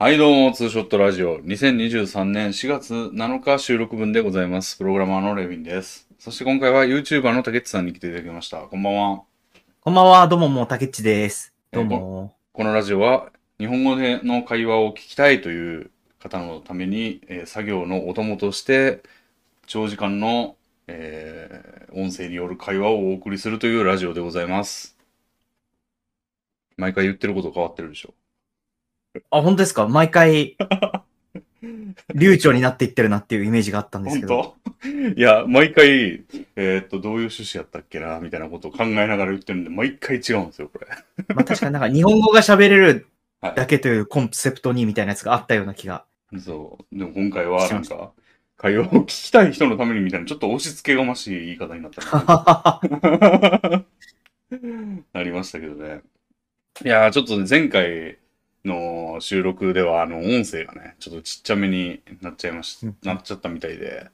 はい、どうも、ツーショットラジオ。2023年4月7日収録分でございます。プログラマーのレヴィンです。そして今回は YouTuber の竹内さんに来ていただきました。こんばんは。こんばんは、どうも、もう、たけっちです。どうも。このラジオは、日本語での会話を聞きたいという方のために、えー作業のお供として、長時間の、えー音声による会話をお送りするというラジオでございます。毎回言ってること変わってるでしょ。あ、本当ですか毎回、 流暢になっていってるなっていうイメージがあったんです本けど。当 いや、毎回、えーっと、どういう趣旨やったっけな、みたいなことを考えながら言ってるんで、毎回違うんですよ、これ。まあ確かになんか日本語が喋れるだけというコンセプトにみたいなやつがあったような気が。そう。でも今回は、なんか、会話を聞きたい人のためにみたいな、ちょっと押し付けがましい言い方になったな。 なりましたけどね。いやー、ちょっとね、前回の収録では、あの、音声がね、ちょっとちっちゃめになっちゃいましうん、なっちゃったみたいで、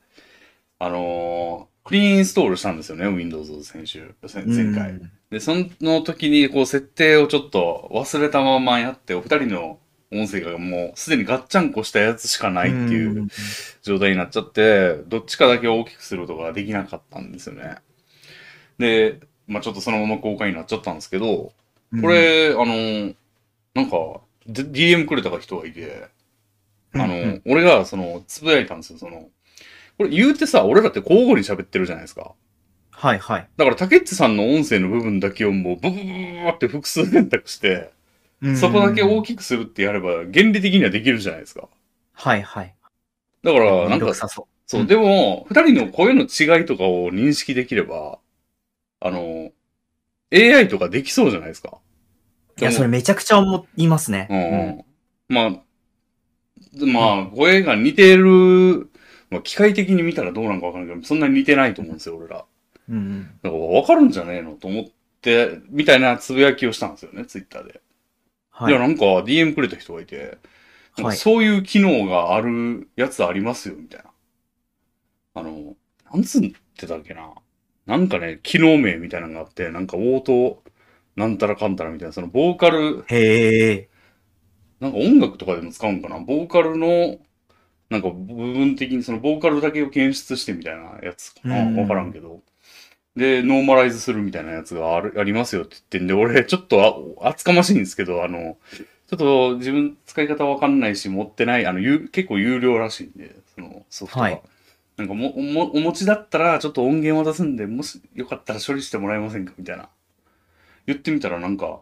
あのー、クリーンインストールしたんですよね、Windows を先週、せ前回 う。んで、その時に、こう、設定をちょっと忘れたままやって、お二人の音声がもう、すでにガッチャンコしたやつしかないっていううん状態になっちゃって、どっちかだけ大きくすることができなかったんですよね。で、まあちょっとそのまま公開になっちゃったんですけど、こ、れ、あの、なんか、D- DM くれた人がいて、あうんの、うん俺が、その、つぶやいたんですよ、その、これ言うてさ、俺らって交互に喋ってるじゃないですか。はいはい。だから、竹内さんの音声の部分だけをもう、ブブブブブって複数選択して、うんそこだけ大きくするってやれば、原理的にはできるじゃないですか。はいはい。だから、なめんんどかく、さそう。そう、うんでも、二人の声の違いとかを認識できれば、あの、AI とかできそうじゃないですか。いや、それめちゃくちゃ思いますね。うんうん。まあ、でまあ、声が似てる、まあ、機械的に見たらどうなのかわからないけど、そんなに似てないと思うんですよ、俺ら。だかうんうんらわかるんじゃねえのと思って、みたいなつぶやきをしたんですよね、ツイッターで。、はいいや、。なんか DM くれた人がいて、なんかはいそういう機能があるやつありますよ、みたいな。あの、なんつってたっけな。なんかね、機能名みたいなのがあって、なんか応答、なんたらかんたらみたいな、そのボーカルへえ。なんか音楽とかでも使うんかなボーカルの、なんか部分的にそのボーカルだけを検出してみたいなやつかなうんわからんけど。で、ノーマライズするみたいなやつがある、ありますよって言ってんで、俺、ちょっとあ、厚かましいんですけど、あの、ちょっと自分使い方わかんないし、持ってない、あの、ゆ結構有料らしいんで、そのソフトが。はいなんかも、おも、お持ちだったら、ちょっと音源渡すんで、もしよかったら処理してもらえませんかみたいな。言ってみたら、なんか、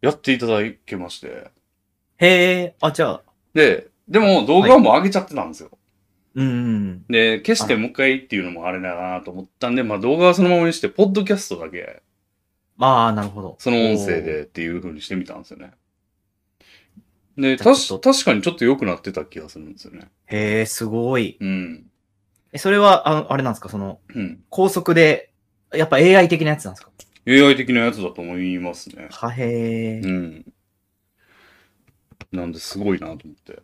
やっていただけまして。へえ。あ、じゃあ、で、でも動画はもう上げちゃってたんですよ。うんうん。で、消してもう一回っていうのもあれだなと思ったんで、まあ動画はそのままにして、ポッドキャストだけ、まあ、なるほど。その音声でっていう風にしてみたんですよね。で、じゃたあちしょっ確かにちょっと良くなってた気がするんですよね。おー。へえ、すごい。うん。え、それは、あのあれなんですかその、うん。高速で、やっぱ AI 的なやつなんですか AI 的なやつだと思いますね。はへーういん。なんで、すごいなと思って。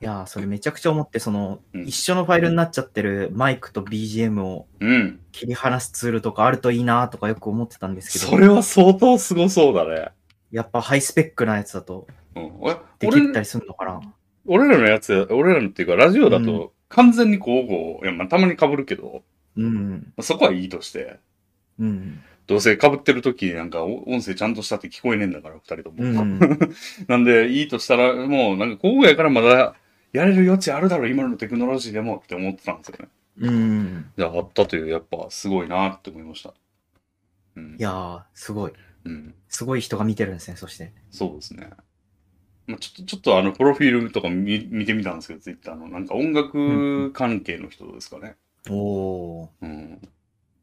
やー、それめちゃくちゃ思って、その、うん一緒のファイルになっちゃってるマイクと BGM をうん。切り離すツールとかあるといいなとかよく思ってたんですけそど、れは相当すごそうだね。やっぱハイスペックなやつだとうん。えで俺きたりするのかな俺らのやつ、俺らのっていうか、ラジオだうと、完全に交互、いや、まあ、たまに被るけど、うん。まあそこはいいとして、うん。どうせ被ってる時なんか、お音声ちゃんとしたって聞こえねえんだから、二人とも。うん。なんで、いいとしたら、もう、なんか、交互やからまだ、やれる余地あるだろ、今のテクノロジーでもって思ってたんですよね。うん。じゃあ、あったという、やっぱ、すごいなって思いました。うんい。やー、すごい。うん。すごい人が見てるんですね、そして。そうですね。まあ、ちょっと、ちょっと、あの、プロフィールとか見見てみたんですけど、ツイッターの、なんか、音楽関係の人ですかね。おー。うん。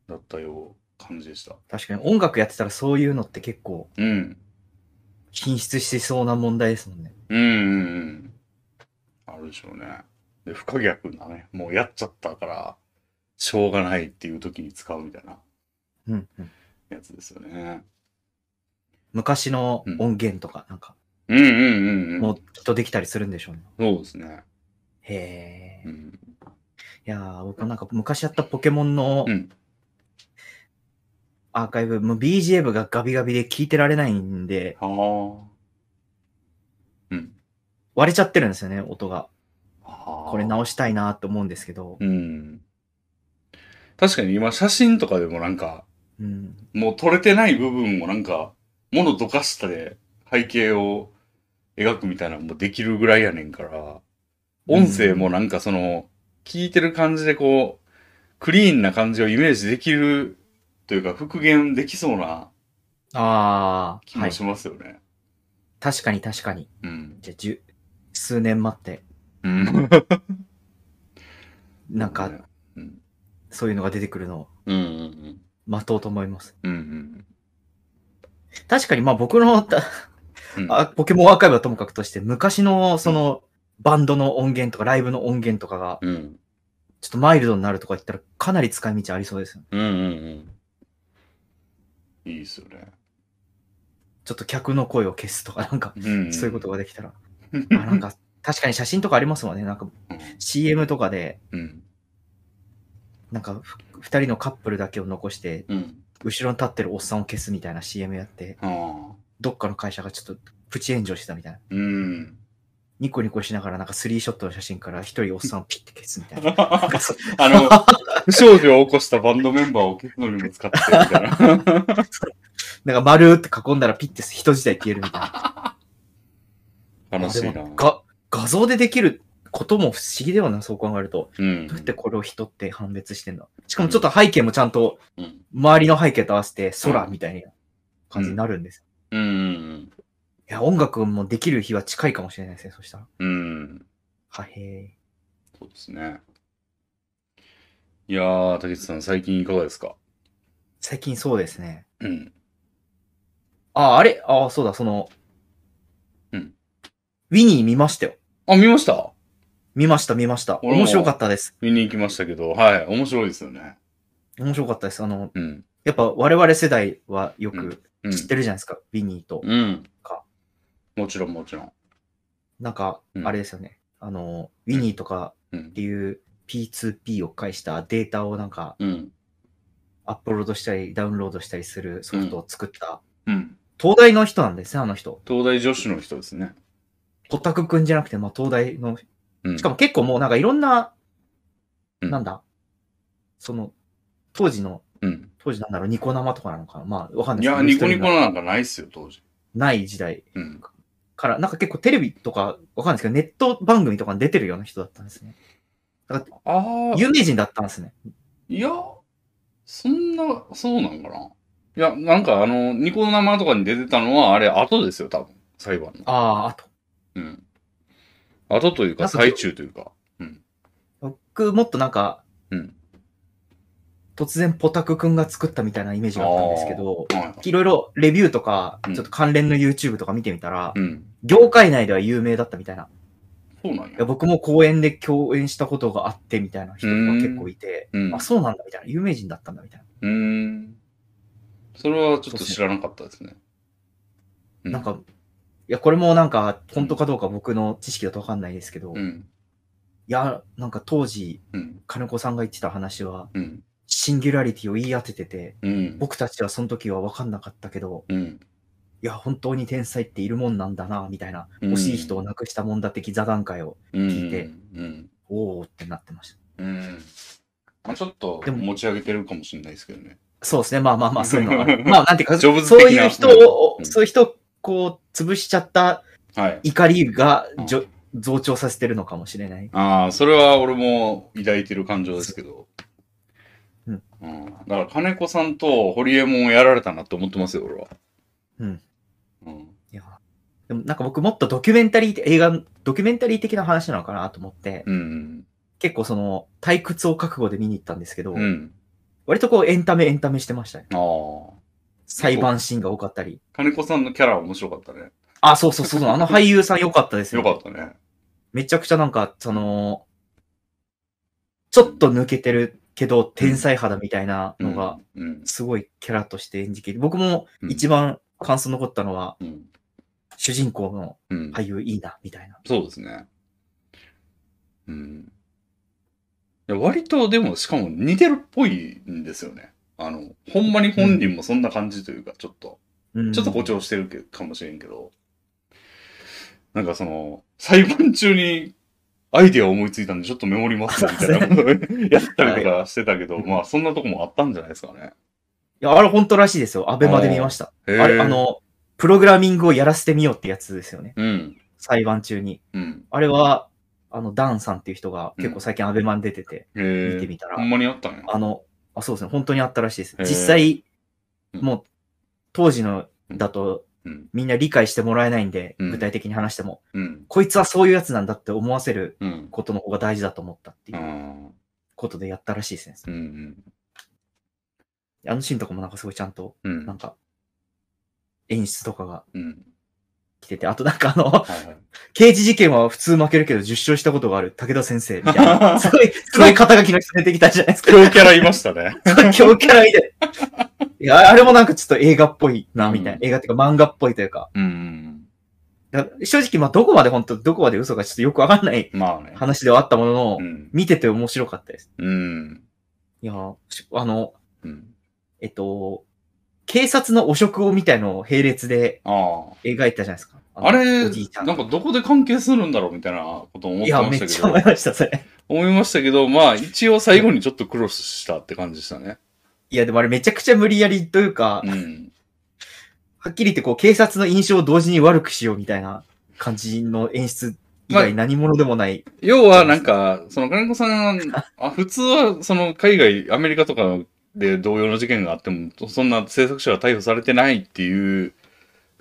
だったよう感じでした。確かに音楽やってたらそういうのって結構うん。品質しそうな問題ですもんね。うんうんうん。あるでしょうね。で、不可逆なね。もうやっちゃったから、しょうがないっていう時に使うみたいなうん、うん。やつですよね。昔の音源とか、なんか、うんうんうんうもん。うきっとできたりするんでしょうね。そうですね。へうえ。ん。いやー、僕はなんか昔やったポケモンのうんアーカイブ、もう BGM がガビガビで聞いてられないんで、はあ。うん。割れちゃってるんですよね、音が。ここれ直したいなと思うんですけど。うん。確かに今写真とかでもなんか、うん。もう撮れてない部分もなんか、物どかしたで背景を描くみたいなのもできるぐらいやねんから、音声もなんかその、聞いてる感じでこう、クリーンな感じをイメージできるというか復元できそうなあ気あ、はもい。しますよね。確かに確かに。うん。じゃあ、十、数年待って、うん。なんか、うん。そういうのが出てくるのをうんうん待とうと思います。うん。うん確かに、まあ僕の、たうん。あポケモンアーカイブはともかくとして、昔のその、バンドの音源とかライブの音源とかが、うん。ちょっとマイルドになるとか言ったら、かなり使い道ありそうですよね。うんうんうん。いいっすよね。ちょっと客の声を消すとか、なんか、うんそういうことができたら。あなんか、確かに写真とかありますもんね。なんか、CM とかで、うん。なんか、ふ二人のカップルだけを残して、うん。後ろに立ってるおっさんを消すみたいな CM やって、ああ。どっかの会社がちょっとプチ炎上してたみたいな。うん。ニコニコしながら、なんかスリーショットの写真から一人おっさんをピッて消すみたいな。な んかそあの、不祥事を起こしたバンドメンバーを消すのにも使ってるみたいな。なんか丸って囲んだらピッて人自体消えるみたいな。悲しいでなも。が画像でできることも不思議だよな、そう考えると。うんどうやってこれを人って判別してんだしかもちょっと背景もちゃんとうん。周りの背景と合わせて空みたいな感じになるんです。うんうんいや、音楽もできる日は近いかもしれないですね、そしたら。うん。うん。はへそうですね。いやー、竹内さん、最近いかがですかー最近そうですね。うん。あ、あれあ、そうだ、その、うん。ウィニー見ましたよ。あ、見ました見ました、見ました。俺も面白かったです。見に行きましたけど、はい、面白いですよね。面白かったです。あの、うん。やっぱ我々世代はよくうん。知ってるじゃないですか、ウィニーと。うんか。もちろん、もちろん。なんかう、んあれですよね。あの、ウィニーとかうっんて。いう P2P を介したデータをなんかうん。アップロードしたりダウンロードしたりするソフトを作った、うん。東大の人なんですね、あの人。東大女子の人ですね。オタクくんじゃなくて、まあ、東大の、うん。しかも結構もうなんかいろんな、うんなんだ、その、当時の、うん。当時なんだろう、ニコ生とかなのかなまあ、わかんないいですや、ニコニコのなんかないっすよ、当時。ない時代うん。から、なんか結構テレビとかわかんないですけど、ネット番組とかに出てるような人だったんですね。あー、有名人だったんですね。いや、そんな、そうなんかな。いや、なんかあの、ニコ生とかに出てたのは、あれ、後ですよ、多分。裁判の。ああ、あと。うん。後というなか、んか最中というか。僕、もっとなんか、うん。突然ポタクくんが作ったみたいなイメージがあったんですけど、はいはい。いろいろレビューとか、うちんょっと関連の YouTube とか見てみたら、うん。業界内では有名だったみたいな。そうなんいやや。僕も公演で共演したことがあってみたいな人が結構いて、うん。あ、そうなんだみたいな。有名人だったんだみたいな。うーん。それはちょっと知らなかったですね。うんなん、か、いや、これもなんか、本当かどうか僕の知識だとわかんないですけど、ういん。や、なんか当時、うん。金子さんが言ってた話は、うん。シンギュラリティを言い当ててて、うん。僕たちはその時は分かんなかったけど、うん。いや、本当に天才っているもんなんだな、みたいな、うん惜しい人を亡くしたもんだ的座談会を、聞いてうん。おーってなってましうん。うん。まあちょっとでも持ち上げてるかもしれないですけどね。た。そうですね、まあまあまあ、そういうのはある。まあ、なんていうか、ジそョうブズ的ないう人を、うんそういう人をこう、潰しちゃったはい。怒りがじょ増長させてるのかもしれない。ああ、それは俺も抱いてる感情ですけど。うん。だから金子さんとホリエモンをやられたなって思ってますよ、俺は。うん。うん。いやでもなんか僕もっとドキュメンタリーって、映画、ドキュメンタリー的な話なのかなと思って、うん。結構その、退屈を覚悟で見に行ったんですけど、うん。割とこう、エンタメ、エンタメしてましたね。ああ。裁判シーンが多かったり。金子さんのキャラは面白かったね。あ、そうそうそうそう、あの俳優さん良かったですよよ。かったね。めちゃくちゃなんか、その、ちょっと抜けてるけど、天才肌みたいなのが、うん。すごいキャラとして演じきる。僕もうん一番感想残ったのは、うん。主人公のうん。俳優いいな、みたいな。そうですね。うん。いや割と、でも、しかも似てるっぽいんですよね。あの、ほんまに本人もそんな感じというか、ちょっと。うんちょっと誇張してるけかもしれんけど。なんかその、裁判中にアイデア思いついたんで、ちょっとメモりますみたい なことを やったりとかしてたけど、まあそんなとこもあったんじゃないですかね。や、あれ本当らしいですよ。アベマで見ました。へあーれ、あ、の、プログラミングをやらせてみようってやつですよね。うん、裁判中に。うん。あれは、あの、ダンさんっていう人が結構最近アベマに出てて、へ見てーみたら、ほんまにあったんや。あの、あ、そうですね。本当にあったらしいですへ。ー実際、うんもう、当時のだとうん、みんな理解してもらえないんで、うん具体的に話しても、うん、こいつはそういうやつなんだって思わせるうん。ことの方が大事だと思ったってあいうーことでやったらしいですね。うん、あのシーンとかもなんかすごいちゃんと、うん、うんなんか、演出とかがうん。来てて、あとなんかあの、 はいはい。刑事事件は普通負けるけど10勝したことがある武田先生みたい な、すごい、すごい肩書きの人出てきたじゃないですか。強キャラいましたね。 強キャ ラみたいな。いや、あれもなんかちょっと映画っぽいな、みたいな。うん映画っていうか漫画っぽいというか。うん、だから正直、まあ、どこまで本当、どこまで嘘かちょっとよくわかんないうん。まあね。話ではあったものの、うん、見てて面白かったです。うん、いやー、しあの、うん。えっと、警察の汚職をみたいのを並列でああ。描いたじゃないですか。のあれ、おじいちゃんなんかどこで関係するんだろうみたいなこと思っいてや、まめしったけちゃど思い。ました、それ。思いましたけど、まあ一応最後にちょっとクロスしたって感じでした ね。いや、でもあれめちゃくちゃ無理やりというか、うん。はっきり言ってこう、警察の印象を同時に悪くしようみたいな感じの演出以外何者でもない。要はなんか、その金子さん、あ普通はその海外、アメリカとかで同様の事件があっても、そんな制作者は逮捕されてないっていう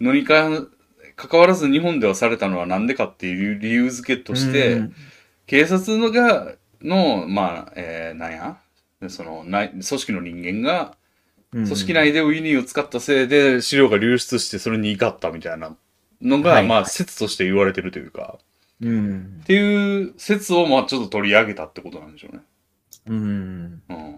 のにか、関わらず日本ではされたのはなんでかっていう理由付けとして、うん警察のが、の、まあ、えー、なんやその、ない、組織の人間が、うん組織内でウィニーを使ったせいで資料が流出してそれに怒ったみたいなのが、はいまあ説として言われてるというか、うんっ。ていう説をまあちょっと取り上げたってことなんでしょうね。うん。うん。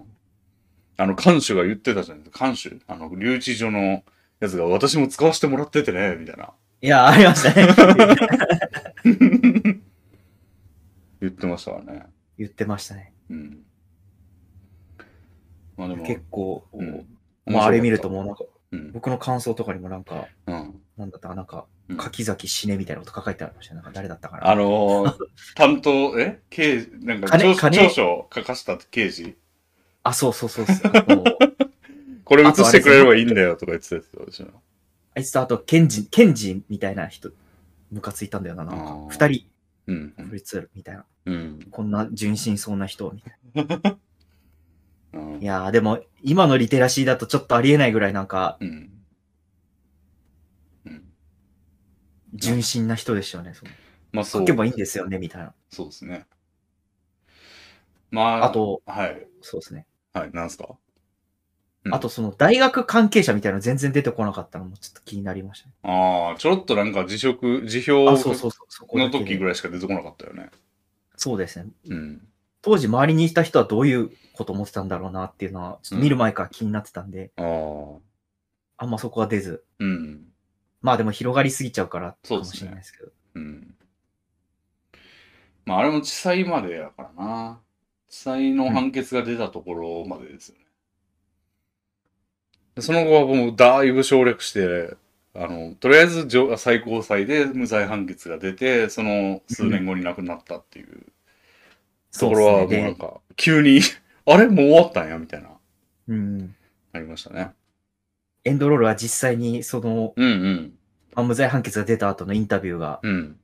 あの、看守が言ってたじゃないですか。看守。あの、留置所のやつが私も使わせてもらっててね、みたいな。いや、ありました ね。言ってましたからね。言ってましたね。うん。まあでも、結構、うんまあ、あれ見るともうなんか、うん。僕の感想とかにもなんか、うん。なんだったかなんかうん、柿崎死ねみたいなこと書いてありましたね。なんか誰だったかな。あのー 担当、え刑事、なんか金長金長所を書かした刑事。あ、そうそうそうそう。あの これ映してくれればいいんだよとか言ってたやつ私の。あいつとあと、ケンジン、ケンジンみたいな人、ムカついたんだよな。なんあかー、二人、うん。こいつ、みたいな。うん。こんな純真そうな人、みたいうな。いん。やー、でも、今のリテラシーだとちょっとありえないぐらいなんか、うん。うん純真な人でしたよね。そのまあそ書うけ。ばいいんですよね、みたいな。そうですね。まあ、あ、と、はい。そうですね。はい、なんすかうんあと、その、大学関係者みたいなの全然出てこなかったのもちょっと気になりましたね。ああ、ちょろっとなんか辞職、辞あ、そう表そうそう、そこだのけ時ぐで。らいしか出てこなかったよね。そうですね。うん。当時周りにいた人はどういうこと思ってたんだろうなっていうのは、ちょっと見る前から気になってたんで、ああ。あんまそこは出ず。うん。まあでも広がりすぎちゃうからかもしれないですけど。うん。まあ、あれも地裁までやからな。地裁の判決が出たところまでですよね。でその後はもうだいぶ省略して、あの、とりあえず上最高裁で無罪判決が出て、その数年後に亡くなったっていうところは、もそううですなんね。でか、急に、 あれもう終わったんやみたいな、うん。なりましたね。エンドロールは実際にその、うんうん。まあ、無罪判決が出た後のインタビューが、うん。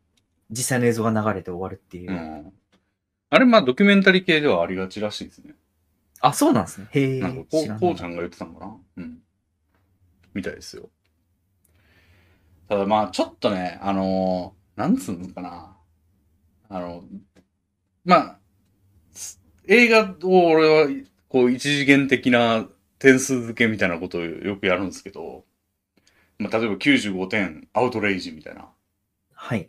実際の映像が流れて終わるっていう。うん。あれ、まあ、ドキュメンタリー系ではありがちらしいですね。あ、そうなんですね。へえなんか、こ知うら、なこいうちゃんが言ってたのかなうん。みたいですよ。ただまあ、ちょっとね、あのーなんつうのかな。あの、まあ、す映画を俺は、こう、一次元的な点数付けみたいなことをよくやるんですけど、まあ、例えば95点、アウトレイジみたいな、はい。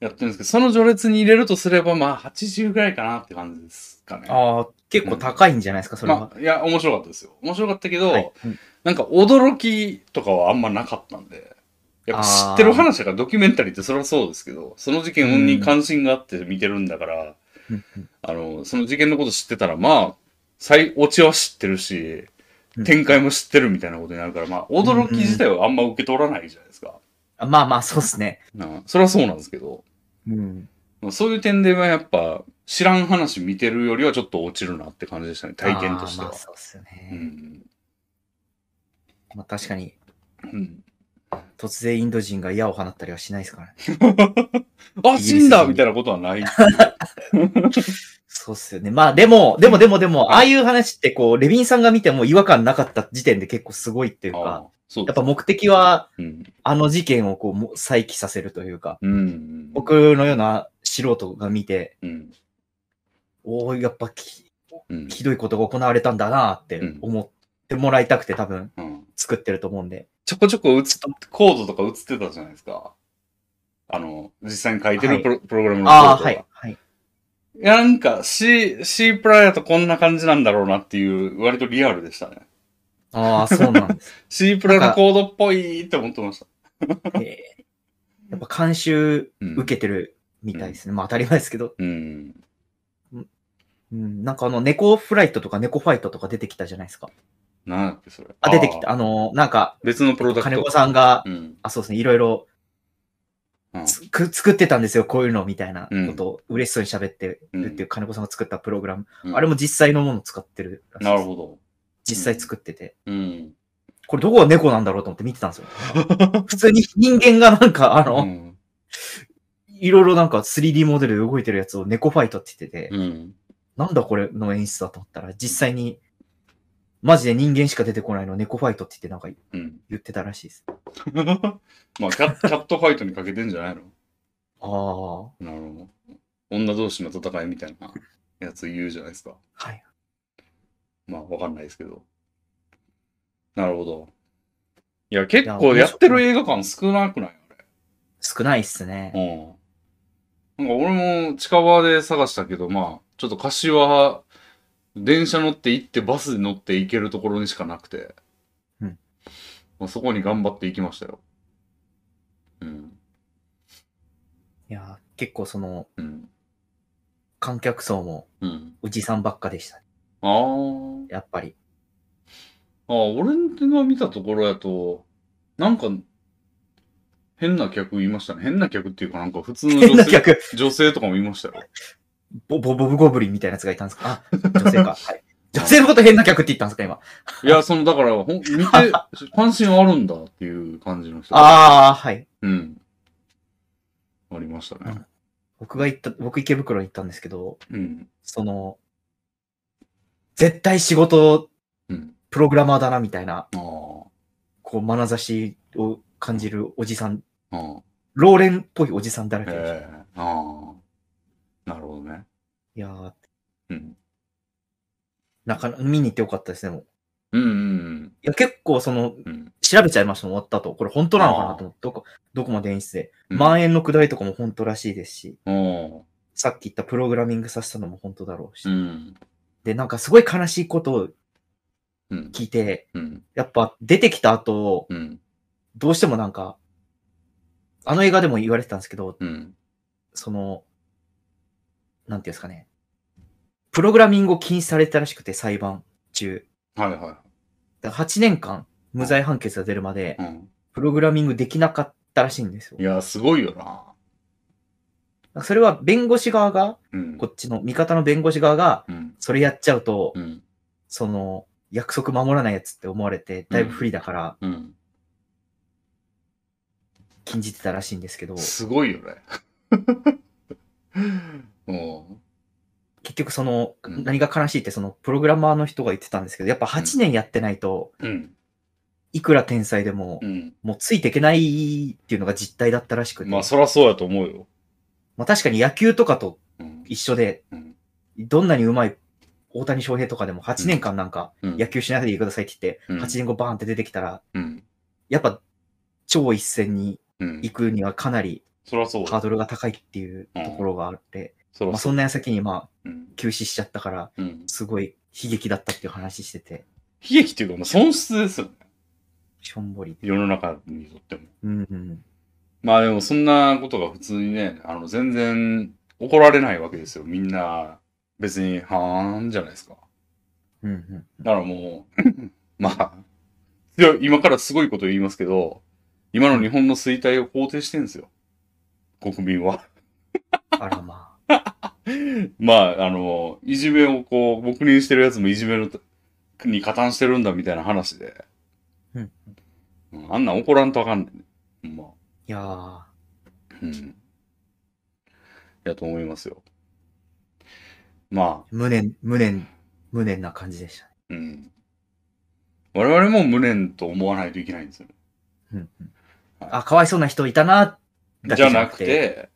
やってるんですけど、その序列に入れるとすれば、まあ、80ぐらいかなって感じですかね。ああ、結構高いんじゃないですか、それは。まあ、いや、面白かったですよ。面白かったけど、はいうんなんか驚きとかはあんまなかったんで、やっぱ知ってる話だからドキュメンタリーってそれはそうですけど、その事件に関心があって見てるんだから、うんうんあの、その事件のこと知ってたら、まあ、最、オチは知ってるしう、ん展開も知ってるみたいなことになるから、まあ、驚き自体はあんま受け取らないじゃないですか。あまあまあ、そうっすね。なそれはそうなんですけど、うん。まあそういう点ではやっぱ、知らん話見てるよりはちょっと落ちるなって感じでしたね、体験としてあーはまあ、。そうっすよね。うん。まあ、確かに、うん 突然インド人が矢を放ったりはしないですからね。あ、死んだみたいなことはない。そうっすよね。まあ、でも、でもでもでも、ああいう話って、こう、レビンさんが見ても違和感なかった時点で結構すごいっていうあーか、そうやでっすぱ目的は、うん。あの事件をこうも、再起させるというか、うん。僕のような素人が見て、うん。おおやっぱきうん。ひどいことが行われたんだなってうん思ってもらいたくて多分うん作ってると思うんで。ちょこちょこ映っ、コードとか映ってたじゃないですか。あの、実際に書いてるプロ,、プログラムのコードああ、がはい、はい。いや、なんか C、C プライだとこんな感じなんだろうなっていう、割とリアルでしたね。ああ、そうなんです。 C プラのコードっぽいって思ってました。へえやっぱ監修うん受けてるみたいですね。まあ当たり前ですけど。うん。うん、なんかあの、猫フライトとか猫ファイトとか出てきたじゃないですか。なんだっけ、それ。あ、出てきた。あー。あの、なんか、別のプロダク金ト子。さんが、うん。あ、そうですね、いろいろうんつく作ってたんですよ、こういうのみたいなことを嬉しそうに喋ってるっていうう金子さんが作ったプログラム。うんあれも実際のものを使ってるらしいでなす。るほど。実際作ってて。うん。これどこが猫なんだろうと思って見てたんです よ。普通に人間がなんか、あうの、ん。いろいろなんか 3D モデルで動いてるやつを猫ファイトって言ってて、うん。なんだこれの演出だと思ったら、実際に、マジで人間しか出てこないのを猫ファイトって言ってなんかうん。 言ってたらしいです。まあキャ、キャットファイトにかけてんじゃないのああ、はなるほど。女同士の戦いみたいなやつ言うじゃないですか。い。まあ、わかんないですけど。なるほど。いや、結構やってる映画館少なくない少ないっすね。うん。なんか俺も近場で探したけど、まあ、ちょっと柏、電車乗って行ってバスに乗って行けるところにしかなくて。うん。まあ、そこに頑張って行きましたよ。うん。いやー、結構その、うん。観客層もうん。おじさんばっかでした、ね。ああ。やっぱ り。ああ、俺の見たところやと、なんか、変な客いましたね。変な客っていうか、なんか普通の変女な性客、女性とかもいましたよ。ボボボブゴブリンみたいなやつがいたんですかあ、女性か。はい。女性のこと変な客って言ったんですか、今。い や、その、だから、ほん見て、関心あるんだっていう感じの人。ああ、はい。うん。ありましたね。僕が行った、僕池袋に行ったんですけど、うん。その、絶対仕事、うん。プログラマーだな、みたいな、ああ。こう、眼差しを感じるおじさん、ああ。老練っぽいおじさんだらけでした。ええああ。なるほどね。いやー、うん。なかな見に行ってよかったですね、もうう。んうんいや、結構、その、うん。うん。調べちゃいましたもん、終わった後。これ本当なのかなと思って、どこ、どこまで演出で。万円の下りとかも本当らしいですし、うん。さっき言ったプログラミングさせたのも本当だろうし。うん。で、なんかすごい悲しいことをうん。聞いて、うん。やっぱ出てきた後、うん。どうしてもなんか、あの映画でも言われてたんですけど、うん。その、なんていうんですかね。プログラミングを禁止されてたらしくて、裁判中。はいはだから8年間、無罪判決が出るまでい。、うん。プログラミングできなかったらしいんですよい。や、すごいよな。それは弁護士側が、うん。こっちの、味方の弁護士側が、うん。それやっちゃうと、うん。その、約束守らないやつって思われて、だいぶ不利だからうん。禁じてたらしいんですけど、結すごいよね。 うん。局その、うん何が悲しいって、その、プログラマーの人が言ってたんですけど、やっぱ8年やってないと、うん。いくら天才でもう、ん。もうついていけないっていうのが実態だったらしくて。まあ、そらそうやと思うよ。まあ確かに野球とかとうん。一緒で、うんどんなに上手い大谷翔平とかでも8年間なんかうん野球しないでくださいって言って、うん8年後バーンって出てきたら、うん。やっぱ超一戦にうん。行くにはかなりそらそうハーだ。ドルが高いっていうところがあって、そまらあそそんな矢先にまあう。うん。休止しちゃったから、うん。すごい悲劇だったっていう話してて、悲劇っていうか、まあ、損失ですよね。しょんぼり。世の中にとっても。うんうん。まあでも、そんなことが普通にね、あの、全然怒られないわけですよ。みんな、別に、はーんじゃないですか。うんうん。だからもう、まあ、強い今からすごいこと言いますけど、今の日本の衰退を肯定してるんですよ。国民は。 あらままあ、あの、いじめをこう、黙認してるやつもいじめのに加担してるんだみたいな話で。うんうん。あんなん怒らんとあかんねん。ほんまあ。いやーうん。やと思いますよ。まあ、無念、無念、無念な感じでしたね。うん。我々も無念と思わないといけないんですよ。うんうんあ、かわいそうな人いたな、だじけゃじゃななくくて。て、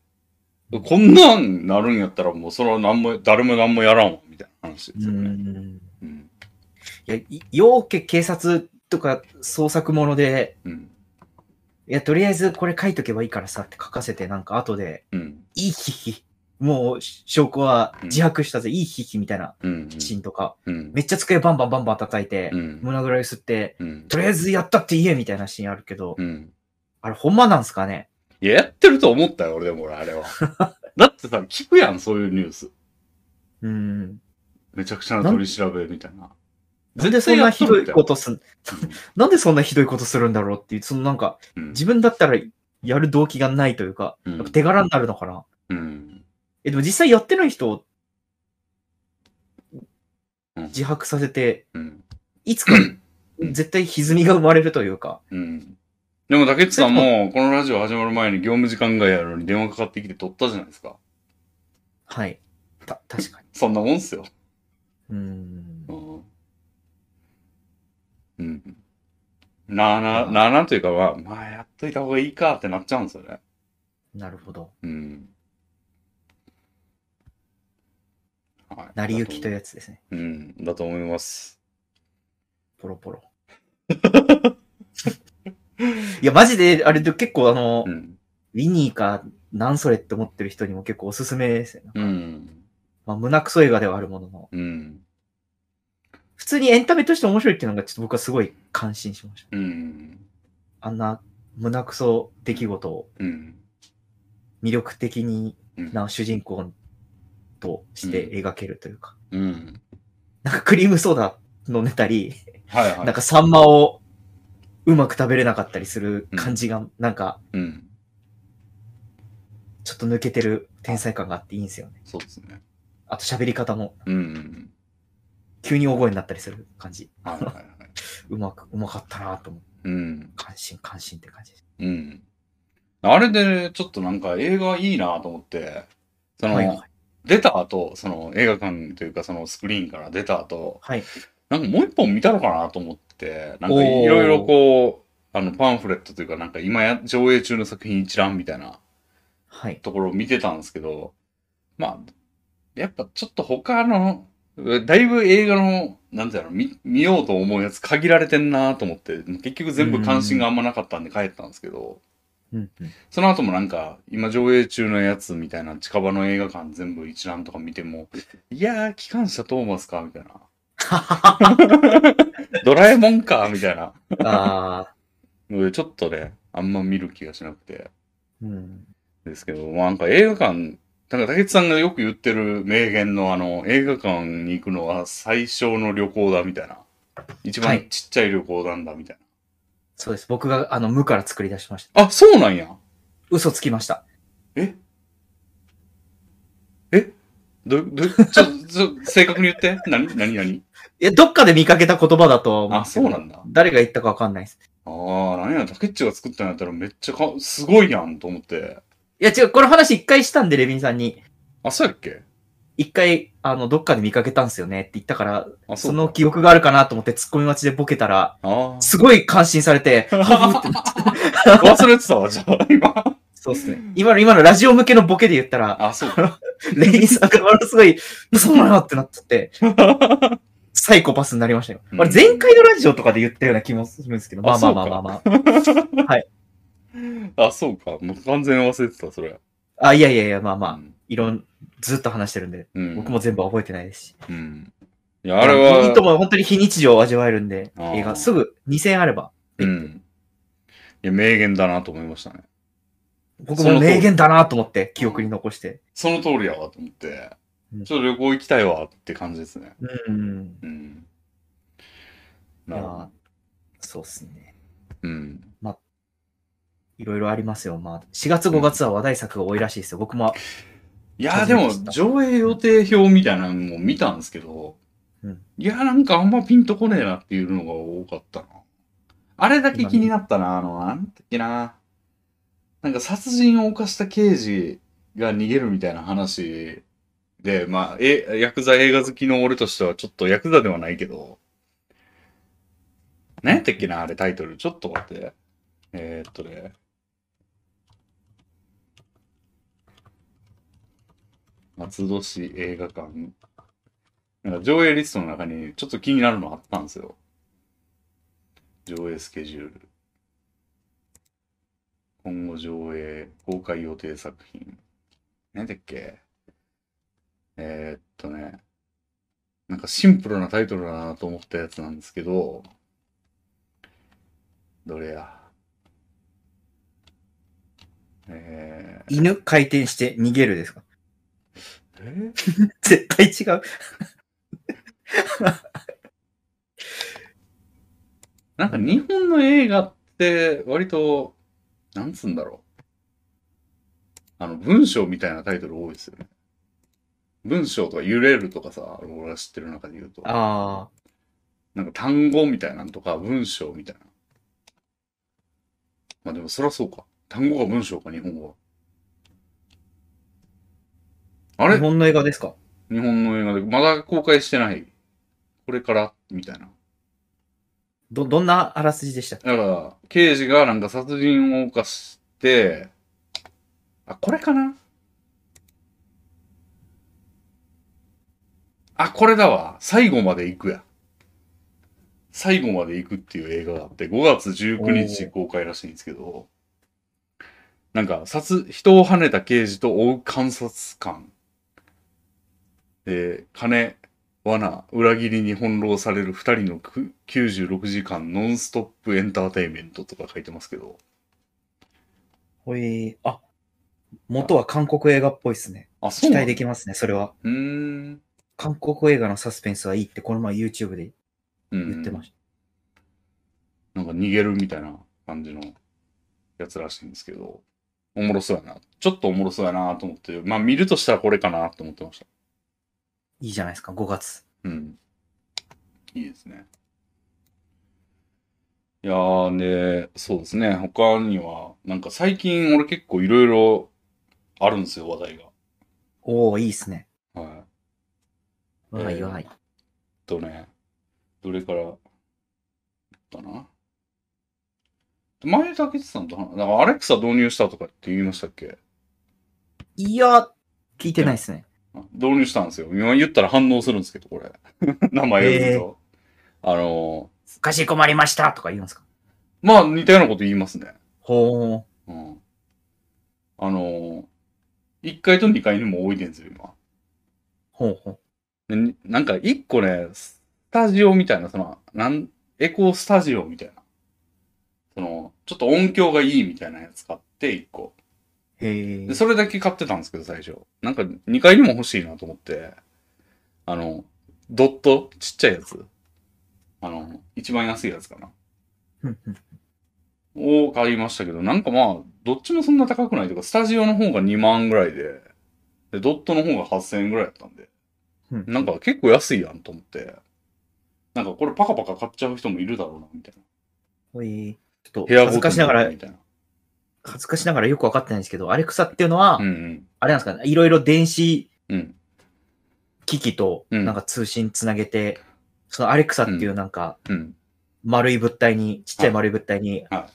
こんなんなるんやったらもうそれは何も、誰も何もやらんわ、みたいな話ですうよね。ん。うん。いや、いようけ警察とか捜索もので、うん。いや、とりあえずこれ書いとけばいいからさって書かせて、なんか後で、うん。いいひひ。もう証拠はうん自白したぜ、いいひひみたいなうん。シーンとか、うん。めっちゃ机バンバンバンバン叩いてう、ん。胸ぐらゆすって、うん。とりあえずやったって言えみたいなシーンあるけど、うん。あれほんまなんすかねいや、やってると思ったよ、俺でも俺、あれは。だってさ、聞くやん、そういうニュース。うん。めちゃくちゃな取り調べみたいな。なんでそんなひどいことすん、絶対やっ なんでそんなひどいことするんだろうっていう、そのなんか、とるんだ自よ。分だったらやる動機がないというか、うんやっぱ手柄になるのかな。うん。うん。え、でも実際やってない人をうん自白させて、うん。いつか絶対歪みが生まれるというか。うん。でも、竹内さんも、このラジオ始まる前に業務時間外やのに電話かかってきて撮ったじゃないですか。はい。た、確かに。そんなもんっすよ。うーんう。ん。うん。なあなあ、なあなあというか、まあ、まあ、やっといた方がいいかってなっちゃうんですよね。なるほど。うん。はい成り行きというう。やつですね。うん、だと思います。ポロ ポロ。いや、マジで、あれで結構あの、うん。ウィニーか、なんそれって思ってる人にも結構おすすめですよね。うん。まあ、胸くそ映画ではあるものの、うん。普通にエンタメとして面白いっていうのがちょっと僕はすごい感心しました。うん。あんな胸くそ出来事をうん。魅力的にうんな主人公として描けるというか、うん。なんかクリームソーダ飲んでたり、はいはい。なんかサンマをうまく食べれなかったりする感じが、なんかうん。ちょっと抜けてる天才感があっていいんですよね。そうですね。あと喋り方もうん。急に大声になったりする感じ。はいはいはい。うまく、うまかったなと思う。うん。感心、感心って感じです。うん。あれで、ちょっとなんか映画いいなと思って、その、はいはい。出た後、その映画館というかそのスクリーンから出た後、はい。なんかもう一本見たのかなと思って、なんかいろいろこう、あのパンフレットというかなんか今や上映中の作品一覧みたいなはい。ところを見てたんですけど、まあ、やっぱちょっと他の、だいぶ映画の、なんていうの、見見ようと思うやつ限られてんなと思って、結局全部関心があんまなかったんで帰ったんですけど、うんうん。その後もなんか、今上映中のやつみたいな近場の映画館全部一覧とか見て も、いやー、機関車トーマスか、みたいな。ドラえもんか、みたいな。ああ、のでちょっとね、あんま見る気がしなくて。うん。ですけど、まあ、なんか映画館、なんか竹内さんがよく言ってる名言のあの、映画館に行くのは最小の旅行だみたいな。一は番いちっちゃい旅行なんだみたいそうです。僕があの無から作り出しました。な。あ、そうなんや。嘘つきました。ど、ど、ちょ、ちょ、正確に言って。なになにな にえ、どっかで見かけた言葉だとは思うんあ、ですけそうどなんだ。誰が言ったかわかんないです。ああ、なんや、竹内が作ったんやったらめっちゃか、すごいやんと思って。いや違う、この話一回したんで、レビンさんに。あ、そうやっけ一回、あの、どっかで見かけたんすよねって言ったから、あ、そそうかの記憶があるかなと思って突っ込み待ちでボケたら、あすごい感心され て、はふってなっあ、忘れてたわ、じゃあ、今。そうですね。今の、今のラジオ向けのボケで言ったら、あ、そうか。レインさんがものすごい、そうなのってなっち ゃって、サイコパスになりましたよ。うんあれ、前回のラジオとかで言ったような気もするんですけど、まあまあまあまあまあ。あ、そうか。もう完全に忘れてた、それ。あ、いやいやいや、まあまうあ、んいろん、ずっと話してるんで、うん僕も全部は覚えてないですし。うん。いや、あれは。いいとも本当に非日常を味わえるんで、あー映画、すぐ2000あれば。うん。いや、名言だなと思いましたね。僕も名言だなと思って、記憶に残して。その通りやわと思ってうん、ちょっと旅行行きたいわって感じですね。うん。うん。いなやるほーど。そうっすね。うん。いろいろありますよ。まあ、4月5月は話題作が多いらしいですよ。僕も、いやーでも、上映予定表みたいなのも見たんですけど、うんいやーなんかあんまピンとこねえなっていうのが多かったな。あれだけ気になったな、あの、なんだっけな。なんか殺人を犯した刑事が逃げるみたいな話で、まあ、え、ヤクザ映画好きの俺としてはちょっとヤクザではないけど、何やったっけな、あれタイトル。ちょっと待って。えー、っとね。松戸市映画館。なんか上映リストの中にちょっと気になるのあったんですよ。上映スケジュール。今後上映、公開予定作品。何だっけえーっとね。なんかシンプルなタイトルだなと思ったやつなんですけど、どれや。えー、犬回転して逃げるですかえ絶対違う。なんか日本の映画って割と、なんつうんだろう。あの、文章みたいなタイトル多いですよね。文章とか揺れるとかさ、俺が知ってる中で言うと。ああ、なんか単語みたいなのとか文章みたいな。まあでもそりゃそうか。単語か文章か、日本語は。あれ日本の映画ですか日本の映画で、まだ公開してない。これから、みたいな。ど、どんなあらすじでしたっけだから、刑事がなんか殺人を犯して、あ、これかなあ、これだわ。最後まで行くや。最後まで行くっていう映画があって、5月19日公開らしいんですけど、なんか、殺、人を跳ねた刑事と追う監察官。で、金、罠、裏切りに翻弄される二人のく96時間ノンストップエンターテインメントとか書いてますけど、ほい、あ、元は韓国映画っぽいですね。あ、そ期うな待んだできますね、それは。うーん。韓国映画のサスペンスはいいって、この前 YouTube でうん言ってました。なんか逃げるみたいな感じのやつらしいんですけど、おもろそうやな。ちょっとおもろそうやなと思って、まあ見るとしたらこれかなと思ってました。いいじゃないですか、5月。うん。いいですね。いやー、で、そうですね。他には、なんか最近俺結構いろいろあるんですよ、話題おおいいっすね。が。はい。まだ言わない。えっとね、どれから、だな。前竹内さんと話、なんかアレクサ導入したとかって言いましたっけいや、聞いてないっすね。あ導入したんですよ。今言ったら反応するんですけど、これ。 名前を言うと。あのおかしい困りましたとか言うんですかー、まあ似たようなこと言いますね。ほー。うん。あのー、1階と2階にも置いてんですよ、今。ほうほう。でになんか一個ね、スタジオみたいな、その、なん、エコースタジオみたいな。その、ちょっと音響がいいみたいなやつ買って、一個。へえで、。それだけ買ってたんですけど、最初。なんか、2階にも欲しいなと思って、あの、ドット、ちっちゃいやつ。あの、一番安いやつかな。うんうんを買いましたけど、なんかまあ、どっちもそんな高くないというか、スタジオの方が2万ぐらいで、で、ドットの方が8000円ぐらいだったんで、うんなんか結構安いやんと思って、なんかこれパカパカ買っちゃう人もいるだろうな、みたいな。ほい。ちょっ部と、屋恥ずかしながらみ、たいな。恥ずかしながらよくわかってないんですけど、アレクサっていうのは、うんうん。あれなんですかね、いろいろ電子うん。機器と、うんなんか通信つなげて、そのアレクサっていうなんか、うん。丸い物体に、ちっちゃい丸い物体に、は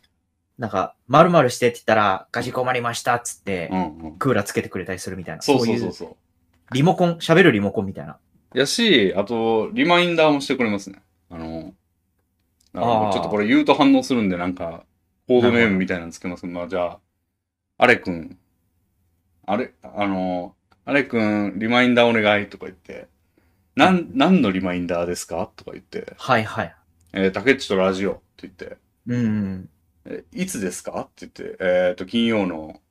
なんか、丸々してって言ったら、かしこまりましたっつって、うんうん。クーラーつけてくれたりするみたいな。そうそういそうそう。リモコン、喋るリモコンみたいな。やし、あと、リマインダーもしてくれますね。あの、あのあーちょっとこれ言うと反応するんで、なんか、コードネームみたいなのつけます。まあ、じゃあ、あれくん、あれ、あの、あれくん、リマインダーお願いとか言って、なん、何のリマインダーですかとか言って、はいはい。えー、竹内とラジオって言って、うんうん。えいつですかって言って、えっ、と、金曜の、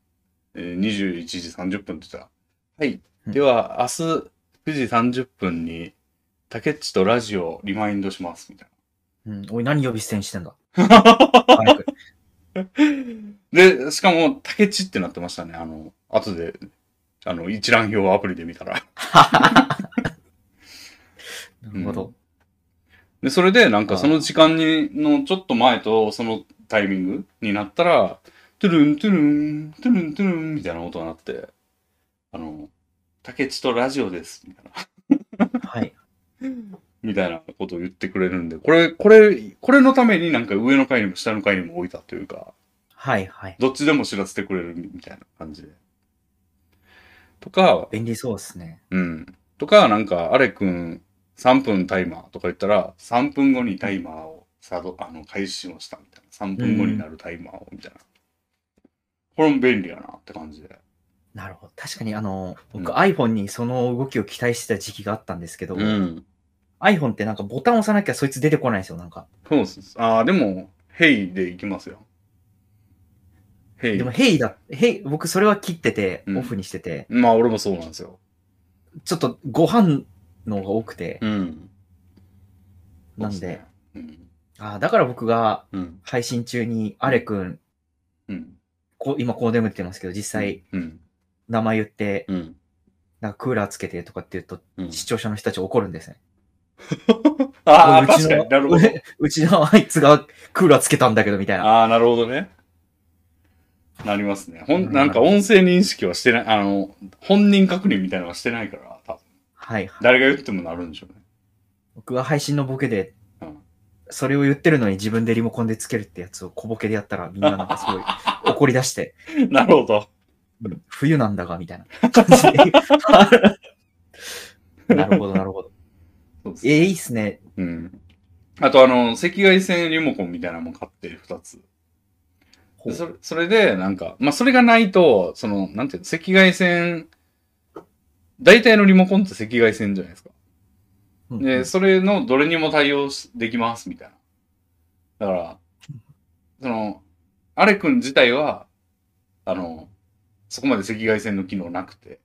えー21時30分って言ったら、はい。うんでは、明日9時30分に、竹内とラジオをリマインドします、みたい うん、おい、何呼び捨てにしてんだ。早くで、しかも、竹地ってなってましたね。あの、後で、あの、一覧表をアプリで見たら。なるほど。で、それで、なんあかーその時間に、のちょっと前と、そのタイミングになったら、トゥルン、トゥルン、トゥルン、トゥルン、みたいな音が鳴って、あの、竹地とラジオです、みたいな。はい。みたいなことを言ってくれるんで、これ、これ、これのためになんか上の階にも下の階にも置いたというか、はい、はい。どっちでも知らせてくれるみたいな感じで。とか、便利そうですね。うん。とか、なんか、あれくん、3分タイマーとか言ったら、3分後にタイマーを作動、あの、開始しましたみたいな。3分後になるタイマーを、みたいな。これも便利やなって感じで。なるほど。確かに、あの、僕、うん iPhone にその動きを期待してた時期があったんですけど、ん。 iPhone ってなんかボタン押さなきゃそいつ出てこないんですよ、なんか。そうっす。ああ、でも、ヘイでいきますよ。ヘイ。でも、ヘイだ、ヘイ、僕それは切ってて、うんオフにしてて、まあ、俺もそうなんですよ。ちょっとご飯の方が多くて、うん。なんで、うん。ああ、だから僕がうん。配信中に、アレくん、うん。こう今こう眠ってますけど、実際、うん。名前言って、うん。なんかクーラーつけてとかって言うと、うん。視聴者の人たち怒るんですね。ああ、うち確かのに。なるほど。 うちのあいつがクーラーつけたんだけど、みたい な。ああ、なるほどね。なりますね。ほうんん、なんか音声認識はしてない、あの、本人確認みたいなのはしてないから、多分はい。誰が言ってもなるんでしょうね。僕は配信のボケでうん、それを言ってるのに自分でリモコンでつけるってやつを小ボケでやったら、みんななんかす ごい怒り出して、なるほど。冬なんだが、みたいな感 じで。 なるほど、なるほど。そうですえー、いいっすね。うん。あと、あの、赤外線リモコンみたいなのも買って、二つ。ほでうそれそれで、なんか、まあ、それがないと、その、なんていうの、赤外線、大体のリモコンって赤外線じゃないですか。うんうで、んそれのどれにも対応しできます、みたいな。だから、その、アレ君自体は、あの、そこまで赤外線の機能なくて、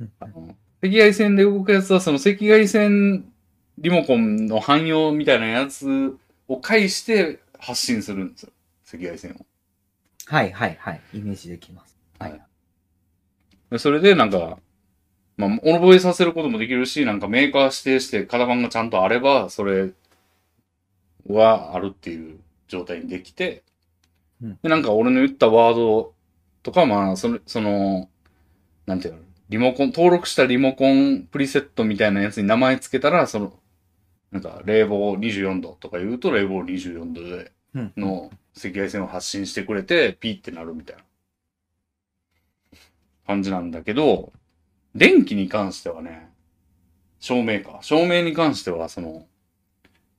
うんあの赤外線で動くやつは、その赤外線リモコンの汎用みたいなやつを介して発信するんですよ。赤外線を。はい、はい、はい。イメージできます。はい。でそれでなんか、まあ、覚えさせることもできるし、なんかメーカー指定して型番がちゃんとあれば、それはあるっていう状態にできて、うんで、なんか俺の言ったワードとか、まあ、その、その、なんていうの、リモコン、登録したリモコンプリセットみたいなやつに名前つけたら、その、なんか、冷房24度とか言うと、冷房24度でうんの赤外線を発信してくれて、ピーってなるみたいな感じなんだけど、電気に関してはね、照明か。照明に関しては、その、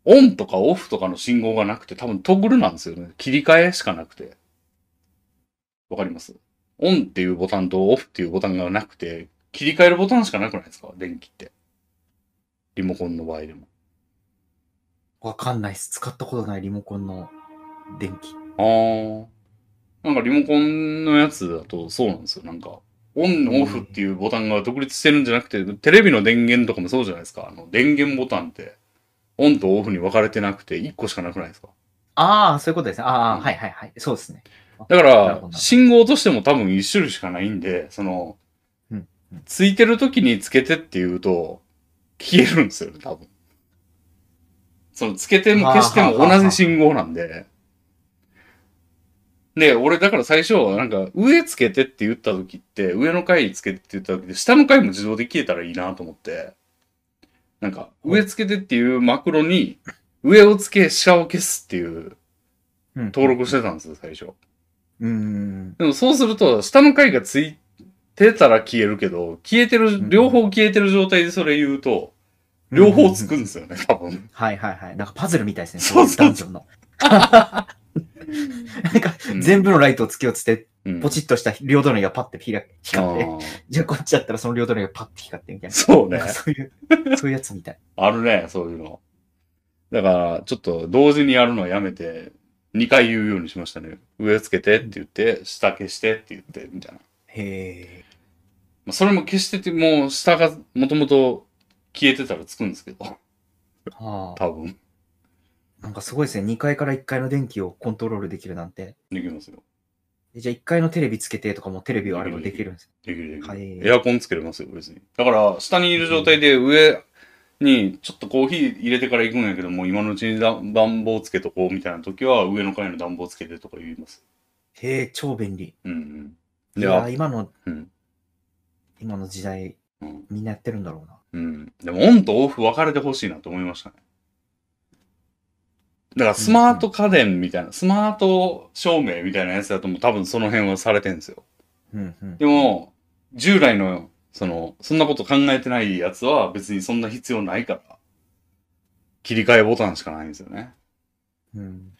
オンとかオフとかの信号がなくて、多分トグルなんですよね。切り替えしかなくて。わかりますオンっていうボタンとオフっていうボタンがなくて、切り替えるボタンしかなくないですか電気って。リモコンの場合でも。わかんないっす。使ったことないリモコンの電気。ああ。なんかリモコンのやつだとそうなんですよ。なんか、オン、オフっていうボタンが独立してるんじゃなくて、テレビの電源とかもそうじゃないですか。あの、電源ボタンって、オンとオフに分かれてなくて、1個しかなくないですか。ああ、そういうことですね。ああ、うんはい、はい、はい。そうですね。だかなるほどなるらほ、ど信号としても多分1種類しかないんで、そのうん、ついてる時につけてって言うと、消えるんですよね、多分。その、つけても消してもはあはあはあ同じ信号なんで。で、俺だから最初、なんか、上つけてって言った時って、上の階つけてって言った時で、下の階も自動で消えたらいいなと思って、なんか、上つけてっていうマクロに、上をつけ、下を消すっていううん。登録してたんですよ、最初。うーん。でもそうすると、下の階がついてたら消えるけど、消えてんる、両方消えてる状態でそれ言うと、両方つくんですよね、多分。はいはいはい。なんかパズルみたいですね。そうそうダンジョンの。なんかうん全部のライトをつけようっつって、うんポチッとした両隣がパッて開あく光って、ー じゃあこっちだったらその両隣がパッて光ってみたいな。そうねなん。かそういう、 そういうやつみたい。あるね、そういうの。だから、ちょっと同時にやるのはやめて、2回言うようにしましたね。上つけてって言って、下消してって言って、みたいな。へえ。まあ、それも消してて、もう下がもともと消えてたらつくんですけど、はあ。多分。なんかすごいですね。2階から1階の電気をコントロールできるなんて。できますよ。えじゃあ1階のテレビつけてとかもテレビあればできるんです。できるできる。はいエアコンつけれますよ、別に。だから、下にいる状態で上にちょっとコーヒー入れてから行くんやけども、今のうちに暖暖房つけとこうみたいな時は、上の階の暖房つけてとか言います。へえ、超便利。うんうん。いで、やあー、今の、うん今の時代、うんみんなやってるんだろうな。うん。でも、オンとオフ分かれてほしいなと思いましたね。だから、スマート家電みたいな、スマート照明みたいなやつだともう多分その辺はされてんですよ。うんうん。でも、従来の、その、そんなこと考えてないやつは別にそんな必要ないから、切り替えボタンしかないんですよね。うん、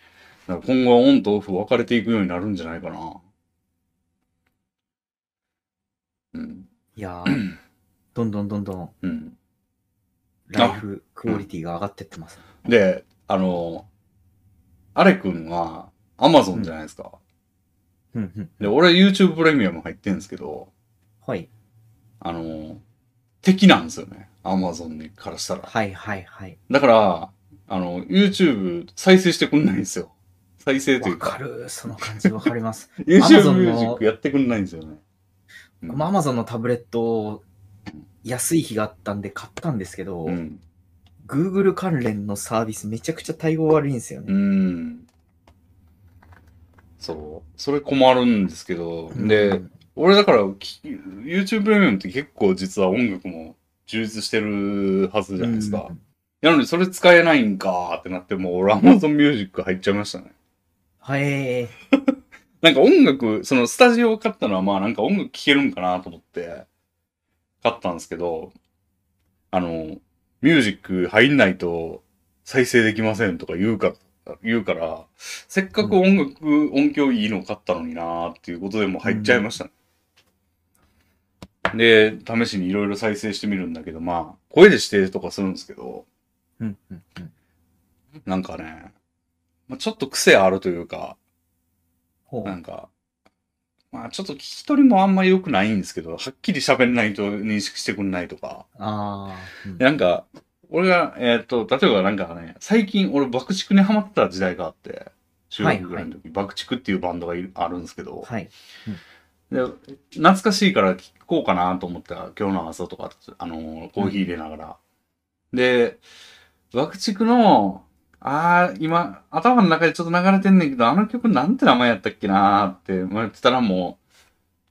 だから今後はオンとオフ分かれていくようになるんじゃないかな。うん。いやー、どんどんどんどんうん。ライフクオリティが上がってってます。で、あの、アレ君は Amazon じゃないですか。うんうん。で、俺 YouTube プレミアム入ってんですけど、はい。あの、敵なんですよね。Amazon からしたら。はいはいはい。だから、あの、YouTube 再生してくんないんですよ。再生といわうかか、る。その感じわかります。 YouTube Amazon の Music やってくんないんですよね。うんまあ、Amazon のタブレットを安い日があったんで買ったんですけど、うん。 Google 関連のサービスめちゃくちゃ対応悪いんですようね。ん。そう。それ困るんですけど、うで、ん俺だから、き YouTube プレミアムって結構実は音楽も充実してるはずじゃないですか。うんなのにそれ使えないんかーってなって、もう俺 Amazon Music 入っちゃいましたね。はい。なんか音楽、そのスタジオを買ったのはまあなんか音楽聴けるんかなと思って買ったんですけど、あの、ミュージック入んないと再生できませんとか言うから、言うから、せっかく音楽、音響いいの買ったのになーっていうことでもう入っちゃいましたね。で、試しにいろいろ再生してみるんだけど、まあ、声で指定とかするんですけど、うんうんうんなんかね、まあ、ちょっと癖あるというか、ほうなんか、まあちょっと聞き取りもあんまり良くないんですけど、はっきり喋んないと認識してくんないとか。あーうんでなんか、俺が、えーっと、例えばなんかね、最近俺爆竹にハマってた時代があって、中学ぐらいの時、爆竹っていうバンドがいるあるんですけど、はい。で懐かしいから聞こうかなと思ったら今日の朝とか、あのーコーヒー入れながら。で、爆竹の、ああ、今、頭の中でちょっと流れてんねんけど、あの曲なんて名前やったっけなーって言ってたらもう、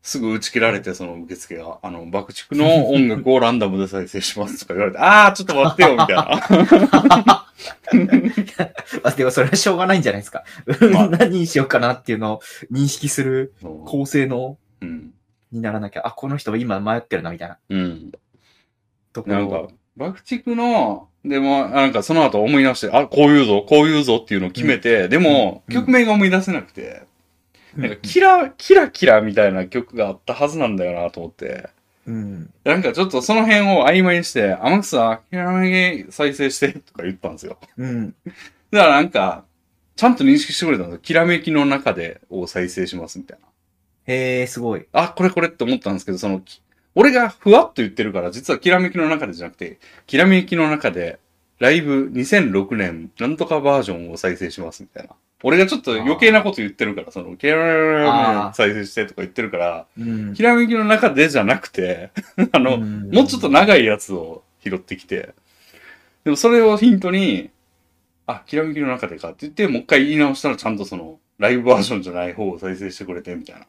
すぐ打ち切られて、その受付が、あの、爆竹の音楽をランダムで再生しますとか言われて、ああ、ちょっと待ってよ、みたいな。あ、でもそれはしょうがないんじゃないですか。まあ何にしようかなっていうのを認識するそ構成のううん。にならなきゃ、あ、この人は今迷ってるなみたいなうん。とこなろんかを、爆竹の、でも、なんかその後思い出して、あ、こう言うぞ、こう言うぞっていうのを決めて、でも、うん曲名が思い出せなくて、うんなんかキラ、キラキラみたいな曲があったはずなんだよなと思って、うん。なんかちょっとその辺を曖昧にして、天草、キラめぎ再生してとか言ったんですよ。うん。だからなんか、ちゃんと認識してくれたんですよ。きらめきの中でを再生しますみたいな。へえ、すごい。あ、これこれって思ったんですけど、その、き俺がふわっと言ってるから、実はきらめきの中でじゃなくて、きらめきの中で、ライブ2006年、なんとかバージョンを再生しますみたいな。俺がちょっと余計なこと言ってるから、その、きらめき再生してとか言ってるから、うん。きらめきの中でじゃなくて、 あの、んもうちょっと長いやつを拾ってきて、でもそれをヒントに、あ、きらめきの中でかって言って、もう一回言い直したらちゃんとその、ライブバージョンじゃない方を再生してくれてみたいな。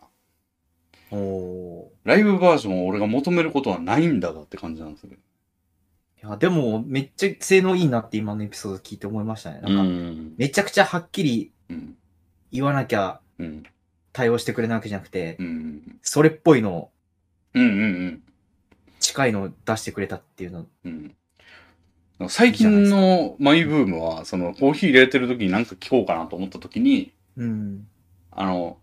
おーライブバージョンを俺が求めることはないんだがって感じなんですよね。いや、でも、めっちゃ性能いいなって今のエピソード聞いて思いましたね。なんか、ん。めちゃくちゃはっきりうん。言わなきゃうん。対応してくれないわけじゃなくて、うん。それっぽいの、うん。うん。近いのを出してくれたっていうの。うん。うん、最近のマイブームは、そのコーヒー入れてる時に何か聞こうかなと思った時に、うん。あの、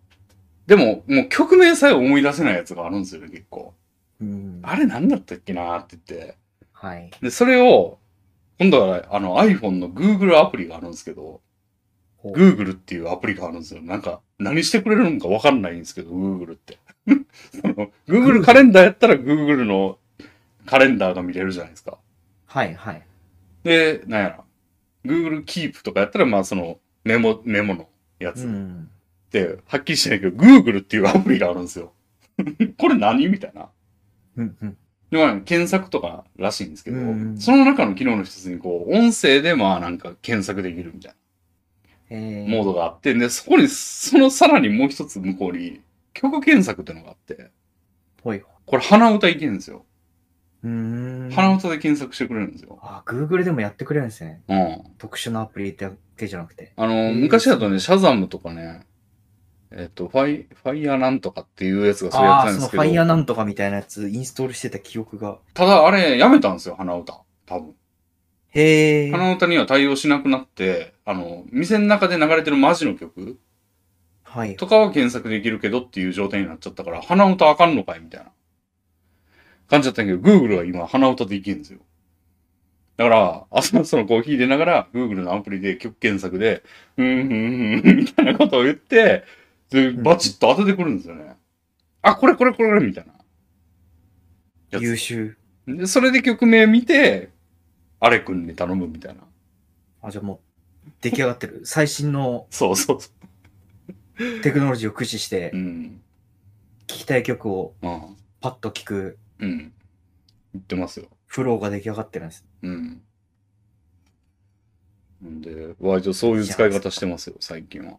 でも、もう曲名さえ思い出せないやつがあるんですよね、結構。うん。あれ何だったっけなーって言って。はい。で、それを、今度は、あの iPhone の Google アプリがあるんですけど、ほう Google っていうアプリがあるんですよ。なんか、何してくれるのかわかんないんですけど、Google って。 その Google カレンダーやったら Google のカレンダーが見れるじゃないですか。はい、はい。で、なんやら、 Google Keep とかやったら、まあそのメモ、メモのやうつっん。て、はっきりしてないけど、Google っていうアプリがあるんですよ。 これ何みたいな。うんうん。でまあ検索とからしいんですけど、うんその中の機能の一つに、こう、音声でまあなんか検索できるみたいえなモードがあって、で、そこに、そのさらにもう一つ向こうに、曲検索っていうのがあって、ぽい。これ鼻歌いけるんですよ。うーん。鼻歌で検索してくれるんですよ。あ、Google でもやってくれるんですね。うん。特殊なアプリだけじゃなくて。あの、ん昔だとね、シャザムとかね、えっと、ファイ、ファイヤーなんとかっていうやつがそれやっあてあたんー、そでのすけフどァ、イヤーなんとかみたいなやつインストールしてた記憶が。ただあれやめたんですよ、鼻歌。多分。へえ。鼻歌には対応しなくなって、あの、店の中で流れてるマジの曲はい。とかは検索できるけどっていう状態になっちゃったから、鼻歌あかんのかいみたいな感じだったんやけど、Google は今鼻歌でいけるんですよ。だから、朝のそのコーヒー入れながら、Google のアプリで曲検索で、うーん、ふん、ふん、みたいなことを言って、で、んバチッと当ててくるんですよね。あ、これこれこれこれみたいな。やつ優秀。で、それで曲名見て、アレ君に頼むみたいな。あ、じゃあもう、出来上がってる。最新のそうそうそテクノロジーを駆使してう。う、ん。聴きたい曲をまあ、パッと聴くうん。言ってますよ。フローが出来上がってるんです。うん。んで、割とそういう使い方してますよ、最近は。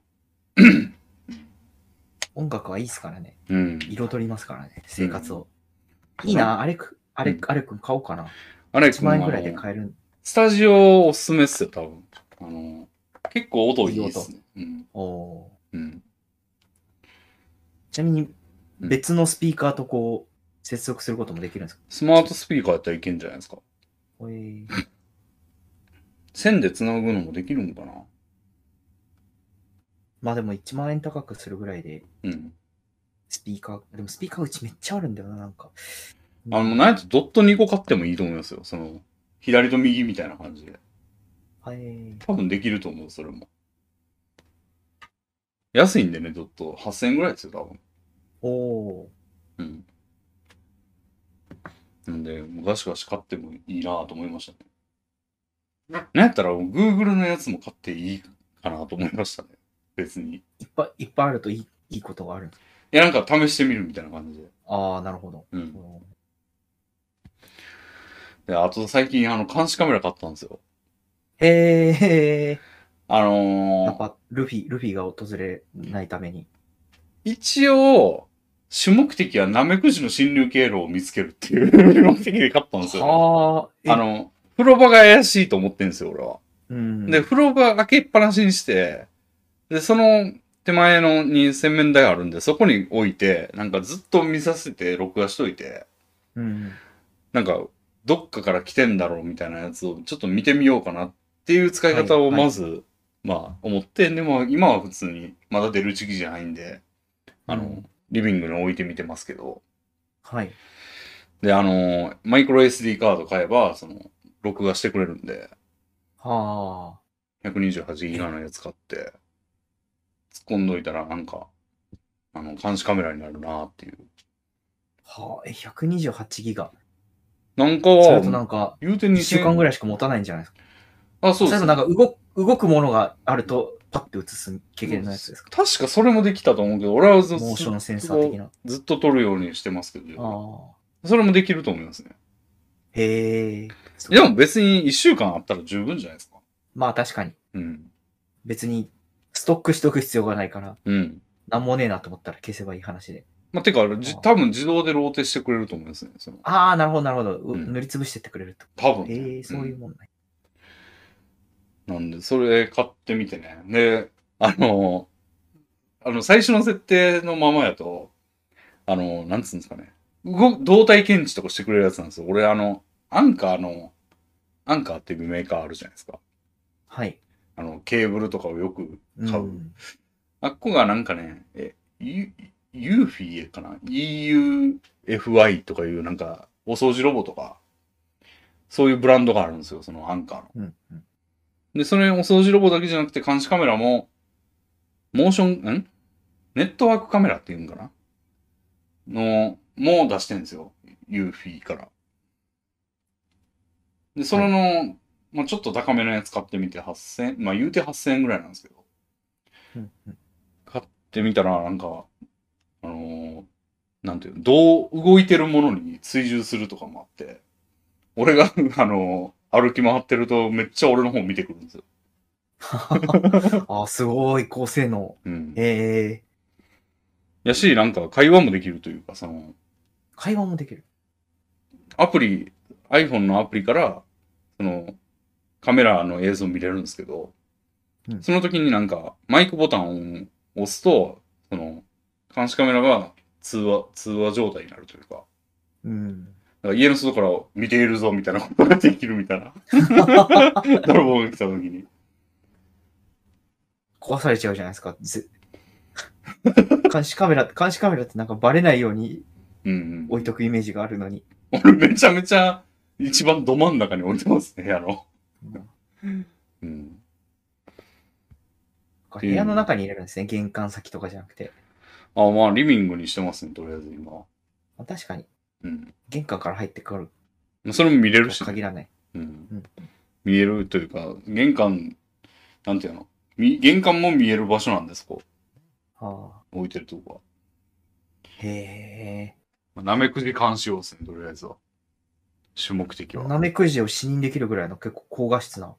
音楽はいいですからね。うん。彩りますからね、生活を。いいな、あれく、あれ、あれくん買おうかな。あれ、 1万円くらいであの買える。スタジオおすすめっすよ、多分。あの、結構音いいですね。うん。おーうん。ちなみに、うん別のスピーカーとこう、接続することもできるんですか、スマートスピーカーやったらいけんじゃないですか。おい線で繋ぐのもできるのかなまあでも1万円高くするぐらいで、うん。スピーカー、でもスピーカーうちめっちゃあるんだよな、なんか。あの、なんやとドット2個買ってもいいと思いますよ。その、左と右みたいな感じで。はい。多分できると思う、それも。安いんでね、ドット。8000円ぐらいですよ、多分。おおうん。なんで、ガシガシ買ってもいいなぁと思いましたね。なんやったら、Google のやつも買っていいかなと思いましたね。別に。いー、いっぱいいっぱいあるといいいいことがあるんですや、なんか試してみるみたいな感じで。ああ、なるほど。うん。おーで、あと最近、あの、監視カメラ買ったんですよ。へえ、あのやっー、ぱルフィ、ルフィが訪れないために。一応、主目的はナメクジの侵入経路を見つけるっていう 目的で買ったんですよ。はあ、あの、の、風呂場が怪しいと思ってんですよ、俺は。うん。で、風呂場開けっぱなしにして、で、その手前のに洗面台あるんで、そこに置いて、なんかずっと見させて録画しといて、うん。なんかどっかから来てんだろうみたいなやつをちょっと見てみようかなっていう使い方をはいはいまず、まあ思って、でも今は普通にまだ出る時期じゃないんで、あの、うんリビングに置いてみてますけど、はい。で、あの、マイクロ SD カード買えば、その、録画してくれるんで、はあ。 128ギガのやつ買って、突っ込んどいたらなんか、あの、監視カメラになるなっていう。はあ、え、128ギガ。なんかそれとなは、んか、言うて2 1週間ぐらい。らいしか持たないんじゃないですか。あ、そうでそれすとねなんか動く、動くものがあると、パッて映す経験のやつですか。確かそれもできたと思うけど、俺はずっモーショとンセンサー的な。ずっと撮るようにしてますけど、ああ。それもできると思いますね。へえ。でも別に1週間あったら十分じゃないですか。まあ確かに。うん。別に、ストックしとく必要がないから、うん。なんもねえなと思ったら消せばいい話で。まあ、てか、じ多分自動でローテしてくれると思いますね。そのああ、なるほど、なるほど。ううん塗りつぶしてってくれると。多分ね。へえ、そういうもんね。なんで、それ買ってみてね。で、あの、あの、最初の設定のままやと、あの、なんつうんですかね。動動体検知とかしてくれるやつなんですよ。俺、あの、アンカーの、アンカーっていうメーカーあるじゃないですか。はい。あの、ケーブルとかをよくう買う。ん。あっこがなんかね、え、ユユーフィーかな ?EUFI とかいうなんか、お掃除ロボとか、そういうブランドがあるんですよ、そのアンカーの。うん。うんで、それお掃除ロボだけじゃなくて監視カメラも、モーション、んネットワークカメラっていうんかなの、もう出してるんですよ。ユーフィーから。で、それのまあ、ちょっと高めのやつ買ってみて8000、まあ言うて8000円ぐらいなんですけど、うんうん買ってみたらなんか、あのーなんていうの、どう動いてるものに追従するとかもあって、俺が、 あのー歩き回ってるとめっちゃ俺の方見てくるんですよ。 あー、すごい高性能。うん。ええやし、なんか会話もできるというか、その、会話もできる。アプリ、iPhone のアプリから、その、カメラの映像見れるんですけど、うんその時になんか、マイクボタンを押すと、その、監視カメラが通話、通話状態になるというか、うん。だから家の外から見ているぞみたいなことができるみたい な。泥棒が来た時に。壊されちゃうじゃないですか。 ぜ監視カメラ、監視カメラってなんかバレないようにうんうん。置いとくイメージがあるのに。俺めちゃめちゃ一番ど真ん中に置いてますね、部屋の。うん。部屋の中に入れるんですね。玄関先とかじゃなくて。あ、まあ、リビングにしてますね、とりあえず今。まあ確かに、うん。玄関から入ってくるまあそれも見れとるはし、限らない。うん。見えるというか、玄関、なんていうのみ玄関も見える場所なんです、こはあ、う。置いてるとこは。へえ。まあなめくじ監視用ですね、とりあえずは。主目的は。なめくじを視認できるぐらいの結構高画質な。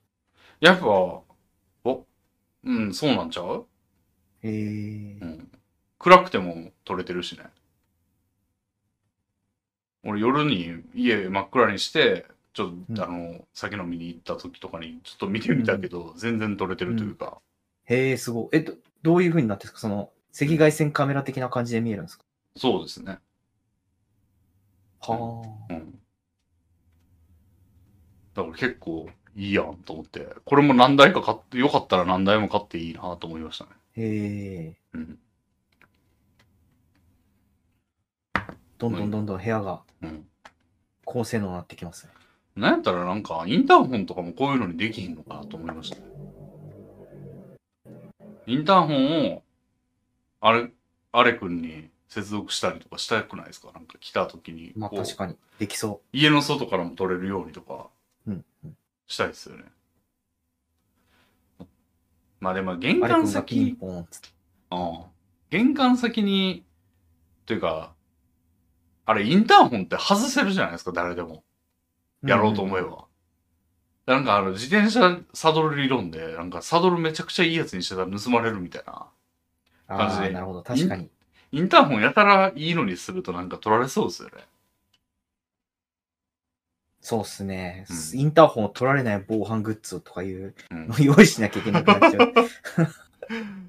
やっぱ、お、うん、そうなんちゃうへえう。ん。暗くても撮れてるしね。俺夜に家真っ暗にして、ちょっと、うんあの、酒飲みに行った時とかにちょっと見てみたけど、全然撮れてるというか、へえ、すごい。え、どどういう風になってるんですかその、赤外線カメラ的な感じで見えるんですかそうですね。はあ。うん。だから結構いいやんと思って、これも何台か買って、よかったら何台も買っていいなと思いましたね。へえ。うん。どんどんどんどん部屋がうん。高性能になってきますね。なんやったらなんか、インターホンとかもこういうのにできひんのかなと思いましたね。インターホンを、あれ、あれくんに接続したりとかしたくないですかなんか来た時に、まあこう確かに。できそ家の外からも撮れるようにとかうんう、したいですよね。まあでも、玄う。あれく関んがピン先、ポンっつって。うん玄関先に、というか、あれ、インターホンって外せるじゃないですか、誰でも。やろうと思えば。なんかあの、自転車サドル理論で、なんかサドルめちゃくちゃいいやつにしてたら盗まれるみたいな。うん。感じあであ、なるほど。確かに。インターホンやたらいいのにするとなんか取られそうですよね。そうっすね、うんインターホンを取られない防犯グッズとかいう うんのを用意しなきゃいけなくなっち ゃう。うん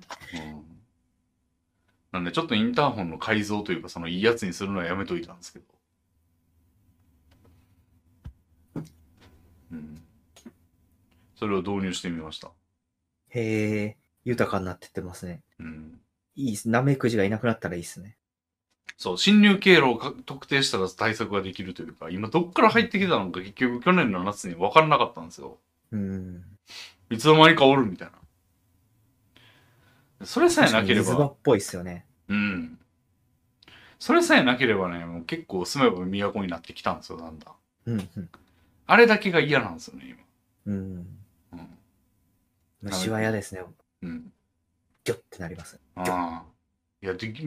なんでちょっとインターホンの改造というか、そのいいやつにするのはやめといたんですけど。うん。それを導入してみました。へえ、豊かになってってますね。うん。いいっす。ナメクジがいなくなったらいいっすね。そう、侵入経路をか特定したら対策ができるというか、今どっから入ってきたのか結局去年の夏に分からなかったんですよ。うん。いつの間にかおるみたいな。それさえなけれ水場ば、っぽいっすよね。うん。それさえなければね、もう結構住めば都になってきたんですよ、だんだん。うん、うん。あれだけが嫌なんですよね、うん。今。うん。虫は嫌ですね。うん。ギョってなります。ああ。いや、でき、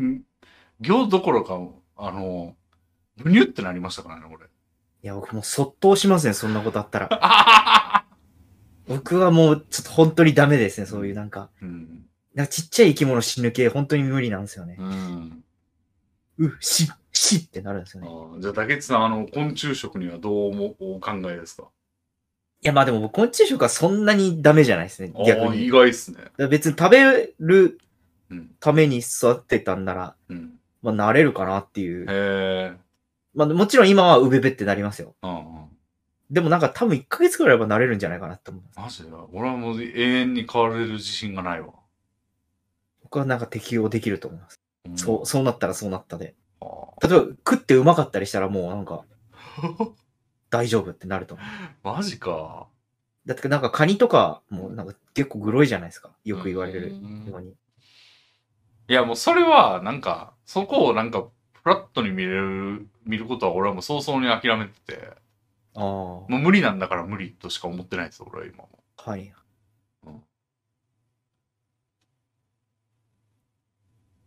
行どころか、あの、ブニュってなりましたからね、 俺。いや、僕もうそっと押しますね。そんなことあったら。 あははは僕はもうちょっと本当にダメですね。そういうなんか、うん。なんかちっちゃい生き物死ぬ系、本当に無理なんですよねう。ん。う、し、しってなるんですよね。ああじゃあ、竹内さん、あの、昆虫食にはどうもお考えですかいや、まあでも僕、昆虫食はそんなにダメじゃないですね。逆ああに。意外っすね。だから別に食べるうん。ために育ってたんなら、うん。まあ、慣れるかなっていへう。え。まあ、もちろん今はうべべってなりますよ。うんうん。でもなんか多分1ヶ月くらいは慣れるんじゃないかなって思います。マジで俺はもう永遠に変われる自信がないわ。僕はなんか適応できると思います。うんそう、そうなったらそうなったで。あ例えば食ってうまかったりしたらもうな んかあ大丈夫ってなると思う。マジか。だってなんかカニとかもなんか結構グロいじゃないですか。よく言われるうんように。いや、もうそれは、なんか、そこをなんか、フラットに見れる、見ることは俺はもう早々に諦めてて、ああ。もはう無理なんだから無理としか思ってないです、俺は今も。い。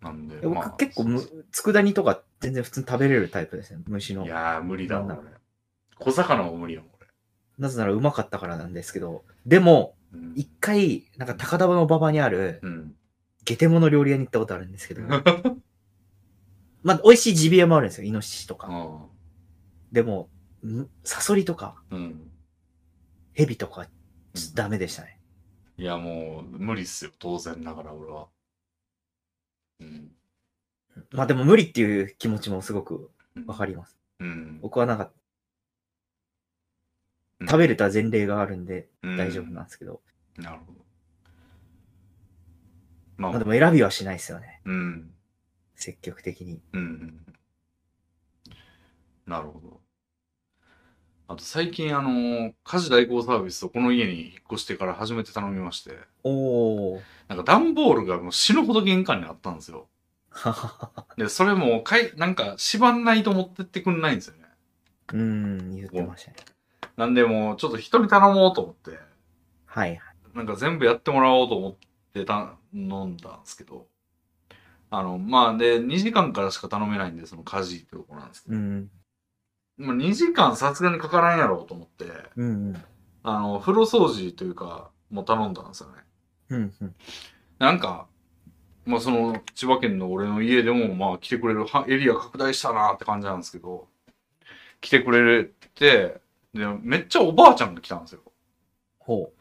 なんで、僕、結構む、佃煮とか全然普通に食べれるタイプですね。虫のい。やー、無理だわ、な俺んだ。小魚も無理よ、なぜならうまかったからなんですけど。でも、俺。うん一回、なんか高田馬の馬場にある、うん。ゲテモの料理屋に行ったことあるんです けど。まあ、美味しいジビエもあるんですよ。イノシシとうか。ん。でも、んサソリとか、うん。ヘビとか、ちょっとダメでしたね。いや、もう、無理っすよ、当然ながら、俺は。うん。まあでも無理っていう気持ちもすごくわかり。ります。うん。僕はなんか、うん食べれた前例があるんで大丈夫なんですけど。うん。なるほど。ままああで、も選びはしないですよね。うん。積極的に。うん。なるほど。あと最近、あの、家事代行サービスをこの家に引っ越してから初めて頼みまして、おー。なんか段ボールがもう死ぬほど玄関にあったんですよ。ははは。で、それもかい、なんか縛んないと持ってってくんないんですよね。うーん、言ってましたね。なんでもうちょっと人に頼もうと思って、はいはい。なんか全部やってもらおうと思ってた、飲んだんですけど、あの、まあで、2時間からしか頼めないんで、その家事ってとこなんですけど、うん。まあ2時間さすがにかからんやろうと思って、うん。あの、風呂掃除というか、もう頼んだんですよね。うん。うん。なんか、まあその、千葉県の俺の家でも、まあ来てくれるはエリア拡大したなって感じなんですけど、来てくれて、で、めっちゃおばあちゃんが来たんですよ。ほ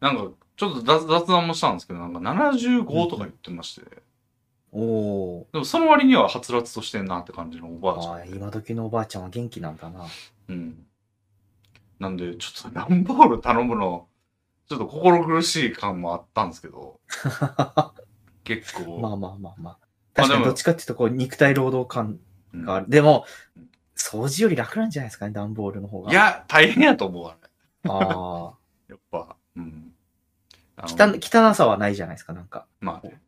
なんか、ちょっと雑雑談もしたんですけど、なんか75とか言ってまして、う。おー。でもその割にははつらつとしてんなって感じのおばあちゃんああ、今時のおばあちゃんは元気なんだな。うん。なんで、ちょっと段ボール頼むの、ちょっと心苦しい感もあったんですけ ど、結構、まあまあまあまあ。まあ確かでもにどっちかっていうと、こう、肉体労働感うんがある。でも、掃除より楽なんじゃないですかね、段ボールの方が。い、や、大変やと思う、あれ。ああ。やっぱ、うん。あ汚の、汚さはないじゃないですか、なんか。まあね、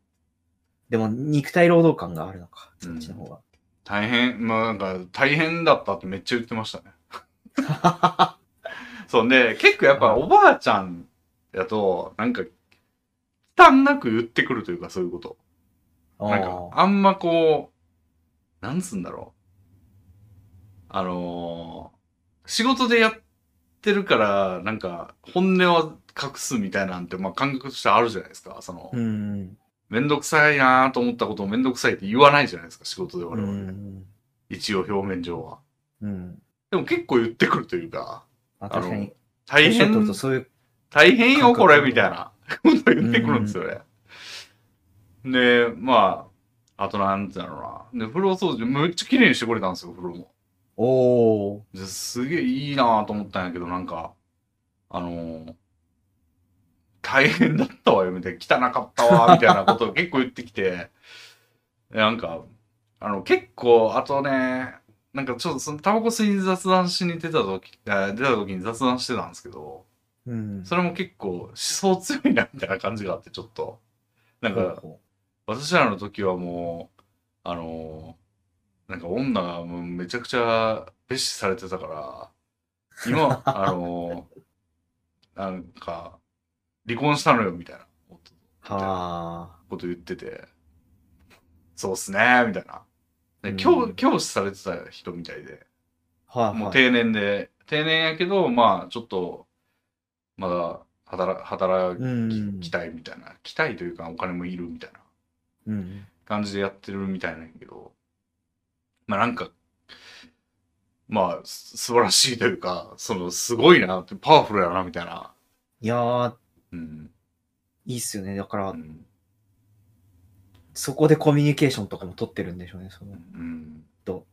でも、肉体労働感があるのか、そっちの方が。大変、まあなんか、大変だったってめっちゃ言ってま したね。そうね、結構やっぱはいおばあちゃんやと、なんか、汚なく言ってくるというか、そういうこと。あなんか、ああんまこう、なんつうんだろう。あのー仕事でやってるから、なんか、本音は隠すみたいなんて、まあ感覚としてあるじゃないですか。その、うん。めんどくさいなーと思ったことをめんどくさいって言わないじゃないですか、仕事でう我々。ん。一応表面上は。うん。でも結構言ってくるというか、まあ、確かに、大年を取る変と、そういう、大変よ、感覚これ、みたいなこと言ってくるんですよね。で、まあ、あとなんていうのな。で、風呂掃除、めっちゃ綺麗にしてくれたんですよ、風呂も。おー。ですげえいいなと思ったんやけど、なんか、あのー大変だったわよ、みたいな、汚かったわ、みたいなことを 結構言ってきて、でなんか、あの、結構、あとね、なんかちょっとそのタバコ吸いに雑談しに出た時、あ出た時に雑談してたんですけど、うん。それも結構思想強いな、みたいな感じがあって、ちょっと。なんか、ほ私らの時はもう、あのーなんか女がもうめちゃくちゃ蔑視されてたから、 今、あのーなんか、離婚したのよみたいなこうほうはと言ってて、そうっすね、みたいな。うでん教教師されてた人みたいで、あ。はい、もうはい。定年で、定年やけど、まあちょっと、まだ働働うん。きたいみたいな、期待というかお金もいるみたいな。うん。感じでやってるみたいなんやけど、まあなんか、まあ、す素晴らしいというか、その、すごいなって、パワフルやな、みたいな。いやー、うん。いいっすよね。だから、うん。そこでコミュニケーションとかも取ってるんでしょうね。そのうん。ど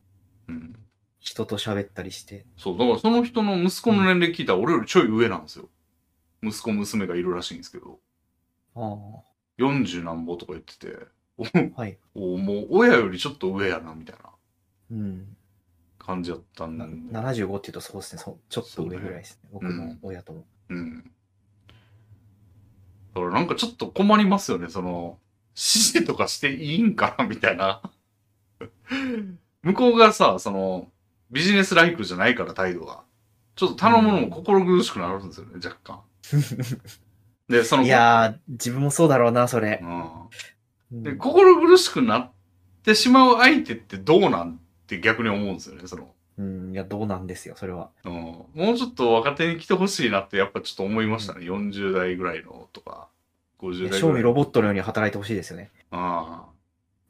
うん。人と喋ったりして。そう、だからその人の息子の年齢聞いたら、俺よりちょい上なんですよ。息子、娘がいるらしいんですけど、ああ。 40何ぼとか言ってて、はい。おおもう親よりちょっと上やな、みたいなうん。感じやったんなだ75っていうとそうですね、そちょっと上ぐらいですね、う僕ねの親とも。うん。だからなんかちょっと困りますよね、その、指示とかしていいんかなみたいな。 向こうがさ、その、ビジネスライクじゃないから態度が。ちょっと頼むのも心苦しくなるんですよね、若 干。で、その、いやー、自分もそうだろうな、それ。う、うんんで、心苦しくなってしまう相手ってどうなんって逆に思うんですよね、その。うん、いや、どうなんですよ、それは。うん、もうちょっと若手に来てほしいなってやっぱちょっと思いましたね。40代ぐらいのとか、50代賞ぐ味らい。ロボットのように働いてほしいですよね。あ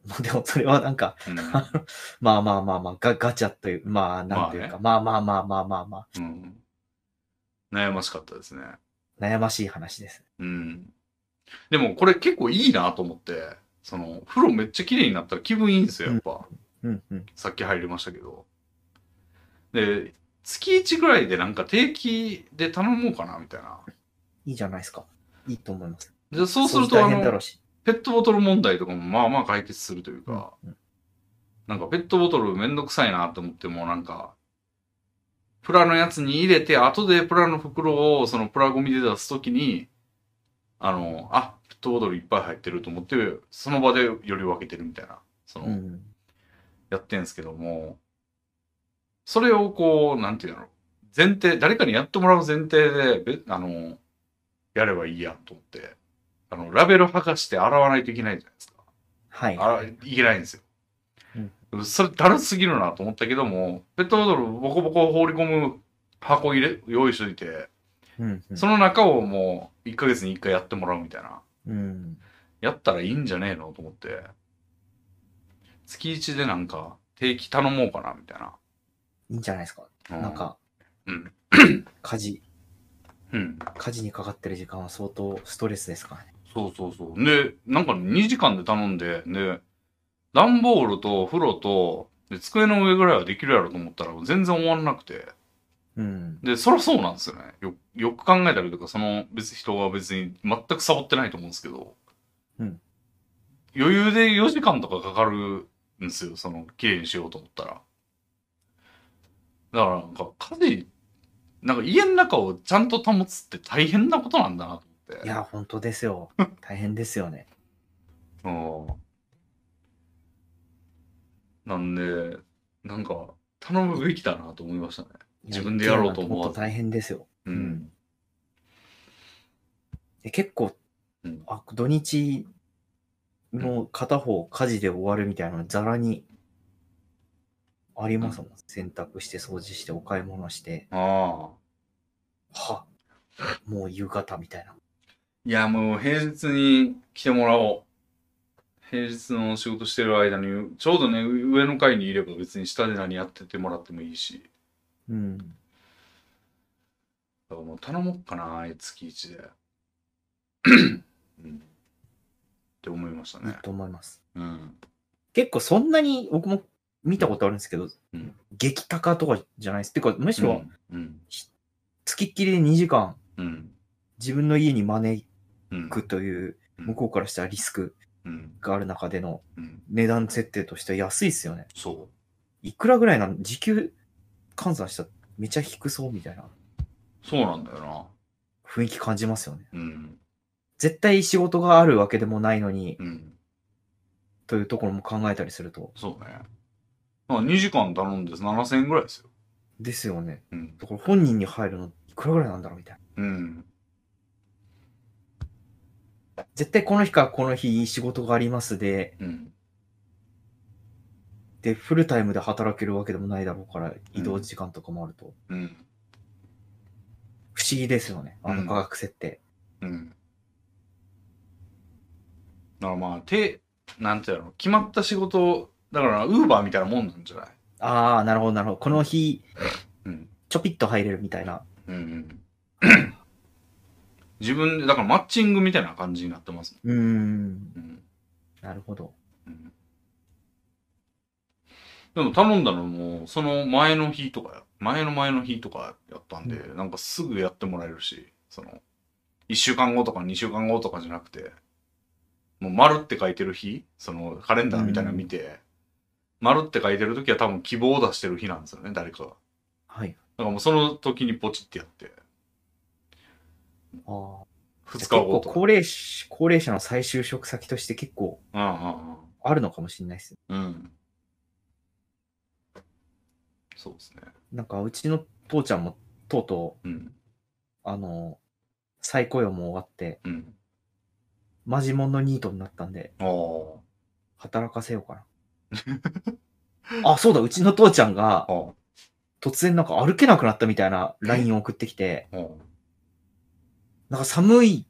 まあでも、それ はなんか、 あ、うんまあまあまあまあ、ガガチャという、まあ、なんていうか、まあまあまあまあまあまあ、うん、悩ましかったですね。悩ましい話です。うん。でもこれ結構いいなと思って、その、風呂めっちゃ綺麗になったら気分いいんですよ、やっぱ。うんうん。さっき入りましたけど。で、月1ぐらいでなんか定期で頼もうかな、みたいな。いいじゃないですか。いいと思います。で、そうする掃と、除あ大変だろのう、し。ペットボトル問題とかもまあまあ解決するというか、うんなんかペットボトルめんどくさいなと思ってもなんか、プラのやつに入れて、後でプラの袋をそのプラゴミで出すときに、あの、あ、ペットボトルいっぱい入ってると思って、その場でより分けてるみたいな、その、うん。やってんすけども、それをこう、なんていうの前提、誰かにやってもらう前提で、べあの、やればいいやと思って、あの、ラベル剥がして洗わないといけないじゃないですか。はい。あら、いけないんですよ。それだるすぎるなと思ったけども、ペットボトルボコボコ放り込む箱入れ、用意しといて、うんうん。その中をもう1ヶ月に1回やってもらうみたいな。うん。やったらいいんじゃねえのと思って、月1でなんか定期頼もうかなみたいな。いいんじゃないですか。うなん、かうん、 家事、うん。家事にかかってる時間は相当ストレスですからね。そうそうそう。で、なんか2時間で頼んで、で、段ボールと風呂と、で机の上ぐらいはできるやろと思ったら全然終わんなくて。うん。で、そらそうなんですよね。よ、よく考えたりとか、その別人は別に全くサボってないと思うんですけど。うん余裕で4時間とかかかるんですよ。その、綺麗にしようと思ったら。だからなんか、家事、なんか家の中をちゃんと保つって大変なことなんだなと思って。いや、本当ですよ。大変ですよね。うん。なんで、なんか、頼むべきだなと思いましたね。いや自分でやろうと思わずもっと大変ですよ。ううんん。で結構うん、あ土日の片方家事で終わるみたいなのざらにありますもん。洗濯して、掃除して、お買い物して、ああ。はもう夕方みたいな。いや、もう平日に来てもらおう。平日の仕事してる間に、ちょうどね、上の階にいれば別に下で何やっててもらってもいいし。うん。だからもう頼もうかな、月一で。うん。って思いましたいいね。と思います。うん。結構そんなに僕も見たことあるんですけど、うん激高とかじゃないです。てか、むしろうん。付きっきりで2時間うん。自分の家に招うん。くという、うん向こうからしたらリスクうん。がある中でのうん。値段設定としては安いですよね。そう。いくらぐらいなの時給換算したらめちゃ低そうみたいなそうなんだよな。雰囲気感じますよね。うん。絶対仕事があるわけでもないのに、うん。というところも考えたりすると。そうね。まあ2時間頼んで7000円ぐらいですよ。ですよね。うん。だから本人に入るのいくらぐらいなんだろうみたいうん。な。絶対この日かこの日仕事がありますで、うん。で、フルタイムで働けるわけでもないだろうから、移動時間とかもあると。うん。不思議ですよね。あうのん価格設定。うん。だからまあ、て、なんていうの、決まった仕事、だから、ウーバーみたいなもんなんじゃないああ、なるほど、なるほど。この日、うん。ちょぴっと入れるみたいな。うんうん。自分で、だからマッチングみたいな感じになってます。うーん。うん。なるほど。うん。でも頼んだのも、その前の日とか、前の前の日とかやったんで、なんかすぐやってもらえるし、その、1週間後とか2週間後とかじゃなくて、もう丸って書いてる日、そのカレンダーみたいなの見て、丸って書いてる時は多分希望を出してる日なんですよね、誰かが。だはい。からもうその時にポチってやって、ああ。 2結日後構とか。高齢者、高齢者の再就職先として結構うんうんあるのかもしれないです。うん。うん。そうですね。なんかうちの父ちゃんもとうとうん。う、あの、再雇用も終わって、うん。マジモンのニートになったんで、ああ。働かせようか な。あ、そうだ、うちの父ちゃんがあ、あ。突然なんか歩けなくなったみたいな LINE を送ってきて、ああ。なんか寒い、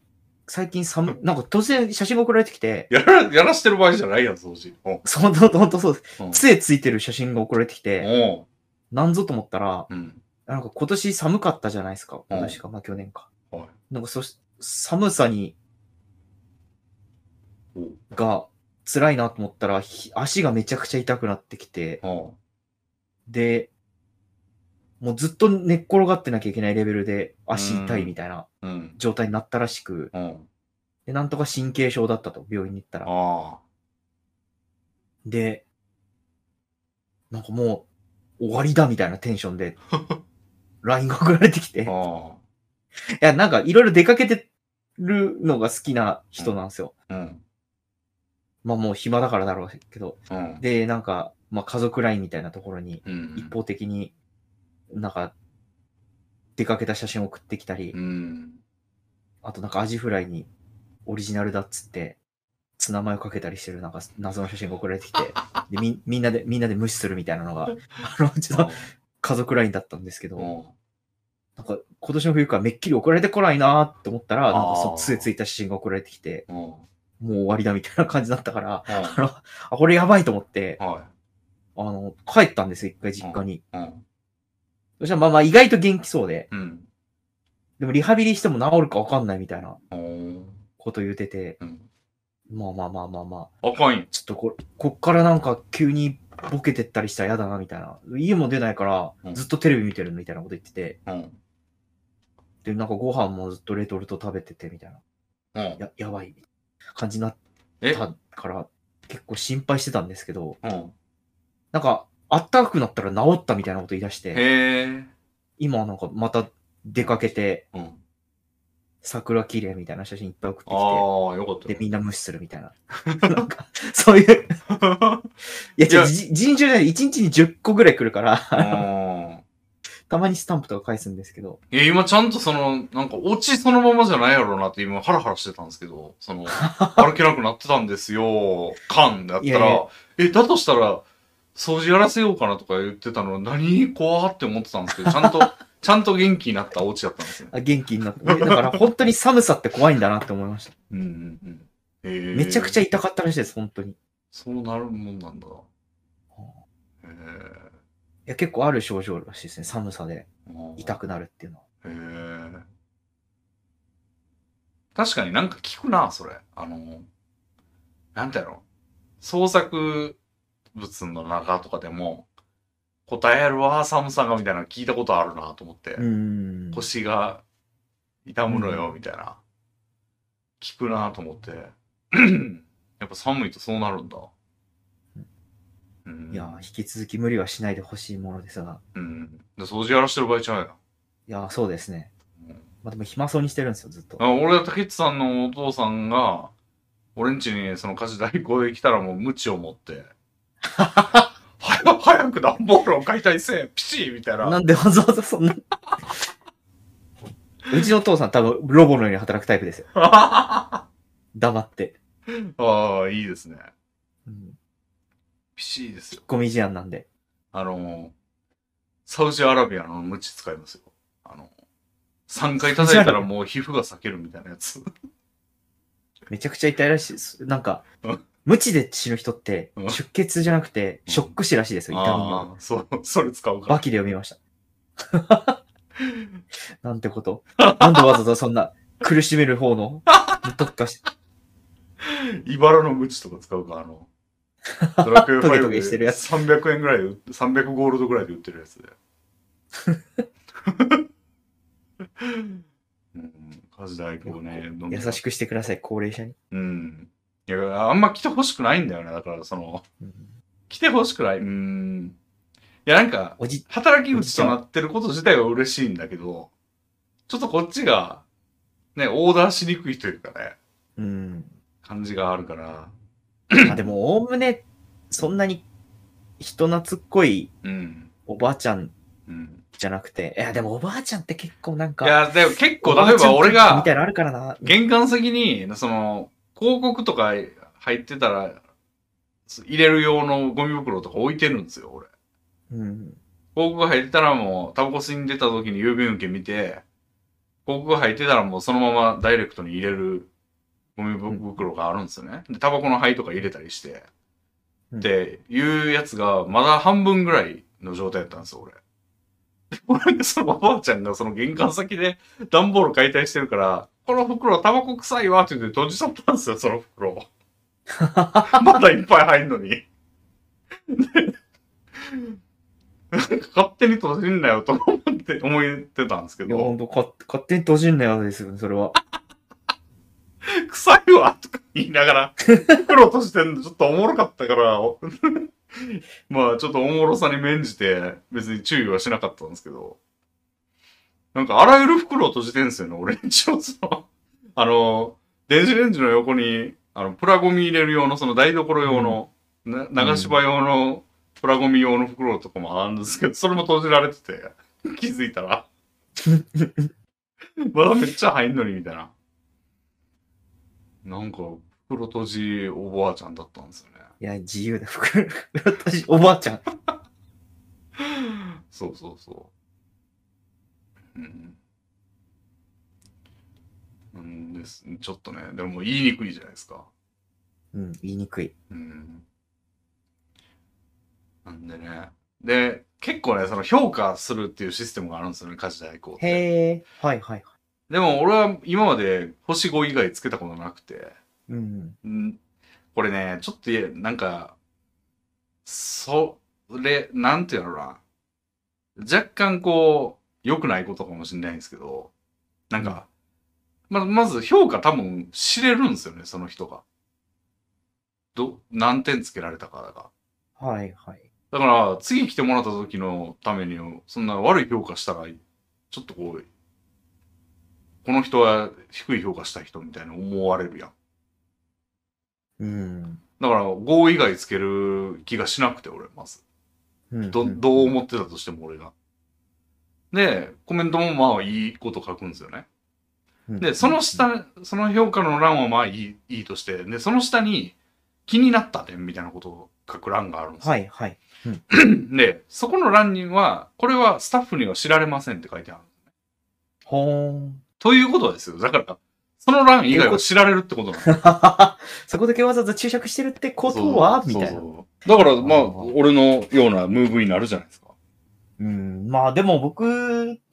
最近寒い、なんか突然写真が送られてきて、やら、やらしてる場合じゃないやん、掃除。おそのほんとほんとそうです。うん。杖ついてる写真が送られてきて、おなんぞと思ったら、ううん。なんか今年寒かったじゃないですか。うん今年か、まあ去年か。はい。なんかそし、寒さにおうが辛いなと思ったら、ひ足がめちゃくちゃ痛くなってきて、あで、もうずっと寝っ転がってなきゃいけないレベルで足痛いみたいなあ。うん。状態になったらしく、うん。で、なんとか神経症だったと、病院に行ったら。あで、なんかもう終わりだみたいなテンション で、LINE が送られてきて、あ。あいや、なんかいろいろ出かけてるのが好きな人なんですよ。あ。うん。まあもう暇だからだろうけど。うん。で、なんか、まあ家族 LINE みたいなところにうん。一方的になんか出かけた写真を送ってきたりう、ん。あとなんかアジフライにオリジナルだっつって、ツナマヨかけたりしてるなんか謎の写真が送られてきて、でみみんなで、みんなで無視するみたいなのが、あの、ちょっと家族 LINE だったんですけど、うん。なんか今年の冬からめっきり送られてこないなーって思ったら、なんかあそーう杖ついた写真が送られてきて、うん。もう終わりだみたいな感じだったから、あはの、あ、これやばいと思ってい。、はあの、帰ったんですよ、一回実家に。い。うん。そしたらまあまあ意外と元気そうで、うん。でもリハビリしても治るかわかんないみたいなおーこと言うてて、うん。まあまあまあまあまあ、あかんよ。ちょっとここっからなんか急にボケてったりしたら嫌だなみたいな。家も出ないかうらんずっとテレビ見てるみたいなこと言ってて、うん。で、なんかご飯もずっとレトルト食べててみたいな。うん。や、やばい感じになっえたから結構心配してたんですけど、うん。なんかあったかくなったら治ったみたいなこと言い出して、へえ。今はなんかまた出かけてうん。桜綺麗みたいな写真いっぱい送ってきて、ああ、よかったで、みんな無視するみたいな。 なんか、そういう、よ。いや、いじゃや尋常じゃない。1日に10個ぐらい来るから、うん。たまにスタンプとか返すんですけど、いや、今ちゃんとその、なんか、オチそのままじゃないやろうなって今ハラハラしてたんですけど、そ の、歩けなくなってたんですよ、感だったら、いやいやえ、だとしたら、掃除やらせようかなとか言ってたの、何怖って思ってたんですけど、ちゃんと、 ちゃんと元気になったオチだったんですね。あ元気になって、だから本当に寒さって怖いんだなって思いました。うんうんうん。えー、めちゃくちゃゃ。痛かったらしいです、本当に。いそうなるもんなんだ。えや、結構ある症状らしいですね、寒さでー、痛くなるっていうのは。へえ。確かになんか聞くな、それ。あの、なんだろう。創作物の中とかでも、答えやるわ、寒さが、みたいなの聞いたことあるなと思って、うーん。腰が痛むのよ、みたいな。聞くなと思って。 やっぱ寒いとそうなるんだ。うん。いや、引き続き無理はしないでほしいものですが、うん。で掃除やらしてる場合ちゃうやん。いや、そうですね。うんまあでも暇そうにしてるんですよ、ずっと。あ俺は竹内さんのお父さんが、俺ん家にその家事代行で来たらもう無知を持って、 早早く段ボールを解体せえ、ピシーみたいな。なんでわざわざそんな。うちのお父さん多分ロボのように働くタイプですよ。 あ黙って。あ、いいですね。うん。ピシーですよ。ゴミ事案なんで。あの、サウジアラビアの無知使いますよ。あの、3回叩いたらもう皮膚が裂けるみたいなやつ。めちゃくちゃ痛いらしいです。なんかうん、無知で死ぬ人ってうん、出血じゃなくて、うんショック死らしいですよ、 痛みが。ああ、そう、それ使うからバ。キで読みました。 なんてこと。なんでわざわざそんな苦しめる方の特化し、茨の無知とか使うか、あ の、ドラクエトゲ5トゲしてるでやつ300円ぐらいで売っ、300ゴールドぐらいで売ってるや つで。うん、家事代行ね、飲優しく。くしてください、高齢者に。うん。いや、あんま来てほしくないんだよね。だから、その、うん来てほしくない。うん。いや、なんか、おじ、働き口となってること自体は嬉しいんだけど、ちょっとこっちが、ね、オーダーしにくいというかね、うん。感じがあるから、まあでも、おおむね、そんなに人懐っこいうん、おばあちゃんうん、じゃなくて、いや、でもおばあちゃんって結構なんいか、や、でも結構、おば例えあちゃんば俺みがたいなのあるからな。玄関先に、その、広告とか入ってたら、入れる用のゴミ袋とか置いてるんですよ、俺。うん。広告入ってたらもう、タバコ吸いに出た時に郵便受け見て、広告入ってたらもうそのままダイレクトに入れるゴミ袋があるんですよね。で、タバコの灰とか入れたりして、うんっていうやつが、まだ半分ぐらいの状態だったんですよ、俺。でもなんかそのおばあちゃんがその玄関先で段ボール解体してるから、この袋タバコ臭いわって言って閉じちゃったんですよ、その袋 を。まだいっぱい入んのに。でなんか勝手に閉じんなよと思って、思ってたんですけいや、ほどん、と、か勝手に閉じんなよですよね、それは。臭いわとか言いながら、袋としてんのちょっとおもろかったから、 おまあちょっとおもろさに免じて、別に注意はしなかったんですけど、なんかあらゆる袋を閉じてんすよね、俺んちのその、 あの、電子レンジの横に、あの、プラゴミ入れる用の、その台所用の、な流し場用の、プラゴミ用の袋とかもあるんですけど、それも閉じられてて、 気づいたら。 まだめっちゃ入んのに、みたいな。なんか、袋閉じおばあちゃんだったんですよね。いや、自由だ、 袋閉じおばあちゃん。そうそうそう。うん。うんです。ちょっとね、でも言いにくいじゃないですか。うん、言いにくい。うん。なんでね。で、結構ね、その評価するっていうシステムがあるんですよね、家事代行って。へえ、はいはいはい。でも俺は今まで星5以外つけたことなくて。うん。んこれね、ちょっといえ、なんか、それ、なんていうのかな。若干こう、良くないことかもしれないんですけど、なんか、ままず評価多分知れるんですよね、その人が。ど、何点つけられたかが。はいはい。だから、次来てもらった時のために、そんな悪い評価したら、ちょっとこう、この人は低い評価した人みたいな思われるやん。うん。だから、5以外つける気がしなくて、俺、まず。うんど、んどう思ってたとしても、俺が。で、コメントもまあいいこと書くんですよね。うんで、その下、その評価の欄はまあいい、いいとして、で、その下に気になった点みたいなことを書く欄があるんですよ。はいはい。で、そこの欄には、これはスタッフには知られませんって書いてある。ほーん。ということですよ。だから、その欄以外は知られるってことなんです そこだけわざわざ注釈してるってことはみたいな。そうそうだから、まああー、俺のようなムーブになるじゃないですか。うん。まあでも僕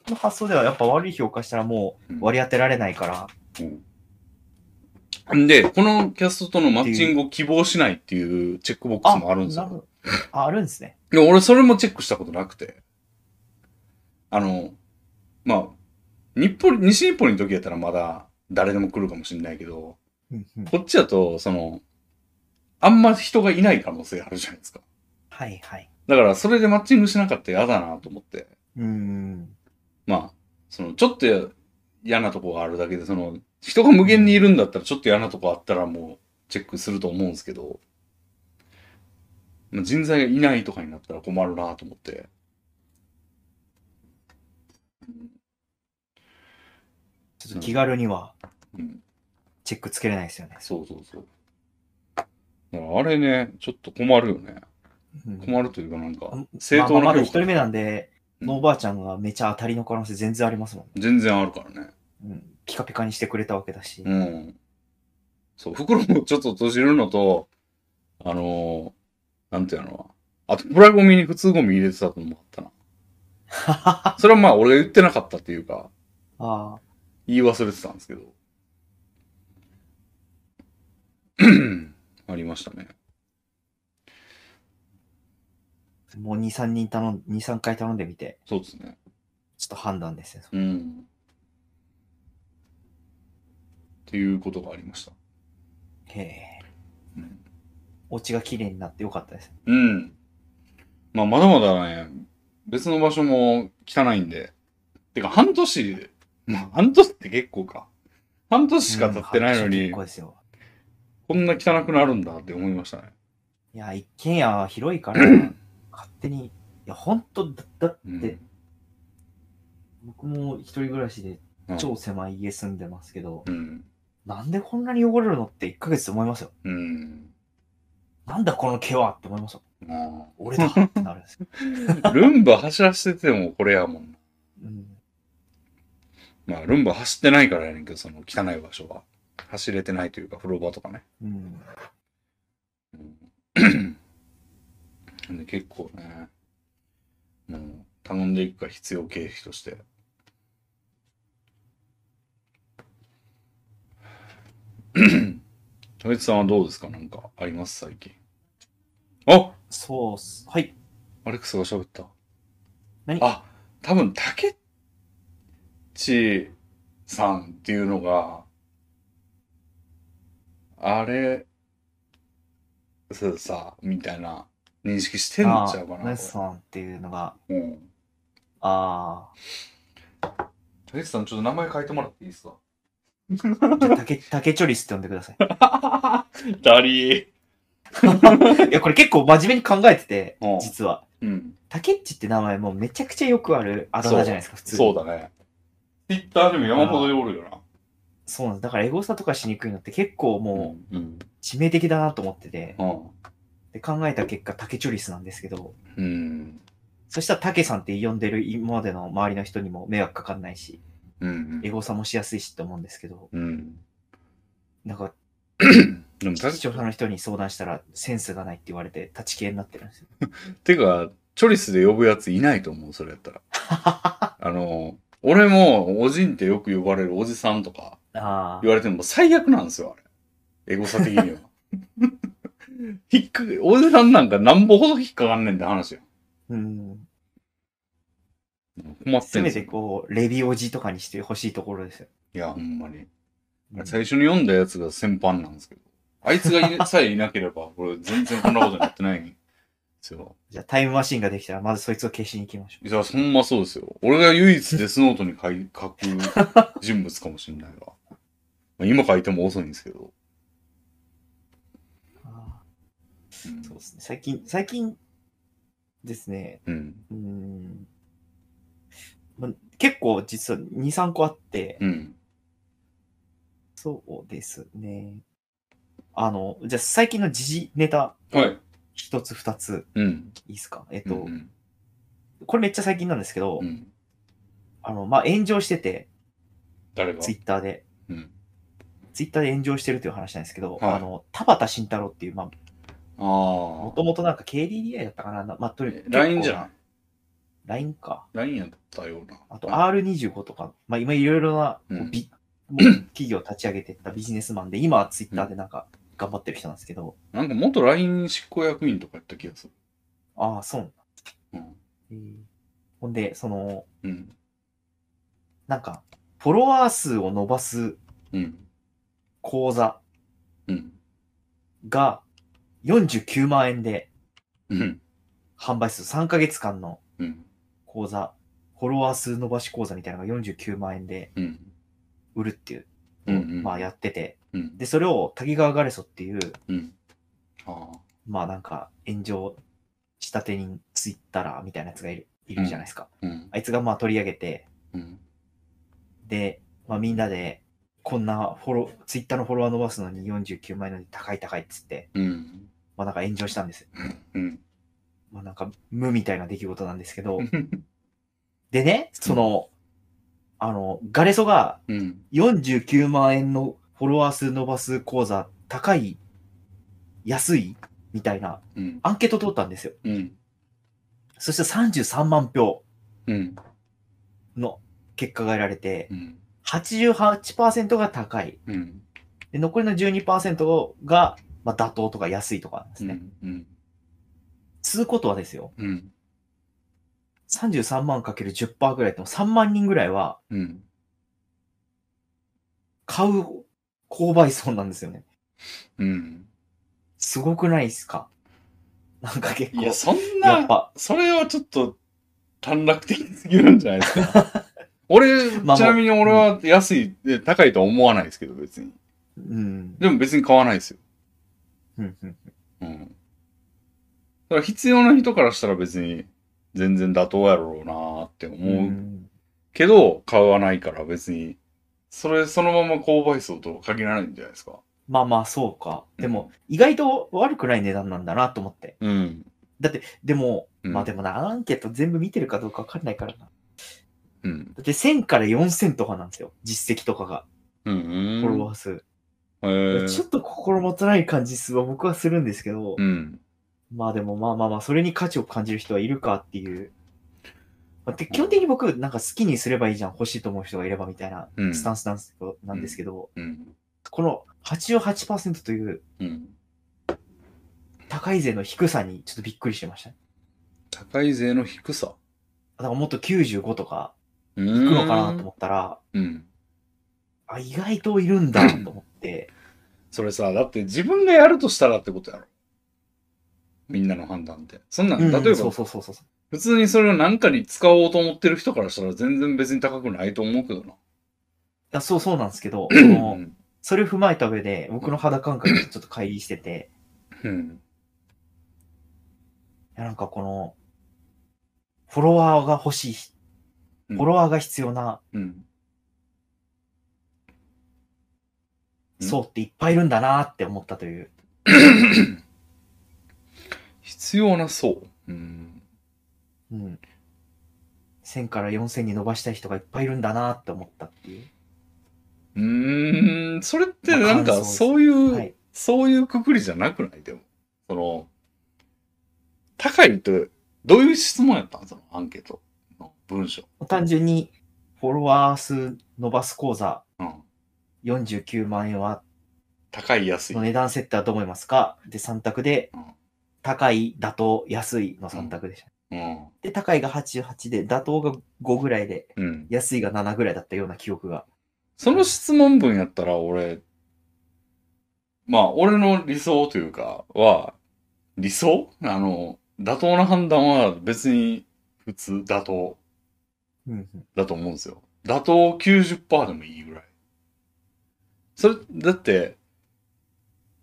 の発想ではやっぱ悪い評価したらもう割り当てられないから。んで、このキャストとのマッチングを希望しないっていうチェックボックスもあるんですなよ。ほどあ、あるんですね。でも俺それもチェックしたことなくて。あの、まあ、日暮里、西日暮里の時やったらまだ誰でも来るかもしれないけど、うんうん。こっちだと、その、あんま人がいない可能性あるじゃないですか。はいはい。だからそれでマッチングしなかったら嫌だなと思って。うん。まあ、その、ちょっと嫌なとこがあるだけで、その、人が無限にいるんだったら、ちょっと嫌なとこあったらもう、チェックすると思うんですけど、まあ、人材がいないとかになったら困るなと思って。ちょっと気軽にはうん。チェックつけれないですよね。そうそうそう。だからあれね、ちょっと困るよね。うん困るというかなんかあ、正当まあまあまなだ評一人価目なんで、うんのおばあちゃんがめちゃ当たりの可能性全然ありますも全然あるからね。ん。うん、ピカピカにしてくれたわけだし。うん。そう、袋もちょっと閉じるのと、あのーなんていうのあと、プラゴミに普通ゴミ入れてたと思ったな。あそれはまあ俺が言ってなかったっていうか、あ、言い忘れてたんですけど。 ありましたね。もう2、3人頼ん、2、3回頼んでみて、そうですね。ちょっと判断ですね。うん。っていうことがありました。へえうん。お家が綺麗になってよかったです。うん。まあ、まだまだね、別の場所も汚いんで。てか、半年で、まあ、半年って結構か。半年しか経ってないのうんに、結構ですよ。こんな汚くなるんだって思いましたね。いや、 一軒家は広いから、勝手に、いや、ほんと、だだっうんて、僕も一人暮らしでうん超狭い家住んでますけど、うん。なんでこんなに汚れるのって1ヶ月で思いますよ。うん。なんだこの毛はって思いますよ。あ俺 だってなるんですよ。あルンバ走らせててもこれやもんな。うん、まあ、ルンバ走ってないからやねんけど、その汚い場所は。走れてないというか、風呂場とかね。うん、うん、で結構ね、もう頼んでいくか必要経費として。とめつさんはどうですかなんかあります最近。あそうっす。はい。アレックスが喋った。何あ、多分、たけっちさんっていうのが、あれ、そうさ、みたいな認識してんのあちゃうかーな。ナイスさんっていうのが、うん。あたけっちさん、ちょっと名前変えてもらっていいですかあ、じゃあ竹、竹チョリスって呼んでください。 ダリー。いや、これ結構真面目に考えててうん、実は。うん。竹っちって名前もうめちゃくちゃよくあるあだ名じゃないですか、普通に。 そうだね。ツイッターでも山ほどおるよな。そうなんです。だからエゴサとかしにくいのって結構もううん。うん。致命的だなと思ってて、うん。で考えた結果、竹チョリスなんですけど、うん。そしたら竹さんって呼んでる今までの周りの人にも迷惑かかんないし、うんエ。ゴサもしやすいしと思うんですけど、うん。なんかでも、た視聴者の人に相談したらセンスがないって言われて立ち消えになってるんですよ。てか、チョリスで呼ぶやついないと思う、それやった ら。あの、俺も、おじんってよく呼ばれるおじさんとかあ言われても最悪なんですよ、あれ。エゴサ的 には。引っかけ、おじさんなんかなんぼほど引っかかんねんって話よ。あ、うん。困ってせんめすてよ。こう、レビおじとかにしてほしいところですよ。いや、ほんまに。うん最初に読んだやつが先般なんですけど。あいつがいなさえいなければ、これ全然こんなことになってないんですよ。じゃあタイムマシンができたら、まずそいつを消しに行きましょいや、ほんまそうですよ。俺が唯一デスノートに書い 書く人物かもしれないわ。まあ今書いても遅いんですけど。う。あーそうですね。最近、最近ですね、うん。うーんま、結構実は2、3個あって、うん。そうですね。あの、じゃあ最近の時事ネタ、はい。 1つ2つ、うん。いいですかえっうと、ん。これめっちゃ最近なんですけど、うん。あの、まあ、炎上してて、誰がツイッターで、うん。ツイッターで炎上してるという話なんですけど、はいあの、田畑慎太郎っていう、まあ、あもあ。ともとなんか KDDI だったかな、まあ、とにかえく。 LINE じゃないい ?LINE か。 ?LINE やったような。あと R25 とか、まあ、今いろいろな、うん びもう企業を立ち上げてったビジネスマンで、今はツイッターでなんか頑張ってる人なんですけど、なんか元 LINE 執行役員とかやった気がする。ああ、そうなんだ。うん。えーほんで、その、うん。なんか、フォロワー数を伸ばすうん。講座うん。が49万円でうん。販売する3ヶ月間のうん。講座、フォロワー数伸ばし講座みたいなのが49万円でうん。売るっていう、うん。まあやってて、うん。で、それを滝川ガレソっていう、うん。ああ。まあなんか炎上したて人、ツイッターみたいなやつがいるいるじゃないですか。うん。あいつがまあ取り上げて、うん。で、まあみんなで、こんなフォロー、ツイッターのフォロワー伸ばすのに49万円ので高い高いっつって、うん。まあなんか炎上したんです。うん。まあなんか無みたいな出来事なんですけどう、ん。でね、その、あの、ガレソがうん。 49万円のフォロワー数伸ばす講座、高い、安いみたいなうん。アンケート通ったんですよ。うん。そして33万票うん。の結果が得られて、うん。 88%が高い。うん。で残りの12%が、まあ、妥当とか安いとかなんですね。うん。つうことはですよ、うん。 33万かける10%ぐらいっても3万人ぐらいはうん。買う購買層なんですよね。うん。すごくないですかなんか結構。いや、そんやっな、ぱ、それはちょっと、短絡的すぎるんじゃないですか。俺、まあちなみに俺は安い、で高いとは思わないですけど、別に。うん。でも別に買わないですよ。うんうんうん。だから必要な人からしたら別に、全然妥当やろうなーってう思うんけど、買わないから別に、それそのまま購買層とは限らないんじゃないですか。まあまあ、そうか。でも、意外と悪くない値段なんだなと思って。うん。でも、うんまあでもな、アンケート全部見てるかどうかわかんないからな。うん。だって1000から4000とかなんですよ。実績とかが。うんフォロワー数。うん。へえちょっと心もとない感じすは僕はするんですけど、うん。まあでもまあまあまあ、それに価値を感じる人はいるかっていう。まあで基本的に僕、なんか好きにすればいいじゃん、欲しいと思う人がいればみたいなうんスタンスなんですけど、なんですけどうん。この88%といううん。高い税の低さにちょっとびっくりしてましたね。高い税の低さ。だからもっと95とかういんくのかなと思ったら、うん。あ、意外といるんだと思って、それさ、だって自分がやるとしたらってことやろ。みんなの判断って。そんなん、うん例えそうば、そうそうそう。普通にそれを何かに使おうと思ってる人からしたら全然別に高くないと思うけどな。いやそうそうなんですけど、そうのん。それを踏まえた上で、僕の肌感覚とちょっと乖離してて、うん。いやなんかこの、フォロワーが欲しい、フうんォロワーが必要なうん。うん層っていっぱいいるんだなって思ったという。必要なそう。うん。うん。1000から4000に伸ばしたい人がいっぱいいるんだなって思ったっていう。うーん、それってなんまあ感想かですそういう、はい。そういうくくりじゃなくないでも。その、高いと、どういう質問やったんそのアンケートの文章。単純に、フォロワー数伸ばす講座うん。 49万円は、高い、安いの。値段設定はどう思いますかで、3択でうん、高い、妥当、安いの3択でした。うん。で、高いが88で、妥当が5ぐらいで、うん。安いが7ぐらいだったような記憶が。その質問文やったら俺、まあ、俺の理想というか、は、理想あの、妥当な判断は別に普通、妥当うんうん。だと思うんですよ。妥当90%でもいいぐらい。それ、だって、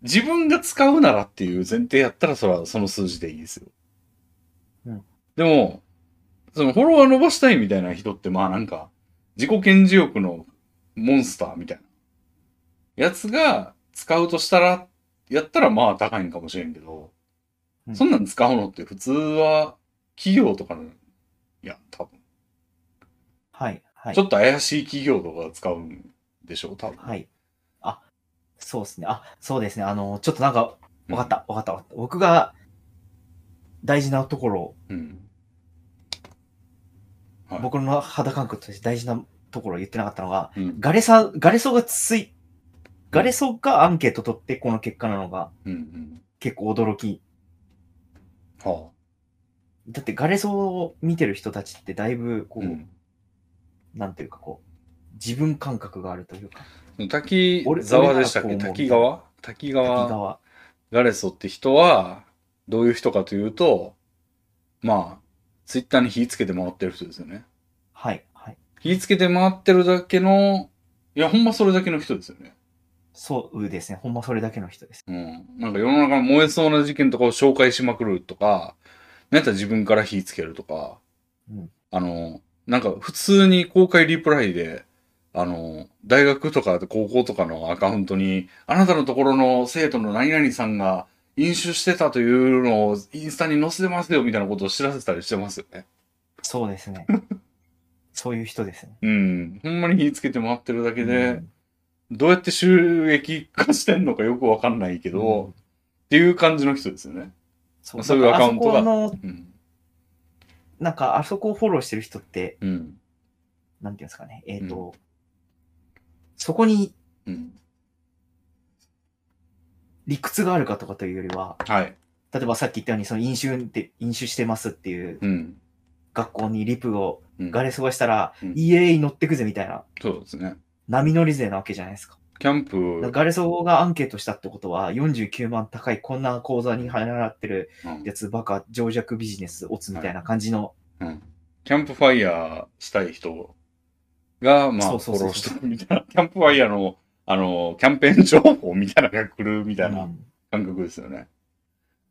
自分が使うならっていう前提やったら、それはその数字でいいですよ。うんでも、そのフォロワー伸ばしたいみたいな人って、まあなんか、自己顕示欲のモンスターみたいな。やつが使うとしたら、やったらまあ高いんかもしれんけど、うんそんなん使うのって普通は企業とかの、いや、多分。はい、はい。ちょっと怪しい企業とか使うんでしょう、多分。はい。あ、そうですね。あ、そうですね。あの、ちょっとなんか、わかった、わかった、わかった。僕が大事なところを、うん。はい僕の肌感覚として大事なところを言ってなかったのが、うん。ガレさ、ガレソがつい、ガレソがアンケート取ってこの結果なのがうん。うん。結構驚き。はだってガレソを見てる人たちってだいぶ、あ。こうう、ん。なんていうかこう、自分感覚があるというか、滝俺沢でしたっけ俺ならこう思滝う川滝滝川川。ガレソって人は、どういう人かというと、まあ、ツイッターに火つけて回ってる人ですよね。はい、はい。火つけて回ってるだけの、いや、ほんまそれだけの人ですよね。そうですね。ほんまそれだけの人です。うん。なんか世の中の燃えそうな事件とかを紹介しまくるとか、なんやったら自分から火つけるとか、うんあの、なんか普通に公開リプライで、あの、大学とか高校とかのアカウントに、あなたのところの生徒の何々さんが飲酒してたというのをインスタに載せてますよみたいなことを知らせたりしてますよね。そうで すね。そういう人ですね。うん。ほんまに火つけて回ってるだけうでん、どうやって収益化してんのかよくわかんないけど、うんっていう感じの人ですよね。そうそういうアカウントがだからあそこの、うん。なんか、あそこをフォローしてる人って、うん。なんていうんですかね、えっ、と、そこにうん。理屈があるかとかというよりは、はい。例えばさっき言ったように、その飲酒って、飲酒してますっていううん。学校にリプをうんガレ過ごしたら、うんイエーイ乗ってくぜみたいな、そうですね。波乗り勢なわけじゃないですか。キャンだからプ、ガレソがアンケートしたってことは、49万高いこんな口座に払ってるうんやつバカ、情弱ビジネス、オツみたいな感じの、うんキャンプファイヤーしたい人が、まそあ、うフそうォそロうーしてるみたいな、 キャンプファイヤーの、あの、キャンペーン情報みたいなのが来るみたいなうん感覚ですよね。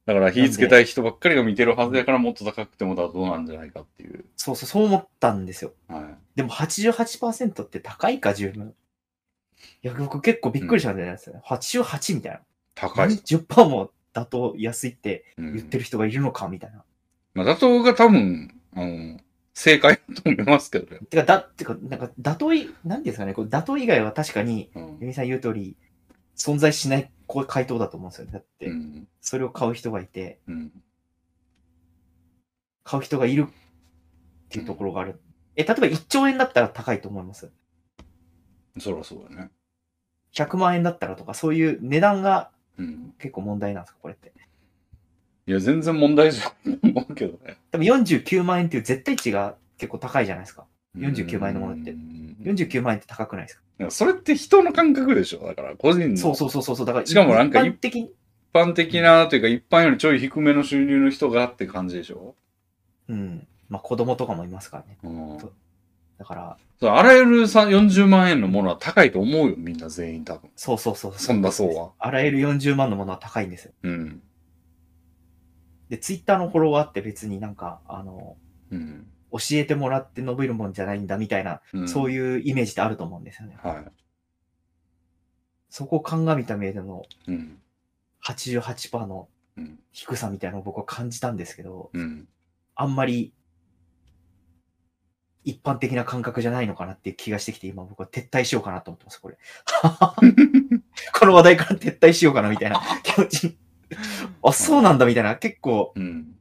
だから火つけたい人ばっかりが見てるはずやからもっと高くても妥当なんじゃないかっていう。そうそう、そう思ったんですよ。はでも88%って高いか、十分。いや、僕結構びっくりしたんじゃないですか、88みたいな。高い。 10%も妥当安いってうん言ってる人がいるのか、みたいな。まあ、妥当が多分、あの、正解だと思いますけどね。てか、だ、ってか、なんか、妥当い、なんていうんですかね、こう妥当以外は確かに、うんゆみさん言う通り、存在しないこう回答だと思うんですよね。だっうて、ん。それを買う人がいて、うん。買う人がいるっていうところがある。え、例えば1兆円だったら高いと思います。そらそうだね。 100万円だったらとか、そういう値段がうん。結構問題なんですか、これって。いや、全然問題じゃないと思うけど ね。多分49万円っていう絶対値が結構高いじゃないですか。49倍のものってうん49万円って高くないですか。いやそれって人の感覚でしょだから、個人の。そうそうそうそうそう。だから、しかもなんか一般的に、一般的なというか、一般よりちょい低めの収入の人がって感じでしょうん。まあ子供とかもいますからね。うん。そうだから、そうあらゆるさ40万円のものは高いと思うよ、みんな全員多分。そうそうそうそんなそうは。あらゆる40万のものは高いんですよ。うん。で、ツイッターのフォロワーって別になんか、あの、うん。教えてもらって伸びるもんじゃないんだみたいな、そういいうイメージってあると思うんですよね。うん。はそこを鑑みた目でのい。うん。 88%のうん低さみたいなのを僕は感じたんですけど、うん。あんまり一般的な感覚じゃないのかなっていう気がしてきて、今僕は撤退しようかなと思ってます、これ。 この話題から撤退しようかなみたいな気持ち。あ、そうなんだみたいな、結構うん。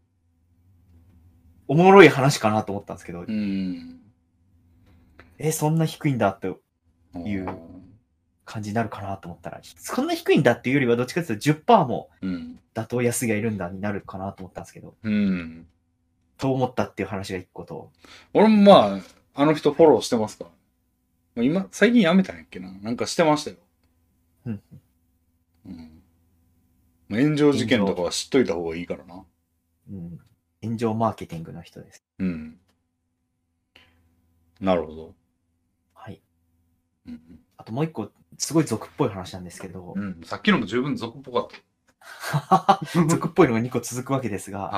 おもろい話かなと思ったんですけど、うん。え、そんな低いんだっていう感じになるかなと思ったら、そんな低いんだっていうよりは、どっちかというと10%もうん。妥当安がいるんだになるかなと思ったんですけど、うん。と思ったっていう話が一個と、俺もまあ、あの人フォローしてますから。まあ今、最近やめたんやっけな。なんかしてましたよ。うん。うん。まあ炎上事件とかは知っといた方がいいからな。うん、炎上マーケティングの人です。うん。なるほど。はい。うん。あともう一個、すごい俗っぽい話なんですけど、うん。さっきのも十分俗っぽかっ 俗っぽいのが2個続くわけですが、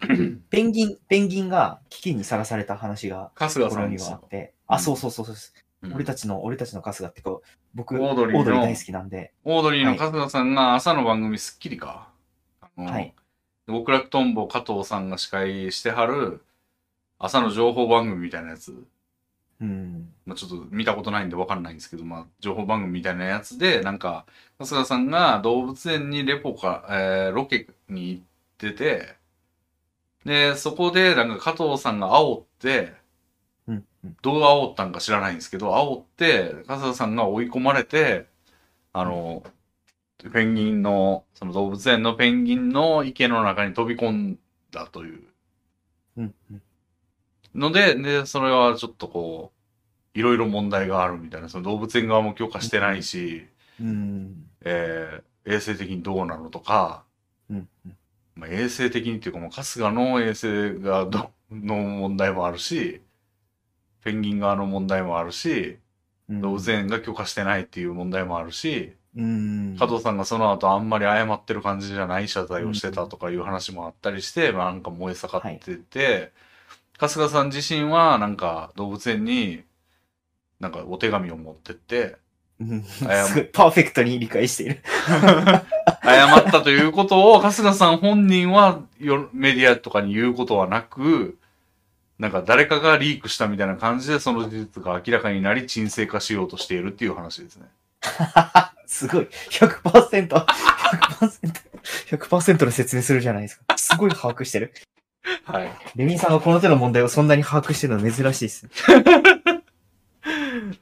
た。はい。ペンギン、ペンギンが危機にさらされた話が、春日こさのんにですはあよっ。て、うあ、んそうそうそうそう、うん俺たちの、俺たちの春日ってこう、僕、オードリーの大好きなんで、オードリーの春日さんが朝の番組『スッキリ』か。あのはい。極楽とんぼ加藤さんが司会してはる朝の情報番組みたいなやつ。うん、まあ、ちょっと見たことないんで分かんないんですけど、まあ、情報番組みたいなやつで、なんか、春日さんが動物園にレポか、えーロケに行ってて、で、そこで、なんか加藤さんが煽って、うん、うん、どう煽ったんか知らないんですけど、煽って、春日さんが追い込まれて、あの、ペンギンの、その動物園のペンギンの池の中に飛び込んだといううん、うん。ので、で、それはちょっとこう、いろいろ問題があるみたいな、その動物園側も許可してないし、うんえー衛生的にどうなのとか、うんうんまあ、衛生的にっていうか、もう春日の衛生がどの問題もあるし、ペンギン側の問題もあるし、うん動物園が許可してないっていう問題もあるし、うん加藤さんがその後あんまり謝ってる感じじゃない謝罪をしてたとかいう話もあったりして、まあ、なんか燃え盛ってて、春日さん自身はなんか動物園になんかお手紙を持ってって、うんす謝ごいパーフェクトに理解している。謝ったということを春日さん本人はよメディアとかに言うことはなく、なんか誰かがリークしたみたいな感じでその事実が明らかになり沈静化しようとしているっていう話ですね。すごい。100%、100%、100%の説明するじゃないですか。すごい把握してる。はい。レミンさんがこの手の問題をそんなに把握してるの珍しいです。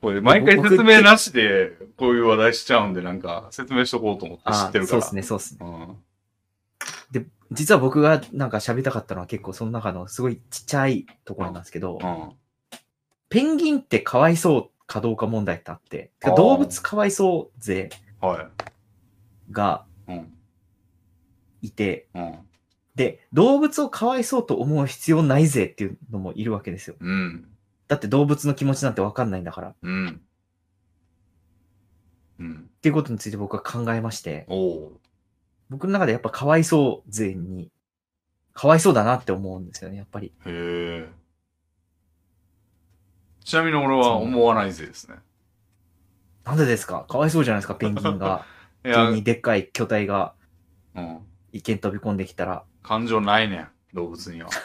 これ毎回説明なしでこういう話題しちゃうんで、なんか説明しとこうと思って知あってるーかそうら。ですね、そうですね。うん。実は僕がなんか喋りたかったのは結構その中のすごいちっちゃいところなんですけど、うん。ペンギンってかわいそうかどうか問題ってあって、あてかー動物かわいそう税はがい。うん。いて、うん。で、動物をかわいそうと思う必要ない税っていうのもいるわけですよ。うん。だって動物の気持ちなんてわかんないんだから。っうん。うん。ていうことについて僕は考えまして、おう。僕の中でやっぱかわいそう全員に、かわいそうだなって思うんですよね、やっぱり。へえ。ちなみに俺は思わないぜですね。なんでですかかわいそうじゃないですか、ペンギンが。 いや、急うにでっかい巨体がん。一見飛び込んできたら。感情ないねん、動物には。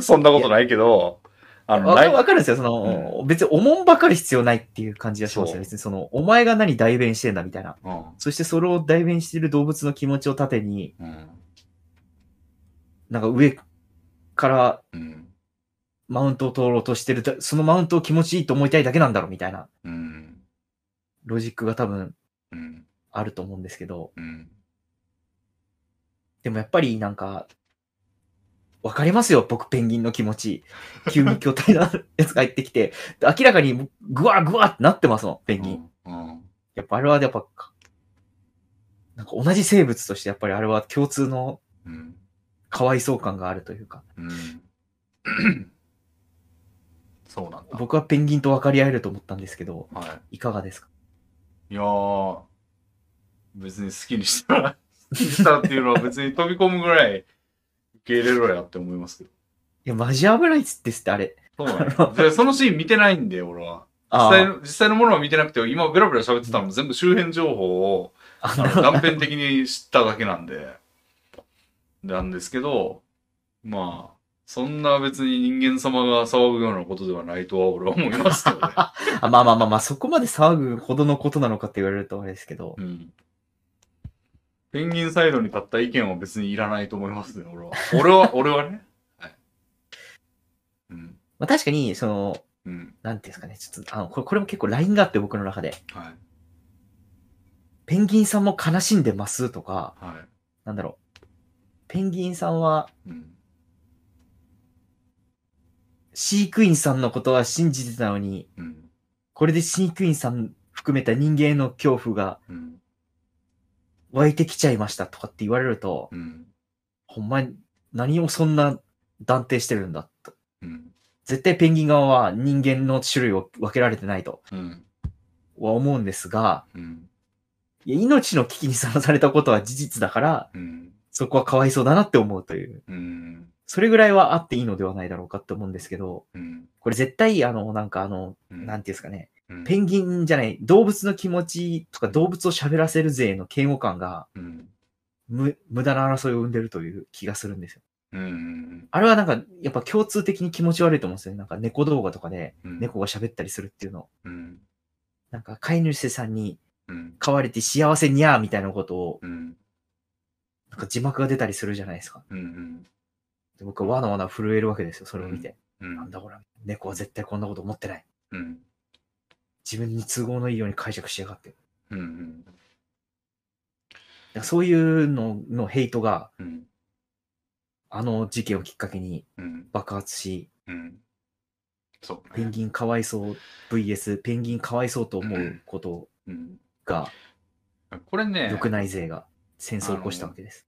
そんなことないけど、あの、わなかい。わかるんですよ、その、別におもんばかり必要ないっていう感じがしますそうよ。別にその、お前が何代弁してんだみたいな。うん。そしてそれを代弁してる動物の気持ちを盾に、うん。なんか上からうん。マウントを取ろうとしてるだ、そのマウントを気持ちいいと思いたいだけなんだろうみたいなうん。ロジックが多分うん。あると思うんですけど、うん。でもやっぱりなんか、わかりますよ、僕ペンギンの気持ち。急に巨体なやつが入ってきて、明らかにグワーグワーってなってますもん、ペンギン。うん。やっぱあれはやっぱ、かなんか同じ生物としてやっぱりあれは共通のうん。かわいそう感があるというか、うん。そうなんだ。僕はペンギンと分かり合えると思ったんですけど、はいかがですかい。いやー、別に好きにしたら、好きにしたらっていうのは別に飛び込むぐらい受け入れろやって思いますけど。いや、マジ危ないっつってっすって、あれ。そうなんだ。でそのシーン見てないんで、俺は。あ実際ーの実際のものは見てなくて、今ブラブラ喋ってたのも全部周辺情報をあ、あなるのほど。断片的に知っただけなんで、なんですけど、まあ、そんな別に人間様が騒ぐようなことではないとは俺は思いますけどね。あまあまあまあまあ、そこまで騒ぐほどのことなのかって言われるとあれですけど、うん。ペンギンサイドに立った意見は別にいらないと思いますね、俺は。俺は、俺はね。はい。うん。まあ確かに、その、うん。なんていうんですかね、ちょっと、あの、これこれも結構ラインがあって僕の中で、はい。ペンギンさんも悲しんでますとか、は。なんだろう、ペンギンさんはいうん。飼育員さんのことは信じてたのに、うん。これで飼育員さん含めた人間への恐怖がうん。湧いてきちゃいましたとかって言われると、うん。ほんまに何をそんな断定してるんだと。うん。絶対ペンギン側は人間の種類を分けられてないとうん。は思うんですが、うん。いや命の危機にさらされたことは事実だから、うん。そこはかわいそうだなって思うという。うん。それぐらいはあっていいのではないだろうかって思うんですけど、うん。これ絶対、あの、なんかあの、うんなんていうんですかね、うんペンギンじゃない、動物の気持ちとか動物を喋らせる勢の嫌悪感がうん。無無駄な争いを生んでるという気がするんですよ。うん。あれはなんか、やっぱ共通的に気持ち悪いと思うんですよね。なんか猫動画とかでうん。猫が喋ったりするっていうの。うん。なんか飼い主さんにうん。飼われて幸せにゃーみたいなことを、うん。なんか字幕が出たりするじゃないですか。うん。うん。で僕はわなわな震えるわけですよ、それを見て。うんなんだこれ、猫は絶対こんなこと思ってない。うん。自分に都合のいいように解釈しやがって。うん。だからそういうののヘイトが、うん。あの事件をきっかけにうん。爆発し、うん。そうペンね。ギンかわいそう VS ペンギンかわいそうと思うことうん。が、これね良、くない勢が戦争を起こしたわけです。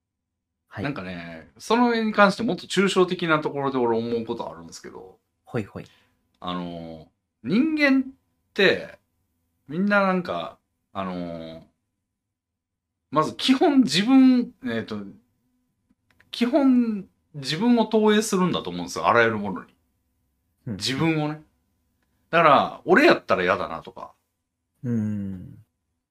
はい。なんかね、その辺に関してもっと抽象的なところで俺思うことあるんですけど、ほいほい。あの、人間って、みんななんか、あの、まず基本自分、えっ、と、基本自分を投影するんだと思うんですよ、あらゆるものに。うん自。分をね。だから、俺やったら嫌だなとか、うん。っ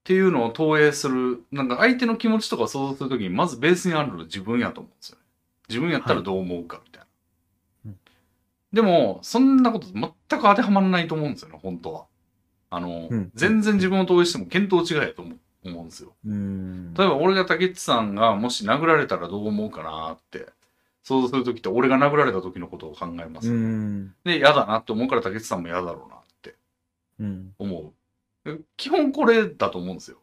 ていうのを投影する、なんか相手の気持ちとかを想像するときに、まずベースにあるのは自分やと思うんですよね。自分やったらどう思うかみたいいな。うんでも、そんなこと全く当てはまらないと思うんですよね、本当は。あの、うん全然自分を投影しても見当違いやと思う思うんですよ。うん。例えば俺が竹内さんがもし殴られたらどう思うかなって想像するときって、俺が殴られた時のことを考えますうよね。ん。で、嫌だなって思うから竹内さんも嫌だろうなって。うん。思う。え基本これだと思うんですよ。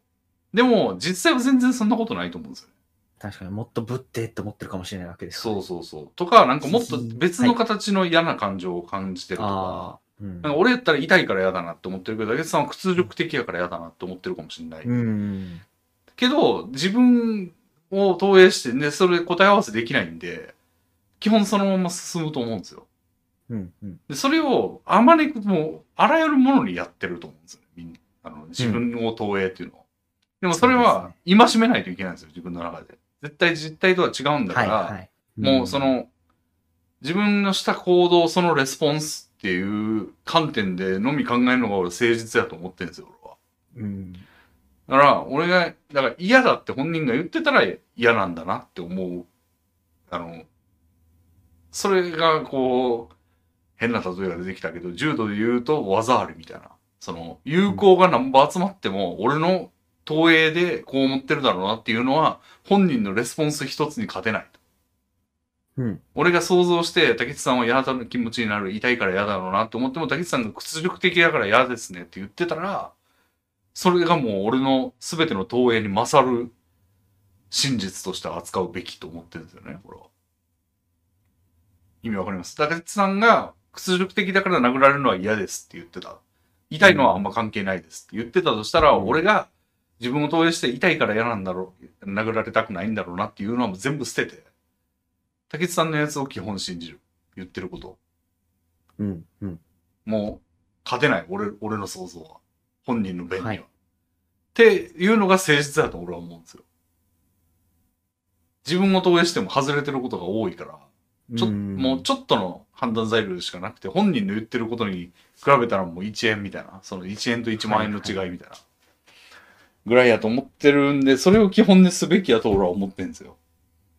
でも、実際は全然そんなことないと思うんですよね。確かにもっとぶってって思ってるかもしれないわけです。そうそうそう。とか、なんかもっと別の形の嫌な感情を感じてるとか、ああ。うんなんか俺やったら痛いから嫌だなって思ってるけど、竹内さんは屈辱的やから嫌だなって思ってるかもしれない。うん。けど、自分を投影して、ね、それ答え合わせできないんで、基本そのまま進むと思うんですよ。うん。うん。で、それをあまねくもう、あらゆるものにやってると思うんですよね、みんな。あの、自分を投影っていうのを。でもそれは戒めないといけないんですよ、自分の中で。絶対実態とは違うんだかはいら、はい。もうその、自分のした行動、そのレスポンスっていう観点でのみ考えるのが俺誠実だと思ってるんですよ、俺は。うん、だから、俺が、だから嫌だって本人が言ってたら嫌なんだなって思う。あの、それがこう、変な例えが出てきたけど、柔道で言うと技ありみたいな。その、友好が何本集まっても、俺の投影でこう思ってるだろうなっていうのは、本人のレスポンス一つに勝てないと。うん俺が想像して、竹内さんは嫌だな気持ちになる、痛いから嫌だろうなって思っても、竹内さんが屈辱的だから嫌ですねって言ってたら、それがもう俺の全ての投影に勝る真実として扱うべきと思ってるんですよね、これは。意味わかります。竹内さんが屈辱的だから殴られるのは嫌ですって言ってた。痛いのはあんま関係ないですって言ってたとしたら、うん俺が自分を投影して痛いから嫌なんだろう、殴られたくないんだろうなっていうのはもう全部捨てて、竹内さんのやつを基本信じる。言ってること。うん、うん。もう、勝てない。俺、俺の想像は。本人の弁には。はいっていうのが誠実だと俺は思うんですよ。自分を投影しても外れてることが多いから、ちょうんもうちょっとの判断材料しかなくて、本人の言ってることに比べたらもう1円みたいな、その1円と1万円の違いみたいな、ぐらいやと思ってるんで、それを基本ですべきやと俺は思ってるんですよ。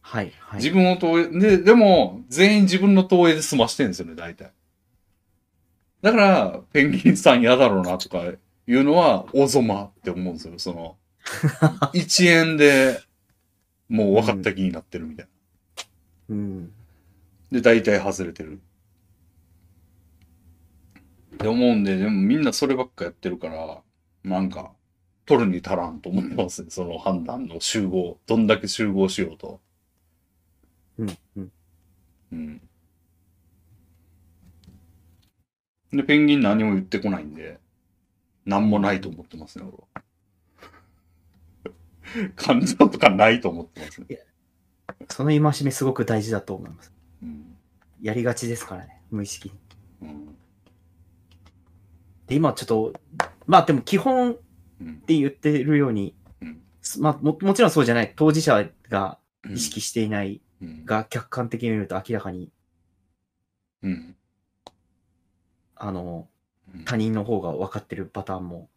はい、はい。自分を投影、で、でも、全員自分の投影で済ましてんですよね、大体。だから、ペンギンさん嫌だろうなとかいうのは、おぞまって思うんですよ、その。1円でもう分かった気になってるみたいうん、な。で、大体外れてる。って思うんで、でもみんなそればっかやってるから、なんか、取るに足らんと思ってますね、その判断の集合。どんだけ集合しようと。うん、うん。うん。で、ペンギン何も言ってこないんで、何もないと思ってますね、 俺は。感情とかないと思ってますね。その戒めすごく大事だと思います。うん。やりがちですからね、無意識に。うん。で、今ちょっと、まあでも基本っうん。て言ってるようにうん、すまあももちろんそうじゃない、当事者が意識していないうん。が客観的に見ると明らかに、うん。あの、うん他人の方が分かってるパターンも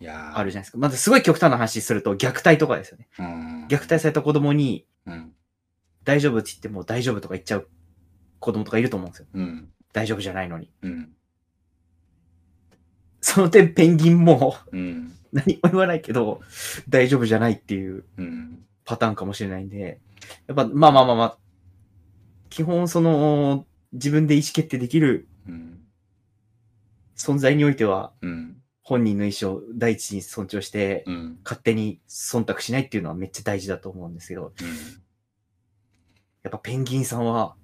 いやーあるじゃないですか。まずすごい極端な話すると虐待とかですよね。うん。虐待された子供にうん。大丈夫って言っても大丈夫とか言っちゃう子供とかいると思うんですよ。うん。大丈夫じゃないのに。うん。その点ペンギンもうん。何も言わないけど大丈夫じゃないっていううん。パターンかもしれないんで、やっぱまあまあまあまあ、基本その自分で意思決定できるうん。存在においてはうん。本人の意思を第一に尊重してうん。勝手に忖度しないっていうのはめっちゃ大事だと思うんですけど、やっぱペンギンさんは、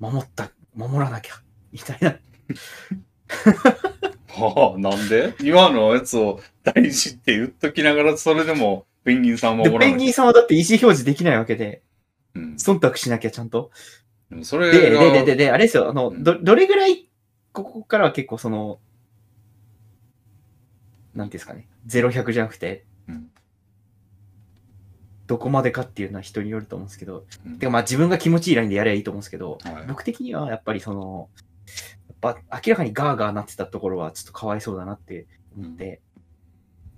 守った、守らなきゃ、みたいな。はあ、なんで今のやつを大事って言っときながら、それでもペンギンさんはで、守らなペンい。ギンさんはだって意思表示できないわけで、うん。忖度しなきゃちゃんと。でもそで、れで、がで、で、で、あれですよ、あのう、んど、どれぐらい、ここからは結構その、なんていうんですかね、0、100じゃなくて、うんどこまでかっていうのは人によると思うんですけど、うんてかまあ自分が気持ちいいラインでやればいいと思うんですけど、はい僕的にはやっぱりその、やっぱ明らかにガーガーなってたところはちょっとかわいそうだなって思って、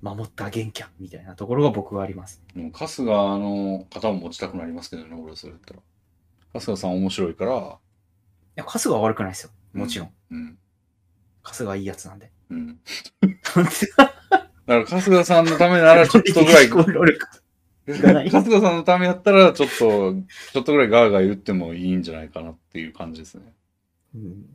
守った元気みたいなところが僕はあります。でも春日の肩を持ちたくなりますけどね、俺はそれだったら。春日さん面白いから、いや、春日は悪くないですよ。もちろん。うん。春日はいいやつなんで。うん。なんでだから春日さんのためならちょっとぐらい、コントロールかが春な日いさんのためやったらちょっと、 ちょっとぐらいガーガー言ってもいいんじゃないかなっていう感じですね。 うん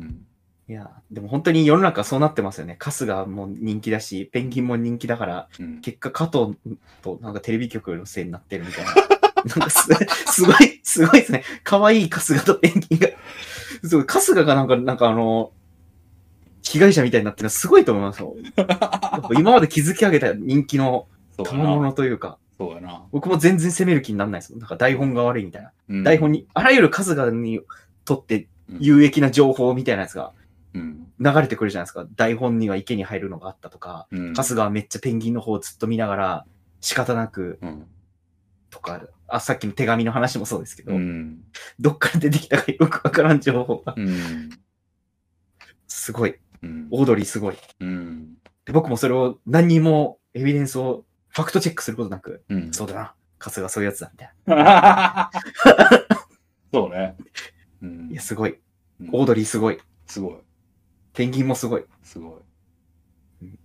うん。いや、でも本当に世の中そうなってますよね。春日も人気だし、ペンギンも人気だから、うん。結果加藤となんかテレビ局のせいになってるみたいな。 なんかすすごい、すごいですね。可愛い春日とペンギンが。そう、春日がなんか、なんかあの、被害者みたいになってるのすごいと思いますよ。やっぱ今まで築き上げた人気のそうや賜な。物というか、そうやな。僕も全然責める気にならないですもん。なんか台本が悪いみたいな。うん台本に、あらゆる春日にとって有益な情報みたいなやつがうん。流れてくるじゃないですか。台本には池に入るのがあったとか、うん。春日はめっちゃペンギンの方をずっと見ながら仕方なくうん。とか、あ、さっきの手紙の話もそうですけど、うん。どっから出てきたかよくわからん情報が。うん。すごい。うん。オードリーすごい。うん。で僕もそれを何にもエビデンスをファクトチェックすることなく、うん。そうだな。春日はそういうやつだ。みたい そうね。うな。んいや、。すごい。うんオードリーすごい。すごい。ペンギンもすごい。すごういん。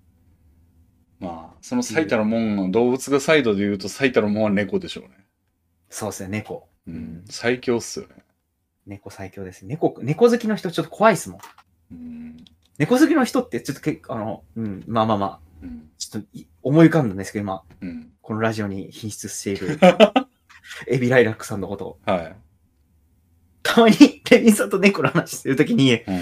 まあ、その最たるもん、動物がサイドで言うと最たるもんは猫でしょうね。そうですね、猫。ううんん。最強っすよね。猫最強です。猫、猫好きの人ちょっと怖いですもん。うん。猫好きの人ってちょっと結構、あの、うん、まあまあまあ、うん。ちょっとい思い浮かんだんですけど、今、うん。このラジオに品質してい る、エビライラックさんのことを。はたまに、レミさんと猫の話してるときに、い。うん。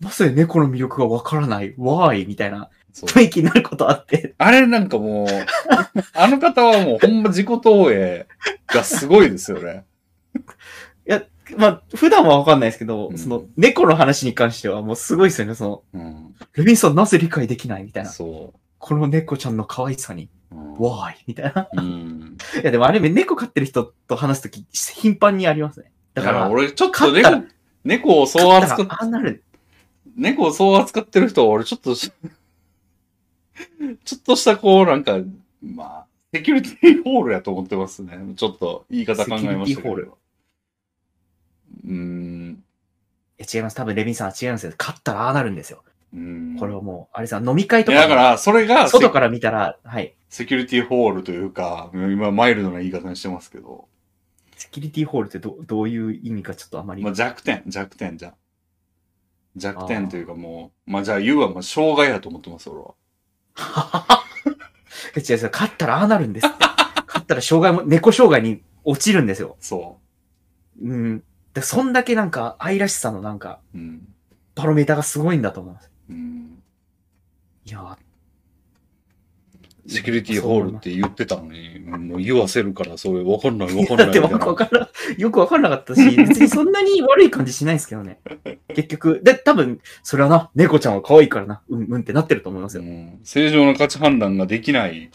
なぜ猫の魅力がわからないわーいみたいなそう。雰囲気になることあって、 あれなんかもう、あの方はもうほんま自己投影がすごいですよね。まあ、普段はわかんないですけど、うんその、猫の話に関してはもうすごいですよね、その、うん。レミさんなぜ理解できないみたいな。そこの猫ちゃんの可愛さに、う。うんわーいみたいな。 うん。いや、でもあれ、猫飼ってる人と話すとき、頻繁にありますね。だだか、からら俺ちょっ勝とったら猫、猫をそう飼った扱っらああなる。猫をそう扱ってる人は俺ちょっとし、ちょっとしたこうなんか、まあ、セキュリティホールやと思ってますね。ちょっと言い方考えましたけど。セキュリティホール。うーん。いや、違います。多分、レミさんは違いますよ。飼ったらああなるんですよ。うーん。これはもう、あれさ、飲み会いとや、だかか、ら、それがセ外から見たら、はい、セキュリティホールというか、今マイルドな言い方にしてますけど、セキュリティホールってどどういう意味かちょっとあまりまあ、、弱点、弱点じゃん。弱点というかもう、まあじゃあ言うはもう障害やと思ってます、俺は。 え違う違う、飼ったらああなるんで すって。飼ったら障害も、猫障害に落ちるんですよ。そうん。で、そんだけなんか、愛らしさのなんか、う。うん。パロメーターがすごいんだと思います。うん。いやーセキュリティホールって言ってたのに、もう言わせるから、それ分かんない分かんなだいっみたていな。よくわからん、よくわからな かったし、別にそんなに悪い感じしないですけ どね。結局、で、多分、それはな、猫ちゃんは可愛いからな、うんうんってなってると思いますよ。うん正常な価値判断ができない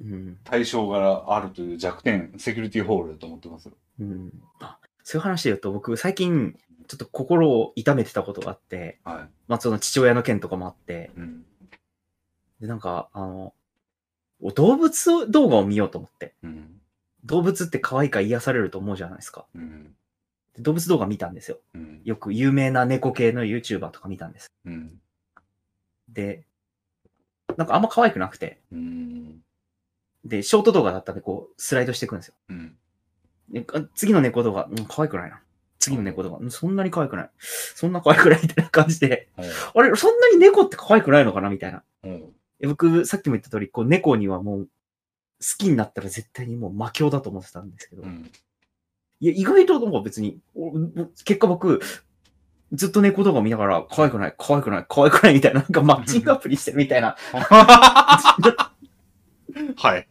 うん。対象があるという弱点、セキュリティホールだと思ってます。うん。あそういう話で言うと、僕、最近、ちょっと心を痛めてたことがあって、はまあ、その父親の件とかもあって、い。うん。で、なんか、あの、動物を動画を見ようと思って。うん。動物って可愛いから癒されると思うじゃないですか。うん。で動物動画見たんですよ。うん。よく有名な猫系の YouTuber とか見たんです。うん。で、なんかあんま可愛くなくて。うん。で、ショート動画だったんで、こう、スライドしていくんですよ。うん。であ次の猫動画、うん、可愛くないな。次の猫動画、うん、そんなに可愛くない。そんな可愛くないみたいな感じで、はいあれ、そんなに猫って可愛くないのかなみたいな。うん。え僕、さっきも言った通り、こう、猫にはもう、好きになったら絶対にもう魔境だと思ってたんですけど、ういん。や、意外となんか別に、おぼ結果僕、ずっと猫動画見ながら、可愛くない、可愛くない、可愛くないみたいな、なんかマッチングアプリしてるみたいな、はい。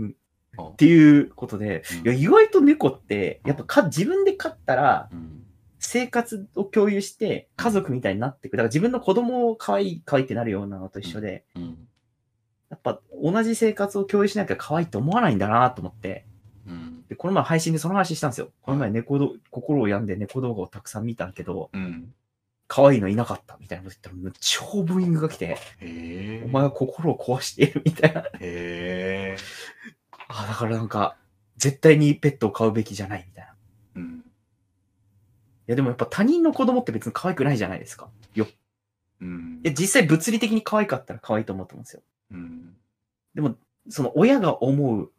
うんあっていうことで、うんいや、意外と猫って、やっぱか自分で飼ったら、うん。生活を共有して、家族みたいになっていく。だから自分の子供を可愛い、可愛いってなるようなのと一緒で、うん。やっぱ同じ生活を共有しなきゃ可愛いと思わないんだなと思って、うん。で、この前配信でその話したんですよ。この前猫ど、心を病んで猫動画をたくさん見たけど、うん。可愛いのいなかったみたいなこと言ったら、もう超ブーイングが来て、へえ。お前は心を壊しているみたいな。 へえ。あ、だからなんか、絶対にペットを飼うべきじゃないみたいな。うん。いやでもやっぱ他人の子供って別に可愛くないじゃないですか。うんいや実際物理的に可愛かったら可愛いと思うと思うんですよ。うん。その親が思う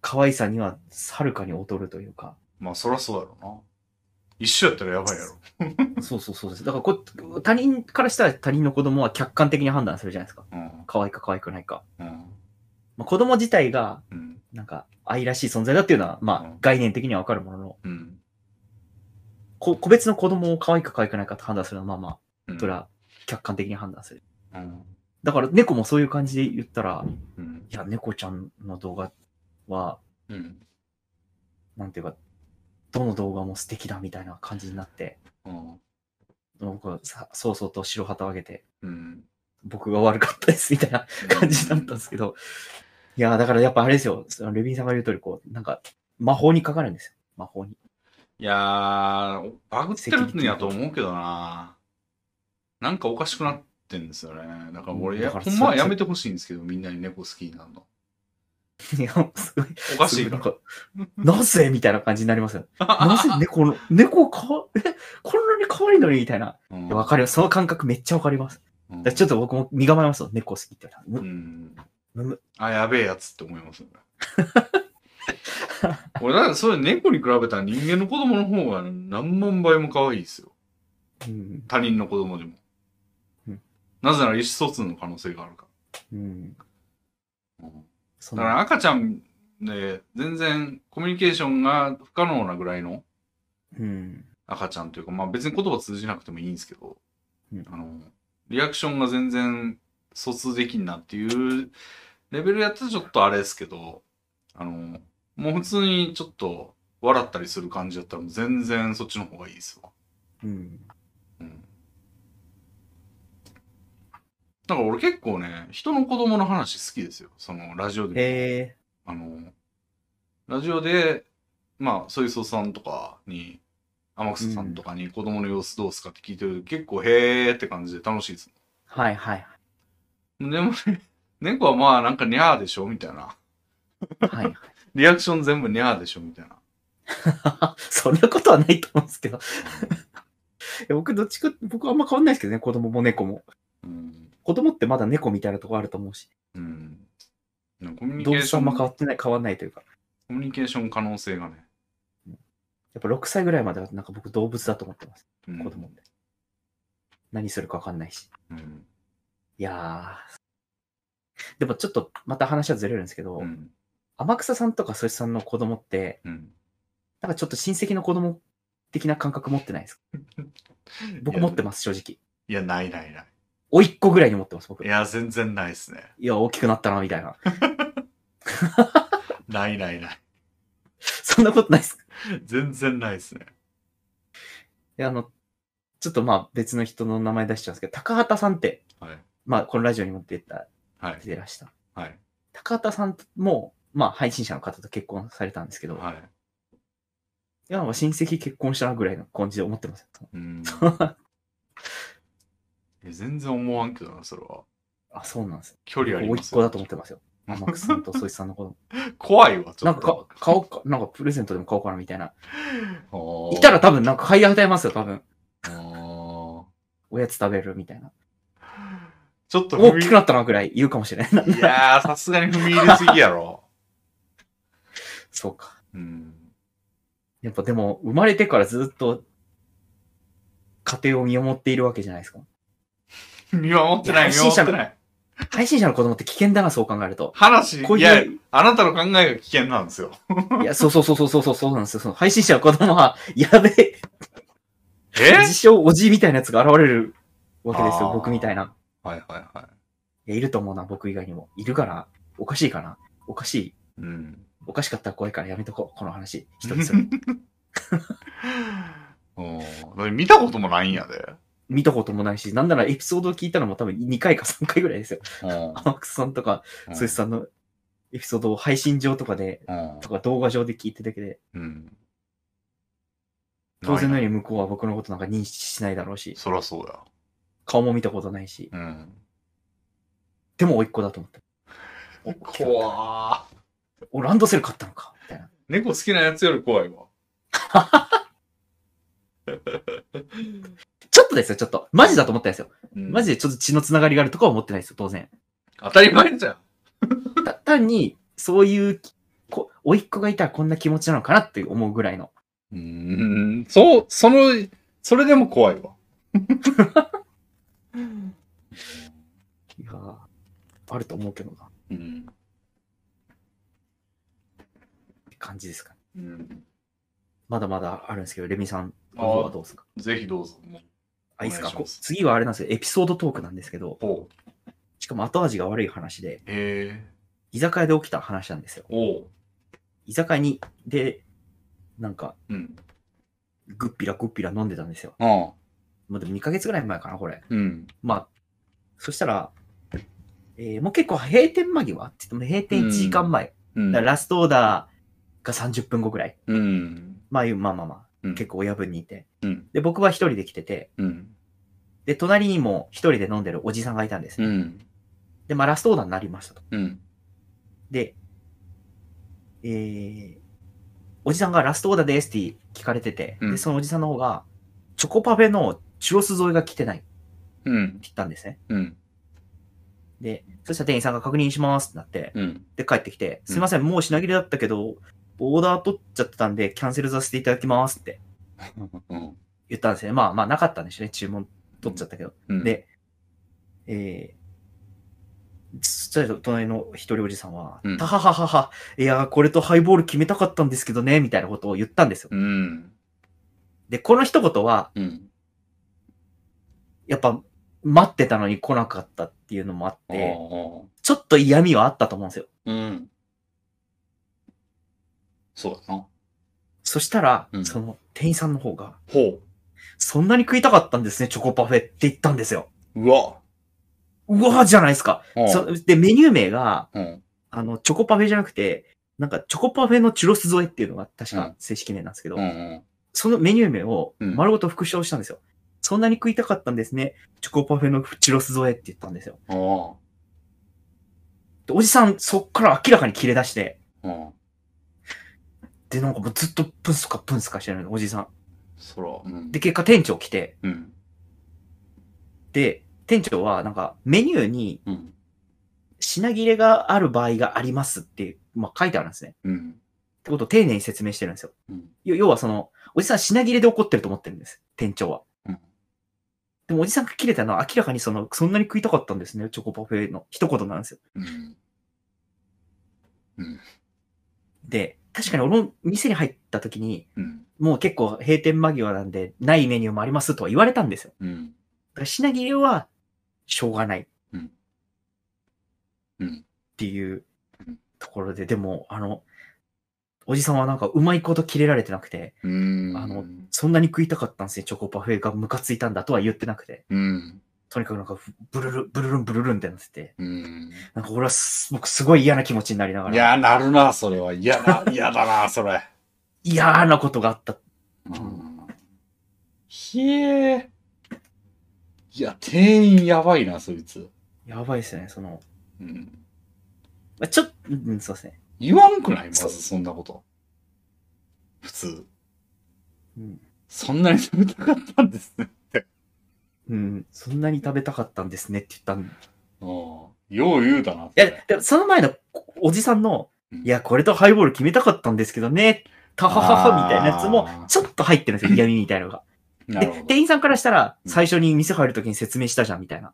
可愛さにははるかに劣るというか。まあ、そらそうだろうな。一緒やったらやばいやろ。そうそうそうです。だからこ他人からしたら他人の子供は客観的に判断するじゃないですか。うん。可愛いか可愛くないか。うん。まあ、子供自体がうん。なんか愛らしい存在だっていうのはまうあん概念的にはわかるものの、うん。こ個別の子供を可愛いか可愛くないかと判断するのはまあまうんあ、それは客観的に判断する。うん。だから猫もそういう感じで言ったら、うん。いや、猫ちゃんの動画はうん。なんていうか、どの動画も素敵だみたいな感じになって、うん。僕はさ、そうそうと白旗を上げて、うん。僕が悪かったです、みたいな感じだったんですけど。いやー、だからやっぱあれですよ。そのレビンさんが言う通り、こう、なんか、魔法にかかるんですよ。魔法に。 いやー、バグってるんやと思うけどな。なんかおかしくなってんですよね。だから俺、だからほんまはそやめてほしいんですけど、みんなに猫好きになるの。いや、すごい。おかしいなかんら。か、なぜみたいな感じにな りますよ。なぜ猫の、猫かわ、え、こんなに可愛いのにみたいな。いやわかるよ。その感覚めっちゃわかります。だからちょっと。と僕も身構えますよ。猫好きって言われたら。ううんむむあ、やべえやつって思いますよね。 俺、だからそれ猫に比べたら人間の子供の方が何万倍も可愛いですよ。うん。他人の子供でもうん。なぜなら意思疎通の可能性があるかうん。ら。うんそだのから赤ちゃんで全然コミュニケーションが不可能なぐらいのうん。赤ちゃんというか、まあ別に言葉通じなくてもいいんですけど、うんあの、リアクションが全然疎通できんなっていうレベルやったらちょっとあれですけど、あの、もう普通にちょっと笑ったりする感じだったらもう全然そっちの方がいいですわ。うん。うん。だから俺結構ね、人の子供の話好きですよ。そのラジオで見てえあの、ラジオで、まあ、ソイソさんとかに、天草さんとかに子供の様子どうすかって聞いてる、結構へーって感じで楽しいです。ー、はいはいでもね、 猫はまあなんかニャーでしょみたいな。はい。はいリアクション全部ニャーでしょみたいな。はい。 そんなことはないと思うんですけど。い や僕どっちか、僕はあんま変わんないですけどね。子供も猫も。うん。子供ってまだ猫みたいなとこあると思うし。うん。コミュニケ動ー物シあョんン、ま変コわってない、変わんないというか。ミュニケーション可能性がね。やっぱ6歳ぐらいまではなんか僕動物だと思ってます。うん子供って。何するか分かんないし。うん。いやー。でもちょっとまた話はずれるんですけど、うん。天草さんとかそいつさんの子供って、うん。なんかちょっと親戚の子供的な感覚持ってな いですか僕持ってます、正直。いや、ないないない。おいっ子ぐらいに持ってます、僕。いいや、全然ないっすね。や、大きくなったな、みたいな。ないないない。そんなことないですか全然ないっすね。であの、ちょっとまあ別の人の名前出しちゃうんですけど、高畑さんって、はい。まあこのラジオに持ってった、はい出。てらした。はい。高畑さんも、まあ配信者の方と結婚されたんですけど、はい。いや、まあ親戚結婚したなぐらいの感じで思ってます。 うん。え全然思わんけどな、それは。あ、そうなんです。距離ありおいまっす子だと思ってますよ。天草さんとそいつさんの 子供。怖いわ、ちょなっんかと。か、買おうか、なんかプレゼントでも買おうかなみたいな。おーいたら多分なんか買い与えますよ、多分。おーおやつ食べるみたいな。ちょっと大踏きくなったなぐらい言うかもしれない。 み、いやー、さすがに踏み入れすぎやろ。そうか。うん。やっぱでも、生まれてからずっと、家庭を見守っているわけじゃないですか。見守ってない、い見や守ってない。配信者の子供って危険だな、そう考えると。話、こういや、いう、あなたの考えが危険なんですよ。いや、そうそうそうそうそうそうそうなんですよ。その配信者の子供は、やべえ、え自称おじいみたいなやつが現れるわけですあよ、ー僕みたいな。はいはいはいや、いると思うな、僕以外にも。いるから、おかしいかな。おかしい。い。うん。おかしかったら怖いからやめとこう、この話。一人す る。おーだって見たこともないんやで。見たこともないし、なんならエピソードを聞いたのも多分2回か3回ぐらいですよ。うん天草さんとか、うんスイスさんのエピソードを配信上とかで、うんとか動画上で聞いてるだけで、うん。当然のないよなうに向こうは僕のことなんか認識しないだろうし、そらそうだ。顔も見たことないし、うん。でも甥っ子だと思って。怖ー。お、ランドセル買ったのかみたいな。猫好きなやつより怖いわ。ちょっとですよ、ちょっと。マジだと思ったんですよ。マジジでちょっと血のつながりがあるとかは思ってないですよ、当然。当たり前じゃん。た単に、そういう、こ甥っ子がいたらこんな気持ちなのかなって思うぐらいの。うーん、そう、その、それでも怖いわ。いやーあると思うけどな。っうん。て感じですかね。うん、まだまだあるんですけど、レミさんの方はどうですかぜひどうぞ。あ、いいですかお願いしますこ次はあれなんですよ。エピソードトークなんですけど、ほう。しかも後味が悪い話で、え居酒屋で起きた話なんですよ。ー、おう。居酒屋に、で、なんか、うん。ぐっぴらぐっぴら飲んでたんですよ。ああ。まあ、でも2ヶ月ぐらい前かな、これ。うん。まあ、そしたら、えーもう結構閉店間際って言っても閉店1時間前。うん。だからラストオーダーが30分後ぐらい。うん。まあ、まあまあまあ、うん結構親分にいて。うん。で、僕は一人で来てて、うん。で、隣にも一人で飲んでるおじさんがいたんですうね。ん。で、まあ、ラストオーダーになりましたと。うん。で、えー、おじさんがラストオーダーですって聞かれてて、うで、んそのおじさんの方が、チョコパフェのチュロス添えが来てないってうん。言ったんですね。うん。で、そしたら店員さんが確認しますってなって、うん。で、帰ってきて、うんすいません、もう品切れだったけど、オーダー取っちゃってたんで、キャンセルさせていただきますって言ったんですね。まあまあ、なかったんでしょうね、注文取っちゃったけど。うん。で、えー、そしたら隣の一人おじさんはうん、たはははは、いやー、これとハイボール決めたかったんですけどね、みたいなことを言ったんですよ。うん。で、この一言は、うん。やっぱ、待ってたのに来なかったっていうのもあっあて、あ。ちょっと嫌味はあったと思うんですよ。うん。そうだな。そしたら、うんその店員さんの方が、ほそんなに食いたかったんですね、チョコパフェって言ったんですよ。う。うわ。うわーじゃないですか。そで、メニュー名が、うん。あの、チョコパフェじゃなくて、なんか、チョコパフェのチュロス添えっていうのが確うかん正式名なんですけど、うん。そのメニュー名をうん丸ごと復唱したんですよ。そんなに食いたかったんですね。チョコパフェのチュロス添えって言ったんですよ。ああ。で、おじさん、そっから明らかに切れ出して、うん。で、なんかもうずっとプンスカプンスカしてるの、おじさん。そら。うんで、。結果店長来て、うん。で、店長はなんかメニューにうん。品切れがある場合がありますって、まあ、書いてあるんですね。うん。ってことを丁寧に説明してるんですよ。うん。よ要はその、おじさん品切れで怒ってると思ってるんです。店長は。うんでもおじさんが切れたのは明らかにその、そんなに食いたかったんですね、チョコパフェの一言なんですよ。うん。で、確かに俺も店に入った時に、うん。もう結構閉店間際なんで、ないメニューもありますとは言われたんですよ。うん。だから品切れは、しょうがない。うんうんっていううんところで、でも、あの、おじさんはなんかうまいこと切れられてなくて、うん。あのそんなに食いたかったんですね、チョコパフェがムカついたんだとは言ってなくて、うん。とにかくなんかふブルルン、ブルルン、ブルルンってなってて、うん。なんか俺はす僕すごい嫌な気持ちになりながいら、や、なるな、それは。嫌 だ、嫌だな、それ。嫌なことがあった。うん。ひえ。いや、店員やばいな、そいつ。やばいですね、その、うん。まあ、ちょっと、うん、そうですね。言わんくないまそうず、そんなこと。普通。うんそんなに食べたかったんですね。うん、そんなに食べたかったんですねって言ったんうん。よう言うだな。いや、でもその前のおじさんのうん、いや、これとハイボール決めたかったんですけどね、たはははみたいなやつもあー、ちょっと入ってるんです よ、嫌味みたいなのが。なるほで、ど。店員さんからしたら、うん最初に店入るときに説明したじゃん、みたいな。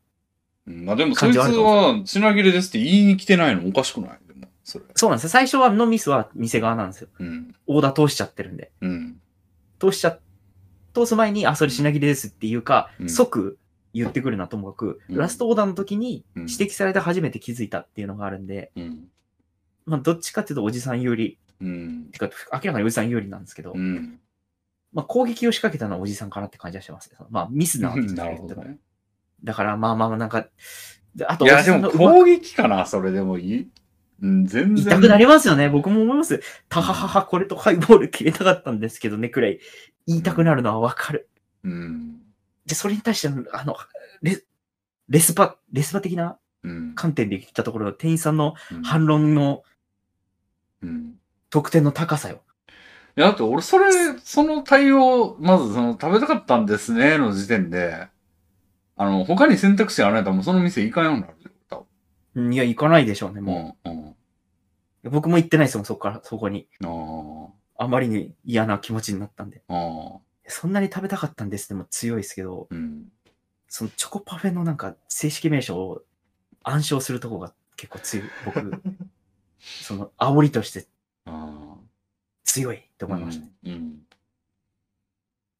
うんまあでも、そいつ感じはは、品切れですって言いに来てないのおかしくないでも、それ。そうなんですよ。最初はのミスは店側なんですよ。うん。オーダー通しちゃってるんで。うん。通しちゃ、通す前に、あ、それ品切れですっていうか、うん即言ってくるな、ともかく、うんラストオーダーの時にうん指摘されて初めて気づいたっていうのがあるんで、うん。まあ、どっちかっていうとおじさん有利、うん。てか、明らかにおじさん有利なんですけど、うん。まあ、攻撃を仕掛けたのはおじさんかなって感じはしてますね。そのまあ、ミスなわけですよなるほどね。だから、まあまあまあ、なんか、であと、いおじや、でさんのもうま攻撃かな、それでもいい。うん、全然。痛くなりますよね。僕も思います。たははは、これとハイボール切れたかったんですけどね、くらい言いたくなるのはわかる。うん。で、それに対しての、あの、レ、レスパ、レスパ的なうん。観点で言ったところ、店員さんのうん反論のうん。得点の高さよ。いや、だって俺、それ、その対応、まず、その、食べたかったんですね、の時点で、あの、他に選択肢がないと、もうその店行かんようになるよ。多分うんいや、行かないでしょうね、ももう、うん。う。僕も行ってないですもん、そこから、そこに。ああまりに嫌な気持ちになったんで。あ、ああ、そんなに食べたかったんですでも強いですけど、うん。そのチョコパフェのなんか正式名称を暗唱するとこが結構強い。僕、その煽りとしてああ。強いって思いましたね。うん。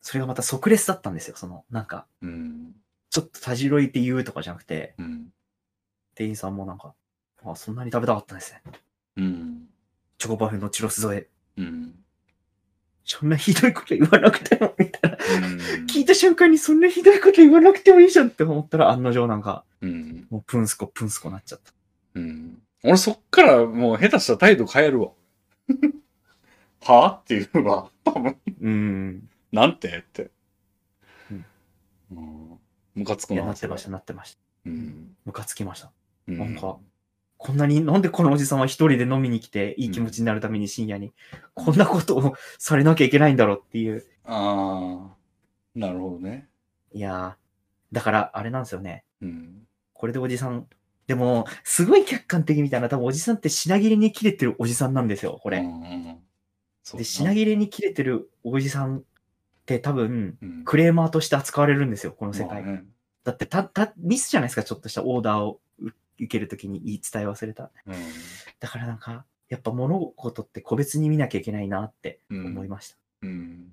それがまた即レスだったんですよ。その、なんか、うん。ちょっとたじろいて言うとかじゃなくて、うん。店員さんもなんか、あ、そんなに食べたかったんですね。うん。チョコパフェのチュロス添え。うん。そんなひどいこと言わなくても、みたいな。 う聞いた瞬間にそんなひどいこと言わなくてもいいじゃんって思ったら、案の定なんか、ん。うん。もうプンスコプンスコなっちゃった。うん。俺そっからもう下手したら態度変えるわ。 はあっていうのは、多分、うん。 なんてって。うんうん。ムカつくいや、な。なってました、なってました。うん。ムカつきました。うん。なんか、こんなに、なんでこのおじさんは一人で飲みに来て、いい気持ちになるために深夜に、こんなことをされなきゃいけないんだろうっていう。ああ、なるほどね。いやー、だから、あれなんですよね。うん。これでおじさん、でも、すごい客観的みたいな、多分おじさんって品切れに切れてるおじさんなんですよ、ここれ。うんうん、そうで、品切れに切れてるおじさんって多分、うんクレーマーとして扱われるんですよ、この世界。まあねだってた、た、ミスじゃないですか、ちょっとしたオーダーをう受けるときに言い伝え忘れた。だからなんか、やっぱ物事って個別に見なきゃいけないなってうん。思いました。うん。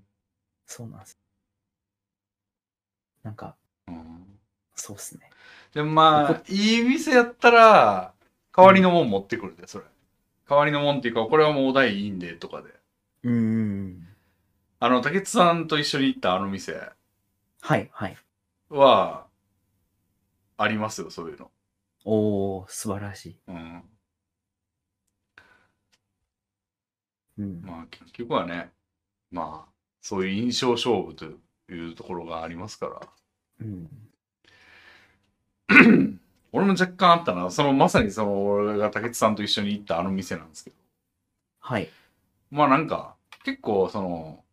そうなんです。なんか、うん。そうっすね。でもまあ、いい店やったら、代わりのもん持ってくるで、それ。代わりのもんっていうか、これはもうお題いいんで、とかで。うーん。あの、竹内さんと一緒に行ったあの店はい、はい。は、ありますよ、そういうの。おー、素晴らしい。うん。うん。まあ、結局はね、まあ、そういう印象勝負というところがありますから。うん。俺も若干あったな。その、まさにその、俺が竹内さんと一緒に行ったあの店なんですけど。はい。まあなんか、結構その、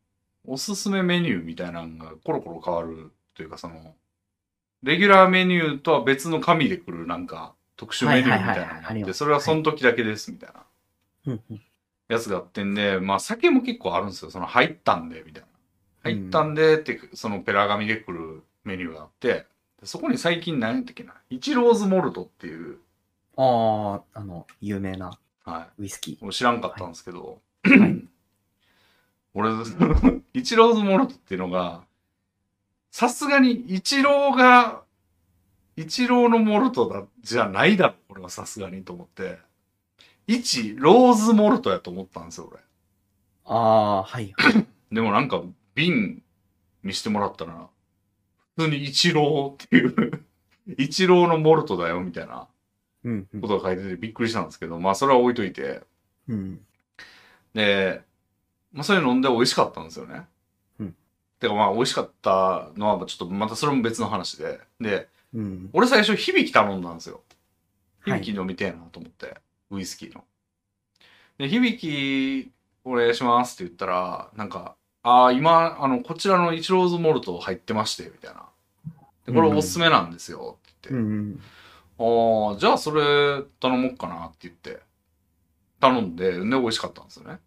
おすすめメニューみたいなのがコロコロ変わるというか、その、レギュラーメニューとは別の紙で来るなんか、特殊メニューみたいなのがはいはいはいはいあありっまて、すそれはその時だけですみたいなうんうんやつがあってんで、まあ酒も結構あるんですよ。その入ったんで、みたいな。入ったんでって、そのペラ紙で来るメニューがあって、でそこに最近何やったっけな、イチローズモルトっていう、あー、あの、有名なはい。ウイスキ俺知らんかったんですけど、ー。はい。俺、 イチローズモルトっていうのが、さすがにイチローが、イチローのモルトだ、じゃないだろ、これはさすがにと思って、イチローズモルトやと思ったんですよ、俺。あー、はい。でもなんか、瓶見してもらったら、普通にイチローっていう、 イチローのモルトだよ、みたいなうん、 うんこ。とが書いててびっくりしたんですけど、まあそれは置いといて、うん。で、まあ、それ飲んで美味しかったんですよね。うん。てかまあ美味しかったのは、ちょっとまたそれも別の話で。で、うん。俺最初響き頼んだんですよ。は響きい。飲みてえなと思って、ウイスキーの。で、響きお願いしますって言ったら、なんか、ああ、今、あの、こちらのイチローズモルト入ってまして、みたいな。で、これおすすめなんですよ、ってう言って。ん。ああ、じゃあそれ頼もうかなって言って、頼んで、で、美味しかったんですよね。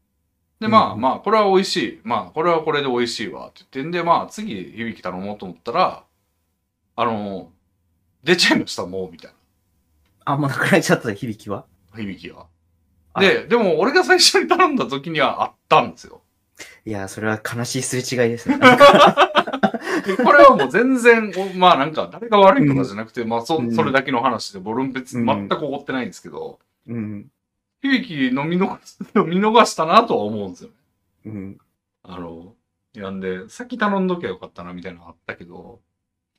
で、まあうんまあ、これは美味しい。まあ、これはこれで美味しいわ、って言ってんで、まあ、次、響き頼もうと思ったら、あの、出ちゃいました、もう、みたいな。あ、もうなくなっちゃった、響きは。響きが。あで、でも俺が最初に頼んだ時にはあったんですよ。いやー、それは悲しいすれ違いで すね。でこれはもう全然、 おまあなんか誰が悪いとかじゃなくて、まあそうんそれだけの話で、ボルン別にうん全く怒ってないんですけど、うん。響き飲み逃す、飲み逃したなとは思うんですよね。うん。あの、いやんで、先頼んどきゃよかったなみたいなのあったけど、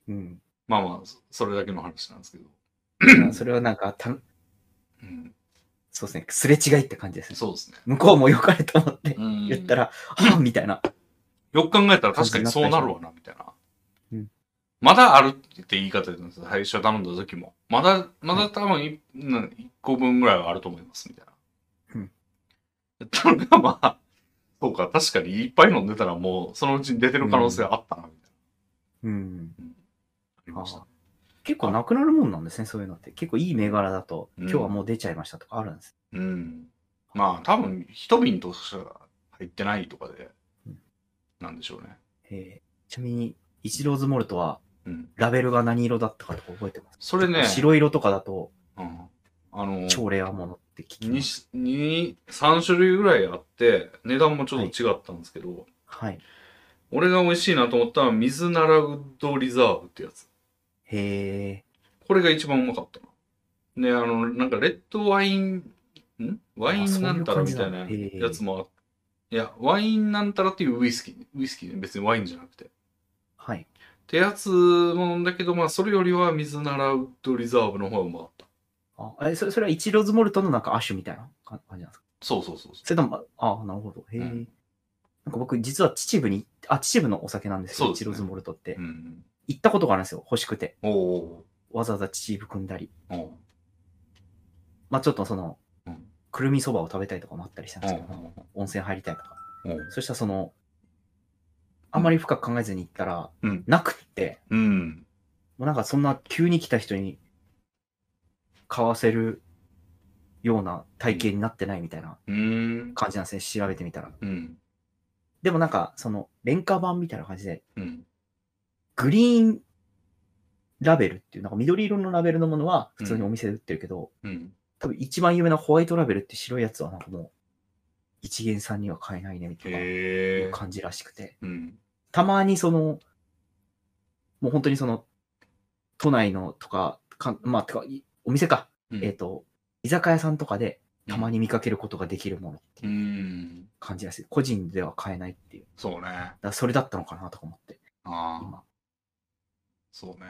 うん。まあまあ、そそれだけの話なんですけど。いやそれはなんか、たうん、そうですね、すれ違いって感じですね。そうですね。向こうも良かれと思ってうん言ったら、ああみたいな。よく考えたら確かにそうなるわな、みたいな。うんまだあるって言い方で言うんですよ。最初頼んだ時も。まだ、まだ多分いうん1個分ぐらいはあると思います、みたいな。うんやったのが、まあ、そうか、確かにいっぱい飲んでたらもう、そのうちに出てる可能性あったな、みたいうん。な。ありましたあ結構なくなるもんなんですね、そういうのって。結構いい銘柄だと、うん今日はもう出ちゃいましたとかあるんです。うん。まあ、多分、一瓶としか入ってないとかでうん、なんでしょうね。えーちなみに、イチローズモルトは、うん。ラベルが何色だったかとか覚えてますそれね、白色とかだと、うん、あの、超レアものって聞きます。 2、に3種類ぐらいあって、値段もちょっと違ったんですけど、はい。俺が美味しいなと思ったのは、水ならウッドリザーブってやつ。へえ。これが一番うまかったな。で、あの、なんかレッドワイン、んワインなんたらみたいなあそういう感じなのへえやつもあっいや、ワインなんたらっていうウイスキー、ウイスキーね別にワインじゃなくて。はい。ってやつも飲んだけど、まあ、それよりは水ならウッドリザーブの方がうまかった。あえそれそれは1ローズモルトのなんかアッシュみたいな感感じなんですかそうそうそうそう。それとも、ああ、なるほど。へえ、うんなんか僕、実は秩父に、あ、秩父のお酒なんですけそど、うです1ねローズモルトって、うん。行ったことがあるんですよ。欲しくて。おおわざわざ秩父組んだり。ーおーおまあちょっとその、うんくるみそばを食べたりとかもあったりしたんですけど、ー温泉入りたいとか。おーそしたらその、あんまり深く考えずに行ったら、うんなくって、うん。もうなんかそんな急に来た人に買わせるような体型になってないみたいなうーん。感じなんですね、調べてみたら。うん。でもなんか、その、廉価版みたいな感じで、うん。グリーンラベルっていう、なんか緑色のラベルのものは普通にお店で売ってるけど、うん。多分一番有名なホワイトラベルって白いやつはなんかもう、一元さんには買えないね、みたいなへえ。感じらしくて。うん。たまにその、もう本当にその、都内のとか、かんまあ、てか、いお店か、うんえっ、と、居酒屋さんとかでたまに見かけることができるものってう。いうん感じらしい。個人では買えないっていう。そうね。だからそれだったのかなとか思って、ああ。今。そうね。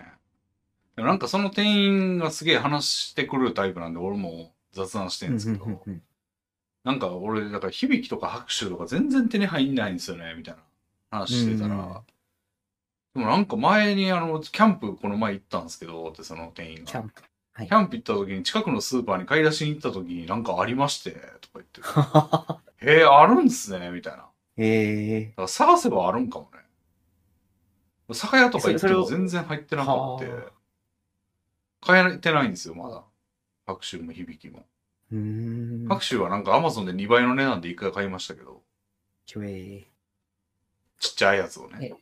でもなんかその店員がすげえ話してくるタイプなんで、俺も雑談してうんんですけうんど、うんうんなんか俺、だから響きとか拍手とか全然手に入んないんですよね、みたいな話してたら、うんうんでもなんか前にあの、キャンプこの前行ったんですけど、ってその店員キャが。ンプ。はいキャンプ行った時に近くのスーパーに買い出しに行った時になんかありまして、とか言 って、へえ、あるんすね、みたいな。だかえら探せばあるんかもね。酒屋とか行ってそれそれもを全然入ってなかってはあ、買えてないんですよ、まだ。拍手も響きも。ー。うーん。拍手はなんか Amazon で2倍の値段で1回買いましたけど、ひょえちっちゃいやつをね。えー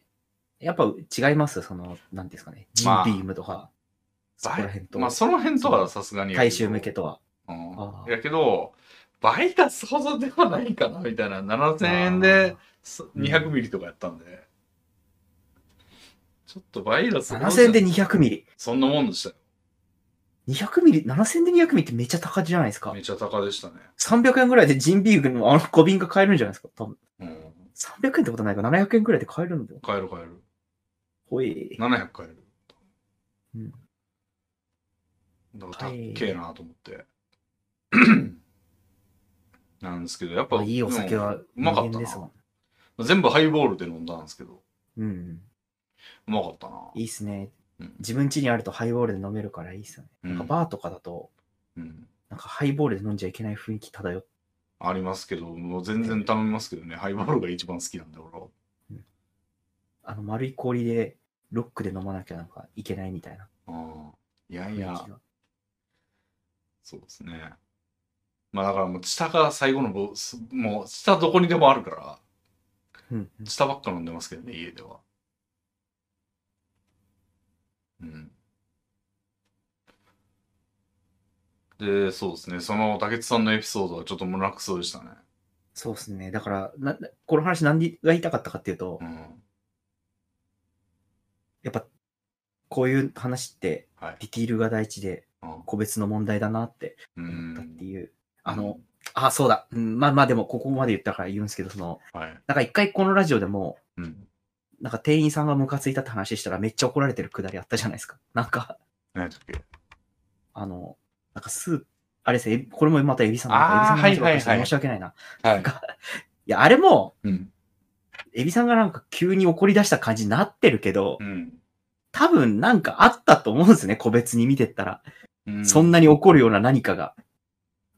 やっぱ違いますその、なんていうんですかね。ジンまあビームとか、そこら辺と、まあその辺とはさすがにやけど。大衆向けとは。うんああやけど、倍出すほどではないかな、みたいな。7000円で、そうん200ミリとかやったんで。ちょっと倍出すあー、ほど7000で200ミリ。そんなもんでしたよ。 200ミリ、7000で200ミリってめっちゃ高じゃないですかめ。ちゃ高でしたね。 300円ぐらいでジンビーグのあの小瓶が買えるんじゃないですか。多分うん。 300円ってことないから700円ぐらいで買えるんだよ。買える買える。ほい。 700買える。うんだから、たっけえなと思って。 なんですけど、やっぱ、まあ、いいお酒はでもうまかった無限なですもん。全部ハイボールで飲んだんですけど、うん。うまかったな。いいっすねうん。自分家にあるとハイボールで飲めるからいいっすよね。うんなんかバーとかだと、うんなんかハイボールで飲んじゃいけない雰囲気漂って。ありますけど、もう全然頼みますけどね、ハイボールが一番好きなんで、俺は。あの丸い氷でロックで飲まなきゃなんかいけないみたいなうんいや雰い囲気や、が。そうですね。まあだからもう、下が最後のボス、もう、下どこにでもあるから、うんうん下ばっか飲んでますけどね、家では。うん。で、そうですね、その竹内さんのエピソードはちょっと胸くそでしたね。そうっすね。だから、ななこの話何が言いたかったかっていうとう、ん。やっぱ、こういう話って、はい。ディティールが第一で、個別の問題だなってう思ったってん。いう。あの、あ、そうだ。うん、まあまあでも、ここまで言ったから言うんですけど、その、はい。なんか一回このラジオでも、うん。なんか店員さんがムカついたって話したらめっちゃ怒られてるくだりあったじゃないですか。なんか、何やったっけあの、なんかスーあれですね、これもまたエビさんの、あーエビさんの話ばっかりしてはいはいはい申し訳ないな。はいかいや、あれも、うん。エビさんがなんか急に怒り出した感じになってるけどう、ん。多分なんかあったと思うんですね、個別に見てったら。うんそんなに怒るような何かが。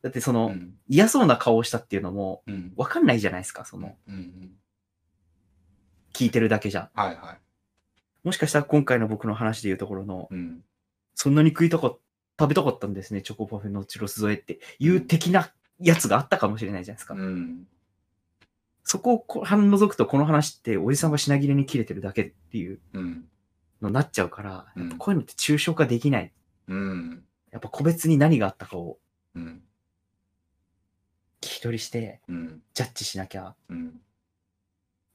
だってそうの、ん。嫌そうな顔をしたっていうのも、うん。わかんないじゃないですか、その、うんうん。聞いてるだけじゃ。はいはい。もしかしたら今回の僕の話でいうところの、うん。そんなに食いたかっ食べたかったんですね、チョコパフェのチュロス添えっていう的なやつがあったかもしれないじゃないですか。うん。そこをこ反覗くと、この話っておじさんが品切れに切れてるだけっていううん。のになっちゃうから、うんやっぱこういうのって抽象化できない。うん。やっぱ個別に何があったかをうん。聞き取りして、うん。ジャッジしなきゃうん。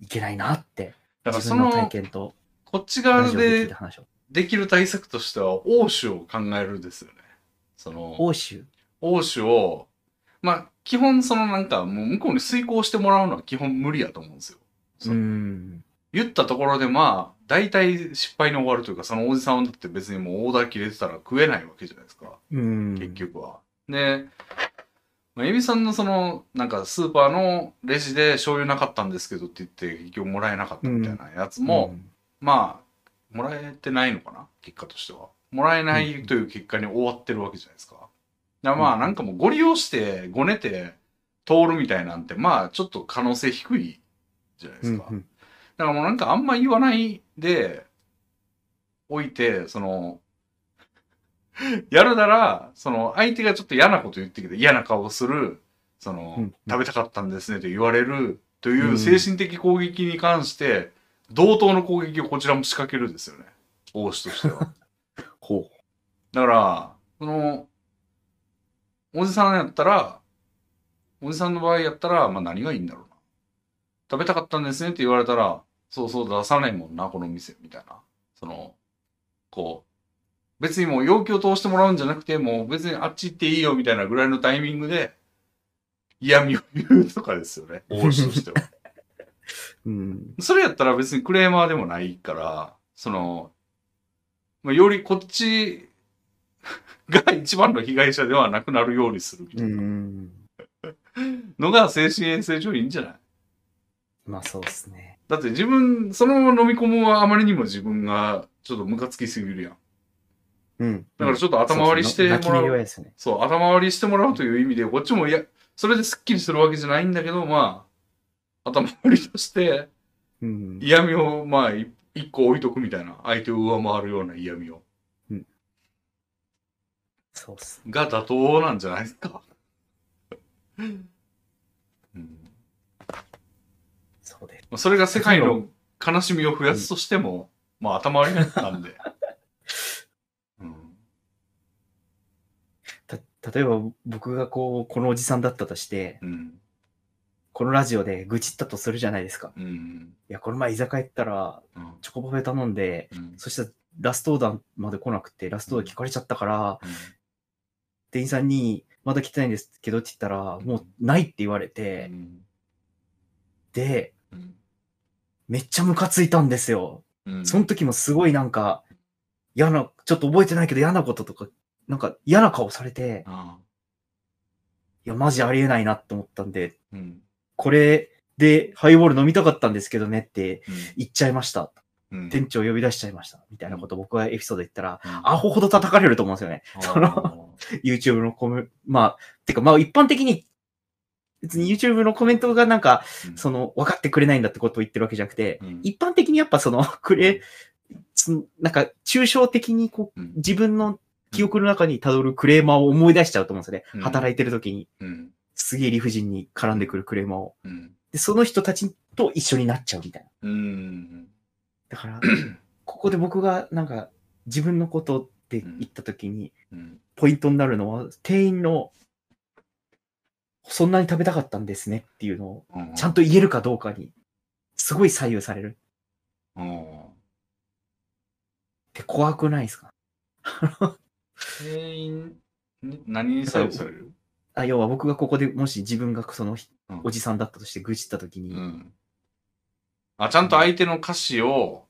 いけないなって、だから自そ分の体の、験とこっちラ側ジオで聞いでた話を。できる対策としては、欧州を考えるんですよね。その、欧州。欧州を、まあ、基本そのなんか、もう向こうに遂行してもらうのは基本無理やと思うんですよ。そううん。言ったところでまあ、大体失敗に終わるというか、そのおじさんはだって別にもうオーダー切れてたら食えないわけじゃないですか、うん。結。局は。で、まあ、エビさんのその、なんかスーパーのレジで醤油なかったんですけどって言って、結局もらえなかったみたいなやつも、まあ、もらえてないのかな結果としては。もらえないという結果に終わってるわけじゃないですか。だからまあ、うんなんかもうご利用して、ごねて通るみたいなんて、まあ、ちょっと可能性低いじゃないですうん。か。だからもうなんかあんま言わないで、置いて、その、やるなら、その相手がちょっと嫌なこと言ってきて嫌な顔をする、その、うん食べたかったんですねと言われるといううん精神的攻撃に関して、同等の攻撃をこちらも仕掛けるんですよね。王子としては。ほだから、その、おじさんやったら、おじさんの場合やったら、まあ何がいいんだろうな。食べたかったんですねって言われたら、そうそう出さないもんな、この店、みたいな。その、こう、別にもう要求を通してもらうんじゃなくて、もう別にあっち行っていいよ、みたいなぐらいのタイミングで、嫌味を言うとかですよね。王子としては。う。うん。それやったら別にクレーマーでもないから、その、まあ、よりこっち が一番の被害者ではなくなるようにするみたう。いなんのが精神衛生上いいんじゃないまあそうっすね。だって自分、そのまま飲み込むはあまりにも自分がちょっとムカつきすぎるやん。うん。だからちょっと頭割りしてそうそう泣きもら寝う入りですよね。そう、頭割りしてもらうという意味で、こっちもいや、それでスッキリするわけじゃないんだけど、まあ、頭割りとしてうん。嫌味を、まあ、い一個置いとくみたいな。相手を上回るような嫌味を。そうっす。が妥当なんじゃないですか。うんそうです。まあそれが世界の悲しみを増やすとしても、まあ頭割りだったんで。うん、た、例えば僕がこう、このおじさんだったとして、うん、このラジオで愚痴ったとするじゃないですか。うん、いや、この前居酒屋行ったら、うん、チョコパフェ頼んで、うん、そしたらラストオーダーまで来なくて、ラストオーダー聞かれちゃったから、店員さんに、まだ来てないんですけどって言ったら、もうないって言われうて、ん、で、うんめっちゃムカついたんですよ。うんその時もすごいなんか、嫌な、ちょっと覚えてないけど嫌なこととか、なんか嫌な顔されて、あいや、マジありえないなって思ったんで、うんうんこれでハイボール飲みたかったんですけどねって言っちゃいました。うん店長呼び出しちゃいました。みたいなこと僕はエピソード言ったら、うんアホほど叩かれると思うんですよね。その YouTube のコメント、まあ、てかまあ一般的に、別に YouTube のコメントがなんか、うんその、分かってくれないんだってことを言ってるわけじゃなくて、うん一般的にやっぱその、 くれ、そのなんか、抽象的にこう、うん自分の記憶の中に辿るクレーマーを思い出しちゃうと思うんですよね。うん働いてる時に、うんすげえ理不尽に絡んでくるクレーマーを。うんで、その人たちと一緒になっちゃうみたいな。うんだ から、ここで僕がなんか、自分のことって言った時に、うんポイントになるのは、店員の、そんなに食べたかったんですねっていうのを、うんちゃんと言えるかどうかに、すごい左右されるうんって怖くないですか店員に何に左右されるあ要は僕がここでもし自分がそのうんおじさんだったとして愚痴った時に、うん。あ、ちゃんと相手の歌詞を、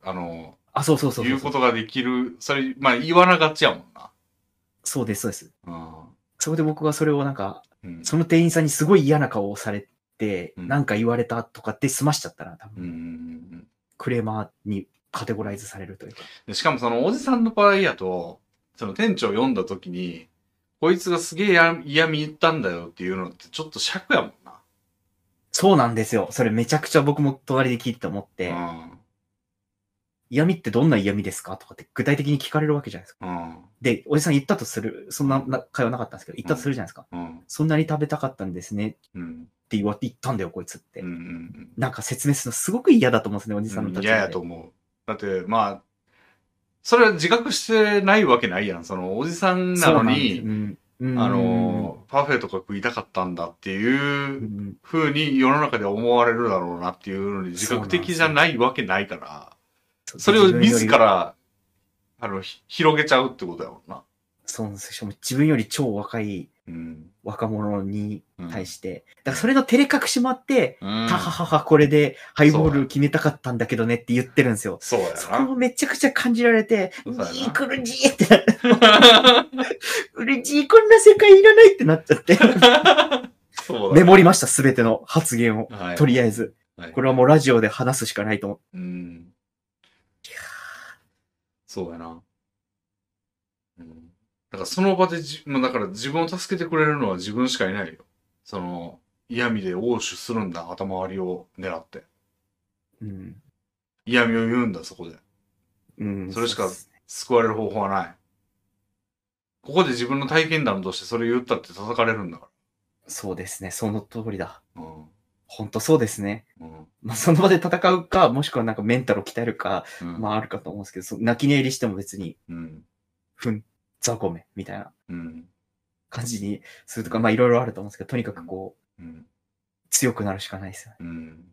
あの、あ、そうそうそうそう言うことができる、それ、まあ言わながちやもんな。そうです、そうです。うんそこで僕がそれをなんか、うん。その店員さんにすごい嫌な顔をされて、うんなんか言われたとかって済ましちゃったら、多う分、んクレーマーにカテゴライズされるというか。でしかもそのおじさんの場合やと、その店長読んだ時に、こいつがすげえや嫌み言ったんだよっていうのってちょっと尺やもんな。そうなんですよ。それめちゃくちゃ僕も隣で聞いてて思って、嫌味ってどんな嫌味ですかとかって具体的に聞かれるわけじゃないですか。うん。うん。で、おじさん言ったとする、そんなな会話なかったんですけど、言ったとするじゃないですか。うん。そんなに食べたかったんですねうん。って言わ言ったんだよ、こいつって。うんうん。なんか説明するのすごく嫌だと思うんですね、おじさんのうん立場で。嫌やと思う。だって、まあ、それは自覚してないわけないやん。そのおじさんなのに、そうなんですうんうんあのー、パフェとか食いたかったんだってういうん風に世の中で思われるだろうなっていうのに自覚的じゃないわけないから、それを自。ら、あの、ひ広げちゃうってことやもんな。そうなんですよ。しかも自分より超若いうん。若者に対しして。だからそれの照れ隠しもあって、たたははは、これでハイボール決めたかったんだけどねって言ってるんですよ。そうやそこもめちゃくちゃ感じられて、そうだよなにーくるじーってなって、な。うるじーこんな世界いらないってなっちゃって。 そうメだな。モりました、すべての発言を。はいとりあえず。はいこれはもうラジオで話すしかないと思う。うん。そうやな。うん。だからその場でじ、まあ、だから自分を助けてくれるのは自分しかいないよ。その、嫌味で応酬するんだ、頭割りを狙って。うん。嫌味を言うんだ、そこで。うん。それしかうっす救われる方法はない。ここで自分の体験談としてそれ言ったって叩かれるんだかそうですね。その通りだ。ら。ほんとそうですね。うん。うん。まあ、その場で戦うか、もしくはなんかメンタルを鍛えるか、うん。まああるかと思うんですけど、そ泣き寝入りしても別に、うん。ふん、ざこめ、みたいなうん。感じにするとか、まあいろいろあると思うんですけど、とにかくこう、うん。強くなるしかないですよね。うん。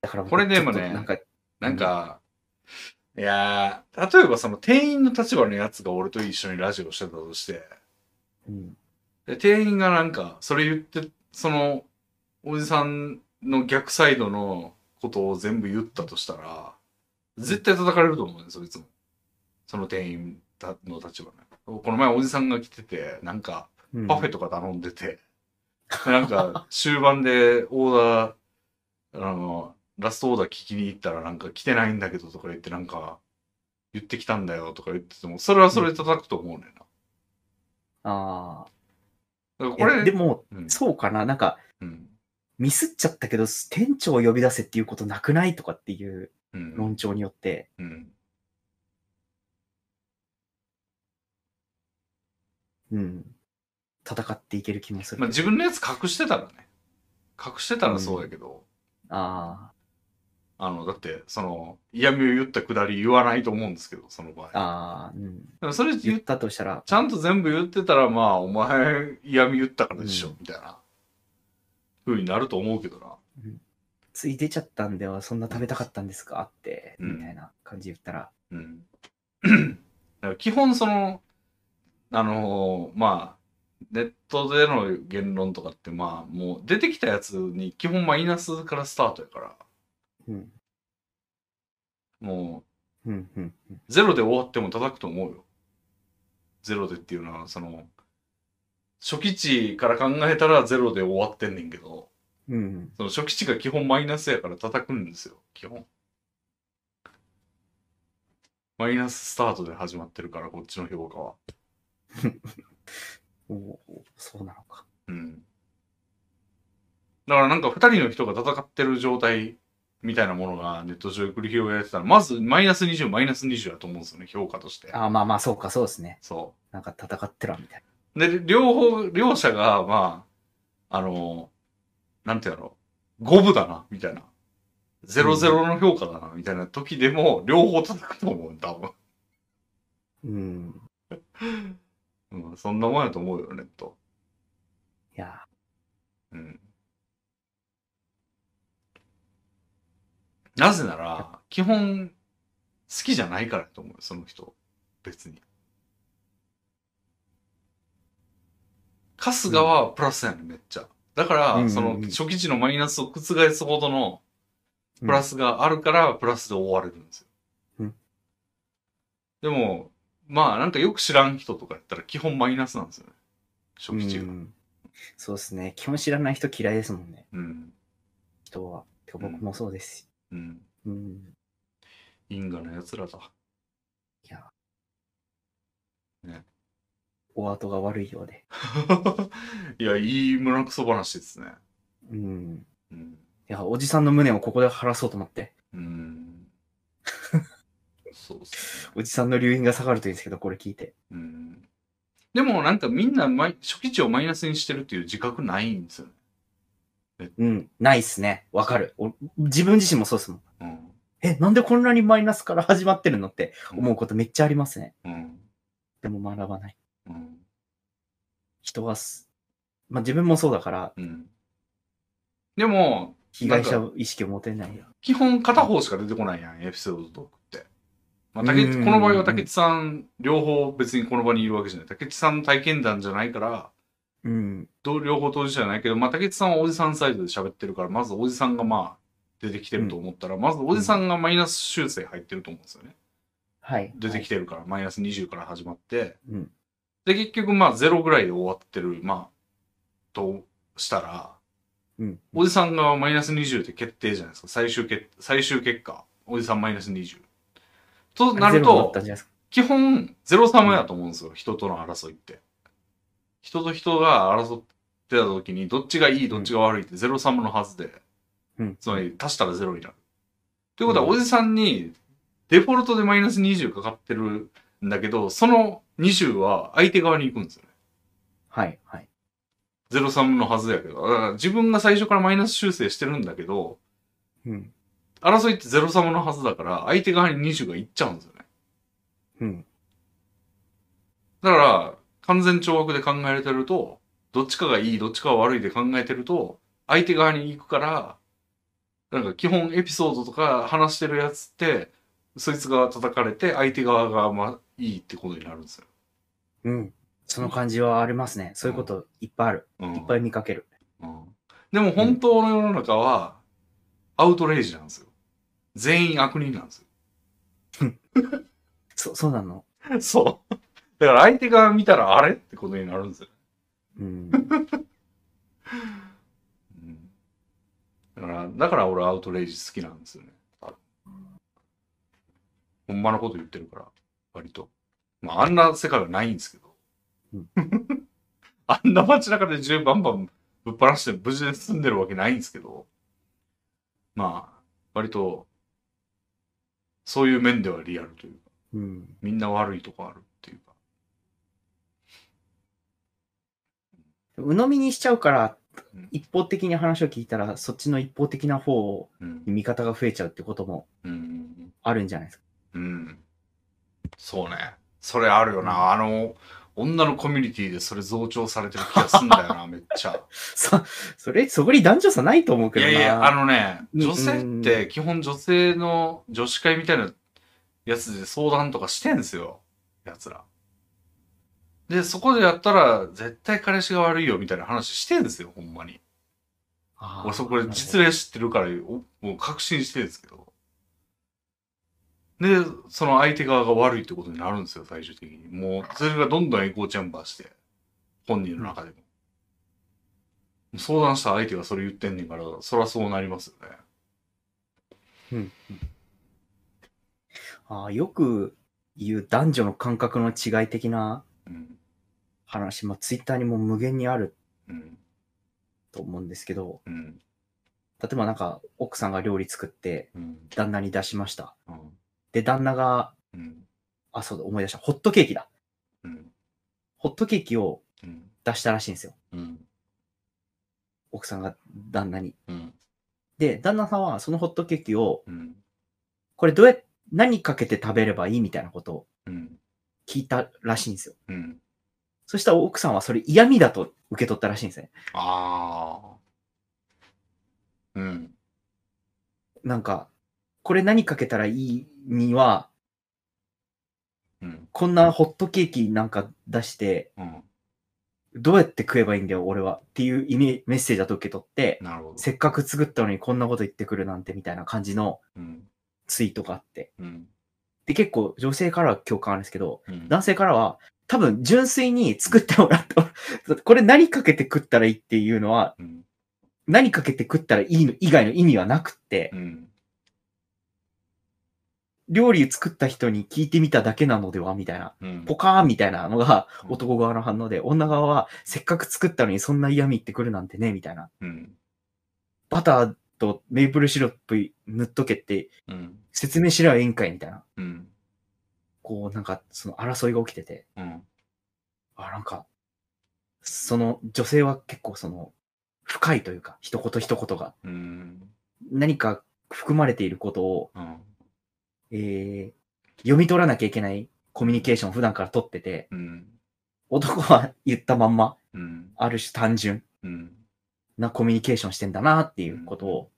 だから僕これでもねちょっとなんか、なんか、いやー、例えばその店員の立場のやつが俺と一緒にラジオしてたとして、うん、で店員がなんか、それ言って、その、おじさんの逆サイドのことを全部言ったとしたら、絶対叩かれると思うね、そいつも。その店員たの立場ね。この前おじさんが来てて、なんか、うんパフェとか頼んでて、でなん か、終盤でオーダー、あの、ラストオーダー聞きに行ったらなんか来てないんだけどとか言ってなんか、言ってきたんだよとか言ってても、それはそれで叩くと思うねんな。あだあ。かいやらこれ、でも、うん、そうかな。なんか、うん、ミスっちゃったけど、店長を呼び出せっていうことなくないとかっていううん、論調によって、うん、うん、戦っていける気もする。まあ自分のやつ隠してたらね、隠してたらそうやけど、ああの、だって、その、嫌味を言ったくだり言わないと思うんですけど、その場合あ、。ああ、うん。でもそれ言言っったとしたら、ちゃんと全部言ってたら、まあ、お前嫌味言ったからでしょ、うんみたいな、ふうになると思うけどな。つい出ちゃったんでは、そんな食べたかったんですかって、うんみたいな感じで言ったら、うん。 だから基本、その、あのーまあ、ネットでの言論とかって、まあ、もう出てきたやつに基本マイナスからスタートやから、うん、もうん、うん、うんう、ゼロで終わっても叩くと思うよ。ゼロでっていうのは、その、初期値から考えたらゼロで終わってんねんけど、うん、その初期値が基本マイナスやから叩くんですよ、基本。マイナススタートで始まってるから、こっちの評価は。おーそうなのか。うん。だからなんか二人の人が戦ってる状態みたいなものがネット上で繰り広げられてたら、まずマイナス20、マイナス20だと思うんですよね、評価として。ああ、まあまあ、そうか、そうですね。そ。なんか戦ってらみたいうで、両方、両者が、まあ、あの、なんてやろう、五分だな、みたいな。ゼロゼロの評価だな、みたいな時でも、両方叩くと思う、多分。な。うん。うん、そんなもんやと思うよ、ネット。いやうん。なぜなら、基本、好きじゃないからやと思うよ、その人。別に。春日はプラスやね、めっちゃ。だから、うんうんうんその初期値のマイナスを覆すほどのうんプラスがあるから、プラスで覆われるんですよ。うんでも、まあ、なんかよく知らん人とかやったら基本マイナスなんですよね。ー、初期値が。うんそうですね。基本知らない人嫌いですもんね、うん。人は。てか僕もそうですし。うん。うん。因果の奴らだ。 いや。ね。お後が悪いようで。いや、いい胸くそ話ですね。うん。うん。いや、おじさんの無念をここで晴らそうと思って。うん。 そうっすね。おじさんの留飲が下がるといいんですけど、これ聞いて。うん。でもなんかみんなマイ初期値をマイナスにしてるっていう自覚ないんですよね。うん。ないっすね。わかる。お自分自身もそうっすもん。うん。え、なんでこんなにマイナスから始まってるのって思うことめっちゃありますね。うん。でも学ばない。うん。人はす、まあ、自分もそうだから、うん。でも、被害な者ん意識を持てないよ。基本片方しか出てこないやん、エピソードトークって。まあ、竹うん内この場合は竹内さん、両方別にこの場にいるわけじゃない。竹内さんの体験談じゃないから、うん。どう両方当事者じゃないけど、まあ、竹内さんはおじさんサイドで喋ってるから、まずおじさんがまあ、出てきてると思ったら、まずおじさんがマイナス修正入ってると思うんですよね。はい。出てきて。てるから、マイナス20から始まって、うんで、結局まあ、0ぐらいで終わってる、まあ、としたら、うん。おじさんがマイナス20って決定じゃないですか。最終結、最終結果、おじさんマイナス20。となるゼロになっとた、んじゃないですか。基本、ゼロ様やと思うんですよ、人との争いって。人と人が争ってた時に、どっちがいい、どっちが悪いってゼロ様のはずで、うん。つまり足したらゼロになる。ということは、うんおじさんに、デフォルトでマイナス20かかってるんだけど、その20は相手側に行くんですよね。はい。はい。ゼロ様のはずやけど。だから自分が最初からマイナス修正してるんだけど、うん。争いってゼロ様のはずだから、相手側に20がいっちゃうんですよね。うん。だから、完全懲悪で考えられてると、どっちかがいい、どっちかが悪いで考えてると、相手側に行くから、なんか基本エピソードとか話してるやつって、そいつが叩かれて、相手側がまあいいってことになるんですよ。うん。その感じはありますね。そういうこといっぱいある。うんいっぱい見かける。うんでも本当の世の中は、アウトレイジなんですよ。全員悪人なんですよそ、そうなの。 そう。だから相手側見たらあれってことになるんですよ。うん。うんだから、だから俺アウトレイジ好きなんですよね。ほんまのこと言ってるから、割と。まあ、あんな世界はないんですけど。うん あんな街中で銃バンバンぶっ放して無事で住んでるわけないんですけど。まあ、割と、そういう面ではリアルというか、うん。みんな悪いとこあるっていうか。鵜呑みにしちゃうからうん、一方的に話を聞いたら、そっちの一方的な方うんに味方が増えちゃうってこともうんあるんじゃないですか。うん。そうね。それあるよな。あの、女のコミュニティでそれ増長されてる気がすんだよ な、めっちゃ。そ、それ、そこに男女差ないと思ういけどやな。いや、あのね、うん女性って基本女性の女子会みたいなやつで相談とかしてんすよ。奴ら。で、そこでやったら、絶対彼氏が悪いよ、みたいな話してんすよ、ほんまに。あー俺、そこで実なる例知ってるから、おもう確信してるんですけど。で、その相手側が悪いってことになるんですよ、最終的に。もう、それがどんどんエコーチャンバーして、本人の中でも。相談した相手がそれ言ってんねんから、そらそうなりますよね。ほどあーよく言う男女の感覚の違い的なうん。話、まあ、ツイッターにも無限にあるうん。と思うんですけど、うん。例えばなんか、奥さんが料理作って、うん。旦那に出しました。うん。で、旦那が、うん。あ、そうだ、思い出した。ホットケーキだ。うん。ホットケーキをうん。出したらしいんですよ。うん。奥さんが旦那に。うん。で、旦那さんはそのホットケーキを、うん。これどうやっ、何かけて食べればいいみたいなことをうん。聞いたらしいんですよ。うん。そしたら奥さんはそれ嫌味だと受け取ったらしいんですね。ああ。うん。なんか、これ何かけたらいいには、うん。こんなホットケーキなんか出して、うん。どうやって食えばいいんだよ、俺は。っていう意味、メッセージだと受け取って、なるほど。せっかく作ったのにこんなこと言ってくるなんてみたいな感じのうん。ツイートがあって。うん。で、結構女性からは共感あるんですけど、うん。男性からは、多分純粋に作ってもらった。だってこれ何かけて食ったらいいっていうのは、うん。何かけて食ったらいいの以外の意味はなくって、うん。料理作った人に聞いてみただけなのではみたいな。うんポカーンみたいなのがうん男側の反応で、女側はせっかく作ったのにそんな嫌味言ってくるなんてね、みたいな。うん。バターとメープルシロップ塗っとけってうん。説明しろよ、委員会みたいな。うん。こう、なんか、その争いが起きてて。うん。あ、なんか、その女性は結構その、深いというか、一言一言が、うん。何か含まれていることを、うん。えー、読み取らなきゃいけないコミュニケーションを普段から取ってて、うん。男は言ったまんま、うん。ある種単純うん。なコミュニケーションしてんだなっていうことを、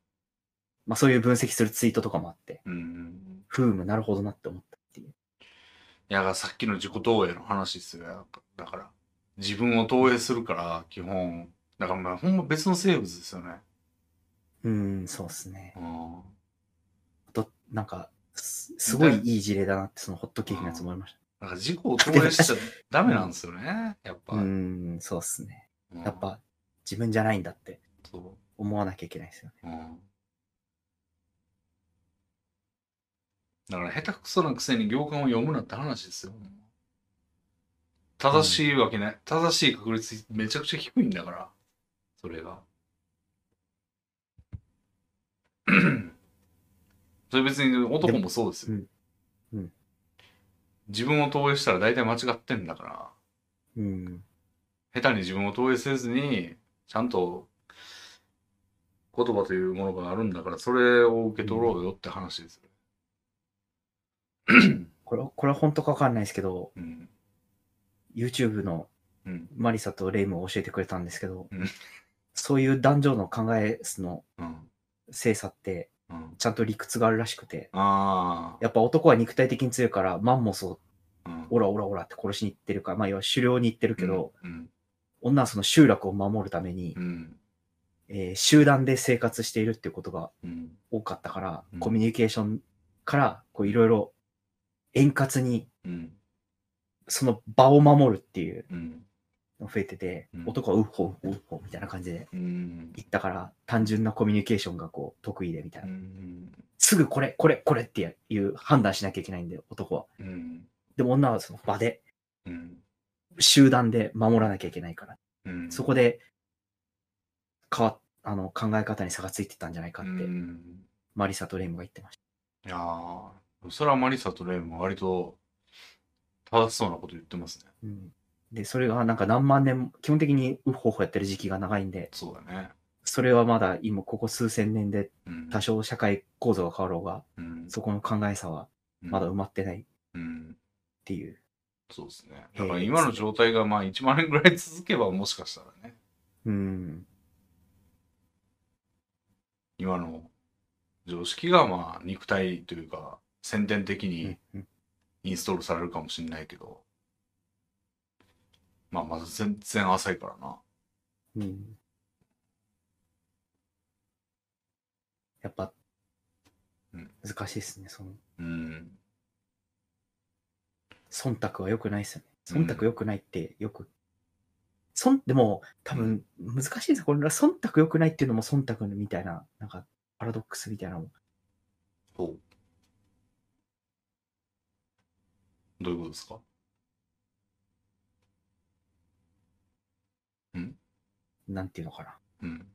まあそういう分析するツイートとかもあって、うん。ふーむ、なるほどなって思ったっていう。いや、さっきの自己投影の話っすよ。だから、自分を投影するから、基本。だからまあ、ほんま別の生物ですよね。うん、そうっすね。うん。と、なんか、すすごいいい事例だなって、そのホットケーキのやつ思いまし。なんか自己を投影しちゃダメなんですよね。やったぱ。うん、そうっすね。うんやっ。ぱ、自分じゃないんだってそ思わなきゃいけないですよね。う。うん。だから下手くそなくせに行間を読むなって話ですよ。正しいわけね。正しい確率めちゃくちゃ低いんだから。それが。 それ別に男もそうですよ。うんうん自分を投影したら大体間違ってんだから。うん。下手に自分を投影せずに、ちゃんと言葉というものがあるんだから、それを受け取ろうよって話です。これ、これは本当かわかんないですけど、うん。 YouTube のうん。マリサとレイムを教えてくれたんですけどうん、そういう男女の考えのうん。精査って、うん。ちゃんと理屈があるらしくて、あやっぱ男は肉体的に強いから、マンモスをあ。うん。オラオラオラって殺しに行ってるから、まあ、要は狩猟に行ってるけど、うん。女はその集落を守るためにう、ん。えー集団で生活しているっていうことがうん。多かったから、うんコミュニケーションから、こういろいろ円滑にうん。その場を守るっていううん。のが増えてて、うん男はウッホウッホウッホみたいな感じでうん。行ったから、単純なコミュニケーションがこう得意でみたいな。うん。すぐこれ、これ、これっていう判断しなきゃいけないんで、男は。うん。でも女はその場で、うん。集団で守らなきゃいけないから。うん。そこで、変わっあの考え方に差がついてたんじゃないかっうて、ん。マリサとレイムが言ってましいやーそれはマリサとレイも割と正しそうなこと言ってますね。た。うん、で、それがなんか何万年も、基本的にウッホウホやってる時期が長いんで、そうだね。それはまだ今、ここ数千年でうん。多少社会構造が変わろうが、うん。そこの考え差はまだ埋まってないっうん。ていう。そうですね。へだえから今の状態がまあ1万円ぐらい続けばもしかしたらね、うん。今の常識がまあ肉体というか先天的うにんうんインストールされるかもしれないけど、まあまだ全然浅いからな。うんやっぱうん、難しいですね。その、うん。忖度は良くないですようね。ん忖度良くないってよく。そん、でも、多分、難しいですよ。これ、忖度良くないっていうのも忖度みたいな、なんか、パラドックスみたいなのも。ほう。どういうことですかなんていうのかな。うん。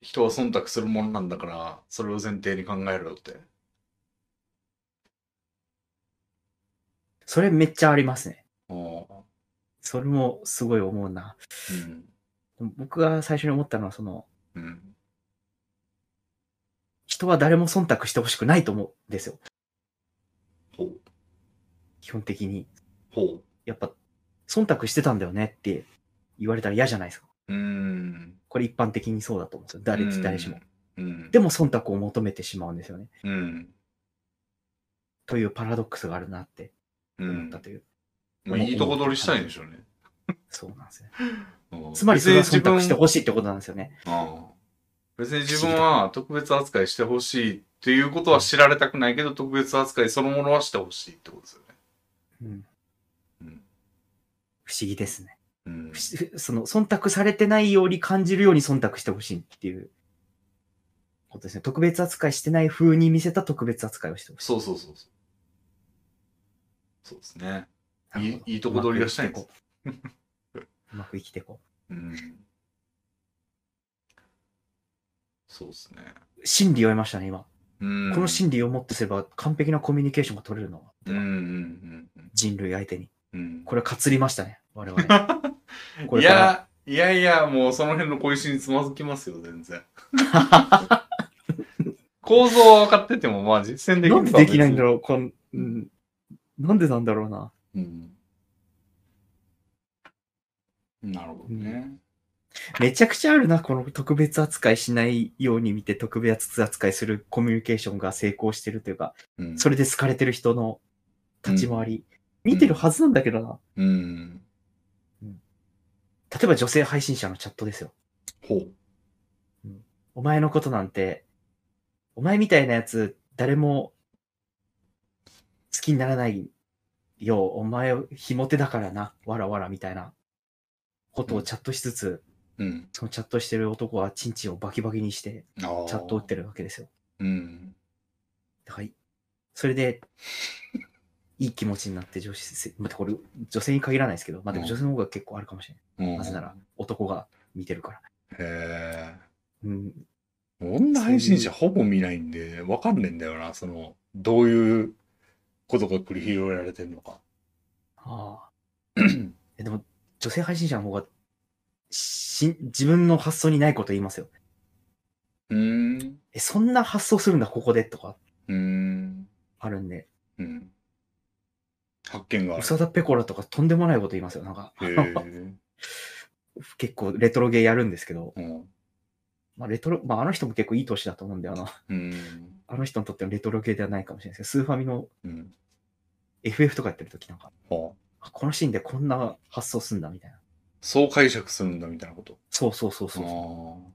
人は忖度するもんなんだから、それを前提に考えろよって。それめっちゃありますね。おそれもすごい思うな。うん。でも僕が最初に思ったのは、その、うん。人は誰も忖度してほしくないと思うんですよ。ほう。基本的に。ほう。やっぱ、忖度してたんだよねって言われたら嫌じゃないですか。うーん。これ一般的にそうだと思うんですよ。誰うん誰しも。。うん。でも忖度を求めてしまうんですよね。うん。というパラドックスがあるなってう思っんた。という。まあ、いいとこ取りしたいんでしょうね。そうなんですね。うんつまりそれは忖度別してにほしいってことなんですよね。自分ああ別に自分は特別扱いしてほしいっていうことは知られたくないけど、特別扱いそのものはしてほしいってことですよね。うん、うん不思議ですね。うん不。思その忖度されてないように感じるように忖度してほしいっていうことですね。特別扱いしてない風に見せた特別扱いをしてほしい。そうそうそうそう。そうですね。いいなるほどいいとこ取りがしたいんですうまく生きてこう。うまく生きうてこん。そうですね。う。真理を得ましたね、今。うん。この真理をもっとすれば完璧なコミュニケーションが取れるのは、うんうんうん人類相手に。うん。これはかつりましたね、我々。こいれからや、いやいや、もうその辺の小石につまずきますよ、全 然。構造は分かってても、まあ実践できなんでできないんだろろう、こん、うん、なんでなんだろうな。う。うん。なるほどね。めちゃくちゃあるな、この特別扱いしないように見て特別扱いするコミュニケーションが成功してるというか、うん。それで好かれてる人の立ち回り。うん見てるはずなんだけどな。うん。例えば女性配信者のチャットですよ。ほう。お前のことなんて、お前みたいなやつ、誰も好きにならないよ。お前、ひも手だからな。わらわらみたいなことをチャットしつつ、うん。そのチャットしてる男はチンチンをバキバキにして、あーチャットを打ってるわけですよ。うん。だからいそれで、いい気持ちになって女子せ、まあ、これ女性に限らないですけど、まあでも女性の方が結構あるかもしれない。うんなぜなら男が見てるから。へうん、え。女配信者ほぼ見ないんで、わかんねえんだよな、その、どういうことが繰り広げられてるのか。ああ。えでも、女性配信者の方がし、自分の発想にないこと言いますよ。うん。え、そんな発想するんだ、ここでとかうん。あるんで、うん。発見があウる。サダペコラとかとんでもないこと言いますよ。なんか、へえ。結構レトロゲーやるんですけど、うん。まあ、レトロ、まあ、あの人も結構いい年だと思うんで、あの、うん。 あの人にとってのレトロ系ではないかもしれないですけど、スーファミのうん。 FF とかやってる時なんか、はあ。あこのシーンでこんな発想すんだみたいな。そう解釈するんだみたいなこと。そうそうそうそそうう。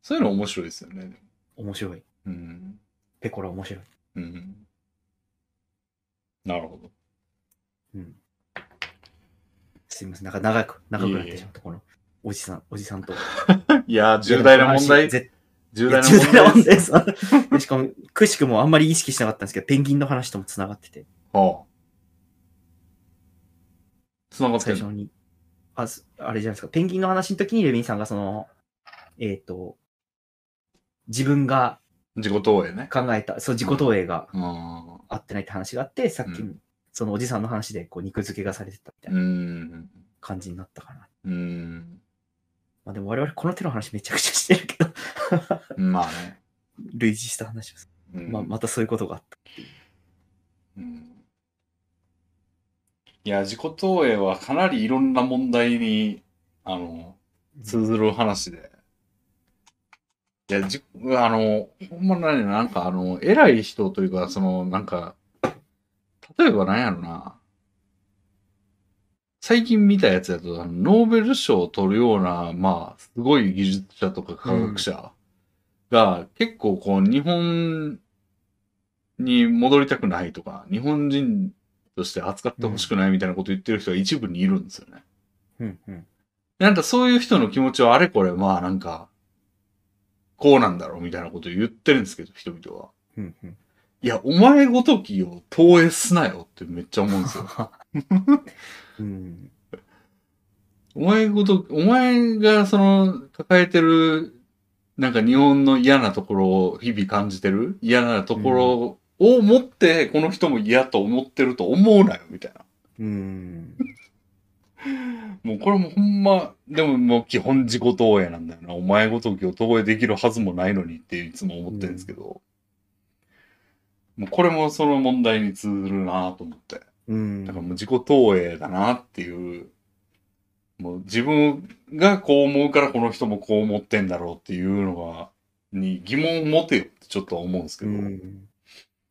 そういうの面白いですよね。面白い。うん。ペコラ面白い。うん。なるほど。うん。すみません。なんか長く、長くなってしまった、この、おじさん、おじさんと。いやー、 重大な問題。絶重重大大な問な題問題です。です。 でしかも、くしくもあんまり意識しなかったんですけど、ペンギンの話とも繋がってて、はあ。つながって最る初に、あすあれじゃないですか、ペンギンの話の時にレビンさんがその、えっ、と、自分が自己投影ね。考えた、そう、自己投影がうん。合ってないって話があって、さっき、う。そのおじさんの話でこう肉付けがされてたみたいうなん感じになったかな。うん。まあでも我々この手の話めちゃくちゃしてるけど、 まあね。類似した話です。うんまあまたそういうことがあった。うんいや、自己投影はかなりいろんな問題に、あの、通ずる話で。いや、じ、あの、ほんまね、なんかあの、偉い人というか、その、なんか、例えばなんやろな。最近見たやつだと、あのノーベル賞を取るような、まあ、すごい技術者とか科学者が、結構こう、日本に戻りたくないとか、日本人として扱ってほしくないみたいなこと言ってる人が一部にいるんですよね。うんうん。なんかそういう人の気持ちはあれこれ、まあなんか、こうなんだろうみたいなことを言ってるんですけど、人々は。うんうん。いや、お前ごときを投影すなよってめっちゃ思うんですよ。うん。お前ごと、お前がその抱えてる、なんか日本の嫌なところを日々感じてる嫌なところを持って、この人も嫌と思ってると思うなよ、みたいな。うん。もうこれもほんま、でももう基本自己投影なんだよな。お前ごときを投影できるはずもないのにっていつも思ってるんですけど。もうこれもその問題に通ずるなと思って。うん。だからもう自己投影だなっていう。もう自分がこう思うからこの人もこう思ってんだろうっていうのが、に疑問を持てよってちょっとは思うんですけうど。ん。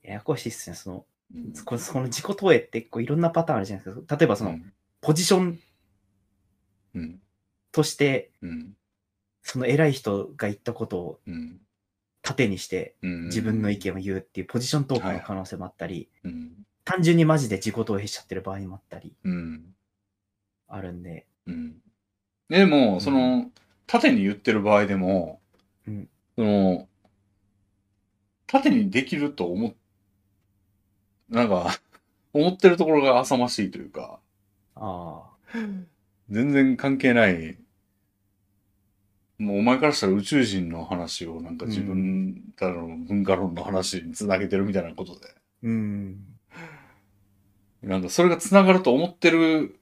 ややこしいっすね。その、うんこのこの自己投影ってこういろんなパターンあるじゃないですか。例えばその、ポジションうん。として、うん。その偉い人が言ったことをうん。盾にしてうん。自分の意見を言うっていうポジショントークの可能性もあったり、うん。単純にマジで自己投影しちゃってる場合もあったりうん。あるんで、うんでも、んその、縦に言ってる場合でも、うんその、縦にできると思っ、なんか、 思ってるところが浅ましいというか、ああ。全然関係ない、もうお前からしたら宇宙人の話をなんか自分からの文化論の話につなげてるみたいなことで、うん。なんかそれがつながると思ってる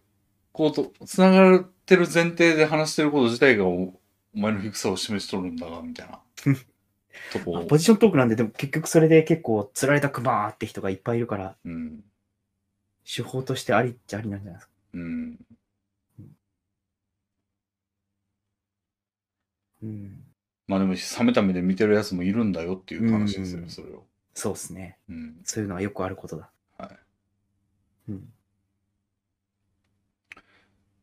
こと、つながってる前提で話してること自体がおお前の低さを示しとるんだが、みたい な。とまあこポジショントークなんで、でも結局それで結構釣られたくばーって人がいっぱいいるから、うん。手法としてありっちゃありなんじゃないですか。うん。うん。まあでも、冷めた目で見てるやつもいるんだよっていう話ですようね、んそれを。そうっすね。うん。そういうのはよくあることだ。はい。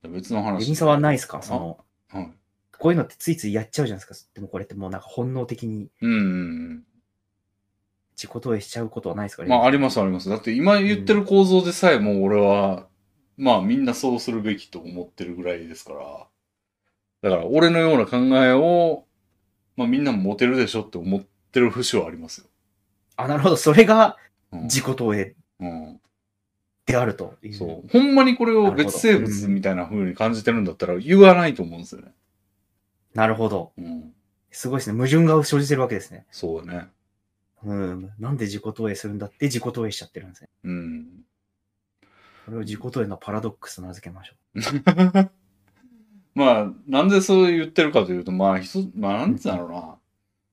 別の話。ユニサはないですかその、はい。こういうのってついついやっちゃうじゃないですか。でもこれってもうなんか本能的にうんうん自己投影しちゃうことはないですか。うん。まあ、ありますすあります。だって今言ってる構造でさえもう俺は、まあみんなそうするべきと思ってるぐらいですから。だから俺のような考えを、まあみんなも持てるでしょって思ってる節はありますよ。あ、なるほど。それがうん自己投影うん、であるという。そう。ほんまにこれを別生物みたいな風に感じてるんだったら言わないと思うんですよね。なるほど。うん。すごいですね。矛盾が生じてるわけですね。そうだね。うん。なんで自己投影するんだって自己投影しちゃってるんですね。うん。これを自己投影のパラドックスと名付けましょまあ、なんでそう言ってるかというと、まあ、ひとまあ、なんつうんだろうな。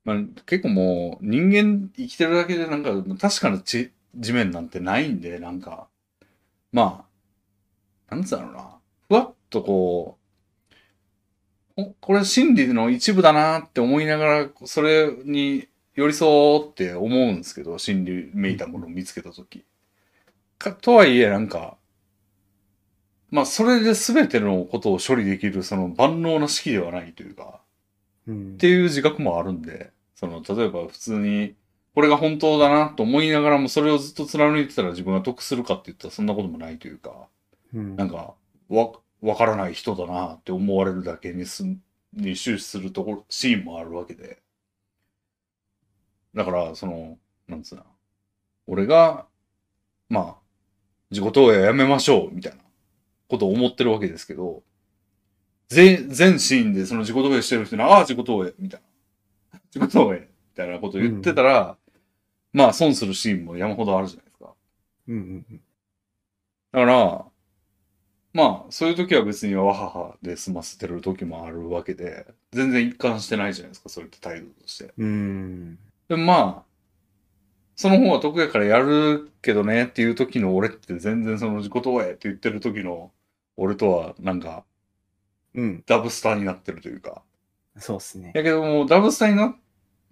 まあ、結構もう、人間生きてるだけで、なんか、確かな地、地面なんてないんで、なんか、まあ、なんつうんだろうな。ふわっとこう、おこれ真理の一部だなって思いながら、それに寄り添おうって思うんですけど、真理めいたものを見つけたとき。か、とはいえ、なんか、まあ、それで全てのことを処理できる、その万能な式ではないというか、う。うんっていう自覚もあるんで、その、例えば普通に、これが本当だなと思いながらも、それをずっと貫いてたら自分が得するかって言ったらそんなこともないというか、うんなんか、わ、わからない人だなって思われるだけにすん、に終始するところ、シーンもあるわけで。だから、その、なんつうな。俺が、まあ、自己投影はやめましょう、みたいなことを思ってるわけですけど、全、全シーンでその自己投影してる人に、ああ、自己投影、みたいな。自己投影、みたいなことを言ってたら、まあ、損するシーンも山ほどあるじゃないですか。うんうんうん。だから、まあ、そういう時は別にわははで済ませてる時もあるわけで、全然一貫してないじゃないですか、それって態度として。うん。でもまあ、その方が得やからやるけどねっていう時の俺って全然その自己投影って言ってる時の俺とはなんかうん。ダブスターになってるというか。そうっすね。やけどもうダブスターにな、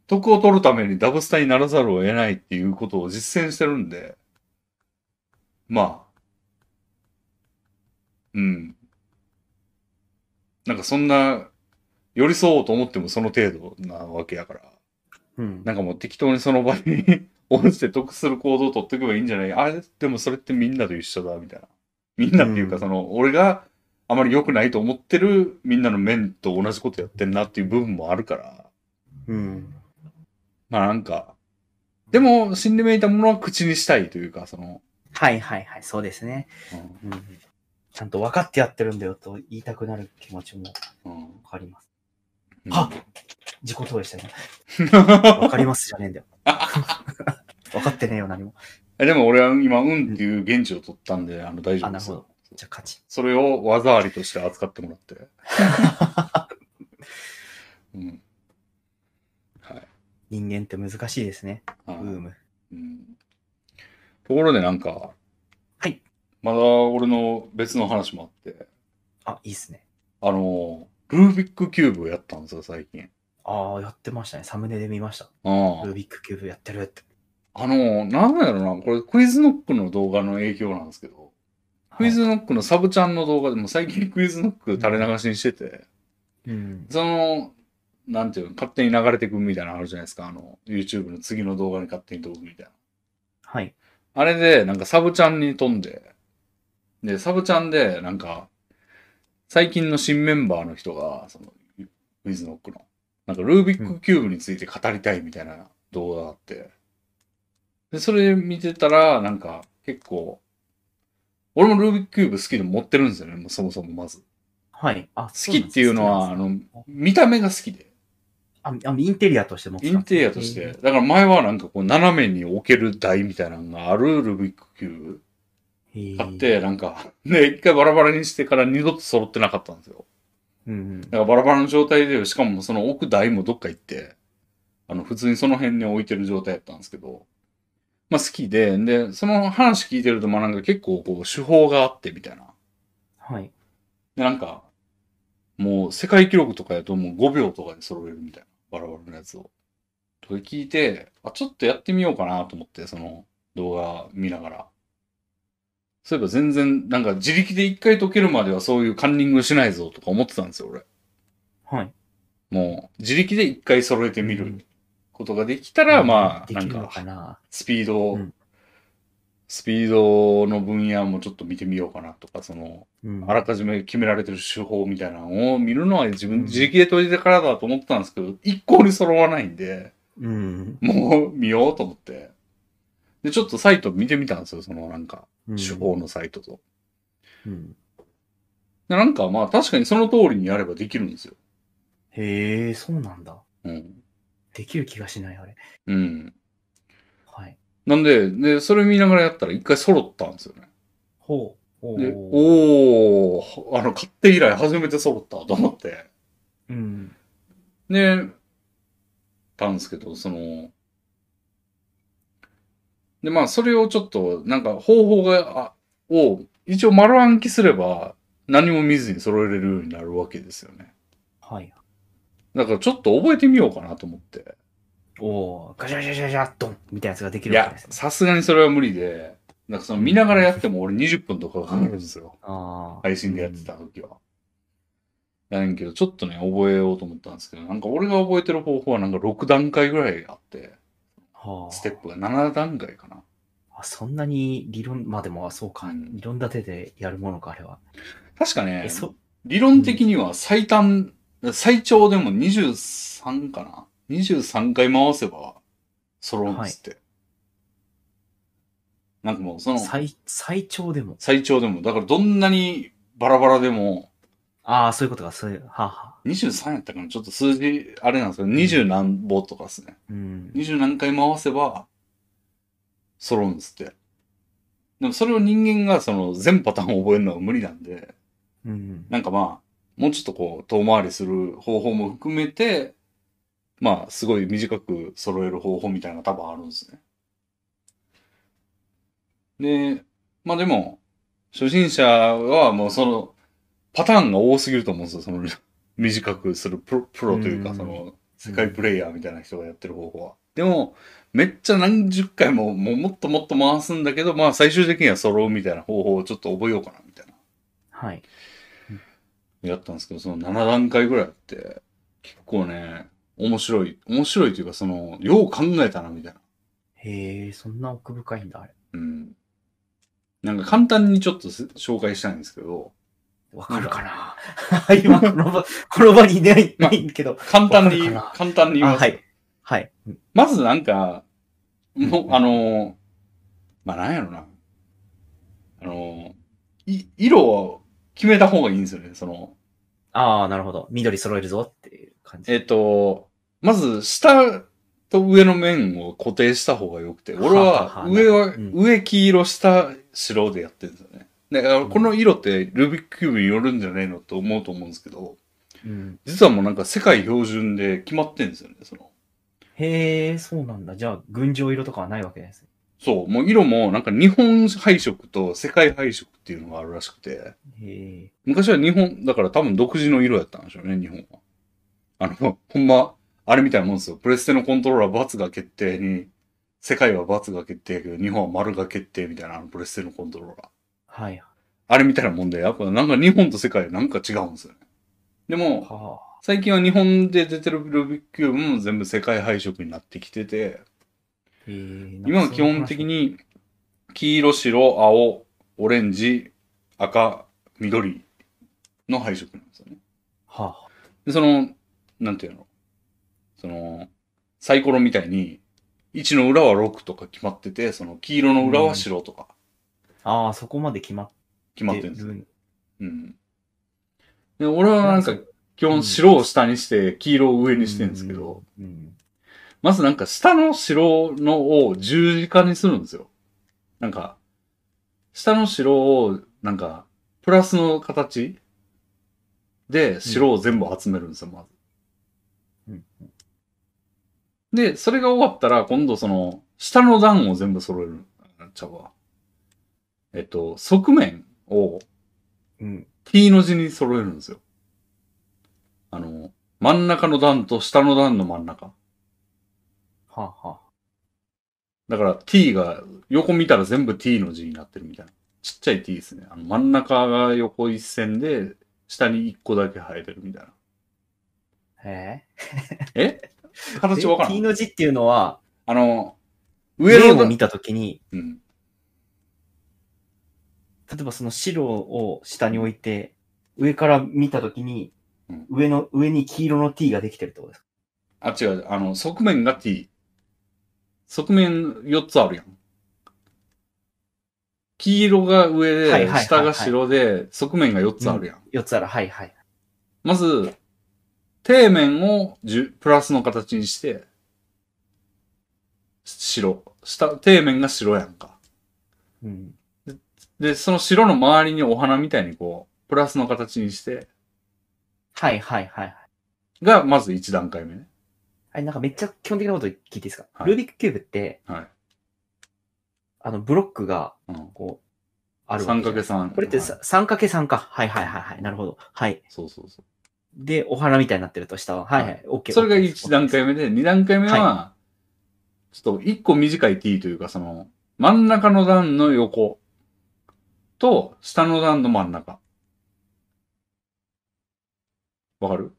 得を取るためにダブスターにならざるを得ないっていうことを実践してるんで、まあ、うん。なんかそんな、寄り添おうと思ってもその程度なわけやから、うん。なんかもう適当にその場に 応じて得する行動を取っておけばいいんじゃないあれでもそれってみんなと一緒だ、みたいな。みんなっていううかんその、俺があまり良くないと思ってるみんなの面と同じことやってんなっていう部分もあるから、うん。まあなんか、でも、死んでめいたものは口にしたいというか、その、はいはいはい。そうですね。うんうん。ちゃんと分かってやってるんだよと言いたくなる気持ちもうんわかります。うんは自己投影したね。 わかりますじゃねえんだよ。分かってねえよ、何も。えでも俺は今、うんっていう現地を取ったんで、あの、大丈夫ですあなるよ。じゃあ、勝ち。それを技ありとして扱ってもら って。うん。はい。人間って難しいですね。はいブーム。うんところでなんか、はい。まだ俺の別の話もあって、あ、いいっすね。あの、ルービックキューブをやったんですよ、最近。ああ、やってましたね。サムネで見ました。ああルービックキューブやってるって。あの、なんだろうな、これクイズノックの動画の影響なんですけど、クイズノックのサブちゃんの動画でも最近クイズノック垂れ流しにしてて、うん。その、なんていうの、勝手に流れてくみたいなのあるじゃないですか、あの、YouTube の次の動画に勝手に飛ぶみたいな。はい。あれで、なんかサブちゃんに飛んで、で、サブちゃんで、なんか、最近の新メンバーの人が、その、クイズノックの、なんかルービックキューブについて語りたいみたいな動画があって、で、それ見てたら、なんか、結構、俺もルービックキューブ好きで持ってるんですよね、もうそもそもまず。はい。あ、好きっていうのは、あそうなんですね、の、見た目が好きで、ああインテリアとして持ってイたンテリアとして。。だから前はなんかこう、斜めに置ける台みたいなのがあるルービックキューブ。へー買っ。て、なんか、ね、一回バラバラにしてから二度と揃ってなかったんですよ。うんだからバラバラの状態で、しかもその奥台もどっか行って、あの、普通にその辺に置いてる状態やったんですけど、まあ好きで、で、その話聞いてると、まあなんか結構こう、手法があってみたいな。うん。はい。で、なんか、もう世界記録とかやともう5秒とかで揃えるみたいな。バラバラのやつを。とか聞いて、あ、ちょっとやってみようかなと思って、その動画見ながら。そういえば全然、なんか自力で一回解けるまではそういうカンニングしないぞとか思ってたんですよ、俺。はい。もう、自力で一回揃えてみることができたら、まあ、でなきんるのかか、な。スピードを、うんスピードの分野もちょっと見てみようかなとか、その、うんあらかじめ決められてる手法みたいなのを見るのは自うん分自力で解いてからだと思ってたんですけど、一向に揃わないんで、うん。もう見ようと思って。で、ちょっとサイト見てみたんですよ、そのなんか、うん手法のサイトと。うん。で、なんかまあ確かにその通りにやればできるんですよ。へえ、そうなんだ。うん。できる気がしない、あれ。うん。はい。なんで、で、それ見ながらやったら一回揃ったんですよね。ほう。おで、ーおー、あの、買って以来初めて揃ったと思って。うん。で、たんですけど、その、で、まあ、それをちょっと、なんか、方法が、あを、一応丸暗記すれば、何も見ずに揃えれるようになるわけですよね。はい。だから、ちょっと覚えてみようかなと思って。おーガシャガシャガシャガシャドンみたいなやつができいるわけやで、すね。さすがにそれは無理で、なんかその、見ながらやっても俺20分とかかかるんですよ。ああ。配信でやってた時は。やねんけど、ちょっとね、覚えようと思ったんですけど、なんか俺が覚えてる方法はなんか6段階ぐらいあって、はあ。ステップが7段階かな。あそんなに理論、まあでも、そうか。うん理論立てでやるものか、あれは。確かねえ、、そ、理論的には最短、最長でも23かな ?23 回回せば揃うんですって。なんかもうその最、最長でも。最長でも、だからどんなにバラバラでも、ああ、そういうことか、そういう、はあ、はあ。 23やったかなちょっと数字、あれなんですけど、20何歩とかですね。うん。 20何回回せば、揃うんですって。でもそれを人間がその全パターンを覚えるのは無理なんで、うん。なんかまあ、もうちょっとこう、遠回りする方法も含めて、まあ、すごい短く揃える方法みたいなのが多分あるんですね。で、まあでも、初心者はもうその、パターンが多すぎると思うんですよ。その、短くするプロプロといううか、んその、世界プレイヤーみたいな人がやってる方法は。でも、めっちゃ何十回も、もうもっともっと回すんだけど、まあ最終的には揃うみたいな方法をちょっと覚えようかな、みたいな。はい。やったんですけど、その7段階ぐらいあって、結構ね、面白い、面白いというか、その、よう考えたな、みたいな。へえ、そんな奥深いんだ、あれ。うん。なんか簡単にちょっとす紹介したいんですけど、わかるかな 今、この場、この場にいない、まないんだけど。簡単にわかるかな、簡単に言いあ、ますはよ。い。はい。うんまずなんか、もうんう、あの、まあ、なんやろな。あの、い、色を決めた方がいいんですよね。その、ああ、なるほど。緑揃えるぞっていう感じ。えっ、と、まず下と上の面を固定した方が良くて、俺はあははあ上は、うん上黄色、下白でやってるんですよね。だからんこの色ってルービックキューブによるんじゃねえのと思うと思うんですけど、うん、実はもうなんか世界標準で決まってんですよね、その。へえ、そうなんだ。じゃあ、群青色とかはないわけですね。そう、もう色もなんか日本配色と世界配色っていうのがあるらしくて、へ昔は日本、だから多分独自の色やったんでしょうね、日本は。あの、 ほんま、あれみたいなもんですよ。プレステのコントローラー×が決定に、世界は×が決定やけど、日本は丸が決定みたいな、あのプレステのコントローラー。はい。あれみたいなもんで、やっぱなんか日本と世界なんか違うんですよね。でも、は最近は日本で出てるルービックキューブも全部世界配色になってきてて、あ。へえ。今は基本的。に、黄色、白、青、オレンジ、赤、緑の配色なんですよね。はあ。で、その、なんていうのその、サイコロみたいに、1の裏は6とか決まってて、その黄色の裏は白とかああ、そこまで決まっ決まっててるんですよ。る。うん。で、俺はなんか、基本白を下にして、黄色を上にしてるんですけど、うん。うん。まずなんか下の白のを十字架にするんですよ。なんか、下の白を、なんか、プラスの形で白を全部集めるんですよ、まず。うんで、それが終わったら、今度その、下の段を全部揃える。ちゃうわ。えっと、側面をうん。 T の字に揃えるんですよ。あの、真ん中の段と下の段の真ん中。はあはあ。だから t が横見たら全部 t の字になってるみたいな。ちっちゃい T ですね。あの真ん中が横一線で、下に一個だけ生えてるみたいな。えー、形わからん ?T。の字っていうのは、あの、上上をの、見たときに、うん、例えばその白を下に置いて、上から見たときにうん、上の、上に黄色の T ができてるってことですかあ、違う、あの、側面が T。側面4つあるやん。黄色が上はいはいはいで、はい下が白で、側面が4つあるやん。 ?4 つある。はいはい。まず、底面をじゅプラスの形にして、白。下、底面が白やんか。うん。で、その白の周りにお花みたいにこう、プラスの形にして、はいはいはいはい。がまず1段階目ね。あれ、なんかめっちゃ基本的なこと聞いていいですか、はいルービックキューブって、はい。あの、ブロックが、うん。こう、あるわけじゃないですか 3×3。これってはいさ 3×3 か。はいはいはいはい。なるほど。はい。そうそうそう。で、お花みたいになってると下は。はいはい。OK。それが OK です1段。階目で、2段階目は、ちょっと1個短い t というか、その、真ん中の段の横と、下の段の真ん中。わかる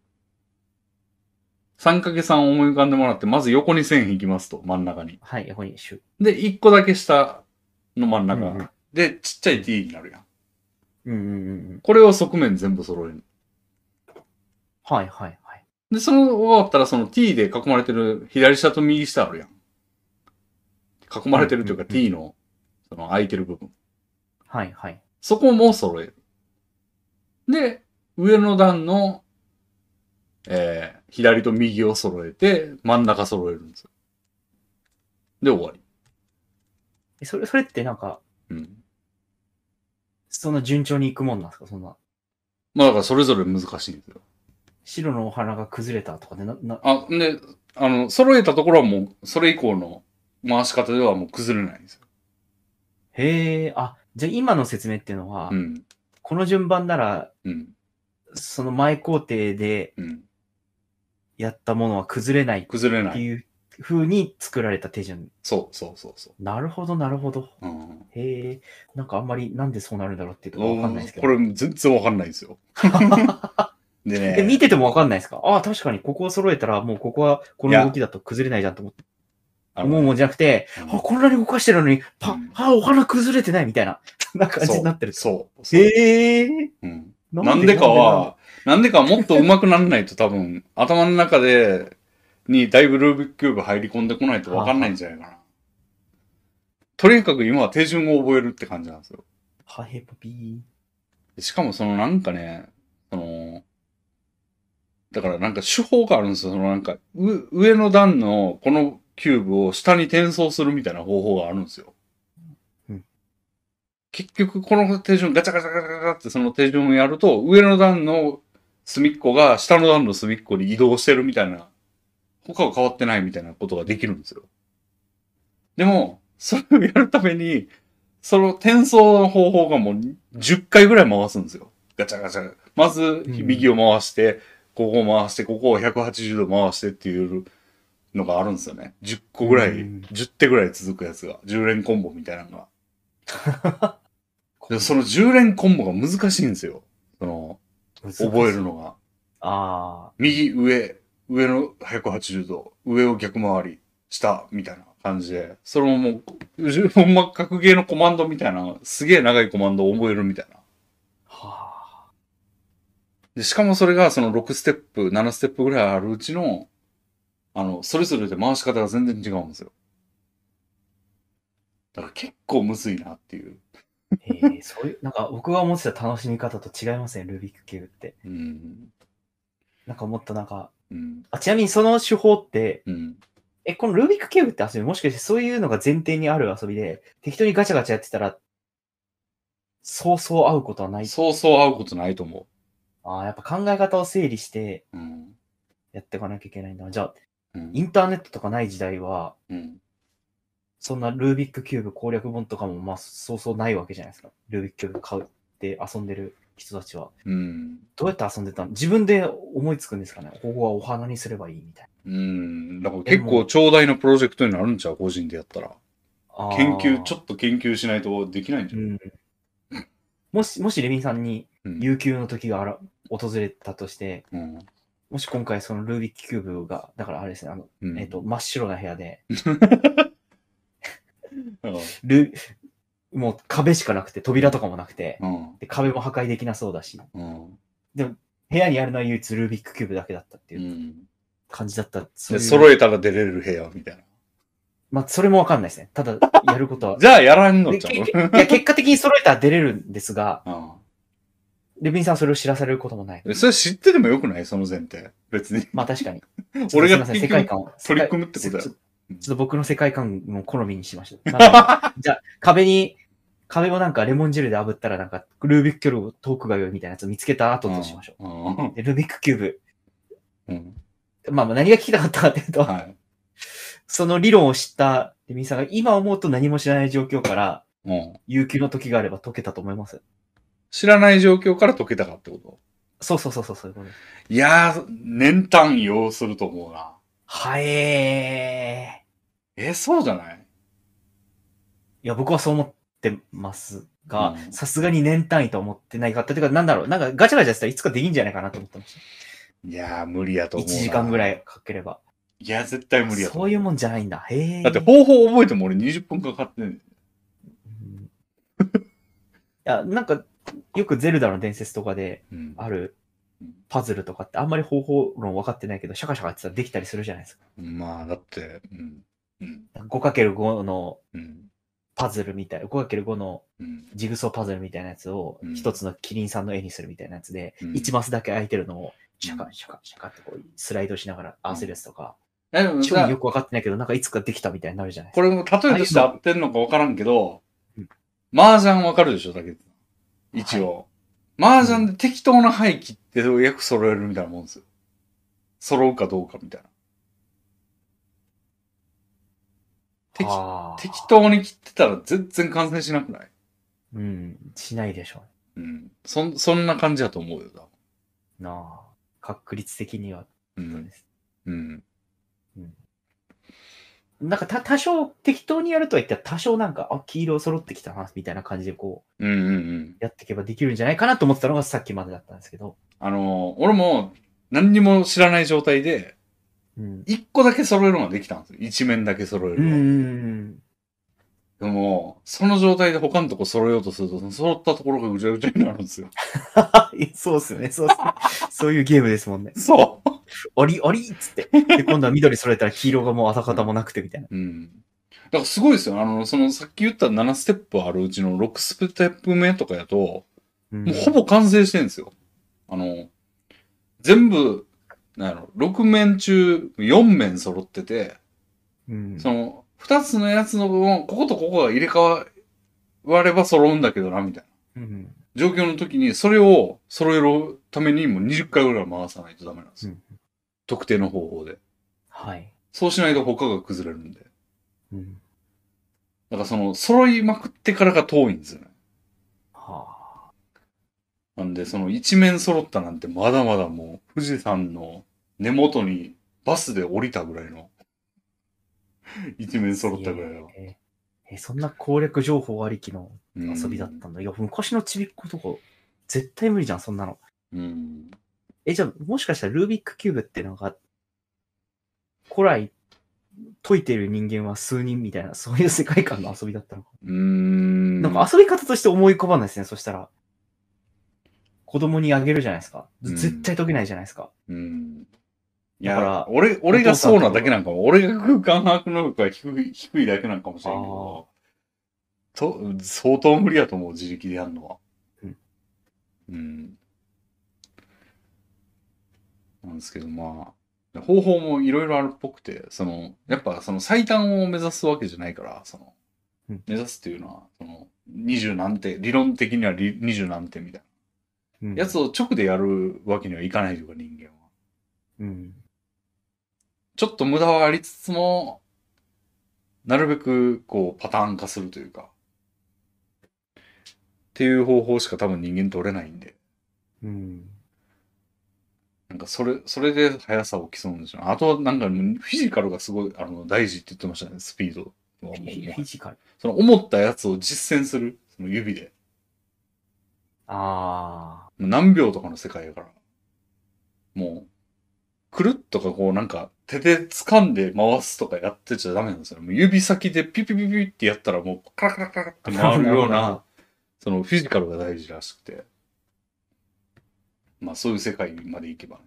?3×3 を思い浮かんでもらって、まず横に線引きますと、真ん中に。はい、横にシュッ。で、1個だけ下の真ん中。うんうんで、ちっちゃい t になるやん。うんうんうんうん。これを側面全部揃える。はいはいはい。で、その終わったらその t で囲まれてる左下と右下あるやん。囲まれてるというかうんうんうん t のその空いてる部分。はいはい。そこも揃える。で、上の段の、えー、左と右を揃えて、真ん中揃えるんですよ。で、終わり。えそれ、それってなんか、うん。そんな順調にいくもんなんですかそんな。まあだからそれぞれ難しいんですよ。白のお花が崩れたとかで、な、な、あ、んで、あの、揃えたところはもう、それ以降の回し方ではもう崩れないんですよ。へえ、あ、じゃあ今の説明っていうのは、うん。この順番なら、うん。その前工程でうん。やったものは崩れないっ崩れなてい。いう風に作られた手順。そうそうそうそなるほど、なるほど。う。うん。へえ、なんかあんまりなんでそうなるんだろうっていうとこわかんないですけど。これ全然わかんないです よ。でね。え、見ててもわかんないですかああ、確かにここを揃えたら、もうここはこいのや動きだと崩れないじゃんと思って、あの思うもんじゃなくて、うんあ、こんなに動かしてるのに、パうんあ、お花崩れてないみたいな、 そんな感じになってる。そう。そうへえ、うんなんでかなんでは、なんでかもっと上手くならないと多分、頭の中で、にだいぶルービックキューブ入り込んでこないとわかんないんじゃないかな。とにかく今は手順を覚えるって感じなんですよ。はへぱぴしかもそのなんかね、その、だからなんか手法があるんですよ。そのなんか、う上の段のこのキューブを下に転送するみたいな方法があるんですよ。うん結局この手順、ガチャガチャガチャガチャってその手順をやると、上の段の隅っこが下の段の隅っこに移動してるみたいな、他は変わってないみたいなことができるんですよ。でも、それをやるために、その転送の方法がもう10回ぐらい回すんですよ。ガチャガチャ。まず、ん右を回して、ここを回して、ここを180度回してっていうのがあるんですよね。10個ぐらい、うん10手ぐらい続くやつが、10連コンボみたいなのが。でその10連コンボが難しいんですよ。その、ー。覚える。のが。あ右、上、上の180度、上を逆回り、下、みたいな感じで、それももう、十本ま格ゲーのコマンドみたいな、すげえ長いコマンドを覚えるみたいな。あ。はあ。で、しかもそれがその6ステップ、7ステップぐらいあるうちの、あの、それぞれで回し方が全然違うんですよ。だから結構むずいなっていう。へえ、そういう、 なんか僕が思ってた楽しみ方と違いますね、ルービックキューブって。うん。なんかもっとなんか、うん。あちなみにその手法って、うん。え、このルービックキューブって遊び、もしかしてそういうのが前提にある遊びで、適当にガチャガチャやってたら、そうそう合うことはない。そうそう会うことないと思ああ、やっぱ考え方を整理してう。うん。やっていかなきゃいけないんだ。じゃあ、うんイ。ンターネットとかない時代は、うん。そんなルービックキューブ攻略本とかも、まあ、そうそうないわけじゃないですか。ルービックキューブ買って遊んでる人たちは。うん。どうやって遊んでたの自分で思いつくんですかねここはお花にすればいいみたいうん。だから結構長大なプロジェクトになるんちゃう個人でやったら。な。あー研究、ちょっと研究しないとできないんじゃうない、ん。もし、もしレビンさんにうん悠久の時があら訪れたとして、うんもし今回そのルービックキューブが、だからあれですね、あの、うんえっと、真っ白な部屋で、うんルー、もう壁しかなくて、扉とかもなくて、うんで壁も破壊できなそうだし、うん部屋にあるのは唯一ルービックキューブだけだったってういうん感じだった。そでういう揃えたら出れる部屋みたいなまあ、それもわかんないですね。ただ、や 。ることはじゃあやらんのでちゃけ いうや、結果的に揃えたら出れるんですが、うんレビンさんはそれを知らされることもない。えそれ知っててもよくないその前提。別に。まあ確 かに。俺がすいません世界観を。取り組むってことだよちょちょちょっと僕の世界観の好みにしま した。なんかじゃあ、壁に、壁をなんかレモン汁で炙ったらなんか、ルービックキューブをトークが良いみたいなやつを見つけた後としましょょう。でルービックキューブ。うん。うん。まあまあ何が聞きたかったかっていうと、はい。その理論を知ったレミさんが今思うと何も知らない状況から、うん。悠久の時があれば解けたと思います。知らない状況から解けたかってことそうそうそうそう、そういうことです。いやー、年単要すると思うな。はええ、そうじゃないー。いや、僕はそう思ってますがう、んさすがに年単位とは思ってないかった。てか、なんだろう、なんかガチャガチャしたらいつかできんじゃないかなと思ってました。いやー、無理やと1思うな。時間ぐらい。いかければ。いや、絶対無理やとそ思ういうもんじゃないんだ。へえ。う。だって方法覚えても俺20分かかってん。うんいや、なんか、よくゼルダの伝説とかでうん。あるパズルとかってあんまり方法論分かってないけど、シャカシャカやってたらできたりするじゃないですか。まあ、だって、うん。うん。 5×5 のうん。パズルみたいな、5×5 のうん。ジグソーパズルみたいなやつをうん一つのキリンさんの絵にするみたいなやつで、うん1マスだけ空いてるのをシャうカシャカシャカってこうスライドしながら合わせるやつとか、え、でも超さよく分かってないけど、なんかいつかできたみたいになるじゃないですこか。れも例えとして合ってんのか分からんけどうん、麻雀分かるでしょ、だけど。一応。麻雀で適当な廃棄ってよく揃えるみたいなもんですよ。揃うかどうかみたいな。適あー適当に切ってたら全然完成しなくないうん、しないでしょうん。そん、そんな感じだと思うよ、多うなあ。確率的には分そうです。うん。うん。なんかた多少適当にやるとは言ったら多少なんか、あ、黄色揃ってきたな、みたいな感じでこう、うんうんうん。やっていけばできるんじゃないかなと思ってたのがさっきまでだったんですけど。あの、俺も何にも知らない状態で、うん。一個だけ揃えるのができたんですよ。一面だけ揃えうるのが。ん。でも、その状態で他のとこ揃えようとすると、その揃ったところがぐちゃぐちゃになるんです よ。いやそうっすよね、そうっすね。そういうゲームですもんね。そあり、ありっつ って。で、今度は緑揃えたら黄色がもう跡形もなくてみたいな。う。うん。だからすごいですよ。あの、その、さっき言った7ステップあるうちの6ステップ目とかやと、うんもうほぼ完成してるんですよ。あの、全部、なんやろ、6面中4面揃ってて、うん。その、2つのやつの部分、こことここが入れ替われば揃うんだけどな、みたいな。うん。状況の時に、それを揃えるためにもう20回ぐらい回さないとダメなんですよ。うん特定の方法で。はい。そうしないと他が崩れるんで。だうん。からその、揃いまくってからが遠いんですよね。はあ。なんで、その一面揃ったなんてまだまだもう、富士山の根元にバスで降りたぐらい の、一面揃ったぐらいの。えーえーそんな攻略情報ありきのうん遊びだったんだ。いや、昔のちびっ子とか、絶対無理じゃん、そんなの。うん。え、じゃあ、もしかしたらルービックキューブっていうのが、古来解いてる人間は数人みたいな、そういう世界観の遊びだったのか。うーん。なんか遊び方として思い浮かばないですね、そしたら。子供にあげるじゃないですか。うん絶対解けないじゃないですか。うん。いだやから、俺、俺がそうなだけなんかも、俺が空間把握能力が低い、低いだけなんかもしれんけど、と、相当無理やと思う、自力でやるのは。うん。うん。なんですけど、まあ、方法もいろいろあるっぽくて、その、やっぱその最短を目指すわけじゃないから、そのうん、目指すっていうのは、その、二十何点、理論的にはり二十何点みたいうんな。やつを直でやるわけにはいかないというか、人間は。うん。ちょっと無駄はありつつも、なるべくこうパターン化するというか、っていう方法しか多分人間取れないんで、うん。なんかそれ、それで速さを競うんでしょうね。あとはなんかもうフィジカルがすごいあの大事って言ってましたね、スピードはもフう ィフィジカル。その思ったやつを実践する、その指で。ああ。何秒とかの世界やから。もう、くるっとかこうなんか手で掴んで回すとかやってちゃダメなんですよ。もう指先でピュピュピュピュってやったらもうカラカラカラって回るような、そのフィジカルが大事らしくて。まあそういう世界まで行けばね。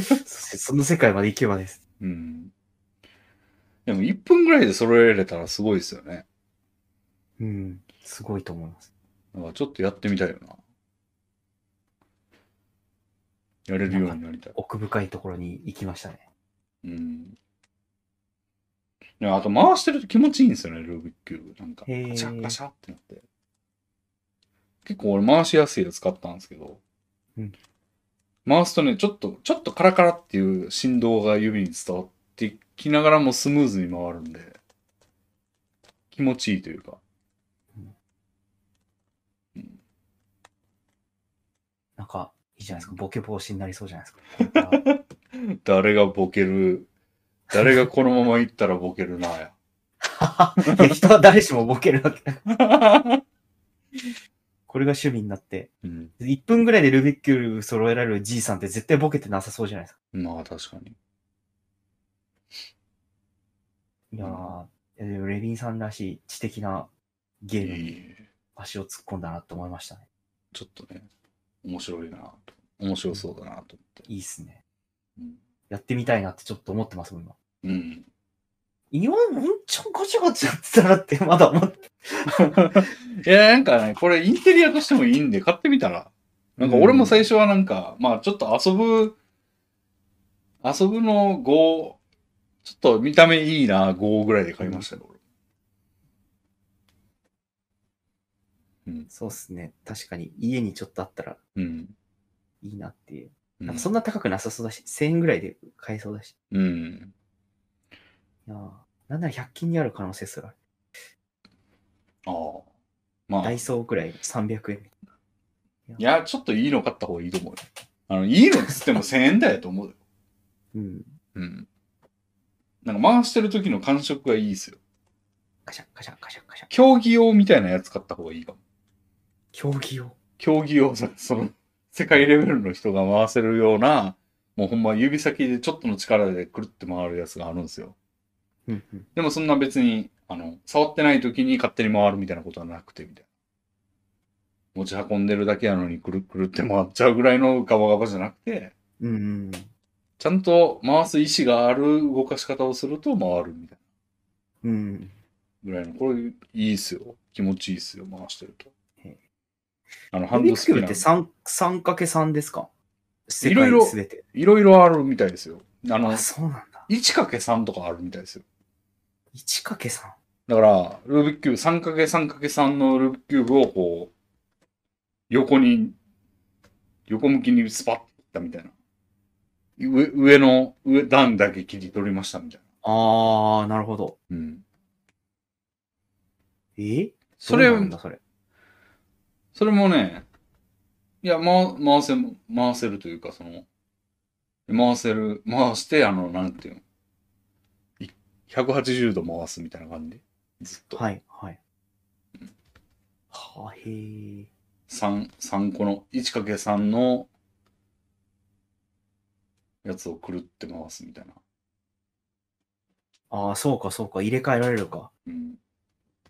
そ。その世界まで行けばです。うん。でも1分ぐらいで揃えれたらすごいですよね。うん。すごいと思います。なんかちょっとやってみたいよな。やれるようになりたい。奥深いところに行きましたね。うん。いやあと回してると気持ちいいんですよね、ルービックキューブ。なんか、へーカシャッカシャッってなって。結構俺回しやすいやつ買ったんですけど、うん回すとね、ちょっと、ちょっとカラカラっていう振動が指に伝わってきながらもスムーズに回るんで、気持ちいいというか。なんか、いいじゃないですか。ボケ防止になりそうじゃないですか。これから誰がボケる、誰がこのまま行ったらボケるなや。 いや人は誰しもボケるわけ。 これが趣味になって。うん。 1分ぐらいでルービックキューブ揃えられるじいさんって絶対ボケてなさそうじゃないですか。まあ確かに。いやー、いやでもレビンさんらしい知的なゲームいにい足を突っ込んだなと思いましたね。ちょっとね、面白いなと。面白そうだなといいっすね。思って。やってみたいなってちょっと思ってますもん、今。うん。うん、イオン、うんちょんガチャガチャやってたなってまだ思って。いや、なんかね、これインテリアとしてもいいんで、買ってみたら。なんか俺も最初はなんか、まあちょっと遊ぶ、遊ぶの5、ちょっと見た目いいな5ぐらいで買いましたよ、そうっすね。確かに家にちょっとあったら俺。うん。いいなっていう。うなんんかそんな高くなさそうだし、1000円ぐらいで買えそうだし。うん。いやーなんなら100均にある可能性すらある。ああ。まあダイ。ソーくらい300円。いや、ちょっといいの買った方がいいと思うよ。あの、いいのっつっても1000円台やと思うよ。うん。うん。なんか回してる時の感触がいいですよ。カシャカシャカシャカシャ。競技用みたいなやつ買った方がいいかも。競技用。競技用、そのその、世界レベルの人が回せるような、もうほんま指先でちょっとの力でくるって回るやつがあるんですよ。うんうん。でもそんな別に、あの、触ってない時に勝手に回るみたいなことはなくて、みたいな。持ち運んでるだけやのにくるくるって回っちゃうぐらいのガバガバじゃなくて、うんうんうん。ちゃんと回す意思がある動かし方をすると回るみたいうん。なぐらいの、これいいっすよ。気持ちいいっすよ、回してるとへえ。あの、ハハンンドドススキピルっナてー、 3、3×3 ですか世いろい界ろすべて。いろいろあるみたいですよ。あのあ、、そうなんだ。 1×3 とかあるみたいですよ。 1×3。だから、ルービックキューブ、3×3×3 のルービックキューブをこう、横に、横向きにスパッといったみたいな。上、上の、上段だけ切り取りましたみたいあー、なるほど。な。うん。えそれどうなんだ、それ。それもね、いや、ま、回せ、回せるというか、その、回せる、回して、あの、なんていうの、い180度回すみたいな感じ。ずっと。はい、はい。はへー。三三個の、1×3 の、やつをくるって回すみたいな。あー、そうか、そうか。入れ替えられるか。うん。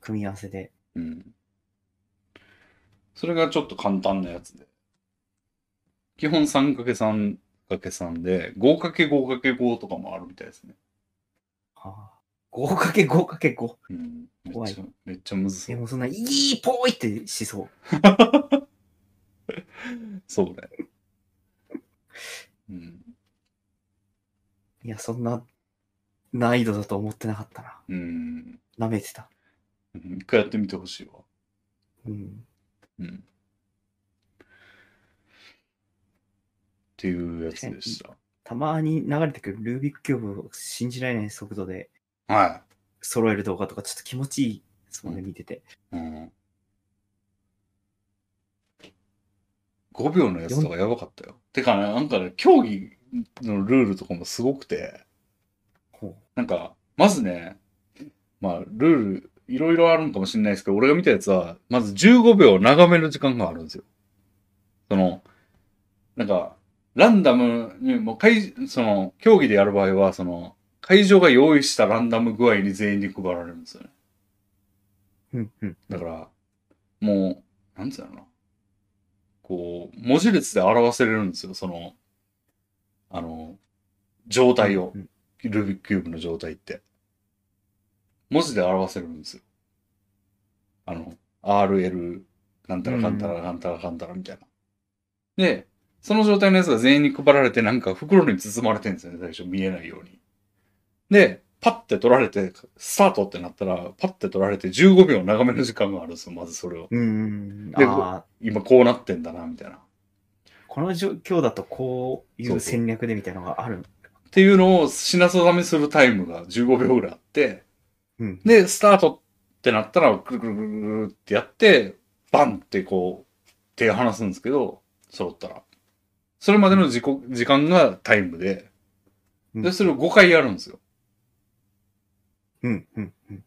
組み合わせで。うん。それがちょっと簡単なやつで。基本 3×3×3 で、5×5×5 とかもあるみたいですね。あー 5×5×5。うん。め怖いっちゃ、めっちゃむずそでう。もそんな、いいぽーいってしそう。そうね。うん。いや、そんな難易度だと思ってなかったうん。な。舐めてた。うん一回やってみてほしいわ。うん。うん。っていうやつでした。たまに流れてくるルービックキューブを信じられない速度では揃える動画とかちょっと気持ちいいですもんね、う見てて。い。うん。5秒のやつとかやばかったよ。てかね、なんかね、競技のルールとかもすごくて、ほなんか、まずね、まあ、ルール、いろいろあるのかもしれないですけど、俺が見たやつは、まず15秒長めの時間があるんですよ。その、なんか、ランダムに、もう会、その、競技でやる場合は、その、会場が用意したランダム具合に全員に配られるんですよね。うんうん。だから、もう、なんつうのかな。こう、文字列で表せれるんですよ、その、あの、状態をう。んルービックキューブの状態って。文字で表せるんですよ。あの、RL、なんたらかんたらなんたらかんたらみたいな。で、その状態のやつが全員に配られて、なんか袋に包まれてるんですよね、最初見えないように。で、パッて取られて、スタートってなったら、パッて取られて15秒長めの時間があるんですよ、まずそれを。うんうんうん。でああ、今こうなってんだな、みたいな。この状況だとこういそううそう戦略でみたいなのがある。っていうのを品定めするタイムが15秒ぐらいあって、うん。で、スタートってなったら、くるくるくるくるってやって、バンってこう、手を離すんですけど、揃ったら。それまでの時刻時間がタイムで、うんで、それを5回やるんですよ。うんうんうん。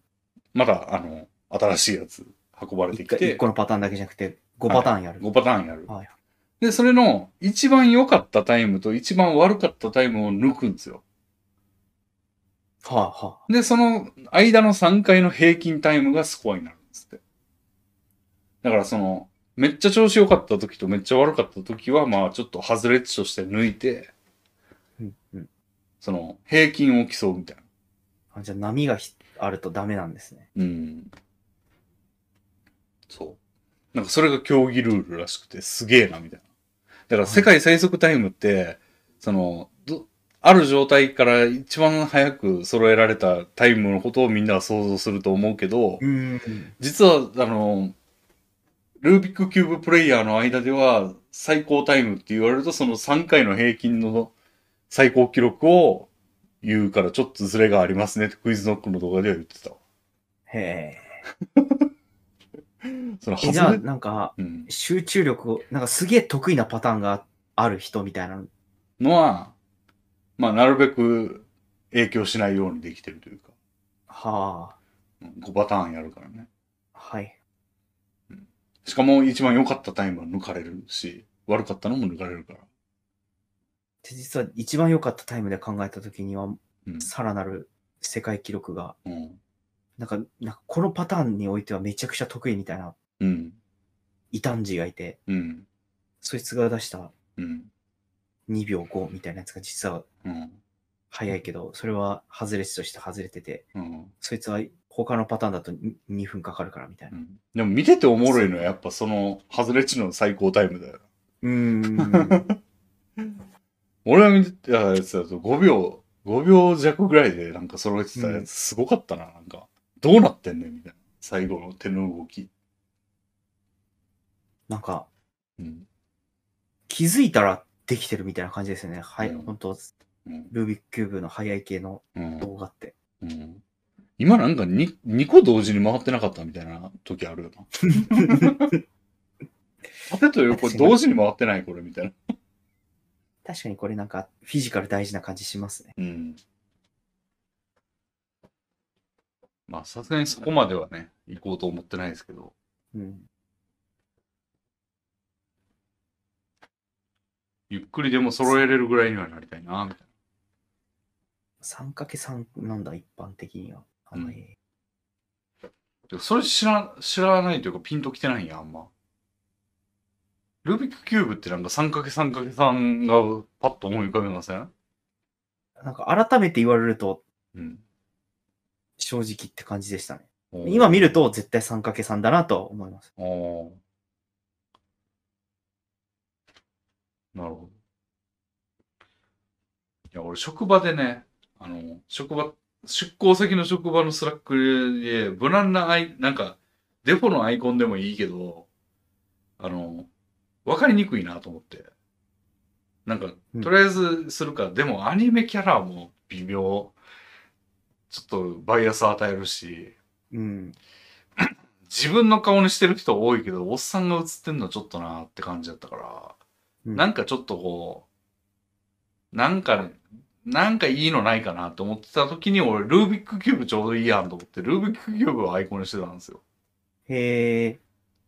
まだ、あの、新しいやつ運ばれて一き回て一、個のパターンだけじゃなくて、5パターンやる。 5パターンやる。はいで、それの一番良かったタイムと一番悪かったタイムを抜くんですよ。はあはで、その間の3回の平均タイムがスコアになるんですって。だからその、めっちゃ調子良かった時とめっちゃ悪かった時は、まあちょっと外れ値として抜いて、うんうんその、平均を競うみたいな。あ。あじゃあ波がひあるとダメなんですね。うん。そう。なんかそれが競技ルールらしくて、すげえな、みたいな。だから世界最速タイムって、その、どある状態から一番早く揃えられたタイムのことをみんなは想像すると思うけど、うん。実は、あの、ルービックキューブプレイヤーの間では、最高タイムって言われると、その3回の平均の最高記録を言うから、ちょっとズレがありますねってクイズノックの動画では言ってたわ。へえ。その、えじゃ外あ、れ、なんか、うん、集中力を、なんかすげえ得意なパターンがある人みたいなの。のは、まあ、なるべく影響しないようにできてるというか、は5パターンやるからね。あ。はい。しかも、一番良かったタイムは抜かれるし、悪かったのも抜かれるから。で実は一番良かったタイムで考えた時には、うんさらなる世界記録が、うん。なんか、なんかこのパターンにおいてはめちゃくちゃ得意みたいなうん。異端児がいて、うん。そいつが出したうん。 2秒5みたいなやつが実はうん。早いけど、それは外れ値として外れてて、うん。そいつは他のパターンだとに2分かかるからみたいな。でも見てておもろいのはやっぱその外れ値の最高タイムだよ。うーん。俺が見てたやつだと5秒、5秒弱ぐらいでなんか揃えてたやつすごかったな、なんか。どうなってんねんみたいな。最後の手の動き。なんか、うん。気づいたらできてるみたいな感じですよね。はい、うん本当うん。ルービックキューブの早い系のうん。動画って。うん、今なんか 2, 2個同時に回ってなかったみたいな時ある よな。縦と横同時に回ってないこれみたいな。確かにこれなんかフィジカル大事な感じしますね。うん。まあさすがにそこまではね、行こうと思ってないですけど。うん。ゆっくりでも揃えれるぐらいにはなりたいな、みたい 3×3 なんだ、一般的には。うんはいな。でもそれ知ら、知らないというかピンときてないんや、あんま。ルービックキューブってなんか 3×3×3 がパッと思い浮かべませんなんか改めて言われるとうん。正直って感じでしたね。今見ると絶対 3×3 だなとは思います。おー。おーなるほど。いや、俺職場でね、あの、職場、出向先の職場のスラックで、無難なアイ、なんか、デフォのアイコンでもいいけど、あの、わかりにくいなと思って。なんかう、んとりあえずするか、でもアニメキャラも微妙。ちょっとバイアス与えるし、うん。自分の顔にしてる人多いけど、おっさんが映ってんのはちょっとなーって感じだったから、うんなんかちょっとこう、なんか、なんかいいのないかなと思ってた時に、俺、ルービックキューブちょうどいいやんと思って、ルービックキューブをアイコンにしてたんですよ。へえ。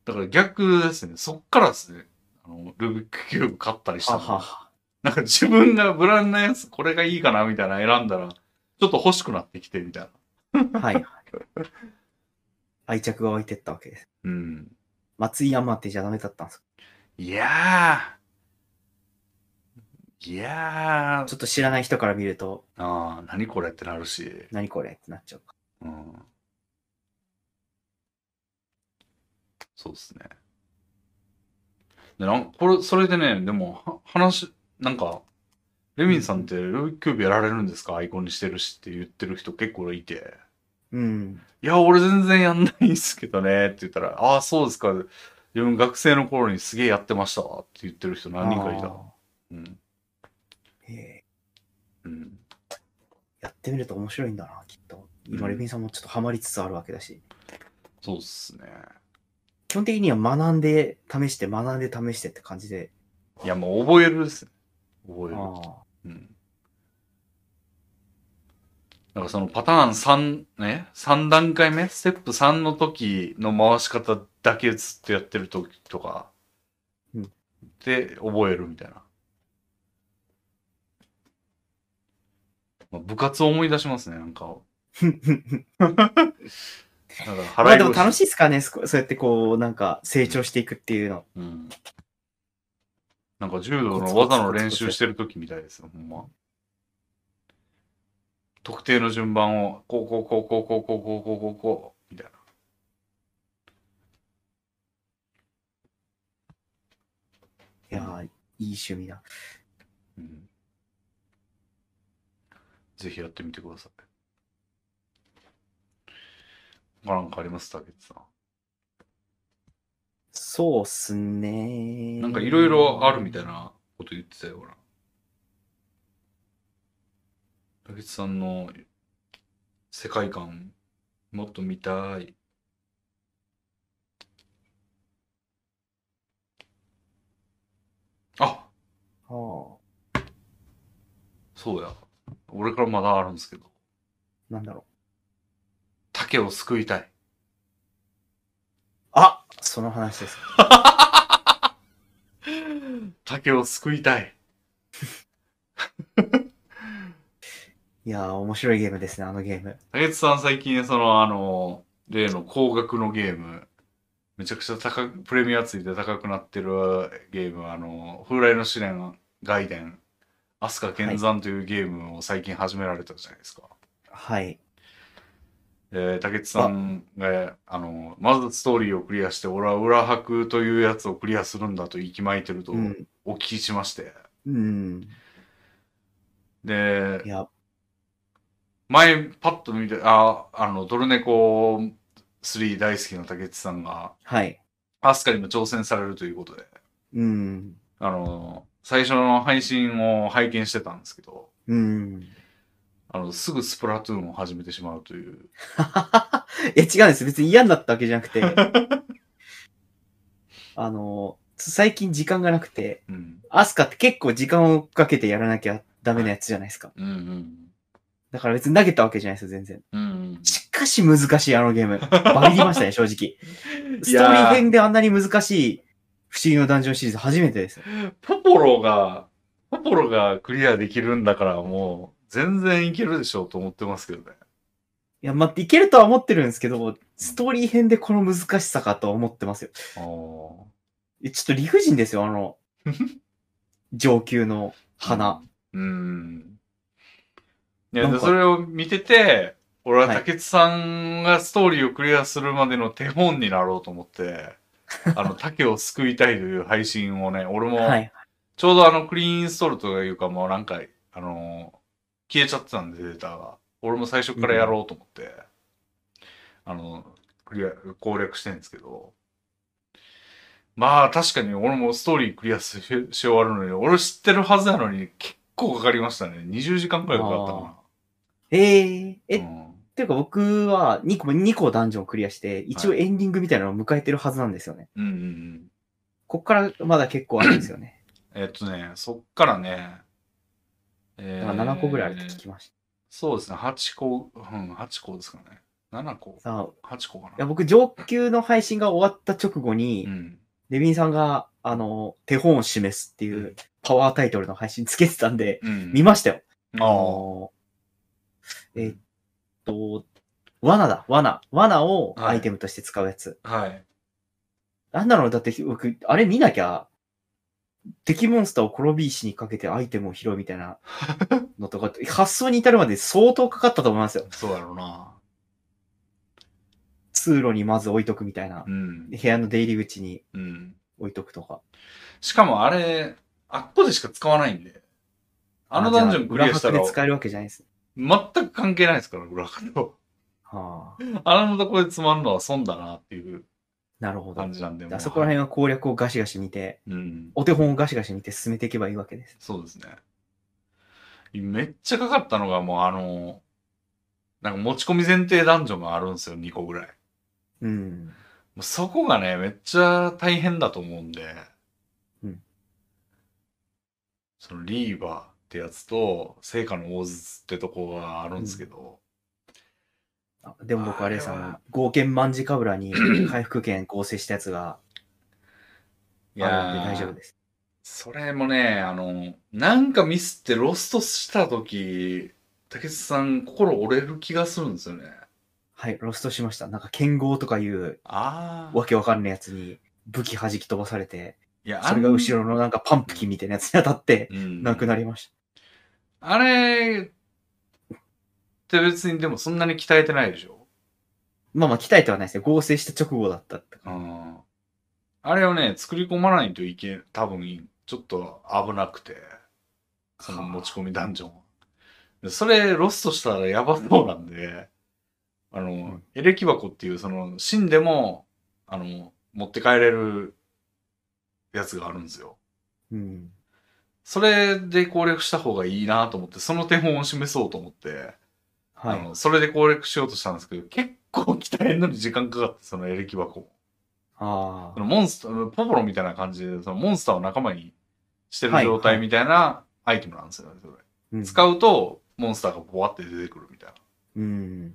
だから逆ですね。そっからですね、あの、ルービックキューブ買ったりしたあんではは。なんか自分がブランなやつ、これがいいかなみたいなの選んだら、ちょっと欲しくなってきて、みたいな。はいはい。愛着が湧いてったわけです。うん。松井山ってじゃダメだったんですかいやー。いやちー。ょっと知らない人から見ると、ああ、何これってなるし。何これってなっちゃうか。うん。そうですね。で、なんこれ、それでね、でも、は話、なんか、レミンさんってルービックキューブやられるんですかアイコンにしてるしって言ってる人結構いて。うん。いや、俺全然やんないんすけどね、って言ったら、ああ、そうですか。自分学生の頃にすげえやってましたわって言ってる人何人かいた。あうん。ーへうん。ーやってみると面白いんだな、きっと。今、うんレビンさんもちょっとハマりつつあるわけだし。そうっすね。基本的には学んで、試して、学んで、試してって感じで。いや、もう覚えるですね。覚える。ああ。うん。だからそのパターン3ね、3段階目、ステップ3の時の回し方だけずっとやってる時とか、うんで覚えるみたいな。まあ、部活を思い出しますね、なん か。なんかまあでも腰楽しいですからね、そそうやってこう、なんか成長していくっていうの。うん。なんか柔道の技の練習してる時みたいですよ、ほんま。特定の順番を、こうこうこうこうこうこうこうこうこうこう、みたいな。いやー、いい趣味だ。うん。ぜひやってみてください。他なんかあります竹内さん。そうっすね。なんかいろいろあるみたい。なこと言ってたよ、ほら。竹内さんの世界観、もっと見たい。ああーそうや。俺からまだあるんですけど。なんだろう。竹を救いたい。あその話ですか。竹を救いたい。いやー、面白いゲームですね、あのゲーム。竹内さん最近、その、あの、例の高額のゲーム、めちゃくちゃ高く、プレミアついて高くなってるゲーム、あの、風来の試練外伝、飛鳥剣山というゲームを最近始められたじゃないですか。はい。えー、竹内さんが、あの、まずストーリーをクリアして、俺は裏拍というやつをクリアするんだと息巻いてるとうん。お聞きしまして。うん。でい、や、前パッと見て、あ、あの、ドルネコ3大好きな竹内さんが、はい。アスカにも挑戦されるということで、うん。あの、最初の配信を拝見してたんですけど、うん。 あの、すぐスプラトゥーンを始めてしまうという。いや、違うんです。別に嫌になったわけじゃなく て。あのー、最近時間がなくて、うん。アスカって結構時間をかけてやらなきゃダメなやつじゃないですか。うんうん。だから別に投げたわけじゃないですよ、全然。うん、しかし難しい、あのゲーム。バリりましたね、正 直。ストーリー編であんなに難しい不思議のダンジョンシリーズ初めてです。ポポロが、ポポロがクリアできるんだからもう全然いけるでしょうと思ってますけどね。いや、待って、いけるとは思ってるんですけど、ストーリー編でこの難しさかとは思ってますよ。あーえちょっと理不尽ですよ、あ の、上級の花。。うん。いや、なんでかそれを見てて、俺は竹内さんがストーリーをクリアするまでの手本になろうと思 って、あの、竹を救いたいという配信をね、俺も、はい。ちょうどあの、クリーンインストールというか、もうなんか、あのー消えちゃってたんで、データが。俺も最初からやろうと思って、あの、クリア、攻略してんですけど。まあ、確かに俺もストーリークリアしし終わるのに、俺知ってるはずなのに、結構かかりましたね。20時間くらいかかったかえー、え、な。っうんていうか僕は2個、2個ダンジョンクリアして、一応エンディングみたいなのを迎えてるはずなんですよね。うんうんうん。こっからまだ結構あるんですよね。えっとね、そっからね、えだから7個ぐらいあるって聞きましそうですね、8個、うん、8個ですかね。7個た。、さあ、。8個かないや僕、上級の配信が終わった直後に、うん。レビンさんが、あの、手本を示すっていううんパワータイトルの配信つけてたんで、うん、見ましたよ。うんあのえっと、罠だ、罠。罠をアイテムとして使うやつ。はい。なんだろうだって、僕、あれ見なきゃ、敵モンスターを転び石にかけてアイテムを拾うみたいな のとかって、発想に至るまで相当かかったと思いますよ。そうだろうな。通路にまず置いとくみたいなう。ん。部屋の出入り口にうん。置いとくとか。しかもあれ、あっこでしか使わないんで。あのダンジョンクリアしたじゃあ裏ら拍で使えるわけじゃないです。全く関係ないですから、裏拍と。はあ、あのとこでつまんのは損だなっていうなるほど感。じなんで。もうあそこら辺は攻略をガシガシ見て、うん。お手本をガシガシ見て進めていけばいいわけです。そうですね。めっちゃかかったのがもうあの、なんか持ち込み前提ダンジョンがあるんですよ、2個ぐらい。うん。もうそこがね、めっちゃ大変だと思うんで。うんそのリーバーってやつと、聖火の大筒ってとこがあるんですけど、あでも僕、ああれれはさん、合剣万字かぶら に回復券合成したやつがいあるんでや大丈夫ー、です。それもね、あの、なんかミスってロストした時、竹内さん心折れる気がするんですよね。はい、ロストしました。なんか剣豪とかいうあわけわかんないやつに武器弾き飛ばされて、いや、それが後ろ、ろのなんかパンプキンみたいなやつに当たって、うんなくなりましあれって別にでもそんなに鍛えてないでしょ。た。まあまあ、鍛えてはないですね。合成した直後だったってう感じん。あれをね、作り込まないといけ、多分、ちょっと危なくて、その持ち込みダンジョンはでそれ、ロストしたらやばそうなんで、あの、んエレキ箱っていう、その、死んでも、あの、持って帰れるやつがあるんですよ。うん。それで攻略した方がいいなと思って、その手本を示そうと思って、はあい。のそれで攻略しようとしたんですけど、結構鍛えるのに時間かかって、そのエレキ箱も。そああ。のモンスター、ポポロみたいな感じで、そのモンスターを仲間にしてるはい状態みたいなアイテムなんですよね、それ。うん使うと、モンスターがボワって出てくるみたいうん。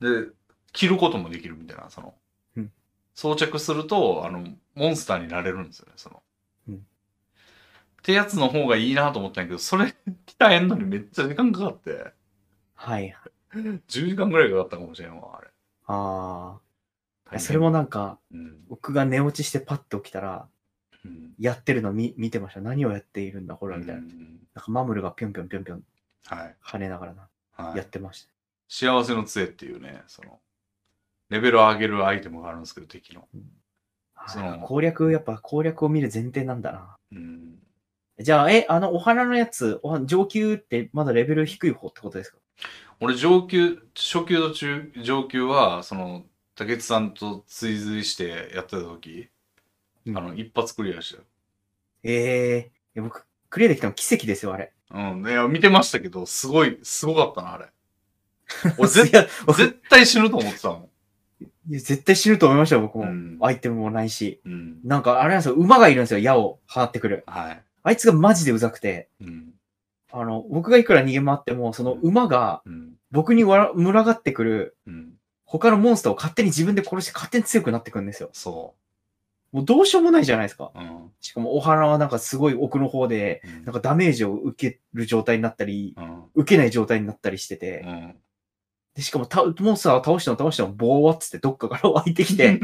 な。で、着ることもできるみたいな、そのうん。装着すると、あの、モンスターになれるんですよね、その。うんってやつの方がいいなと思ったんやけど、それ鍛えんのにめっちゃ時間かかって、はい。 10時間ぐらいかかったかもしれんわ、あれ。大ああ。変それもなんか、うん。僕が寝落ちしてパッと起きたら、うん。やってるの見見てました。何をやっているんだ、これはみたいな。うんなんかマムルがぴょんぴょんぴょんぴょんはい。跳ねながらな、はいやってました。幸せの杖っていうね、その、レベルを上げるアイテムがあるんですけど、敵の。そのはい攻略、やっぱ攻略を見る前提なんだな。うん。じゃあ、え、あの、お花のやつ、お花上級ってまだレベル低い方ってことですか俺、上級、初級と中、上級は、その、竹内さんと追随してやってた時、うんあの、一発クリアしたよ。ええいや僕、クリアできたの奇跡ですよ、あれ。うん。いや、見てましたけど、すごい、すごかったな、あれ。 俺、ぜいや僕い絶対死ぬと思ってたもん。や絶対死ぬと思いましたよ、僕も。うん。アイテムもないし。うん。なんか、あれなんですよ、馬がいるんですよ、矢を放ってくる。はい。あいつがマジでうざくて、うん。あの、僕がいくら逃げ回っても、その馬がうん。僕にわら群がってくるうん。他のモンスターを勝手に自分で殺して勝手に強くなってくんですよ。そもうどうしようもないじゃないですか。う。うん。しかもお花はなんかすごい奥の方で、うんなんかダメージを受ける状態になったり、うん。受けない状態になったりしてて、うん。でしかもたモンスターを倒しても倒してもボーっつってどっかから湧いて きて、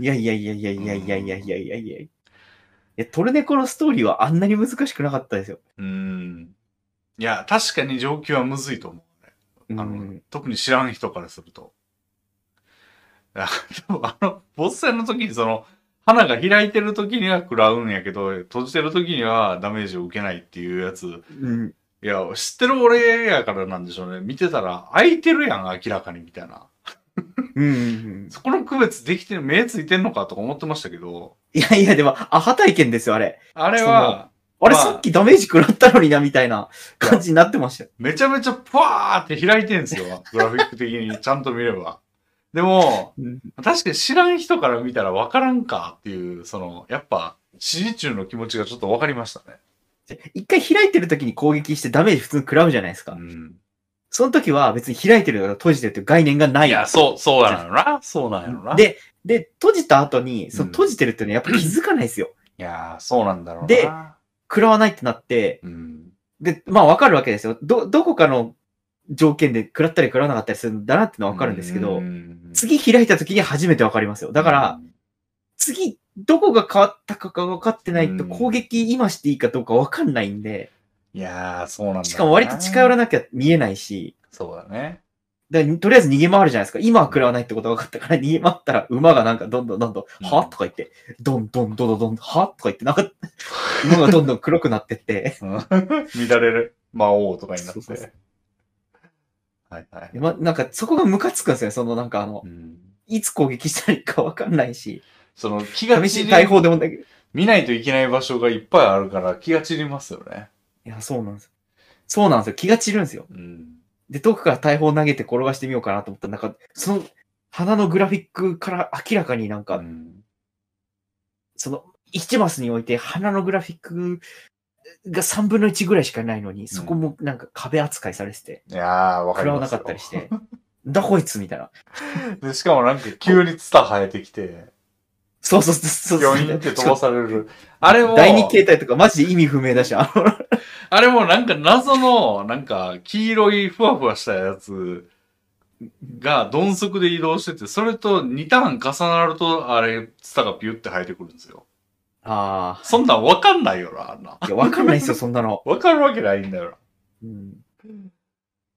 いやいやいやいやいやいやいやいやいやいやいや。トルネコのストーリーはあんなに難しくなかったですよ。うん。いや、確かに上級はむずいと思うね。うあの、ん。特に知らん人からすると。あでもあの、ボス戦の時にその、花が開いてる時には食らうんやけど、閉じてる時にはダメージを受けないっていうやつ。うん。いや、知ってる俺やからなんでしょうね。見てたら、開いてるやん、明らかに、みたいな。うんうんうん。そこの区別できてる、目ついてんのかとか思ってましたけど、いやいや、でも、アハ体験ですよ、あれ。あれは、あれ、まあさっきダメージ食らったのにな、みたいな感じになってましたよ。めちゃめちゃパーって開いてんすよ。グラフィック的に、ちゃんと見れば。でも、うん確かに知らん人から見たら分からんかっていう、その、やっぱ、指示中の気持ちがちょっと分かりましたね。一回開いてる時に攻撃してダメージ普通に食らうじゃないですうか。ん。その時は別に開いてるとか閉じてるっていう概念がない。いや、そう、そうなのな。そうなんやろな。、いで、で、閉じた後に、そうのん閉じてるっていうのはやっぱ気づかないですよ。 や、そうなんだろうな。で食らわないってなって、うん。で、まあわかるわけですよ。ど、どこかの条件で食らったり食らわなかったりするんだなってのはわかるんですけど、うん次開いた時に初めてわかりますよ。だから、、次、どこが変わったかが分かってないとうん攻撃今していいかどうか分かんないんで、いやー、そうなんだろうな。しかも割と近寄らななきゃ見えないし、そうだね。 だからとりあえず逃げ回るじゃないですか。今は食らわないってことが分かったから、逃げ回ったら馬がなんかどんどんどんどん、うんはとか言って、どんどんどんどんどん、はとか言って、なんか、馬がどんどん黒くなってって、 うん乱れる魔王とかになっそうそうそて。はいはい。ま、なんかそこがムカつくんですよね。そのなんかあのう、んいつ攻撃したらいいか分かんないし、その気が試散しり大砲でもないけど。い見ないといけない場所がいっぱいあるから気が散りますよね。や、そうなんですよ。そうなんですよ。気が散るんですよ。うん。で、遠くから大砲投げて転がしてみようかなと思ったら、なんか、その、花のグラフィックから明らかになんか、うんその、1マスにおいて花のグラフィックが3分の1ぐらいしかないのに、そこもなんか壁扱いされてて、いやー、わか食りらまわなすよかったりして、 だこいつみたいな。で、しかもなんか急にツタ生えてきて、そうそうそうそう。病院って飛ばされる。あれも、第二形態とかマジで意味不明だし、あの、あれもなんか謎の、なんか黄色いふわふわしたやつが鈍足で移動してて、それと2ターン重なると、あれ、ツタがピュって生えてくるんですよ。あそんなんわかんないよな、あんなあ。。いや、わかんないですよ、そんなの。わかるわけないんだようん、な。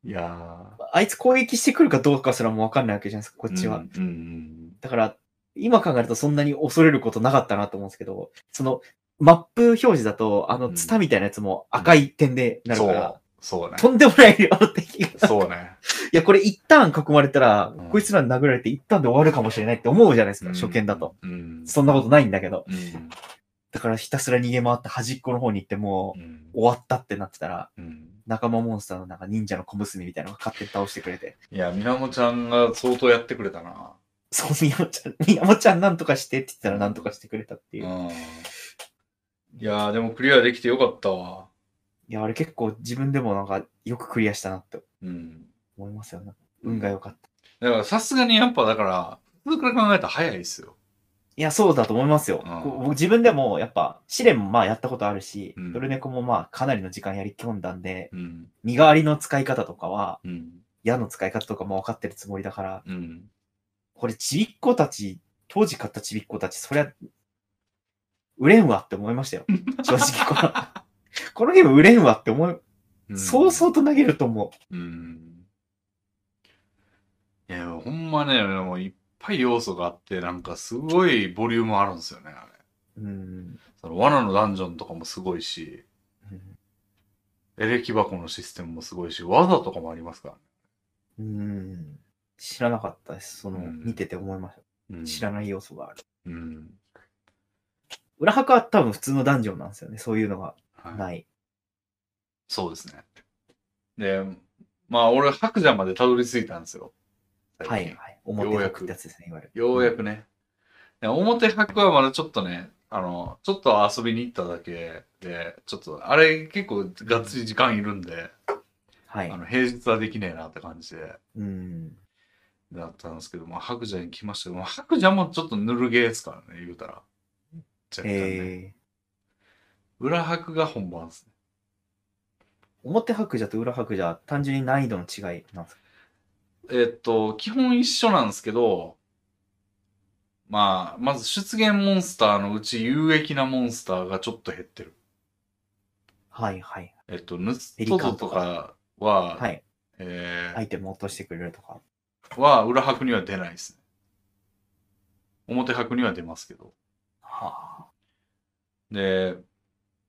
いやあいつ攻撃してくるかどうかすらもわかんないわけじゃないですか、こー。っちは。うん。うんだから、今考えるとそんなに恐れることなかったなと思うんですけど、その、マップ表示だと、あの、ツタみたいなやつも赤い点でうんなるそかうら、。そうね。 とんでもない量の 敵が。いそう ね。や、これ一旦囲まれたら、うんこいつらに殴られて一旦で終わるかもしれないって思うじゃないですか、うん初見だと。。うん。そんなことないんだけど。うん。だからひたすら逃げ回って端っこの方に行ってもうんう、終わったってなってたら、うん仲間モンスターのなんか忍者の小娘みたいなのが勝手に倒してくれて、いや、みなもちゃんが相当やってくれたな。そう、みやもちゃん、 みやもちゃんなんとかしてって言ったらなんとかしてくれたっていう。うん。いやー、でもクリアできてよかったわ。いや、あれ結構自分でもなんかよくクリアしたなってうん。思いますよね。運が良かった。だからさすがにやっぱだから、普通から考えたら早いですよ。いや、そうだと思いますよ。うんこう僕自分でもやっぱ、試練もまあやったことあるし、うんドルネコもまあかなりの時間やり込んだんで、うん。身代わりの使い方とかは、うん。矢の使い方とかも分かってるつもりだから、うん。これちびっ子たち、当時買ったちびっ子たち、そりゃ、売れんわって思いましたよ。正直こ の、このゲーム売れんわって思い、うんそうそうと投げると思うん。いや、ほんまね、もういっぱい要素があって、なんかすごいボリュームあるんですよね、あれ。う。うん。その罠のダンジョンとかもすごいし、うんエレキ箱のシステムもすごいし、技とかもありますかうん。知らなかったです。その、うん見てて思いました。ら、ね。知らない。ない要素がある。うん。裏墓は多分普通のダンジョンなんですよね。そういうのがはいない。そうですね。で、まあ俺、白蛇までたどり着いたんですよ。最近はい、はい。表白ってやつですね、いわゆる。ようやくね。で表白はまだちょっとね、あの、ちょっと遊びに行っただけで、ちょっと、あれ結構がっつり時間いるんで、はあい。の平日はできねえなって感じで、うん。だったんですけど、まあ白蛇に来ましたけど、まあ白蛇もちょっとぬるゲーですからね、言うたら。若干ねえー、裏白が本番ですね。表白蛇と裏白蛇、単純に難易度の違いなんですかえっと、基本一緒なんですけど、まあ、まず出現モンスターのうち有益なモンスターがちょっと減ってる。はい、はい。えっと、ヌツペリトカドンととかかは、はい。えーアイテムを落としてくれるとか。は裏白には出ないですね。表白には出ますけど。はあ。で、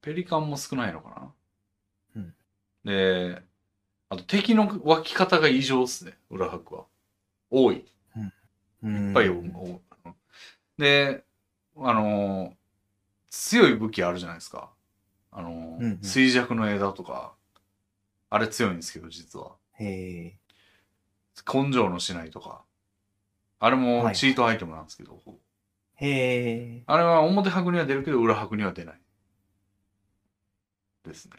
ペリカンも少ないのかなうん。で、あと敵の湧き方が異常ですね、裏白は。多い。いいっぱいよおおで、あのー強い武器あるじゃないですか。あのーうんうん衰弱の枝とか、あれ強いんですけど、実は。へえ。根性のしないとか。あれはもいチートアイテムなんですけど、へえ。あれは表白には出るけど、裏白には出ない。ですね。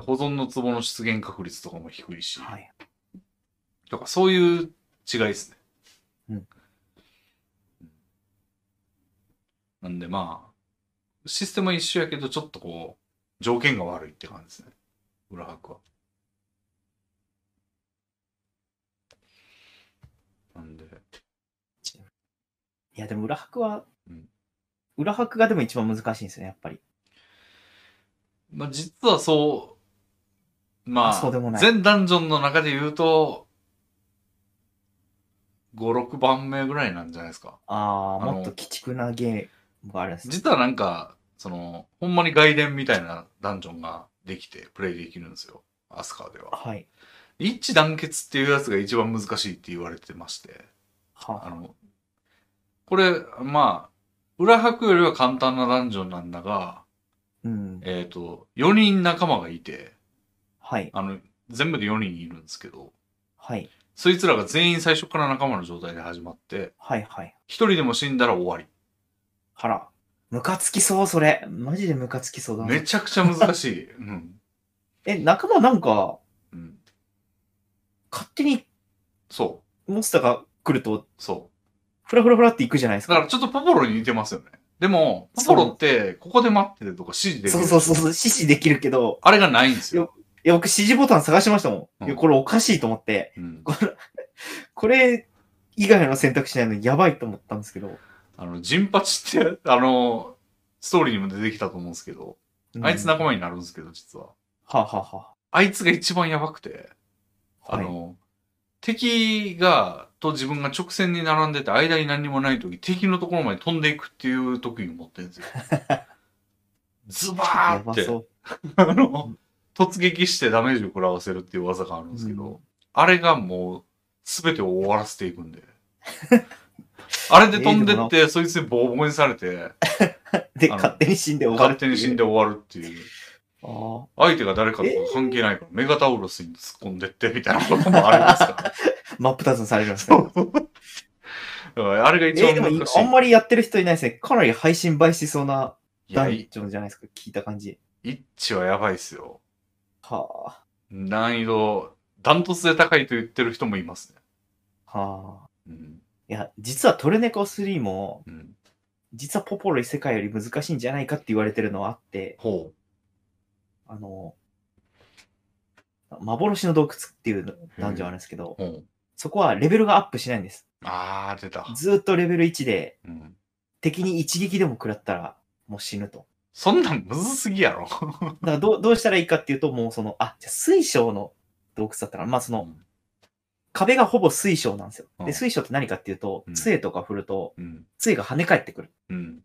保存の壺の出現確率とかも低いし、はい。とかそういう違いですね。うん。なんでまあ、システムは一緒やけど、ちょっとこう、条件が悪いって感じですね。裏拍は。なんで、いや、でも裏拍は、うん裏拍がでも一番難しいんですよね、やっぱり。まあ実はそう、まあ、あそうでもない全ダンジョンの中で言うと、5、6番目ぐらいなんじゃないですか。ああ、あのもっと鬼畜なゲームがあるんですね。実はなんか、その、ほんまに外伝みたいなダンジョンができて、プレイできるんですよ。アスカーでは。はい。一致団結っていうやつが一番難しいって言われてまして。あはの、これ、まあ、裏拍よりは簡単なダンジョンなんだが、うん。えっ、と、4人仲間がいて、はい。あの、全部で4人いるんですけど、はい。そいつらが全員最初から仲間の状態で始まって、はい。はい。一人でも死んだら終わり。あら。ムカつきそう、それ。マジでムカつきそうだなめちゃくちゃ難し い。うん。え、仲間なんか、うん。勝手にそモンスターが来るとう。、そう。フラフラフラって行くじゃないですだかか。らちょっとポポロに似てますよね。でも、ポポロって、ここで待っててとか指示できそうる。そうそうそう、指示できるけど、あれがないんですよ。いや、僕指示ボタン探しましたもん。うんいや、これおかしいと思って、うん、これ、これ以外の選択肢ないのやばいと思ったんですけど。あの、ジンパチって、あの、ストーリーにも出てきたと思うんですけど、あいつ仲は間になるんですけど、実は。あ、はあはあいつが一番やばくて、あ、あはい、の、敵が、と自分が直線に並んでて、間に何もない時、敵のところまで飛んでいくっていう特技を持って るんですよ。ズやバーばって。そう。 あの、突撃してダメージを食らわせるっていう技があるんですけど、うんあれがもう、すべてを終わらせていく んで。あれで飛んでって、そいつにボコボコにされて、で、あの 勝手に死んで終わ勝るって手いう。に死んで終わるっていう。あ相手が誰かとか関係ないから、メガタウロスに突っ込んでってみたいなこともありますから。あ、真っ二つにされるんですそねう。だからあれがえ一ー、でも番難しい。あんまりやってる人いないですね。かなり配信映えしそうないダや、ンいジョンじゃないですか、聞いた感じ。一致はやばいっすよ。は難易度、ダントツで高いと言ってる人もいますね。あ、はあ。うん。いや、実はトルネコ3も、うん。実はポポロ異世界より難しいんじゃないかって言われてるのはあって、ほあの、幻の洞窟っていうダンジョンあるんですけどう。、ほう。そこはレベルがアップしないんです。あー、出た。ずーっとレベル1でうん。敵に一撃でも食らったらもう死ぬと。そんなんむずすぎやろ。 だからどうどうしたらいいかっていうと、もうその、あ、じゃあ水晶の洞窟だったら、まあその、壁がほぼ水晶なんですよ。うんで、水晶って何かっていうとう、ん杖とか振ると、うん。杖が跳ね返ってくる。うん。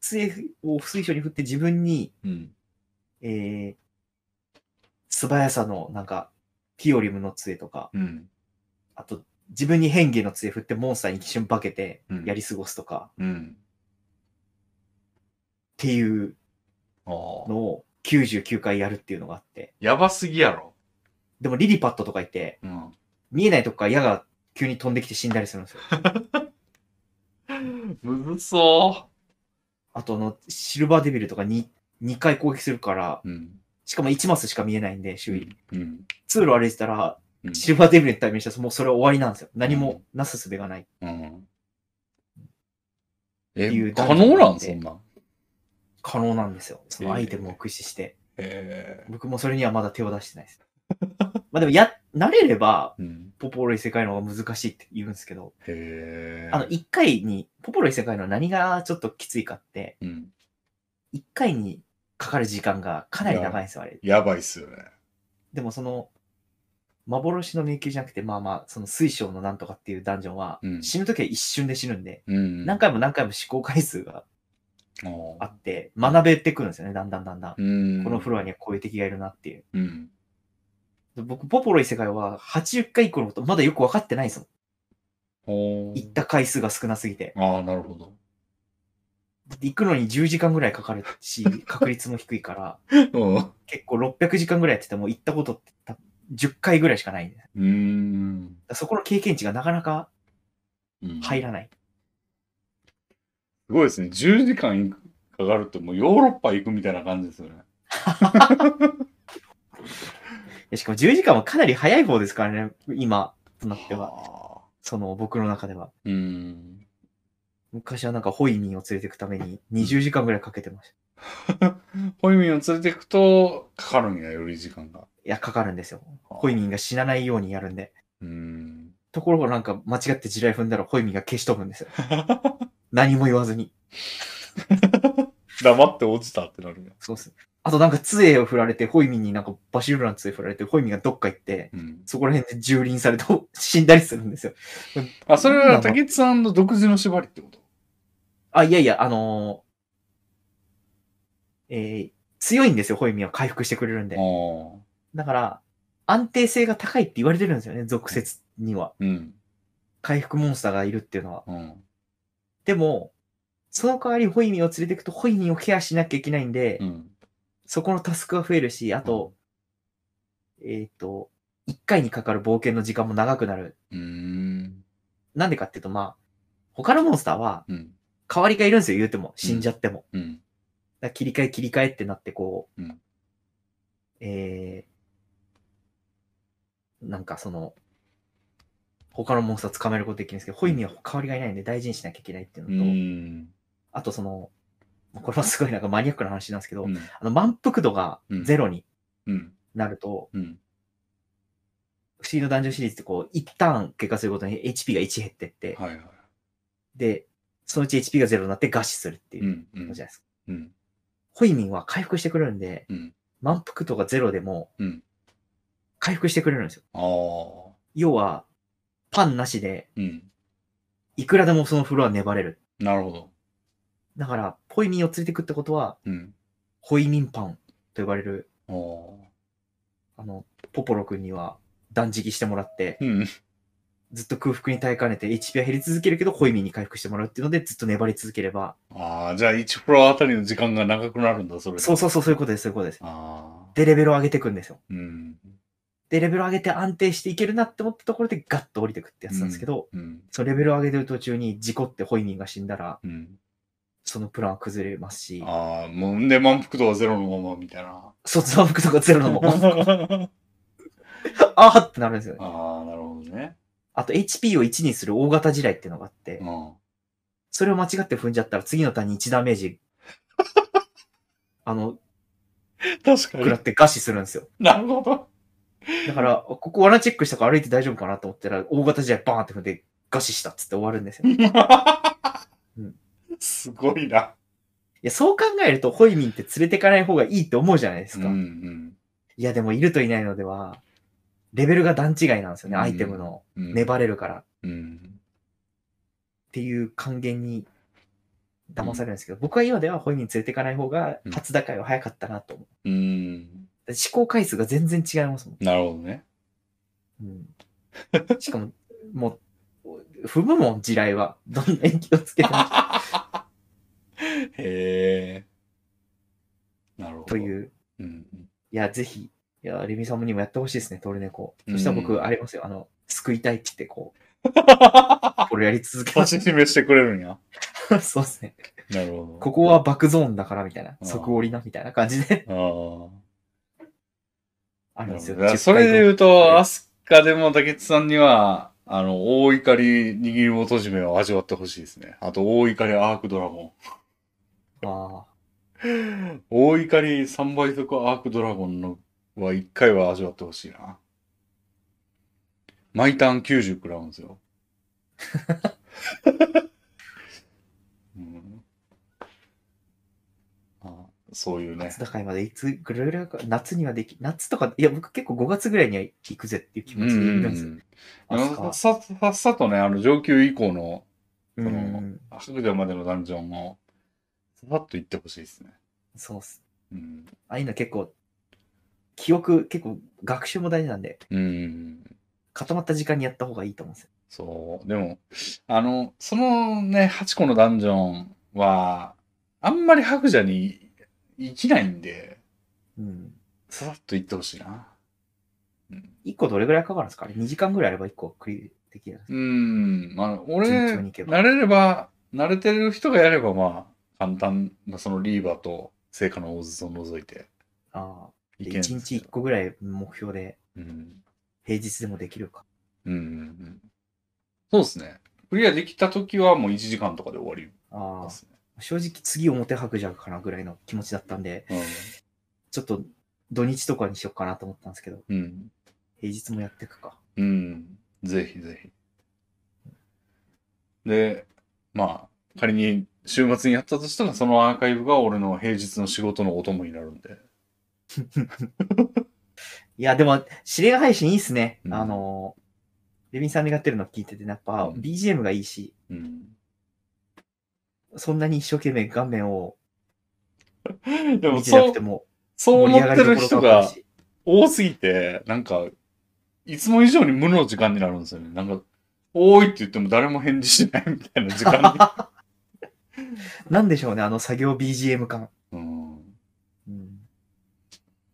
杖を水晶に振って自分に、うん。えー、素早さの、なんか、ピオリムの杖とか、うん。あと、自分に変化の杖振ってモンスターに一瞬化けてうんやり過ごすとか、っうん。ていうああ。のを99回やるっていうのがあって。やばすぎやろ。でもリリパッドとか言って、うん。見えないとこから矢が急に飛んできて死んだりするんですよ。むずそあとあの、シルバーデビルとか 2, 2回攻撃するから、う。うん。しかも1マスしか見えないんで、周囲。うん。通路歩いてたら、うんシルバーデビルに対面したらもうそれは終わりなんですよ。何もなすすべがない。うん。っていえ、う可能なんそんなん。可能なんですよ。そのアイテムを駆使して。え僕もそれにはまだ手を出してないです。まあでも、や、慣れれば、え。うん。ポポロイ世界の方が難しいって言うんですけど、へえ。あの、1回に、ポポロイ世界の何がちょっときついかって、うん。 1回にかかる時間がかなり長いんですよ、あれ。やばいっすよね。でもその、幻の迷宮じゃなくて、まあまあ、その水晶のなんとかっていうダンジョンは、うん死ぬときは一瞬で死ぬんで、うん。何回も何回も試行回数があああ、って、学べてくるんですよね、だんだんだんだん。うん。このフロロアにはこういう敵がいるなっていう。うん。で僕、ポポロイ世界は80回以降のこと、まだよく分かってないですもん。ほう。行った回数が少なすぎて。ああ、なるほど。だって行くのに10時間ぐらいかかるし、確率も低いから、うん結構600時間ぐらいやってても行ったことって多分10回ぐらいしかないんで。だか。うん。らそこの経験値がなかなかうん入らない。すごいですね。10時間行くかかるともうヨーロッパ行くみたいな感じですよね。やしかも10時間はかなり早い方ですからね、今となっては。はあその僕の中では。うん。昔はなんかホイミンを連れてくために20時間ぐらいかけてました。ホイミンを連れていくと、かかるんや、より時間が。いや、かかるんですよ。ホイミンが死なないようにやるんで。うん。ところがなんか間違って地雷踏んだらホイミンが消し飛ぶんですよ。何も言わずに。黙って落ちたってなるんや。そうです。あとなんか杖を振られて、ホイミンになんかバシルラン杖振られて、ホイミンがどっか行って、うん。そこら辺で蹂躙されて 死んだりするんですよ。あ、それなんはだ竹内さんの独自の縛りってことあ、いやいや、あのーえー強いんですよ、ホイミンは回復してくれるんで。ああ。だから、安定性が高いって言われてるんですよね、俗説には。うん。回復モンスターがいるっていうのは。うん。でも、その代わりホイミンを連れてくと、ホイミンをケアしなきゃいけないんで、うん。そこのタスクが増えるし、あと、えっ、と、1回にかかる冒険の時間も長くなる。うん。なんでかっていうと、まあ、他のモンスターはうん。代わりがいるんですよ、言うても。死んじゃっても。うん。だから切り替え、切り替えってなって、こう、うんえー、なんかその、他のモンスター捕まえることできるんですけど、ホイミは代わりがいないんで大事にしなきゃいけないっていううのと、ん。あとその、これはすごいなんかマニアックな話なんですけど、うん。あの満腹度がゼロにうん。なると、うん。不思議のダンジョンシリーズってこう、一旦経過することに HP が1減ってって、はいはい。。で、そのうち HP が0になって餓死するっていううんうのんじ。ゃないですか。うん。ホイミンは回復してくれるんで、うん。満腹度がゼロでもうん、回復してくれるんですよ。ああ。要は、パンなしで、うん。いくらでもそのフロア粘れる。なるほど。だから、ホイミンを連れてくってことは、うん。ホイミンパンと呼ばれる、ああ。あの、ポポロ君には断食してもらって、うん。ずっと空腹に耐えかねて HP は減り続けるけど、ホイミンに回復してもらうっていうので、ずっと粘り続ければ、ああ、じゃあ1フロアあたりの時間が長くなるんだ、それでそうそうそう、そういうことです、そういうことです。ああ。で、レベルを上げていくんですよ。うん。で、レベルを上げて安定していけるなって思ったところでガッと降りてくってやつなんですけど、うん。そのレベルを上げてる途中に事故ってホイミンが死んだら、うん。そのプランは崩れますし、ああ、もう、で、満腹度はゼロのままみたいな。卒業服とかゼロのも、ああーってなるんですよね。あ、なるほどね。あと HP を1にする大型地雷っていうのがあってう、ん。それを間違って踏んじゃったら次のターンに1ダメ ージ、あの、確か食らに。って餓死するんですよ。なるほど。だから、ここ罠チェックしたから歩いて大丈夫かなと思ったら、大型地雷バーンって踏んで餓死したっつって終わるんですよ。いすごいな。や、そう考えるとホイミンって連れてかない方がいいって思うじゃないですうんか。うん。いや、でもいるといないのでは、レベルが段違いなんですよね、うんアイテムの。うん粘れるから。っうん。ていう還元に騙されるんですけど、僕は今ではホイミン連れていかない方がうん、初打開は早かったなと思う。うん。だって試行回数が全然違いますもん。なるほどね。 うん、しかも、もう、踏むもん、地雷は。どんなに気をつけ てもへえ。なるほど。という。うん。いや、ぜひ、いや、レミさんにもやってほしいですね、トルネコ。そしたらうん僕、あれますよ、あの、救いたいって言って、こ う、これやり続けま指し示してくれるんや。す。そうで すね。なるほど。ここはバックゾーンだからみたいなう、ん即折りなみたいな感じでああ。あるんですよだから。それで言うはと、いアスカでも竹内さんには、あの、大怒り握り元締めを味わってほしいですね。あと、大怒りアークドラゴあン。大怒り3倍速アークドラゴンのは1回は味わってほしいな。毎ターン90食らうん ですよ。うん、あそういうあ、ね夏。高いまでいつぐらいか、夏にはでき、夏とか、いや、僕結構5月ぐらいには行くぜっていう気う持んちでいるうんんうですよ。んああそのこさっささっさとね、あの上級以降のうそのん、白状までのダンジョンも、ささっと行ってほしいですね。そうっす。うん。ああいうの結構、記憶、結構学習も大事なんで、うん。固まった時間にやった方がいいと思うんですよ。そう。でも、あの、そのね、8個のダンジョンは、あんまり白状に生きないんで、うん。ささっと行ってほしいな。うん。 1個どれぐらいかかるんですかあれ ?2 時間ぐらいあれば1個クリアできるんですかうん。まあ、俺、順調に行けば慣れれば、慣れてる人がやれば、まあ、簡単なそのリーバーと聖火の大筒を除いてああ。いでけるんです一よ日一個ぐらい目標で、うん。平日でもできるか。うんうんうん。そうですね。クリアできた時はもう1時間とかで終わりあますあ。正直次表白じゃかなぐらいの気持ちだったんで、ね。ちょっと土日とかにしようかなと思ったんですけど、うん。うん平日もやっていくか。うん。ぜひぜひ。で、まあ、仮に週末にやったとしたら、そのアーカイブが俺の平日の仕事のお供になるんで。いや、でも、指令配信いいっすね。うんあの、レビンさんがやってるの聞いてて、やっぱうん BGM がいいし、うん。そんなに一生懸命画面をでも、見てなそくうて、も、そう思ってる人わかがし。多すぎて、なんか、いつも以上に無の時間になるんですよね。なんか、多いって言っても誰も返事しないみたいな時間に。なんでしょうね、あの作業 BGM 感。 うん。うん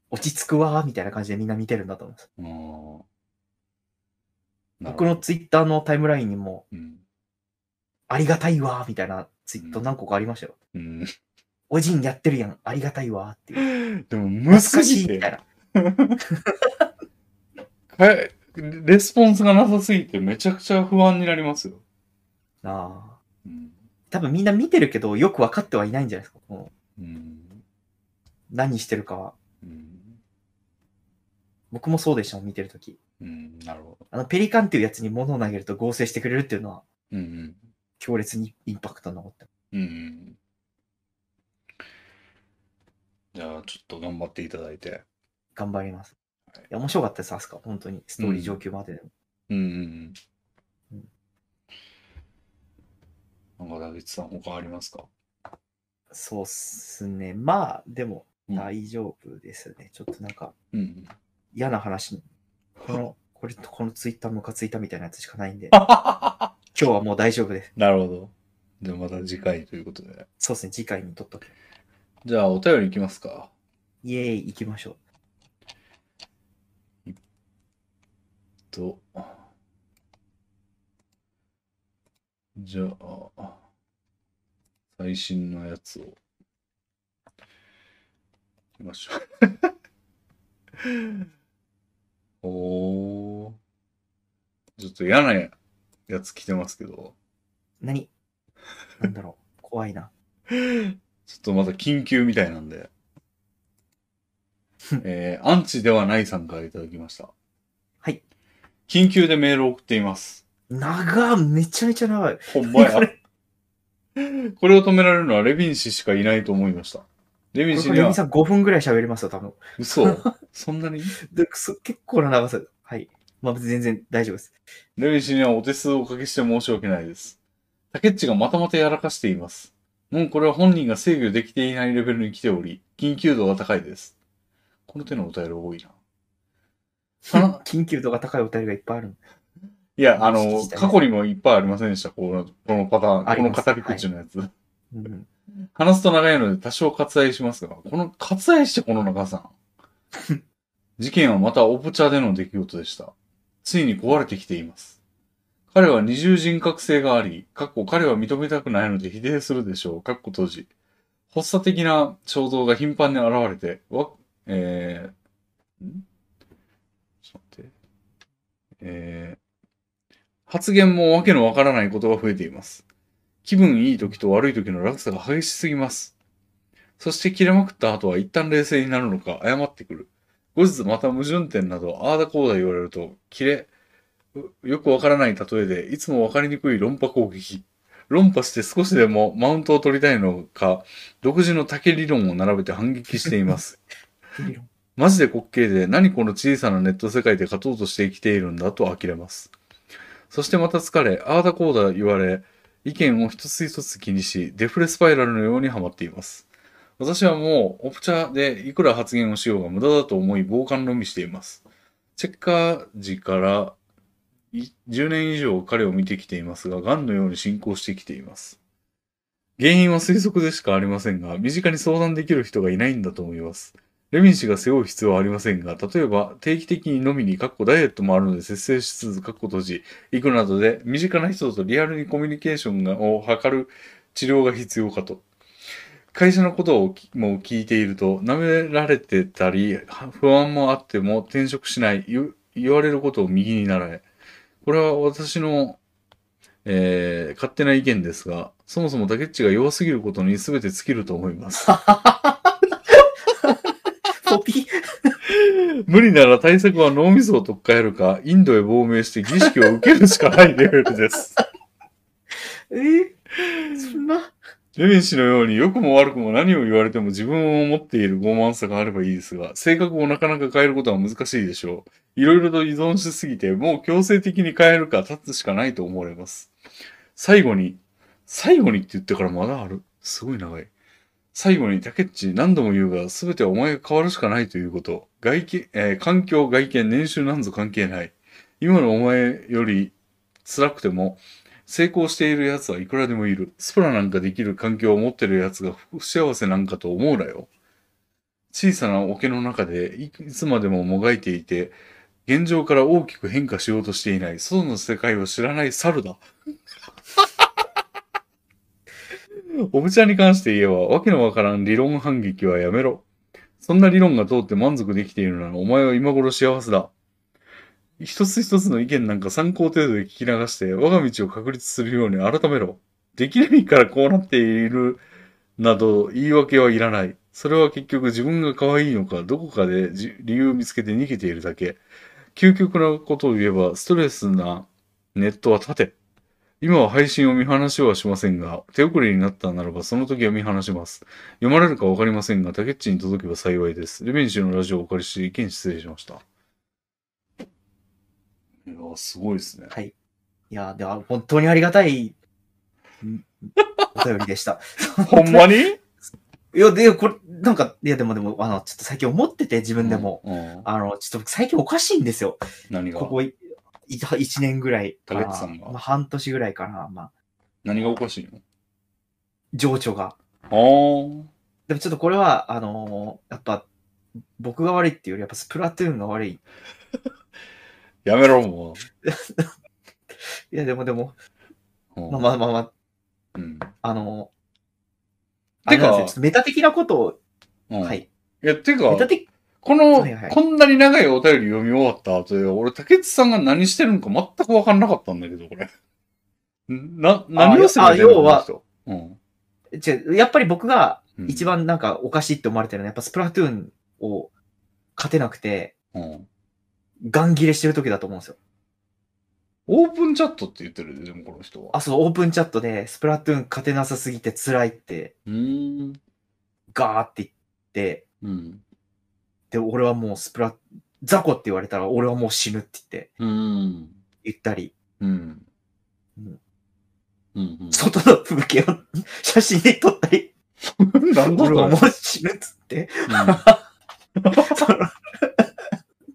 落ち着くわーみたいな感じでみんな見てるんだと思います。うん。なるほ僕どのツイッターのタイムラインにも、うん。ありがたいわーみたいなツイート何個かありましたよ。うん。おじんやってるやん、ありがたいわーっていう。でも、難ししいいみたいな。えレスポンスがなさすぎてめちゃくちゃ不安になりますよ。あーうん。多分みんな見てるけど、よく分かってはいないんじゃないですか。もううん。何してるかは。うん。僕もそうでしたもん、見てるとき。うん。なるほど。あの、ペリカンっていうやつに物を投げると合成してくれるっていうのは、うん強烈にインパクト残ってます。うん。うん。じゃあ、ちょっと頑張っていただいて。頑張ります。いや、面白かったです、アスカ。本当に。ストーリー上級まででも。うんうんううん。なんか、ダビッツさん、他ありますかそうっすね。まあ、でも、うん大丈夫ですね。ちょっとなんか、うん。嫌な話。この、これとこのツイッタームカついたみたいなやつしかないんで、今日はもう大丈夫です。なるほど。じゃあ、また次回ということで。そうですね。次回にとっとけ。じゃあ、お便りいきますか。イエーイ、行きましょう。と、じゃあ、最新のやつを、いきましょう。 おー。ちょっと嫌なやつ来てますけど、何なんだろう。怖いな。ちょっとまた緊急みたいなん で。えー、アンチではないさんからいただきました。はい。緊急でメールを送っています。長っめちゃめちゃ長 い。ほんまやこ。これを止められるのはレビン氏しかいないと思いました。レビン氏こにれ、レはミ、さん5分ぐらい喋りますよ、多分。嘘。そんなにでそ結構な長さ。はい。まあ、全然大丈夫 です。レビン氏にはお手数をおかけして申し訳ないです。竹内がまたまたやらかしています。もうこれは本人が制御できていないレベルに来ており、緊急度が高いです。この手のお便り多いな。あ緊急度が高いお便りがいっぱいある。いや、 あ聞のき、たいです過去にもいっぱいありませんでした。このこのパターン、あこりまのす語り口のやつ。 うん、話すと長いので多少割愛しますが、この割愛してこの中さん。事件はまたオプチャでの出来事でした。ついに壊れてきています。彼は二重人格性があり、かっこ彼は認めたくないので否定するでしょう。かっこ閉じ。発作的な衝動が頻繁に現れて、わ、えー、んちょっと待って。えー、発言もわけのわからないことが増えています。気分いい時と悪い時の落差が激しすぎます。そして切れまくった後は一旦冷静になるのか謝ってくる。後日また矛盾点などああだこうだ言われると、切れ、うよくわからない例えで、いつもわかりにくい論破攻撃。論破して少しでもマウントを取りたいのか、独自の竹理論を並べて反撃しています。理論マジで滑稽で、何この小さなネット世界で勝とうとして生きているんだと呆れます。そしてまた疲れ、ああだこうだ言われ、意見を一つ一つ気にし、デフレスパイラルのようにハマっています。私はもう、オプチャでいくら発言をしようが無駄だと思い、傍観論みしています。チェッカー時からい10年以上彼を見てきていますが、癌のように進行してきています。原因は推測でしかありませんが、身近に相談できる人がいないんだと思います。レミン氏が背負う必要はありませんが、例えば定期的に飲みに、かっこダイエットもあるので節制しつつ、かっこ閉じ、行くなどで、身近な人とリアルにコミュニケーションを図る治療が必要かと。会社のことをきもう聞いていると、舐められてたり、は不安もあっても転職しない、言言われることを右になられ。これは私の、えー勝手な意見ですが、そもそも竹内が弱すぎることに全て尽きると思います。ポピー無理なら対策は脳みそを取っ換えるか、インドへ亡命して儀式を受けるしかないレベルです。 えそんなレビン氏のように良くも悪くも何を言われても自分を持っている傲慢さがあればいいですが、性格をなかなか変えることは難しいでしょう。いろいろと依存しすぎて、もう強制的に変えるか立つしかないと思われます。最後に、最後にって言ってからまだある。すごい長い。最後に、タケッチ何度も言うが、すべてはお前が変わるしかないということ。外見、えー環境、外見、年収なんぞ関係ない。今のお前より辛くても、成功している奴はいくらでもいる。スプラなんかできる環境を持ってる奴が不幸せなんかと思うなよ。小さな桶の中でいいつまでももがいていて、現状から大きく変化しようとしていない。外の世界を知らない猿だ。 おぶちゃに関して言えば、わけのわからん理論反撃はやめろ。そんな理論が通って満足できているなら、お前は今頃幸せだ。一つ一つの意見なんか参考程度で聞き流して、我が道を確立するように改めろ。できないからこうなっている、など言い訳はいらない。それは結局自分が可愛いのか、どこかでじ理由を見つけて逃げているだけ。究極なことを言えば、ストレスなネットは立て。今は配信を見放しはしませんが、手遅れになったならばその時は見放します。読まれるかわかりませんが、タケッチに届けば幸いです。レベンジのラジオをお借りして意見失礼しました。いやー、すごいですね。はい。いや、では、本当にありがたい、んお便りで した。ほんまにいや、で、これ、なんか、いや、でもでも、あの、ちょっと最近思ってて、自分でも。うん、あの、ちょっと最近おかしいんですよ。何がここい、い1年ぐらいかな。竹内さんがまあ、半年ぐらいかな。まあ、何がおかしいの情緒が。あーでもちょっとこれは、あのーやっぱ、僕が悪いっていうより、やっぱスプラトゥーンが悪い。いやめろもや、でもでも、う。うんまあまあまあまあ、うんあのー、てかあれなんですよちょっとメタ的なことを、うんはい。いや、てかメ、タ的、この、はいはいこんなに長いお便り読み終わった後で、俺、竹内さんが何してるのか全くわかんなかったんだけど、これ。んな、何をするあ要は、この人違うやっぱり僕がうんうん一、番なんかおかしいって思われてるのは、やっぱスプラトゥーンを勝てなくて、うんガン切れしてる時だと思うんですよ。オープンチャットって言ってるで、でもこの人は。あ、そう、オープンチャットで、スプラトゥーン勝てなさすぎて辛いって、うーん。ガーって言って、うん。で、俺はもうスプラ、ザコって言われたら、俺はもう死ぬって言って、うん。言ったり、うん。ううんん。うん。外の風景を写真で撮ったり、なんだ俺はもろう死ぬっつって、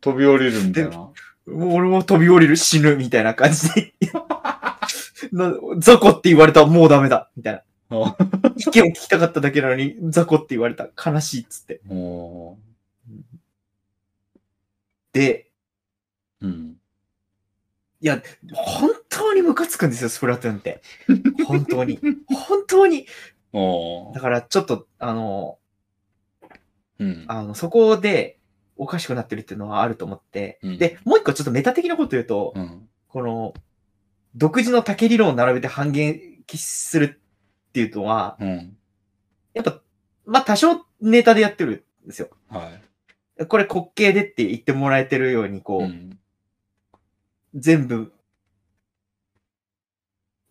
飛び降りるみたいな。もう俺も飛び降りる、死ぬ、みたいな感じで。 なザコって言われたらもうダメだ、みたいなあ。意見を聞きたかっただけなのに、ザコって言われた、悲しいっつって。もで、う、うん。いや、本当にムカつくんですよ、スプラトゥーンって。本当に。本当に。ああだ。から、ちょっと、あの、うん。あの、そこで、おかしくなってるっていうのはあると思って。うんで、もう一個ちょっとメタ的なこと言うと、うん。この、独自の竹理論を並べて半減するっていうのは、うん。やっぱ、まあ、多少ネタでやってるんですよ。はい。これ滑稽でって言ってもらえてるように、こう、うん。全部、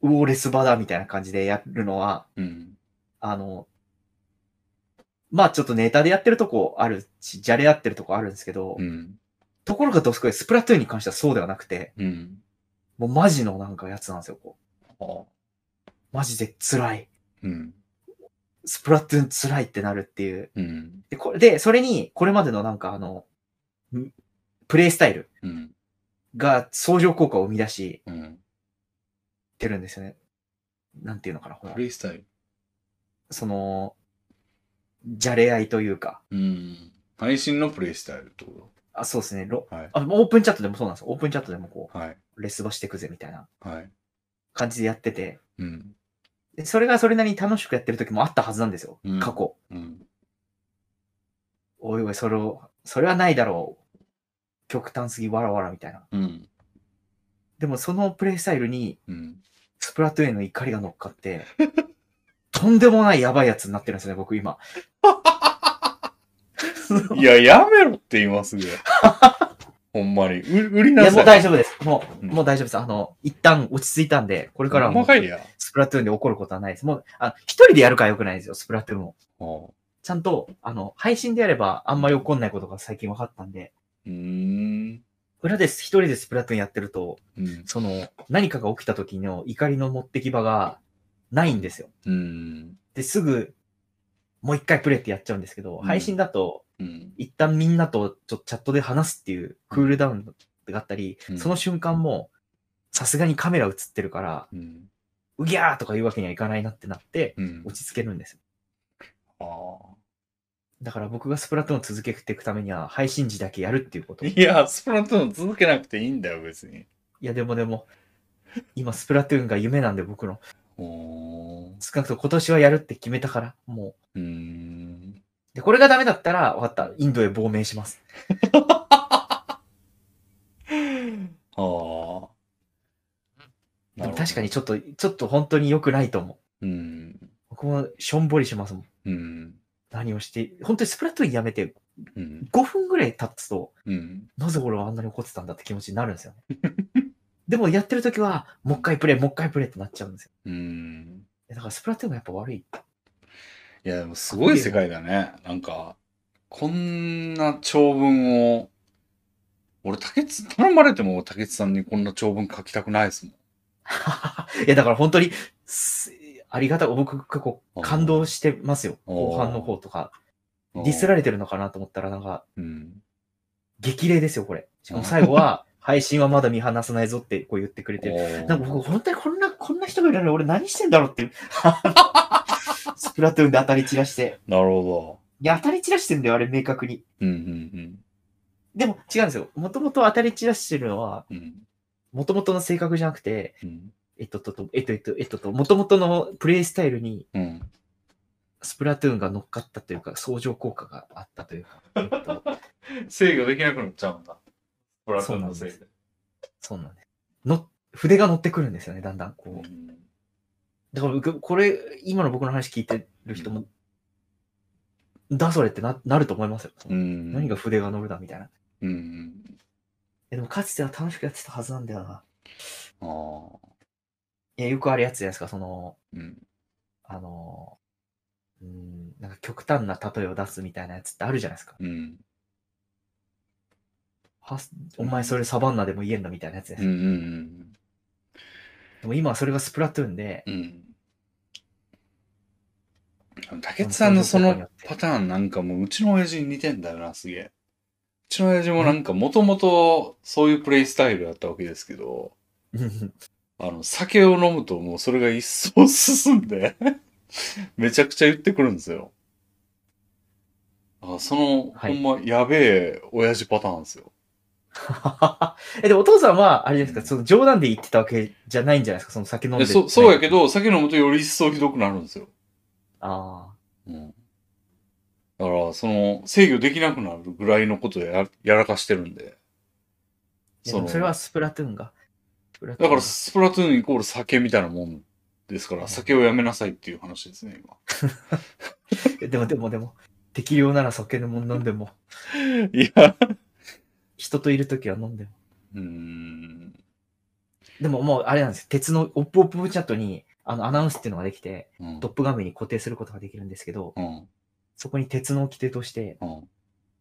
ウォーレスバだみたいな感じでやるのは、うん。あの、まあちょっとネタでやってるとこあるし、じゃれ合ってるとこあるんですけど、うん。ところがどすこいスプラトゥーンに関してはそうではなくて、うん。もうマジのなんかやつなんですよ、こああ。う。マジで辛い。うん。スプラトゥーン辛いってなるっていう。うん。で、これで、それに、これまでのなんかあの、んプレイスタイルうん。が相乗効果を生み出しうん。てるんですよね。なんていうのかな、こフれリースタイル。その、じゃれ合いというか、うん。配信のプレイスタイルってこあ、そうですね、ロとはい。あオープンチャットでもそうなんですよ。オープンチャットでもこはい。う、レスバしてくぜみたいなはい。感じでやってて、うん。ででそれがそれなりに楽しくやってる時もあったはずなんですようん。過去。うん。おいおい、それを、それはないだろう。極端すぎ、わらわらみたいな。うん。でもそのプレイスタイルに、うん。スプラトゥーンへの怒りが乗っかって、とんでもないやばいやつになってるんですね、僕今。いや、やめろって今すぐ。ほんまに。う売りい なや、もさうい。大丈夫です。もうう、んもう大丈夫です。あの、一旦落ち着いたんで、これからはも細うかいや。スプラトゥーンで怒ることはないです。もう、あ一人でやるからよくないですよ、スプラトゥーンを。ああちゃんと、あの、配信でやればあんまり怒んないことが最近分かったんで、うーん。裏です、一人でスプラトゥーンやってると、うん。その、何かが起きた時の怒りの持ってき場がないんですよ。うん。で、すぐ、もう一回プレイってやっちゃうんですけど、うん配信だと、うん。一旦みんなとちょっとチャットで話すっていうクールダウンがあったり、うんその瞬間も、さすがにカメラ映ってるから、うん。うぎゃーとか言うわけにはいかないなってなって、うん。落ち着けるんです。あだから僕がスプラトゥーンを続けていくためには、配信時だけやるってい うこと。あ。いいや、スプラトゥーン続けなくていいんだよ、別に。や、でもでも、今スプラトゥーンが夢なんで僕の、おー少なくとも今年はやるって決めたから、もう、うーん。で、これがダメだったら、わかった、インドへ亡命します。ああ。でも確かに。にちょっと、ちょっと本当に良くないと思う。うん。僕もしょんぼりしますもん。うん。何をして、本当にスプラトゥーンやめてうん。 5分ぐらい経つと、うん。なぜ俺はあんなに怒ってたんだって気持ちになるんですよね。でもやってる時は、もう一回プレイ、もう一回プレイってなっちゃうんですよ。うん。だからスプラトゥーンがやっぱ悪い。 いや、でもすごい世界だね。なんか、こんな長文を、俺、竹内、頼まれても竹内さんにこんな長文書きたくないですもん。いや、だから本当に、すありがたい。僕、結構感動してますよ。あー後半の方とか。ディスられれてるのかなと思ったら、なんか、うん。激励ですよ、これ。しかも最後は、 配信はまだ見放さないぞってこう言ってくれてる。なんか僕、本当にこんな、こんな人がいるのに俺何してんだろうっていう。 スプラトゥーンで当たり散らして。なるほいや、当たり散らしてんだよ、あれ、明確に。ど。うんでも、違うんですよ。もともと当たり散らしてるのは、うんうん。うんもともとの性格じゃなくて、うん。えっととと、えっとえっと、えっとと、もともとのプレイスタイルに、うん。スプラトゥーンが乗っかったというか、相乗効果があったというか、えっと、制御できなくなっちゃうんだ。プラトゥーンのせいでそうなんです。の、筆が乗ってくるんですよね、だんだん、こう。だから僕、これ、今の僕の話聞いてる人も、だそれってななると思いますよ。うん。何が筆が乗るだみたいな。うん。えでも、かつては楽しくやってたはずなんだよな。ああ。いや、よくあるやつじゃないですか、その、うん。あの、うん、なんか極端な例えを出すみたいなやつってあるじゃないですか。うん。はお前それサバンナでも言えんだみたいなやつです。うん。うん。でも今はそれがスプラトゥーンで、うん。竹内さんのそのパターンなんかもううちの親父に似てんだよな、すげえ。うちの親父もなんかもともとそういうプレイスタイルだったわけですけど、あの、酒を飲むともうそれが一層進んで、 めちゃくちゃ言ってくるんですよ。あその、はいほんまやべえ親父パターンですよ。 え、でもお父さんは、あれじゃないですか、その冗談で言ってたわけじゃないんじゃないですか、その酒飲んでで。そそうやけ。ど、酒飲むとより一層ひどくなるんですよ。ああ。うん。だから、その、制御できなくなるぐらいのことをややらかしてるんで。いやでもそれはスプラトゥーンが。スプラトだゥーかンがら、スプラトゥーンイコール酒みたいなもんですから、酒をやめなさいっていう話ですね、今。えでもでもでも、適量なら酒でも飲んでも、いや、人といるときは飲んでも。うーん。でももうあれなんですよ。鉄のオップオップチャットに、あの、アナウンスっていうのができて、うんトップ画面に固定することができるんですけど、うん。そこに鉄の規定として、うん。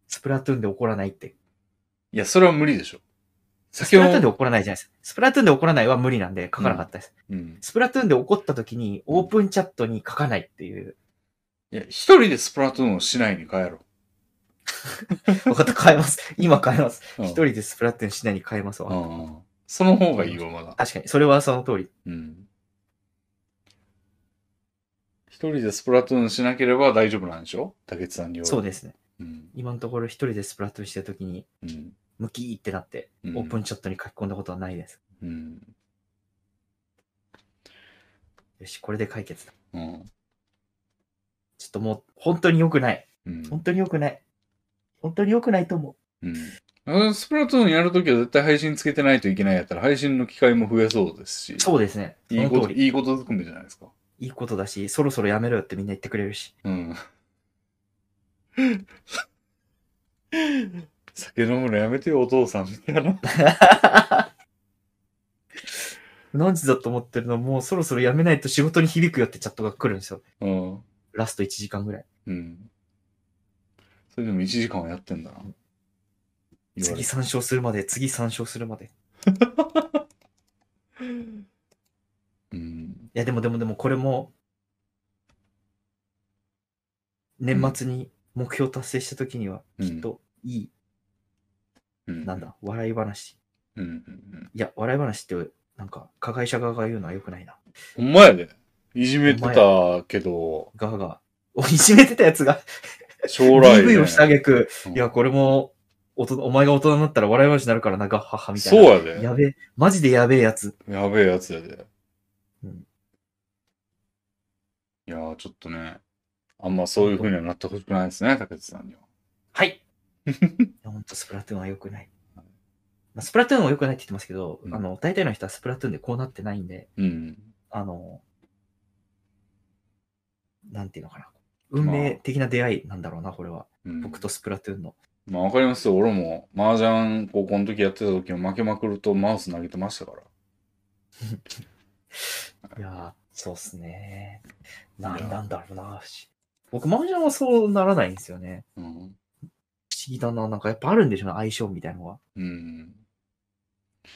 スプラトゥーンで怒らないって。いや、それは無理でしょ。スプ酒をラトゥーンで怒らないじゃないですか。スプラトゥーンで怒らないは無理なんで書かなかったです。うん。スプラトゥーンで怒った時にオープンチャットに書かないっていう。いや、一人でスプラトゥーンをしないに帰ろう。分かった、変えます。 今変えます。うん一人でスプラトゥーンしないに変えますわ。うんうん。その方がいいよ、まだ。確かに、それはその通り。うん。一人でスプラトゥーンしなければ大丈夫なんでしょ竹内さんによるそうですね。うん。今のところ一人でスプラトゥーンしてるときに、うん。ムキーってなって、うんオープンチャットに書き込んだことはないです。うん。よし、これで解決だ。うん。ちょっともう、本当に良くない。うん。本当に良くない。本当に良くないと思う。うん。スプラトゥーンやるときは絶対配信つけてないといけないやったら配信の機会も増えそうですし、そうですね。そいいこのと、通り。いいことずくめじゃないですか。いいことだし、そろそろやめろよってみんな言ってくれるし。うん。酒飲むのやめてよ、お父さんみたいな。何時だと思ってるのもうそろそろやめないと仕事に響くよってチャットが来るんですよ。うん。ラスト1時間ぐらい。うん。それでも1時間はやってんだな。言わ次れた参照するまで、次参照するまで。いうん。や、でもでもでもこれも、年末に目標達成した時には、うんきっといい、うん。なんだ、笑い話。うんうんうん。いや、笑い話って、なんか、加害者側が言うのは良くないな。ほんまやで。いじめてたけど、側が、おいじめてたやつが、将来、ね。 DV をしたげく、うんいや、これも、おと、お前が大人になったら笑い話になるからな、ガッハッハみたいそうな。やで。やべえ、マジでやべえやつ。やべえやつやで。うんいやー、ちょっとね、あんまそういう風にはなってほしくないですね、竹内さんには。 はい。本当スプラトゥーンは良くない。まあ、スプラトゥーンは良くないって言ってますけど、うんあの、大体の人はスプラトゥーンでこうなってないんで、うん。あの、なんていうのかな。運命的な出会いなんだろうな、これは。うん、僕とスプラトゥーンの。まあ、わかりますよ。俺も、麻雀高校の時やってた時も負けまくるとマウス投げてましたから。いやー、そうっすね。いなやーなんだろうな、し僕、マンジョンはそうならないんですよね。うん。不思議だな。なんかやっぱあるんでしょうね、相性みたいのは。うん。じ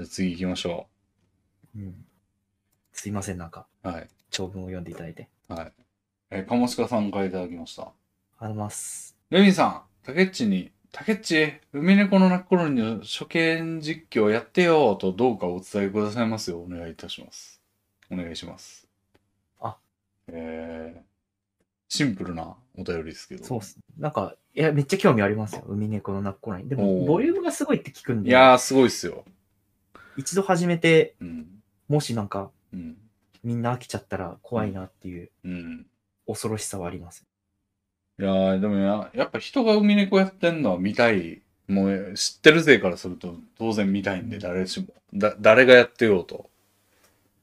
ゃあ次行きましょうん。すいません、なんか、う。はい。長文を読んでいただいて。はい。えー、カモシカさんからいただきました。ありがとうございます。レミさん、タケッチに、タケッチ、海猫の泣く頃にの初見実況やってよとどうかお伝えくださいますようお願いいたします。お願いします。あ。えー、シンプルなお便りですけど。そうっす。なんか、いや、めっちゃ興味ありますよ。海猫の泣く子ライン。でおーも、ボリュームがすごいって聞くんいで、やー、すごいっすよ。一度始めて、うん。もしなんか、うん。みんな飽きちゃったら怖いなっていううん。恐ろしさはあります。いやー、でもや、やっぱ人が海猫やってんのは見たい。もう知ってる勢からすると当然見たいんで、誰しも。だ、誰がやってようと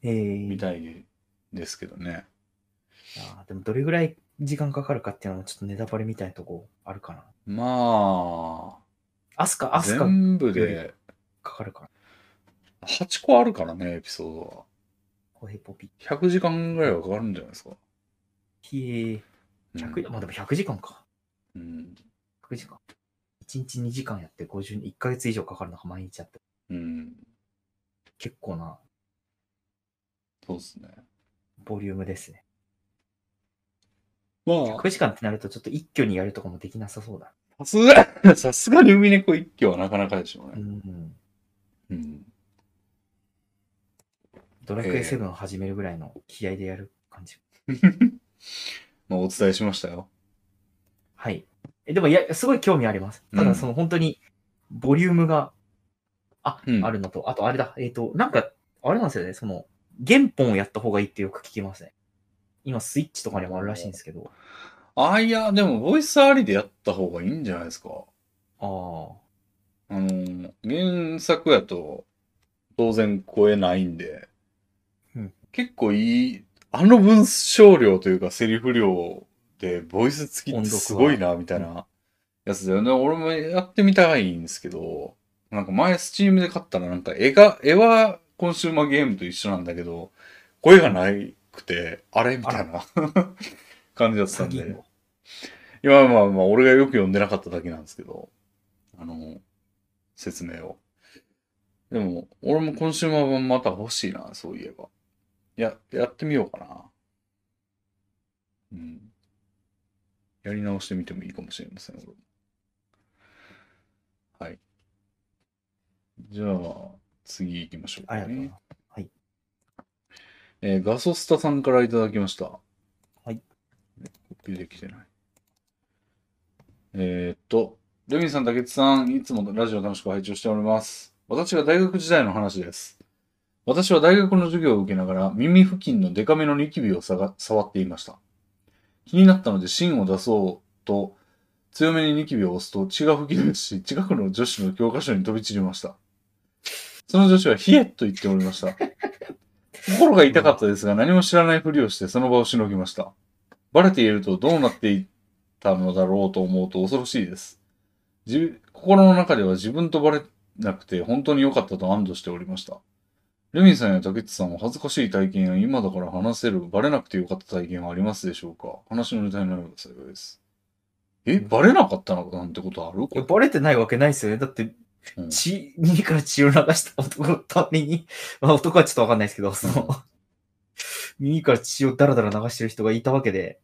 えー、見たいですけどね。あーでも、どれぐらい時間かかるかっていうのも、ちょっとネタバレみたいなとこあるかな。まアスカ、あ、アスカ全部でかかるから。 8個あるからね、エピソードコヘポピ。は。100時間ぐらいはかかるんじゃないですか。ひえ、うん100、まあでも100時間か。うん。 100時間。1日2時間やって50、1ヶ月以上かかるのか、毎日やって。うん。結構なそうですね。ボリュームですね。まあ、 100時間ってなると、ちょっと一挙にやるとかもできなさそうだ。さすが、 さすがに海猫一挙はなかなかでしょううね。ん。うん。ドラクエ7を始めるぐらいの気合でやる感じ。まあ、お伝えしましたよ。はい。えでも、いや、すごい興味あります。たうだ、んその本当に、ボリュームが、あ、うんあるのと、あとあれだ、えっ、と、なんか、あれなんですよね、その、原本をやった方がいいってよく聞きますね。今、スイッチとかにもあるらしいんですけど、ああ、いや、でも、ボイスありでやった方がいいんじゃないですか。ああ、あのー、原作やと、当然超えないんで、うん結構いい、あの文章量というかセリフ量でボイス付きってすごいな、みたいなやつだよね。俺もやってみたいんですけど、なんか前スチームで買ったらなんか絵が、絵はコンシューマーゲームと一緒なんだけど、声がないくて、あれみたいな 感じだったん詐で。欺の。いや、まあまあ、俺がよく読んでなかっただけなんですけど、あの、説明を。でも、俺も今週もまた欲しいな、そういえば。や、やってみようかな。うん。やり直してみてもいいかもしれません、俺もはい。じゃあ、次行きましょうあかりね。がとうございます。えーガソスタさんからいただきました。はい。出てきてない。えーっと、レミさん、竹内さん、いつもラジオ楽しく拝聴しております。私が大学時代の話です。私は大学の授業を受けながら耳付近のデカめのニキビをさが触っていました。気になったので芯を出そうと強めにニキビを押すと血が吹き出し、近くの女子の教科書に飛び散りました。その女子はヒエッと言っておりました。心が痛かったですが何も知らないふりをしてその場をしのぎました。バレているとどうなっていったのだろうと思うと恐ろしいです。じ心の中では自分とバレなくて本当に良かったと安堵しておりました。ルミンさんや竹内さんは恥ずかしい体験や今だから話せるバレなくてよかった体験はありますでしょうか話のネタになれば幸いです。え、バレなかったのなんてことあるいやバレてないわけないですよね。だってうん、血、耳から血を流した男のために、 まあ男はちょっとわかんないですけど、その、 耳から血をダラダラ流してる人がいたわけで、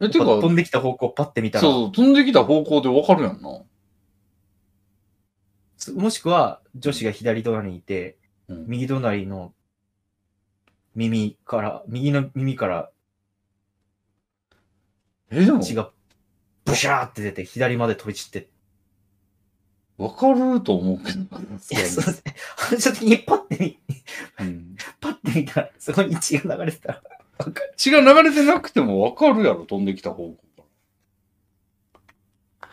え、てか、やっぱそ飛うんできた方向をパッて見たら、そう、飛んできた方向でわかるやんな。もしくは女子が左隣にいて、うん右隣の耳から、右の耳からえ、でも、血がブシャーって出て、左まで飛び散って、わかると思うけどな。いやそうですね。反射的にパッて見、うんパッて見たら、そこに血が流れてたら、わかる。血が流れてなくてもわかるやろ、飛んできた方向か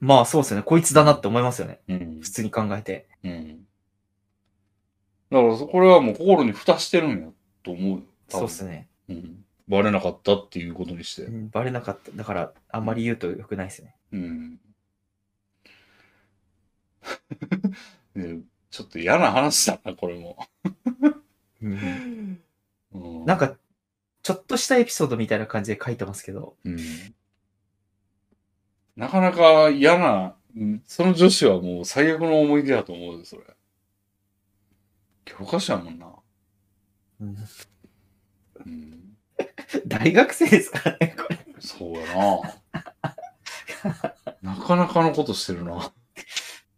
まあそうですよね。こいつだなって思いますよね。ら。うん普。通に考えて。うん。だから、これはもう心に蓋してるんやと思うよ。多そう分ですね。うん。バレなかったっていうことにしてう。んバレなかった。だから、あんまり言うと良くないですね。うん。 ねちょっと嫌な話だな、これも。うなん、か、ちょっとしたエピソードみたいな感じで書いてますけど、うん。なかなか嫌な、うんその女子はもう最悪の思い出だと思うよ、それ。教科書やもんな。うんうん。 大学生ですからね、これ。そうやな。なかなかのことしてるな。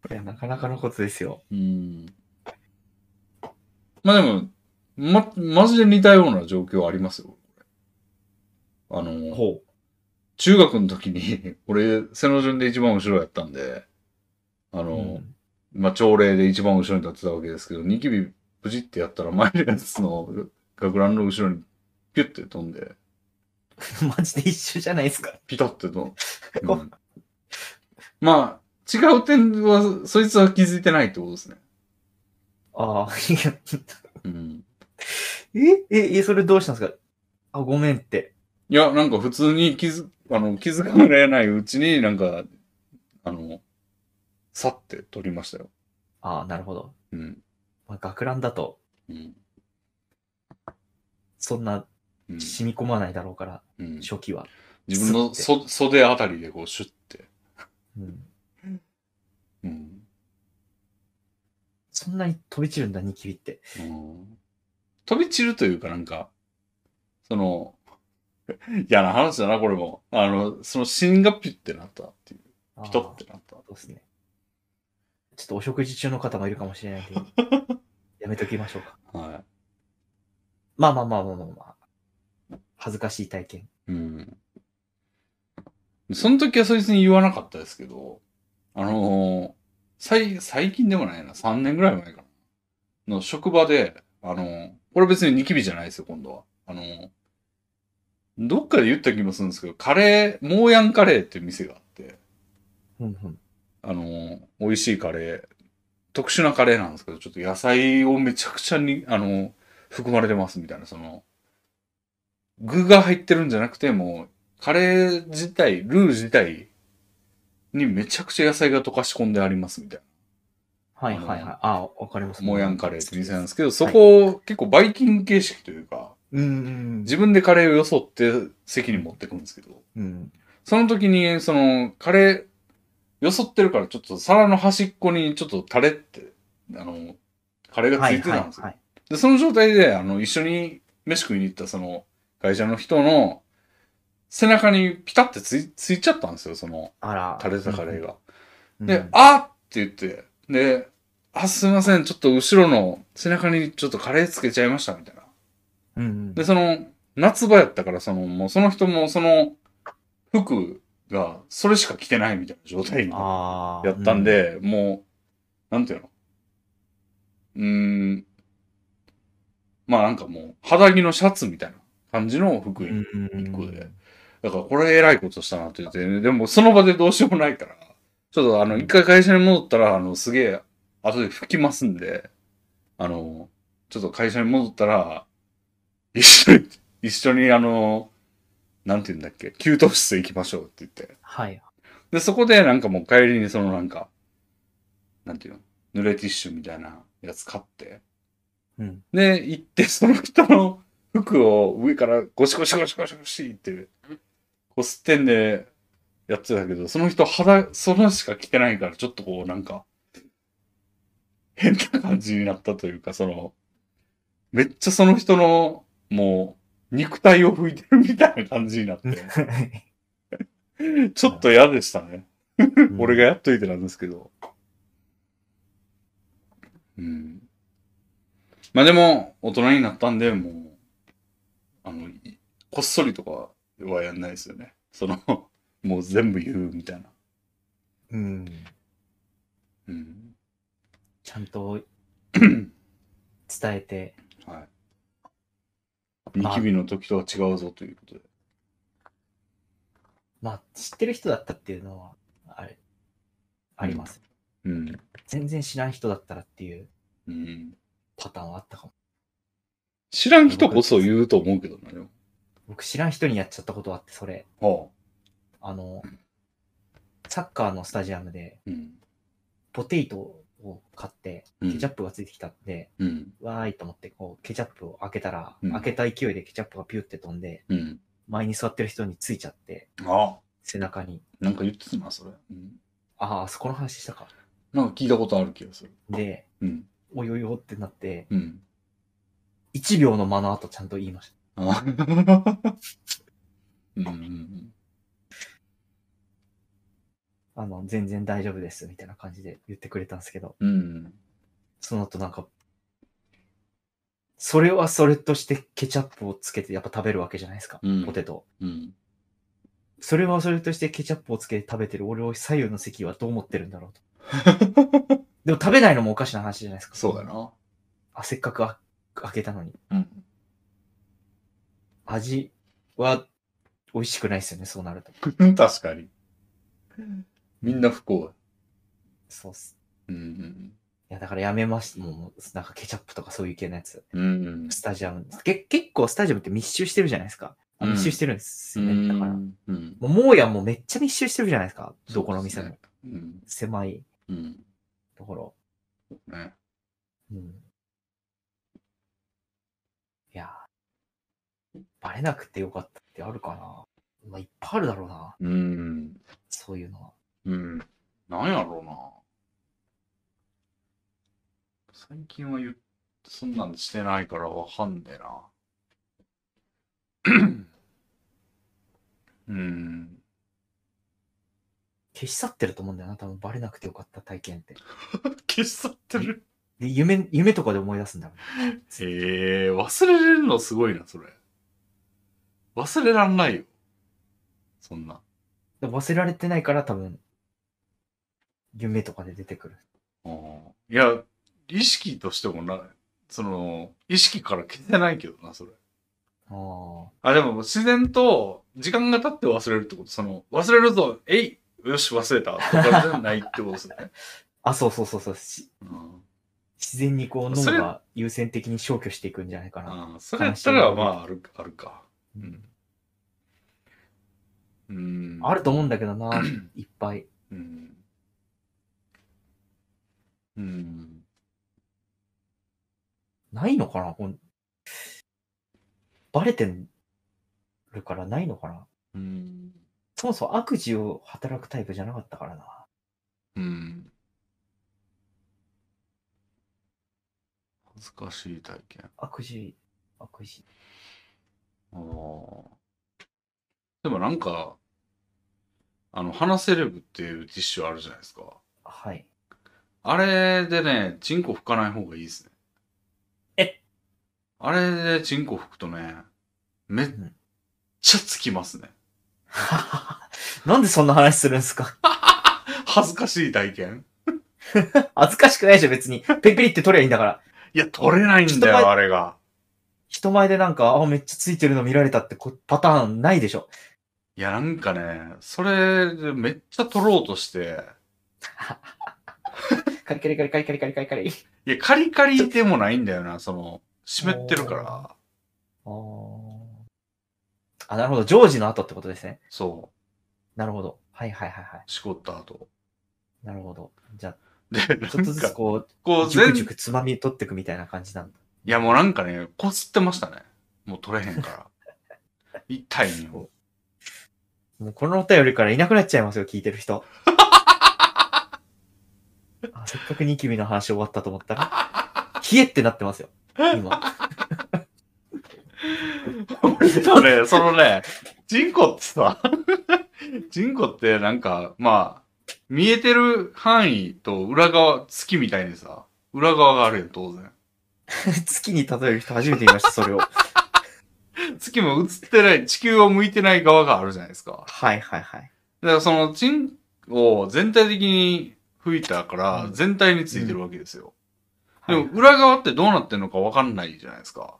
これはなかなかのことですよ。うん。まあでも、ま、マジで似たような状況ありますよ。あの、ほ中学の時に、 俺、背の順で一番後ろやったんで、あうの、ん。まあ、朝礼で一番後ろに立ってたわけですけど、ニキビブチってやったら前のやつの学ランの後ろにピュッて飛んで、 マジで一緒じゃないですか。ピタッて と、うんまあ、違う点は、そいつは気づいてないってことですね。ああ、いや、うん。 ええ、え、それどうしたんですかあ、ごめんって。いや、なんか普通に気づ、あの、気づかれないうちになんか、あの、去って取りましたよ。ああ、なるほど。うん。まあ、学ランだと、うん。そんなうん染み込まないだろうから、うん、初期は。自分のそ袖あたりでこう、シュッて。うん。うん。そんなに飛び散るんだ、ニキビって。うん飛び散るというかなんか、その、 嫌な話だな、これも。あの、その芯がピュってなったっていう。ピトってなった。そうですね。ちょっとお食事中の方もいるかもしれない けど、やめときましょうか。はまあまあまあまあまあまあ。恥ずかしい体験。い。うん。その時はそいつに言わなかったですけど、あの最、最近でもないな、3年ぐらい前かな。の職場で、あのこれ別にニキビじゃないですよ、今度は。あのどっかで言った気もするんですけど、カレー、モーヤンカレーっていう店があって、うんうん。あの、美味しいカレー、特殊なカレーなんですけど、ちょっと野菜をめちゃくちゃに、あの、含まれてますみたいな、その、具が入ってるんじゃなくて、もう、カレー自体、ルー自体にめちゃくちゃ野菜が溶かし込んでありますみたいはいはいはい。ああ、わかります。。な。モヤンカレーって店なんですすけど、そこ、結構バイキング形式というか、うんうん自分でカレーをよそって席に持ってくんですけど、うん。その時に、その、カレー、よそってるから、ちょっと皿の端っこに、ちょっとタレって、あの、カレーうん。がはついいてはたんいですよ。はい。で、その状態で、あの、一緒に飯食いに行った、その、会社の人の、背中にピタってつい、ついちゃったんですよ、その、あら。垂れたカレーが。うんで、あーって言って、で、あ、すいません、ちょっと後ろの背中にちょっとカレーつけちゃいました、みたいな。うんうん。で、その、夏場やったから、その、もうその人も、その、服が、それしか着てないみたいな状態にやああ。ったんで、もう、なんていうのうーん、まあなんかもう、肌着のシャツみたいな感じの服うんにうん一個で。だからこれ偉いことしたなって言って、でもその場でどうしようもないから、ちょっとあの、一回会社に戻ったら、あの、すげえ、後で吹きますんで、あの、ちょっと会社に戻ったら、一緒に、一緒にあの、なんて言うんだっけ、給湯室行きましょうって言って。はい。で、そこでなんかもう帰りにそのなんか、なんていうの、濡れティッシュみたいなやつ買って、うん。で、行って、その人の服を上からゴシゴシゴシゴシゴシって、こすってんでやってたけど、その人肌、それしか着てないから、ちょっとこうなんか、変な感じになったというか、その、めっちゃその人の、もう、肉体を拭いてるみたいな感じに なって、ちょっと嫌でしたね。俺がやっといてなんですけど。うん。まあでも、大人になったんで、もう、あの、いこっそりとかはやんないですよね。その、もう全部言うみたいな。うん。うん。ちゃん と伝えて、はい。ニまあキビの時とは違うぞということで。まあ、知ってる人だったっていうのは、あれ、あります。うん。全然知らん人だったらっていううん。パターンはあったかも。知らん人こそ言うと思うけどな、でも。僕知らん人にやっちゃったことあって、それ、はあの、サッカーのスタジアムで、あ。うん。ポテイトを買って、うんケチャップがついてきたんで、うん。わーいと思って、こう、ケチャップを開けたら、うん開けた勢いでケチャップがピュって飛んで、うん。前に座ってる人についちゃって、ああ。背中に。なんか言ってたな、それ。うん。ああ、そこの話したか。なんか聞いたことある気がする。で、うん。およよってなって、うん。 1秒の間の後ちゃんと言いました。あうんうんうんあの、全然大丈夫です、みたいな感じで言ってくれたんですけど、うんその後なんか、それはそれとしてケチャップをつけてやっぱ食べるわけじゃないですか、うんポテト。うんそれはそれとしてケチャップをつけて食べてる俺を左右の席はどう思ってるんだろうと。 でも食べないのもおかしな話じゃないですか。そうだ。な。あせっかくあ開けたのに。うん。味は美味しくないですよね、そうなると。 確かに。みんな不幸そうっす。だ。うんいや、だからやめました。もう、なんかケチャップとかそういう系のやつ。うんうん。スタジアム。け結構スタジアムって密集してるじゃないですか。あうん密集してるんですうよね。ん。だから。もうん。う、もうやもうめっちゃ密集してるじゃないですか。どこの店も。そうですね狭いうん。うん。ところ。ね。うん。いやーバレなくてよかったってあるかな。まあ、いっぱいあるだろうな。うん。そういうのは。うん。なんやろうな。最近は言っそんなんしてないからわかんねえな。うん。消し去ってると思うんだよな。多分バレなくてよかった体験って。 消し去ってる。で、夢、夢とかで思い出すんだろうね。ええ忘れるのすごいな、それ。忘れらんないよ。そんな。で忘れられてないから多分、夢とかで出てくる。うんいや、意識としてもな、その、意識から消せないけどな、それ。ああ、でも自然と、時間が経って忘れるってこと、その、忘れるぞ、えいよし、忘れたとかじゃないってことですね。あ。あ、そうそうそうそう。しうん。自然にこう脳それが優先的に消去していくんじゃないかな。あそれやったら、まあ、ある、あるか。うん。うん。あると思うんだけど な、いっぱい。うん。うん。ないのかなほんバレてるからないのかなうん。そもそも悪事を働くタイプじゃなかったからな。うん。恥ずかしい体験。悪事、悪事。ああ。でもなんか、あの、花セレブっていうティッシュあるじゃないですか。はい。あれでね、チンコ拭かない方がいいですね。えあれでチンコ拭くとね、めっちゃつきますね。 なんでそんな話するんすか恥ずかしい体験恥ずかしくないでしょ、別に。ペリペリって取りゃいいんだから。いや、取れないんだちょっとよ、前あれが。人前でなんか、あ、めっちゃついてるの見られたってこパターンないでしょ。いや、なんかね、それでめっちゃ取ろうとして、カリカリカリカリカリカリカリカリ。いや、カリカリでもないんだよな、その、湿ってるから、あーあ、なるほど。ジョージの後ってことですね。そなるほど。はいはいはいはう、しこった後。い。なるほど。じゃで、あ、ちょっとなんずつか、ここう、う、じゅく全、じゅいくつまみ取ってくみたいな感じなんだ。や、もうなんかね、こすってましたね。もう取れへんから。 痛いのよ。もうこのお便りからいなくなっちゃいますよ、聞いて る人。あせっかくニキビの話終わったと思ったら、冷えってなってますよ、今。 そうね、そのね、ジンコってさ、 ジンコってなんか、まあ、見えてる範囲と裏側、月みたいにさ、裏側があるよ、当然。月に例える人初めて見ました、それを。月も映ってない、地球を向いてない側があるじゃないですか。はいはいはい。だからその、チンを全体的に吹いたからう、ん全体についてるわけですよ。はいでも、裏側ってどうなってんのかわかんないじゃないですか。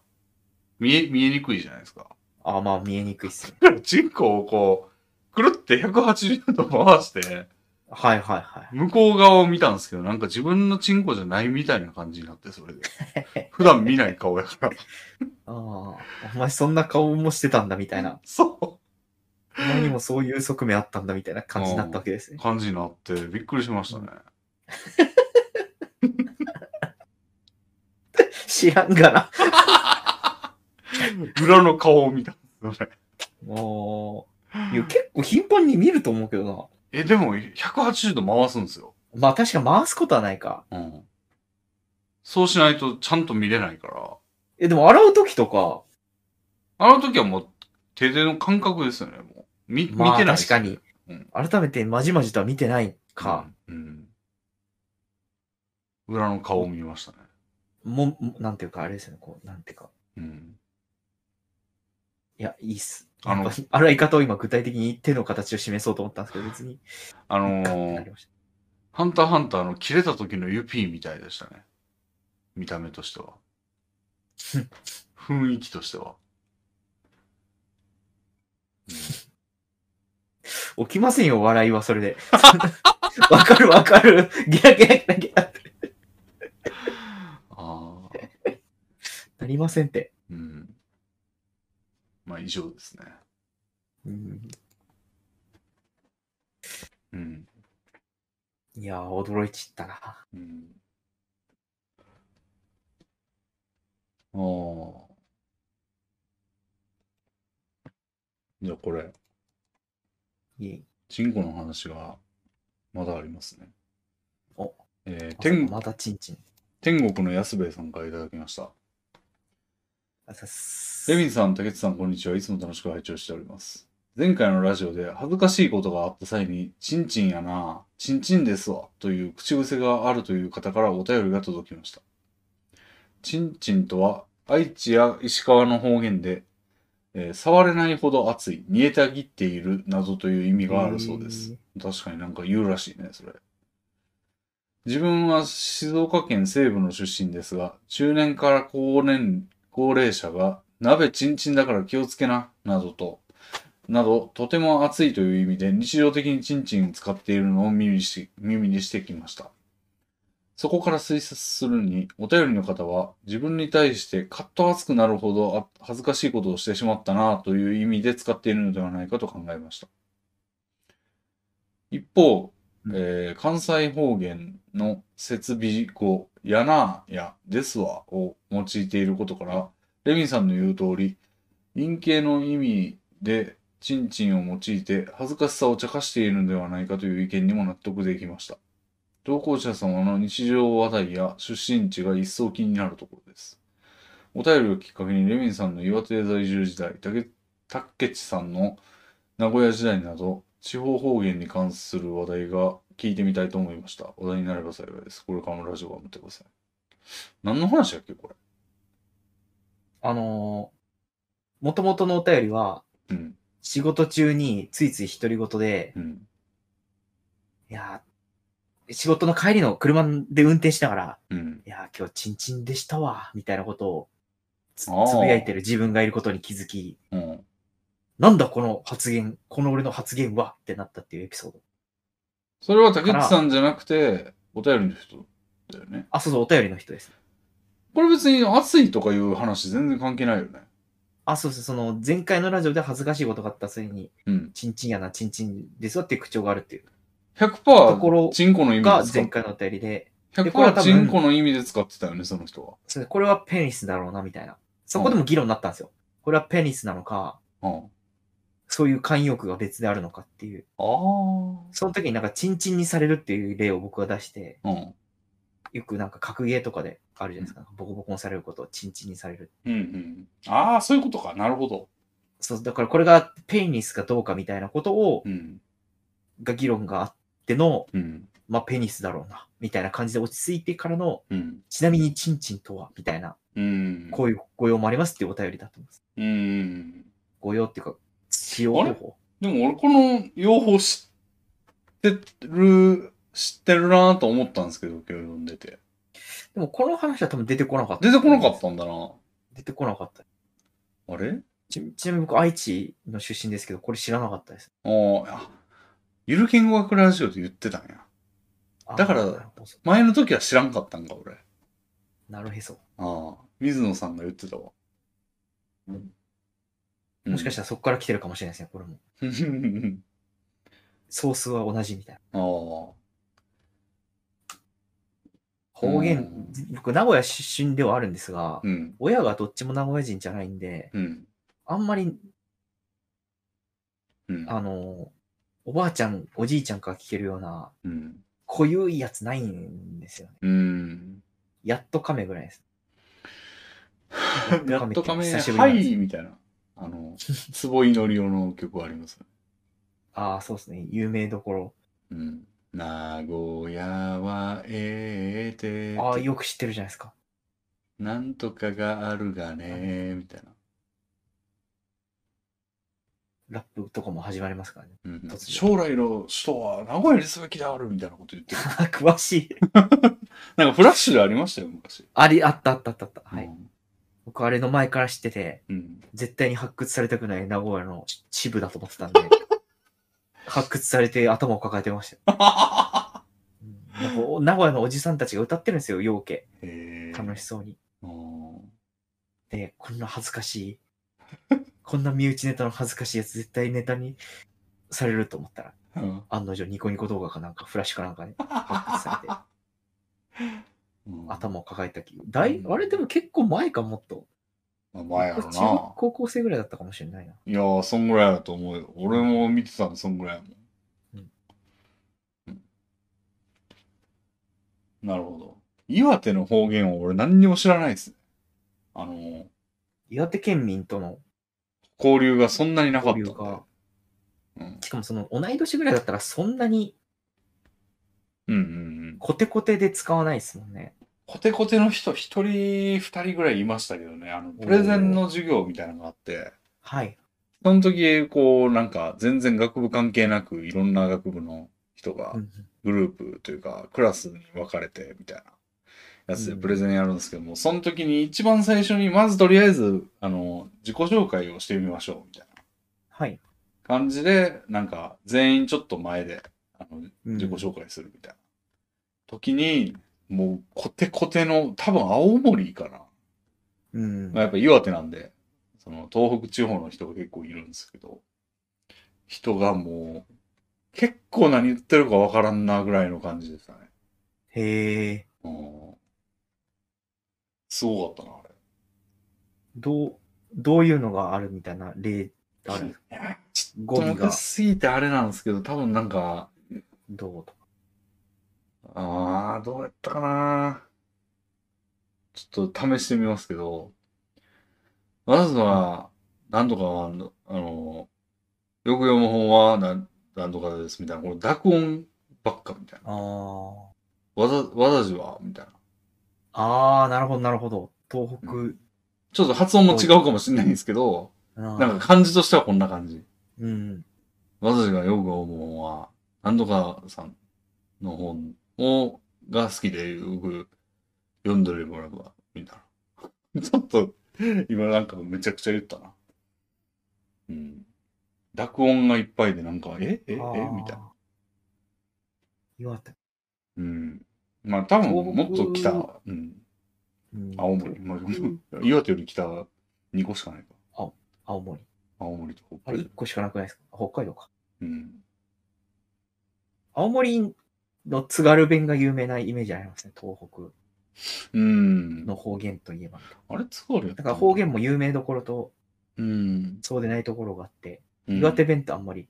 見え、見えにくいじゃないですか。あ、まあ見えにくいっすね。だから、チンコをこう、くるって180度回して、はいはいはい。向こう側を見たんですけど、なんか自分のチンコじゃないみたいな感じになって、それ で。普段見ない顔やから。ああ、お前そんな顔もしてたんだみたいな。そお前にもそういう側面あったんだみたいな感じになったわけですう。ね。感じになって、びっくりしましたね。知らんがな。裏の顔を見たんですよね。もう、いや結構頻繁に見ると思うけどな。え、でも、180度回すんですよ。まあ確か回すことはないか。うん。そうしないとちゃんと見れないから。え、でも洗うときとか、あの時はもう、手での感覚ですよね、もう。み、まあ見てない。確かに。うん改めてまじまじとは見てないか、うん。うん。裏の顔を見ましたね。もん、もなんていうか、あれですよね、こう、なんていうか。うん。いや、いいっす。あのやっぱ洗い方を今具体的に手の形を示そうと思ったんですけど、別に。あのなーり、ましハンターハンターの切れた時のユピーみたいでしたね。見た目と しては。雰囲気としては。た起きませんよ、笑いはそれで。 わかるわかる。ギラギラギラギラってああ。なりませんって。うん。まあ、以上ですね。うんうん。いやー、驚いちったな。うん。ああ。じゃあこれ、いえチンコの話がまだありますね。おえーまさか天またチンチン。天国の安兵衛さんからいただきました。あざっすレビンさん、竹内さん、こんにちは。いつも楽しく拝聴しております。前回のラジオで恥ずかしいことがあった際に、チンチンやなぁ、チンチンですわ、という口癖があるという方からお便りが届きました。チンチンとは、愛知や石川の方言で、えー触れないほど熱い、煮えたぎっている、などという意味があるそうです。確かになんか言うらしいね、それ。自分は静岡県西部の出身ですが、中年から高年、高齢者が、鍋チンチンだから気をつけな、などと、など、とても暑いという意味で日常的にチンチンを使っているのを耳にし、耳にしてきました。そこから推察するに、お便りの方は、自分に対してカッと熱くなるほどあ恥ずかしいことをしてしまったな、という意味で使っているのではないかと考えました。一方、えー関西方言の設備語、やなやですわを用いていることから、レミンさんの言う通り、陰形の意味で、チンチンを用いて恥ずかしさを茶化しているのではないかという意見にも納得できました。投稿者様の日常話題や出身地が一層気になるところです。お便りをきっかけにレミンさんの岩手在住時代、たけたっけちさんの名古屋時代など、地方方言に関する話題が聞いてみたいと思いました。話題になれば幸いです。これからもラジオ頑張ってください。何の話だっけ、こあのー、もともとのお便りは、れ。うん。仕事中についつい独り言で、うん。いやー、仕事の帰りの車で運転しながら、うん。いやー、今日チンチンでしたわ、みたいなことをつつあーぶやいてる自分がいることに気づき、うん。なんだこの発言、この俺の発言はってなったっていうエピソード。それは竹内さんじゃなくて、お便りの人だよね。あ、そうそう、お便りの人です。これ別に熱いとかいう話全然関係ないよね。あ、そうそう、その前回のラジオで恥ずかしいことがあった、それに、うん。チンチンやな、チンチンですわっていう口調があるっていう。ところ100%、チンコの意味がで使前っ回のお便りで、でこれは多100%分チンコの意味で使ってたよね、その人は。それこれはペニスだろうな、みたいな。そこでも議論になったんですよ。これはペニスなのか、うん。そういう慣用句が別であるのかっていう。ああ。その時になんかチンチンにされるっていう例を僕が出して、うん。よくなんか格ゲーとかであるじゃないですか。ボコボコにされることをチンチンにされる。うんうん。ああ、そういうことか。なるほど。そう、だからこれがペニスかどうかみたいなことを、うん。が議論があっての、うん。まあペニスだろうな、みたいな感じで落ち着いてからの、うん。ちなみにチンチンとは、みたいな、うん。こういうご用もありますっていうお便りだと思います。うん。ご用っていうか、使用方法。でも俺この用法知ってる、知ってるなぁと思ったんですけど、今日読んでて。でもこの話は多分出てこなかった。出てこなかったんだな出てこなかった。あれちちなみに僕、愛知の出身ですけど、これ知らなかったです。あーあ、ゆる言語学ラジオで言ってたんや。あだからなるほど前の時は知らんかったんか、俺。なるへそ。ああ、水野さんが言ってたわ。もしかしたらそこから来てるかもしれないですね、これも。たら。うんソースは同じみたいな。ああ。方言うん、僕、名古屋出身ではあるんですが、うん。親がどっちも名古屋人じゃないんで、うん。あんまり、うん。あの、おばあちゃん、おじいちゃんから聞けるような、うん。濃ゆいやつないんですよね。うん。やっと噛めぐらいです。やっと仮面、久しぶりなはんですい、みたいな。あの、坪井のりおの曲あります。ああ、そうですね。有名どころ。うん。名古屋はええて、ああ、よく知ってるじゃないですか。なんとかがあるがね、みたいな。ラップとかも始まりますからね。 うん突然将来の首都は名古屋にすべきであるみたいなこと言ってる。詳しい。 なんかフラッシュでありましたよ、昔。あり、あったあったあったあった。はい。うん。僕、あれの前から知ってて、うん絶対に発掘されたくない名古屋の支部だと思ってた んで、発掘されて頭を抱えてましたよ。うんなんかお名古屋のおじさんたちが歌ってるんですよ、陽家。へえ。楽しそうに。うんで、こんな恥ずかしい。こんな身内ネタの恥ずかしいやつ絶対ネタにされると思ったら、うん案の定ニコニコ動画かなんか、フラッシュかなんかね、発掘さ れて、うん頭を抱えたき。だい、あれでも結構前か、もっと。まあ前やろ僕中な。高校生ぐらいだったかもしれないな。いやー、そんぐらいだと思うよ。俺も見てたの、そんぐらいやもん。うんうんなるほど。岩手の方言を俺何にも知らないですね。あのー、岩手県民との交流がそんなになかったん交で流が、うんしかもその同い年ぐらいだったらそんなにうんうんうん。コテコテで使わないですもんね。コテコテの人一人二人ぐらいいましたけどね、あの、プレゼンの授業みたいなのがあって、はい。その時、こう、なんか、全然学部関係なく、いろんな学部の人がう、んグループというか、クラスに分かれて、みたいなやつでプレゼンやるんですけども、その時に一番最初に、まずとりあえず、あの、自己紹介をしてみましょう、みたいなはい。感じで、なんか、全員ちょっと前で、あの、うん自己紹介するみたいな。時に、もう、コテコテの、多分青森かな。うんまあ、やっぱ岩手なんで、その東北地方の人が結構いるんですけど、人がもう、結構何言ってるかわからんなぐらいの感じでしたね。へえ。うん。すごかったな、あどう、どういうのがあるみたいな例あるれ。ちょ語っと尾が昔すぎてあれなんですけど、多分なんか、どうとか。ああ、どうやったかな。ちょっと試してみますけど、まずは、なんとかは、あの、よく読む本はなん、なんとかです、みたいな。この濁音ばっか、みたいな。あーわざ、わざじは、みたいな。あー、なるほど、なるほど。東北。うちょっと発音も違うかもしれないんですけど、ななんか漢字としてはこんな感じ。うん。私がよく思うのは、なんとかさんの本を、が好きでよく読んでるもらえば、みたいな。ちょっと、 今なんかめちゃくちゃ言ったな。うん。濁音がいっぱいでなんか、えええみたいな。な。岩手。うん。まあ多分もっと北、東うん。うん青森。まあ、岩手より北2個しかないか。青森。青森と北あれ、海道1。個しかなくないですか北海道か。うん。青森の津軽弁が有名なイメージありますね。東北うん。の方言といえば。あれ、津軽やっただから方言も有名どころとうん。そうでないところがあって、うん岩手弁ってあんまり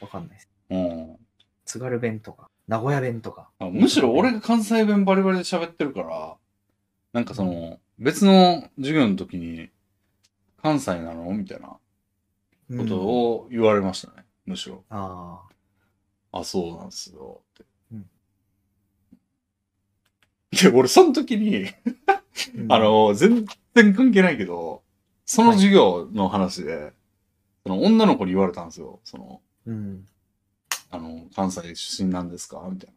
わかんないです。うん。津軽弁とか、名古屋弁とか。あむしろ俺が関西弁バリバリで喋ってるから、なんかその、別の授業の時に、関西なのみたいなことうんを言われましたね。むしろ。ああ。あ、そうなんですよ。って。うんいや、俺その時に、うんあ、の、全然関係ないけど、その授業の話で、その女の子に言われたんですよ。その、うん。あの、関西出身なんですかみたい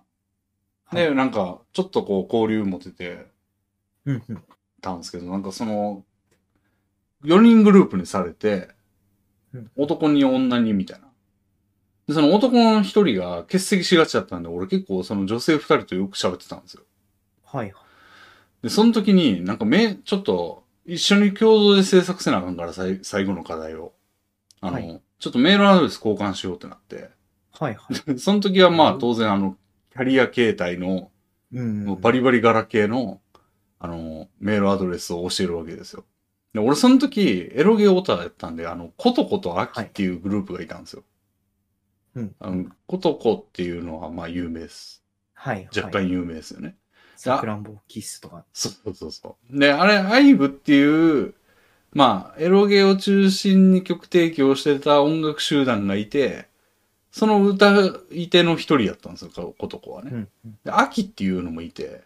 な。はで、なんか、ちょっとこう、交流持ててうんうん。たんですけど、なんかその、4人グループにされてうん、男に女にみたいな。で、その男の一人が欠席しがちだったんで、俺結構その女性二人とよく喋ってたんですよ。はい。で、その時になんかめ、ちょっと、一緒に共同で制作せなあかんから、さい最後の課題を。あの、はちょっとメールアドレス交換しようってなって。はいはい。その時はまあうん当然あの、キャリア形態の、う んもうバリバリガラケーの、あの、メールアドレスを教えるわけですよ。で、俺その時、エロゲーオタやったんで、あの、コトコとアキっていうグループがいたんですよ。うんあの、コトコっていうのはまあ有名です。はいはい。若干有名ですよね。さくらんぼキッスとか。そうそうそうそう。で、あれ、アイブっていう、まあ、エロゲーを中心に曲提供してた音楽集団がいて、その歌い手の一人やったんですよ、こことこはね。うん。で、秋っていうのもいて、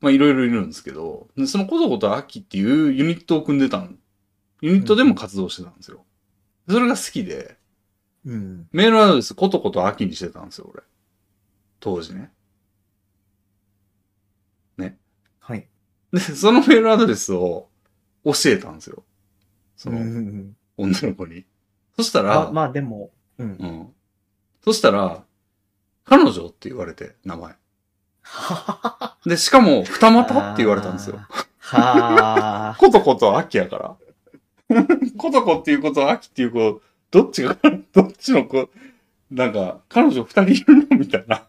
まあいろいろいるんですけど、でそのことこと秋っていうユニットを組んでたん、ユニットでも活動してたんですよ。それが好きで、うん。メールアドレスことこと秋にしてたんですよ、俺。当時ね。はい。で、そのメールアドレスを教えたんですよ。そうんのうんうん女の子に。そしたら、あまあでも、うん う。ん。そしたら、彼女って言われて、名前。で、しかも、二股って言われたんですよ。はあ。コトコと秋やから。コトコっていうこと、秋っていう子、どっちが、どっちの子、なんか、彼女二人いるのみたいな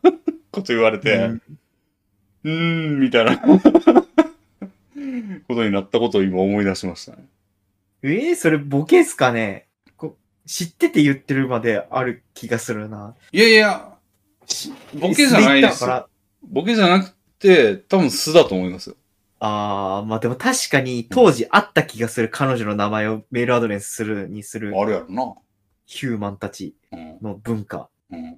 こと言われて、うーん、みたいなことになったことを今思い出しましたね。えー、それボケっすかねこ知ってて言ってるまである気がするな。いやいや、ボケじゃないで。ですす滑った。からボケじゃなくて、多分素だと思いますよ。ああ、まあでも確かに当時あった気がする彼女の名前をメールアドレスするにするあるやろな。ヒューマンたちうん。の文化。うん。だか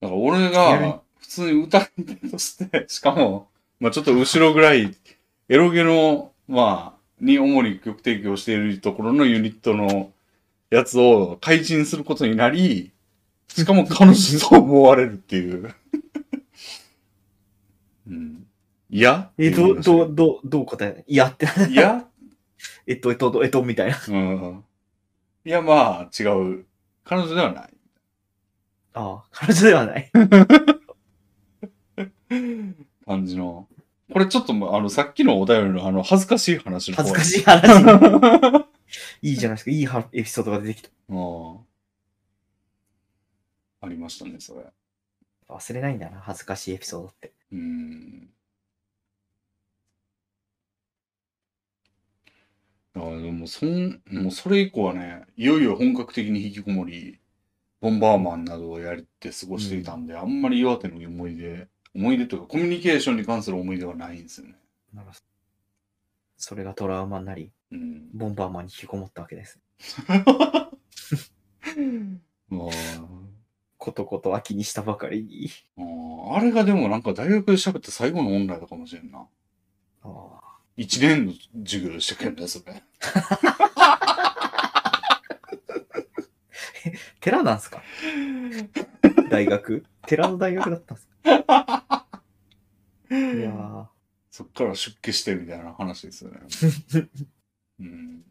ら俺やるが普通に歌い手として、 しかも、まあちょっと後ろぐらい、 エロゲの、まあ、に主に曲提供しているところのユニットのやつを開陳することになり、しかも彼女と思われるっていう。 うん。いやえ、ど、ど、ど、どう答えないいやって、 いやえっと、えっと、えっと、みたいな。うん。いや、まあ、違う。彼女ではない。ああ、彼女ではない。感じの。これちょっともう、あの、さっきのお便りの、あの、恥ずかしい話の方恥ずかい。しい話。 いいじゃないですか。いいはエピソードが出てきた。うん。ありましたね、それ。忘れないんだな、恥ずかしいエピソードって。うん。あでも、そん、もうそれ以降はね、いよいよ本格的に引きこもり、ボンバーマンなどをやって過ごしていたんで、あんまり岩手の思い出、思い出というか、コミュニケーションに関する思い出はないんですよね。なるほどそれがトラウマになり、うん。ボンバーマンに引きこもったわけです。まあことこと秋にしたばかりに。あーあれがでもなんか大学で喋った最後のオンラインだかもしれんな。あ一年の授業でしたけどね、それ。あ寺なん すか大学寺の大学だったんすかいやーそっから出家してみたいな話ですよね。うん。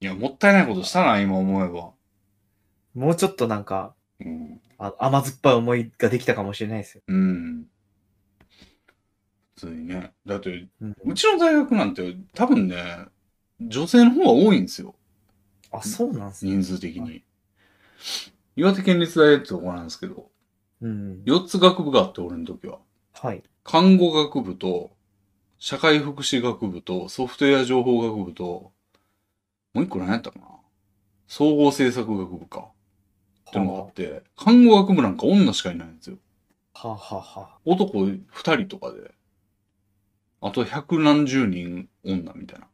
いや、もったいないことしたな、今思えば。もうちょっとなんか、うん。あ甘酸っぱい思いができたかもしれないですよ。うん。普通にね。だって、うんうちの大学なんて多分ね、女性の方が多いんですよ。あ、そうなんすね。人数的に。岩手県立大ってとこなんですけど、うん。 4つ学部があって、俺の時は。はい。看護学部と、社会福祉学部と、ソフトウェア情報学部と、もう一個何やったかな総合政策学部か。ってのがあって、看護学部なんか女しかいないんですよ。はあ、はあはあ、男2人とかで、あと百何十人女みたいな。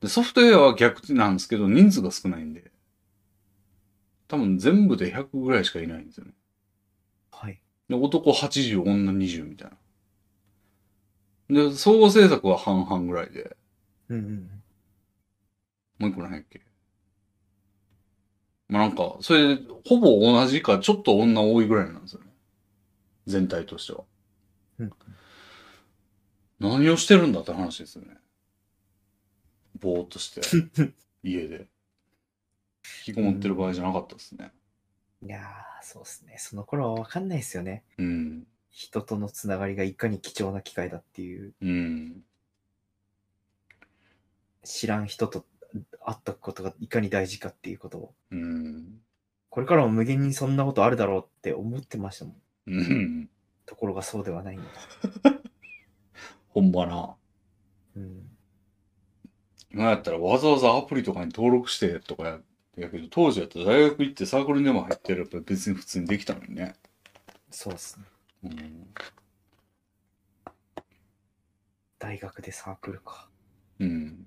で、ソフトウェアは逆なんですけど、人数が少ないんで、多分全部で100ぐらいしかいないんですよね。はい。で、男80、女20みたいな。で、総合政策は半々ぐらいで、うんうん。もう一個何やっけ。まあなんか、それ、ほぼ同じか、ちょっと女多いぐらいなんですよね。全体としては。うん何をしてるんだって話ですよね。ぼーっとして、 家で。引きこもってる場合じゃなかったですね。いやー、そうですね。その頃はわかんないですよね。うん。人とのつながりがいかに貴重な機会だっていう、うん。知らん人と会ったことがいかに大事かっていうことを、うん。これからも無限にそんなことあるだろうって思ってましたもん。うん。ところがそうではないんだ。ほんまな。うん。今やったらわざわざアプリとかに登録してとかややけど、当時やったら大学行ってサークルにでも入ってれば別に普通にできたのにね。そうですね。うん。大学でサークルか。うん。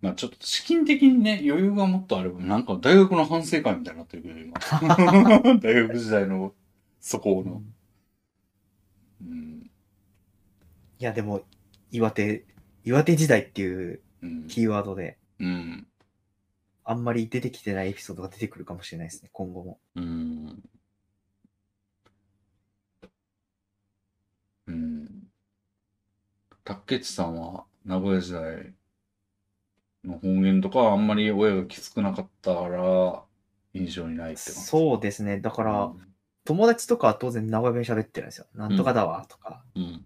まあちょっと資金的にね、余裕がもっとあれば、なんか大学の反省会みたいになってるけど、今。大学時代の、そこの。うん。いや、でも、岩手、岩手時代っていううん。キーワードで、うん。あんまり出てきてないエピソードが出てくるかもしれないですね、今後も。うん。うん。竹内さんは名古屋時代の方言とかはあんまり親がきつくなかったから印象にないって感じ。うそうですね。だから、友達とかは当然名古屋弁喋ってるんですよ。なんとかだわとか、うん。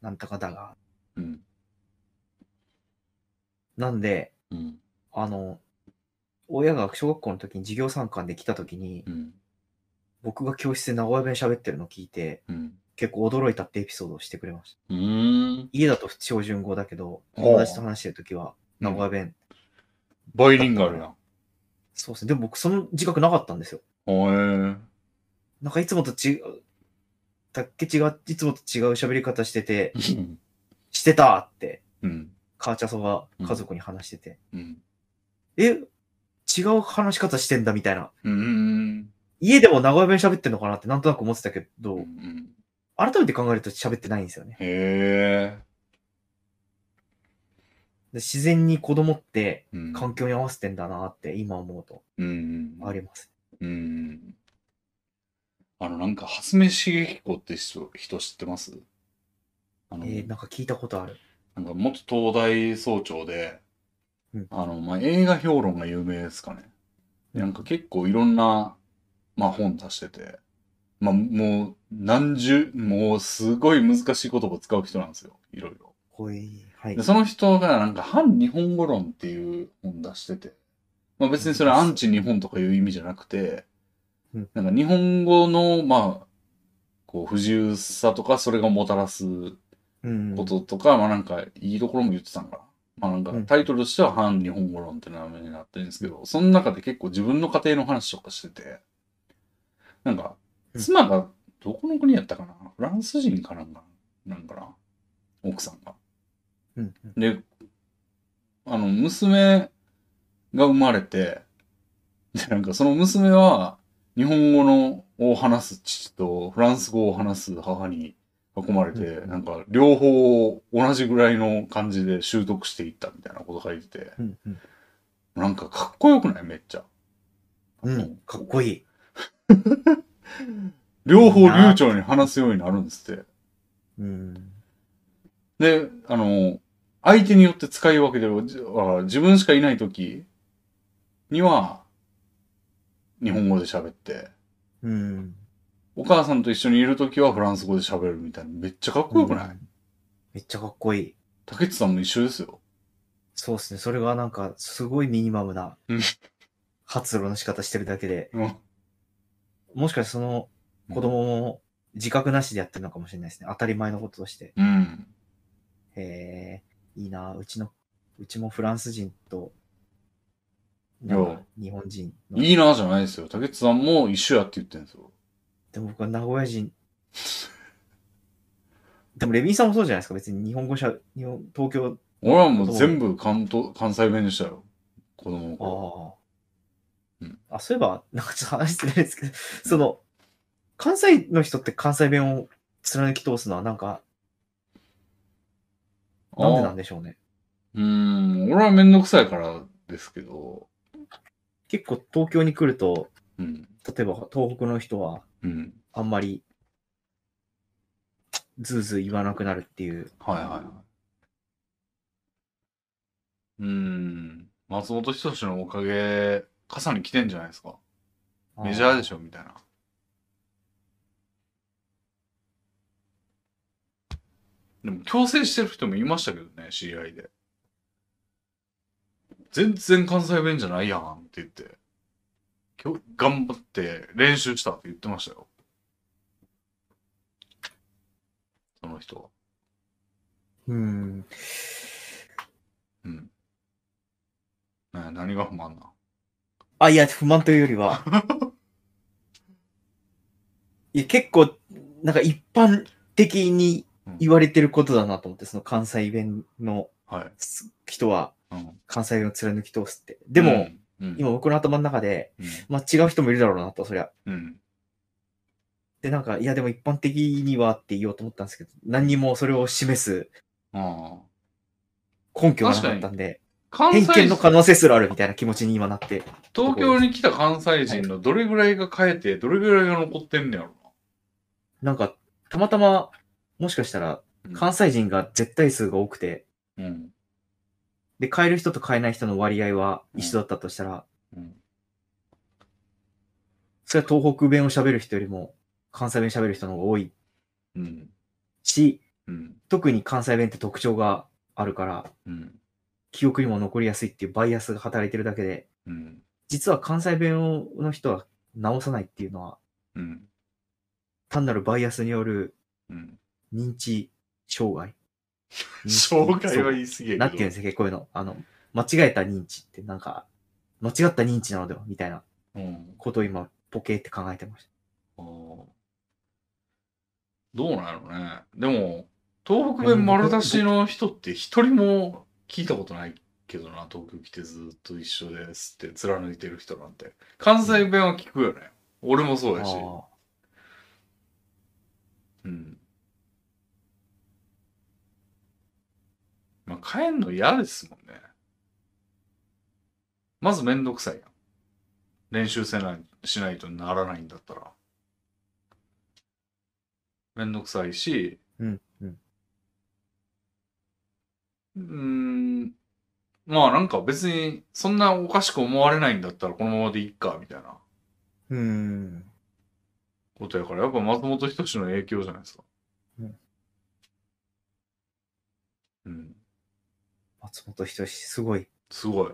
なんとかだが。うん。なんで、うん。あの、親が小学校の時に授業参観で来た時に、うん。僕が教室で名古屋弁喋ってるのを聞いて、うん。結構驚いたってエピソードをしてくれました。うーん。家だと標準語だけど、おう友達と話してる時は名古屋弁。バイリンガルやん。そうですね。でも僕その自覚なかったんですよ。へえ。なんかいつもと違う、だっけ違う、いつもと違う喋り方してて、うんしてたって、うん。母ちゃそが家族に話してて。うん。え、違う話し方してんだみたいな。うん。うん。家でも名古屋弁喋ってんのかなってなんとなく思ってたけど、うん。改めて考えると喋ってないんですよね。へえ。で自然に子供ってうん。環境に合わせてんだなって今思うとうん。あります。うん。あの、なんか、初音茂彦って人、人知ってますあの、えー、なんか聞いたことある。なんか、元東大総長でうん、あの、まあ、映画評論が有名ですかね。うんなんか結構いろんな、まあ、本出してて、まあ、もう、何十、もう、すごい難しい言葉使う人なんですよ。いろいろ。ほい、はいで、。その人が、なんか、反日本語論っていう本出してて、まあ別にそれはアンチ日本とかいう意味じゃなくてうん、なんか日本語の、まあ、こう、不自由さとか、それがもたらすうん。こととか、まあなんか、いいところも言ってたんかな。まあなんかうん、タイトルとしては反日本語論って名前になってるんですけど、その中で結構自分の家庭の話とかしてて、なんか、うん妻がどこの国やったかなフランス人かなんか、なんかな奥さんが。うん。で、あの、娘が生まれて、で、なんかその娘は、日本語のを話す父と、フランス語を話す母に囲まれて、うんなんか両方同じぐらいの感じで習得していったみたいなこと書いてて、うん。うんなんかかっこよくないめっちゃ。うん。かっこいい。両方流暢に話すようになるんですって。うん。で、あの、相手によって使い分けてる。じあ自分しかいないときには、日本語で喋って、うん。お母さんと一緒にいるときはフランス語で喋るみたいな。めっちゃかっこよくない、うんめっちゃかっこいい。竹内さんも一緒ですよ。そうですね。それがなんか、すごいミニマムなうん発露の仕方してるだけで、うん。もしかしてその子供も自覚なしでやってるのかもしれないですね。当たり前のこととして。うん。へえ、いいな。うちの、うちもフランス人と、なんよか日本人の。いいなじゃないですよ。竹内さんも一緒やって言ってんですよ。でも僕は名古屋人。でもレビンさんもそうじゃないですか。別に日本語しゃ、日本、東京、俺はもう全部関東、関西弁でしたよ。子供の頃。ああ、うんあ、そういえば、なんかちょっと話してないですけど、その、関西の人って関西弁を貫き通すのはなんか、なんでなんでしょうね。うーん、俺はめんどくさいからですけど。結構東京に来ると、うん。例えば東北の人はうん。あんまり、ズーズー言わなくなるっていう。はいはいはい。うーん。松本人志のおかげ、傘に来てんじゃないですか。メジャーでしょみたいな。でも、強制してる人もいましたけどね、知り合いで。全然関西弁じゃないやんって言って。今日、頑張って練習したって言ってましたよ。その人は。うん。うん。ねえ何が不満なあ、いや、不満というよ りは。いや、結構、なんか一般的に言われてることだなと思って、その関西弁のはい。す人はうん、関西弁を貫き通すって。でも、、うん、今僕の頭の中で、うん、まあ違う人もいるだろうなと、そりゃ。うん。で、なんか、いや、でも一般的にはって言おうと思ったんですけど、何にもそれを示すああ。根拠がなかったんで、関偏西見人の、可能性すらあるみたいな気持ちに今なって。東京に来た関西人のどれぐらいが変えて、どれぐらいが残ってんねやろなんか、たまたま、もしかしたら、うん関西人が絶対数が多くて、な。うん。で、買える人と買えない人の割合は一緒だったとしたら、うん。それは東北弁を喋る人よりも関西弁喋る人の方が多いうん。し、うん。特に関西弁って特徴があるから、うん。記憶にも残りやすいっていうバイアスが働いてるだけで、うん。実は関西弁の人は直さないっていうのは、うん。単なるバイアスによるうん。認知障害。障害はそう言い過ぎやけど。なっていうんですよ、こういうの。あの、間違えた認知ってなんか、間違った認知なのでは、みたいなうん。ことを今、ポケって考えてました。あーどうなんやろうね。でも、東北弁丸出しの人って一人も聞いたことないけどな、東京来てずっと一緒ですって貫いてる人なんて。関西弁は聞くよね。俺もそうやし。ああうん。まあ、帰んの嫌ですもんね。まずめんどくさいやん。練習せない、しないとならないんだったら。めんどくさいし、うんうん。うーん。まあなんか別に、そんなおかしく思われないんだったらこのままでいいか、みたいなうーん。ことやから、やっぱ松本人志の影響じゃないですか。うん。うん。松本人志、すごい。すごい。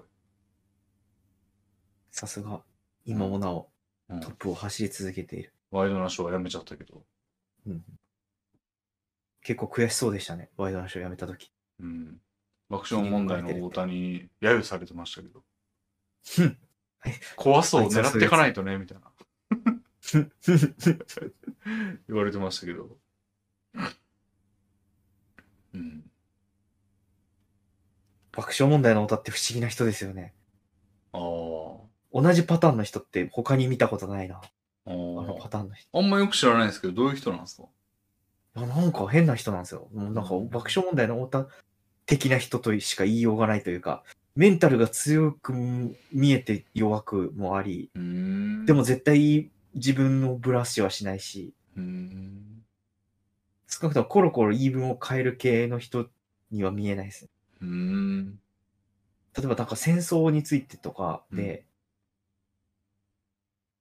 さすが。今もなお、うんトップを走り続けている。ワイドナショーはやめちゃったけど。結構悔しそうでしたね。ワイドナショー辞めたとき。うん。爆笑問題の太田に揶揄されてましたけどふん。怖そう、狙っていかないとね、み たいな。言われてましたけど。うん。爆笑問題の歌って不思議な人ですよね。あー同じパターンの人って他に見たことないな。ああのー。パターンの人。あんまよく知らないですけど、どういう人なんですかいや、なんか変な人なんですよ。もうなんか爆笑問題の太田的な人としか言いようがないというか、メンタルが強く見えて弱くもあり、うーん。でも絶対自分のブラシはしないし、うーん。少なくともコロコロ言い分を変える系の人には見えないです。うーん。例えばなんか戦争についてとかで、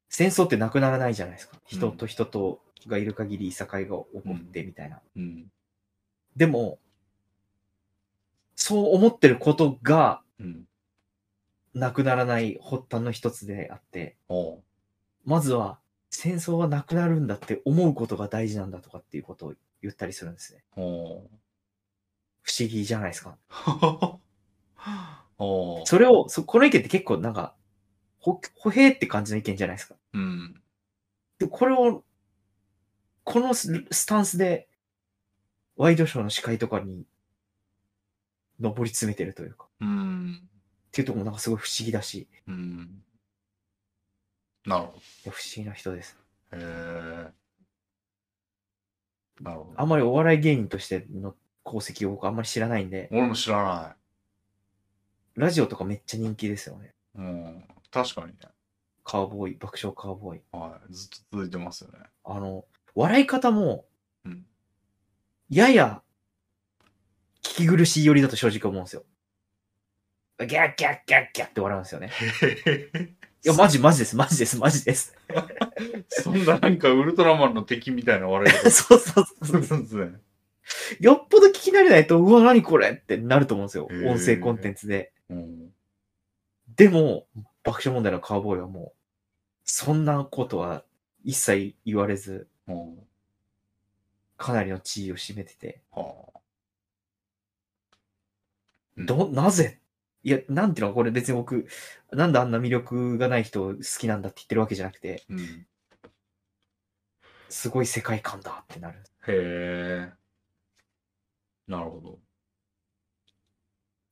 戦争ってなくならないじゃないですか。人と人とがいる限り、いさかいが起こってみたいな。うん。でも、そう思ってることがうん。なくならない発端の一つであって、おう。まずは戦争はなくなるんだって思うことが大事なんだとかっていうことを言ったりするんですね。おう。不思議じゃないですか。おう。それを、そこの意見って結構なんか、ほ、ほへーって感じの意見じゃないですか。うん。で、これを、このススタンスで、ワイドショーの司会とかに、上り詰めてるというか、っうん。ていうところもなんかすごい不思議だし、うん。なるほど。いや不思議な人です。へえ。なるほあど。んまりお笑い芸人としての功績を僕あんまり知らないんで、俺も知らなラジオとかめっちゃ人気ですよね。い。うん。確かにね。カーボーイ、爆笑カーボーイ。はい。ずっと続いてますよね。あの、笑い方もうん、やや、聞き苦しい寄りだと正直思うんですよ。ギャッギャッギャッギャッって笑うんですよね。いや、マジマジです、マジです、マジです。そんななんかウルトラマンの敵みたいな笑い方そうそうそそううそう。ですね。よっぽど聞き慣れないと、うわ、何これってなると思うんですよへ。ー音声コンテンツで。うん。でも、爆笑問題のカーボーイはもう、そんなことは一切言われず、うん。かなりの地位を占めてて、はあ。うんど、なぜいや、なんていうの、これ別に僕、なんであんな魅力がない人好きなんだって言ってるわけじゃなくて、うん。へすごい世界観だってなる。え。なるほど。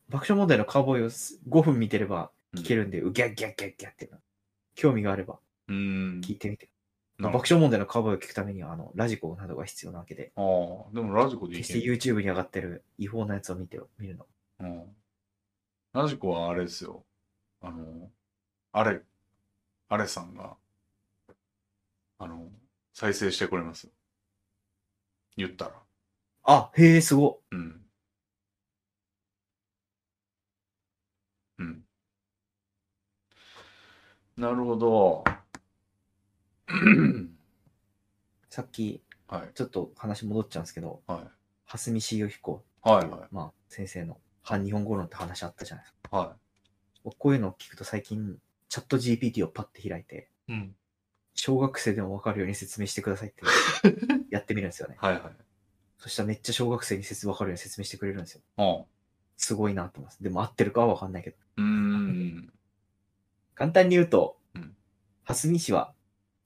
爆笑問題のカーボーイをす5分見てれば聞ける。るんで、うギャッギャッギャッギャッってな。興味があればうん。聞いてみて。なる爆笑問題のカーボーイを聞くためには、あの、ラジコなどが必要なわけで、ほど。ああ。でもラジコでい決しけてる。 YouTube に上がってる違法なやつを見てみるの。うん。ラジコはあれですよ。あの、あれ、あれさんが、あの、再生してくれますよ。言ったら。あ、へえ、すご。うん。うん。なるほど。 さっき、はい。ちょっと話戻っちゃうんですけど、はい。蓮見茂彦っはてい。いうはまあ、先生の反日本語論って話あったじゃないですか。い。は僕こういうのを聞くと最近、チャット GPT をパッて開いて、い。うん。小学生でもわかるように説明してくださいって やってみるんですよね。はいはい。そしたらめっちゃ小学生に説わかるように説明してくれるんですよ。あすごいなと思います。でも合ってるかはわかんないけど。うーん。簡単に言うとうん、蓮見氏は、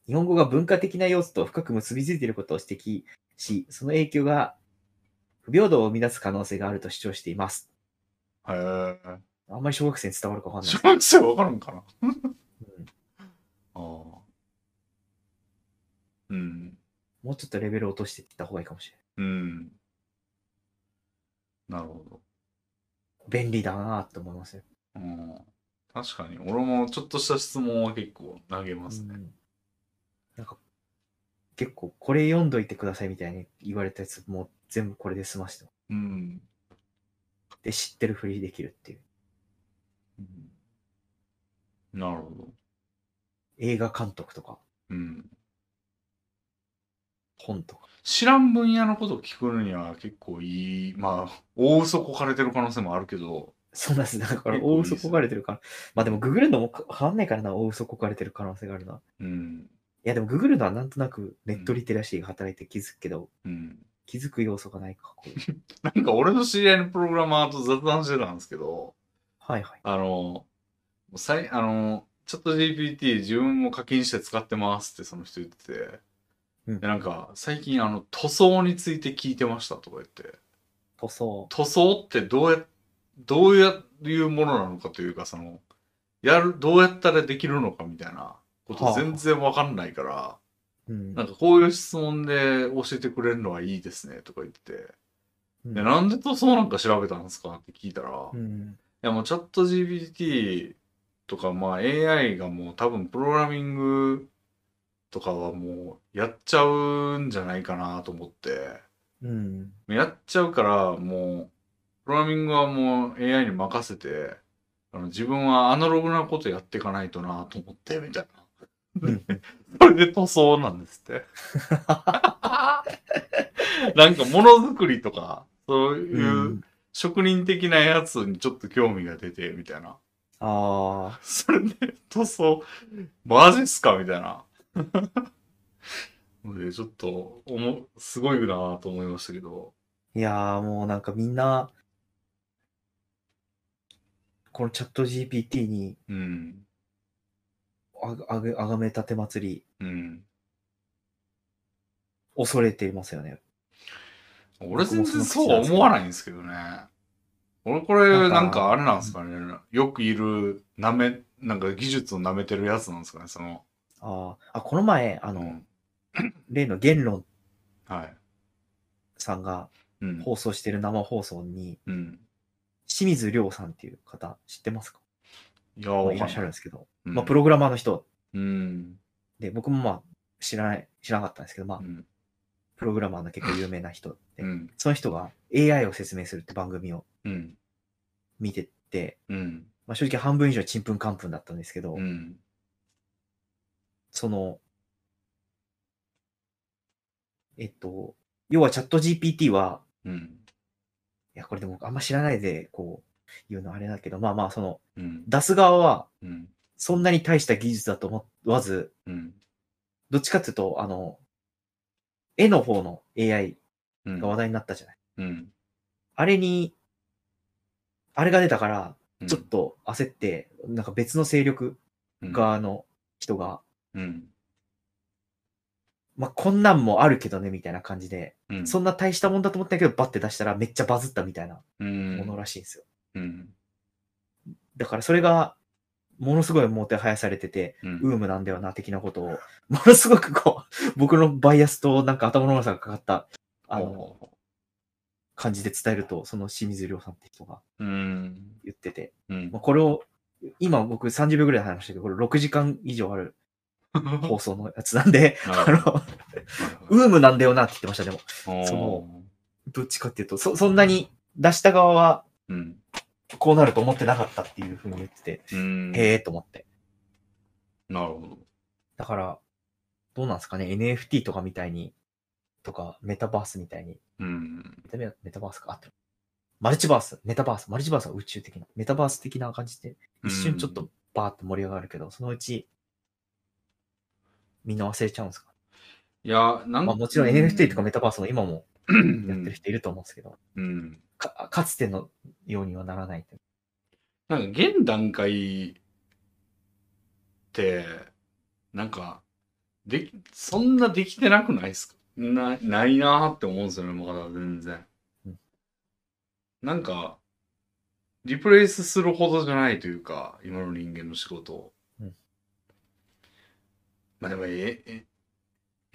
日本語が文化的な要素と深く結びついていることを指摘し、その影響が不平等を生み出す可能性があると主張しています。へえ。あんまり小学生に伝わるかわかんない小ですけど学生わかるんかなうんああ。うん。もうちょっとレベル落としていった方がいいかもしれない。うん。なるほど。便利だなと思いますよ。うん。確かに、俺もちょっとした質問は結構投げますね。うんなんか、結構これ読んどいてくださいみたいに言われたやつ、もう全部これで済まして、うん。で、知ってるふりできるっていう。うんなるほど。映画監督とか、うん。本とか。知らん分野のことを聞くには結構いい。まあ、大嘘こかれてる可能性もあるけど。そうなんです。だか結構いら、い大ですね嘘こかれてるから。まあでも、ググるのもか変わんないからな、大嘘こかれてる可能性があるな。いうん。や、でも、ググるのはなんとなくネットリテラシーが働いて気づくけど、うん。気づく要素がないか、こういう。なんか俺の知り合いのプログラマーと雑談してたんですけど、はいはい。あの、さいあの、チャット GPT 自分も課金して使ってますってその人言ってて、うんでなんか最近あの塗装について聞いてましたとか言って、塗装。塗装ってどうや、どうや、いうものなのかというか、その、やる、どうやったらできるのかみたいなことはあ全然わかんないから、うん。なんかこういう質問で教えてくれるのはいいですねとか言ってて、うんで、なんで塗装なんか調べたんですかって聞いたら、ういん。やもうチャット GPT とか、まあ AI がもう多分プログラミングとかはもうやっちゃうんじゃないかなと思って、うん。やっちゃうから、もう、プログラミングはもう AI に任せて、あの自分はアナログなことやっていかないとなと思って、みたいな。それで塗装なんですって。なんかものづくりとか、そういうう職人的なやつにちょっと興味が出て、みたいな。 ああ、それで塗装、マジっすかみたいな。 でちょっと、おも、すごいなと思いましたけど。いやーもうなんかみんな、このチャット GPT にうん。あがあがあがめたて祭り、うん。恐れていますよね。俺全然そうは思わないんですけどね。俺これなんかあれなんですかね。よくいる、なめ、なんか技術を舐めてるやつなんですかね、その。あーあ、この前、あうの、ん。例の言論はい。さんがうん。放送してる生放送に、うん。清水亮さんっていう方、知ってますか、いや、まあわいからっんしゃるんですけど、うんまあプログラマーの人うん。で、僕もまあ知らない、知らなかったんですけど、まあうん。プログラマーの結構有名な人で、うん。その人が AI を説明するって番組をうん。見てて、うん。まあ正直半分以上ちんぷんかんぷんだったんですけど、うん。その、えっと、要はチャット GPT は、うん。いや、これでもあんま知らないで、こう、言うのあれだけど、まあまあ、その、うん。出す側は、うん。そんなに大した技術だと思わず、うん。どっちかっていうと、あの、絵の方の AI うんが話題になったじゃない。うん。あれに、あれが出たから、うんちょっと焦って、なんか別の勢力側の人が、うん。まあ、こんなんもあるけどね、みたいな感じで、うん。そんな大したもんだと思ったけど、バッて出したらめっちゃバズったみたいなうん。ものらしいんですよ。うん。だからそれが、ものすごいもてはやされてて、うん。ウームなんだよな、的なことを、ものすごくこう、僕のバイアスとなんか頭の重さがかかった、あの、感じで伝えると、その清水亮さんって人がうん。言ってて、うんまあ、。これを、今僕30秒ぐらいで話したけど、これ6時間以上ある放送のやつな んで、あの、ウームなんだよなって言ってました、でも。どっちかっていうと、そ、そんなに出した側はうん。こうなると思ってなかったっていうふうに言ってて、うん。へえと思って。なるほど。だから、どうなんですかね、NFT とかみたいに、とか、メタバースみたいに、うん。メタメメタバースか、あってるマルチバース、メタバース、マルチバースは宇宙的な、メタバース的な感じで、一瞬ちょっとバーって盛り上がるけど、そのうち、みんな忘れちゃうんですか、いや、なんまあもちろん NFT とかメタバースも今もやってる人いると思うんですけど、うん。かかつてのようにはならないという。なんか現段階って、なんか、でき、そんなできてなくないですかな、ないなーって思うんですよね、まだ全然うん。なんか、リプレイスするほどじゃないというか、今の人間の仕事をうん。まあでも、え、え、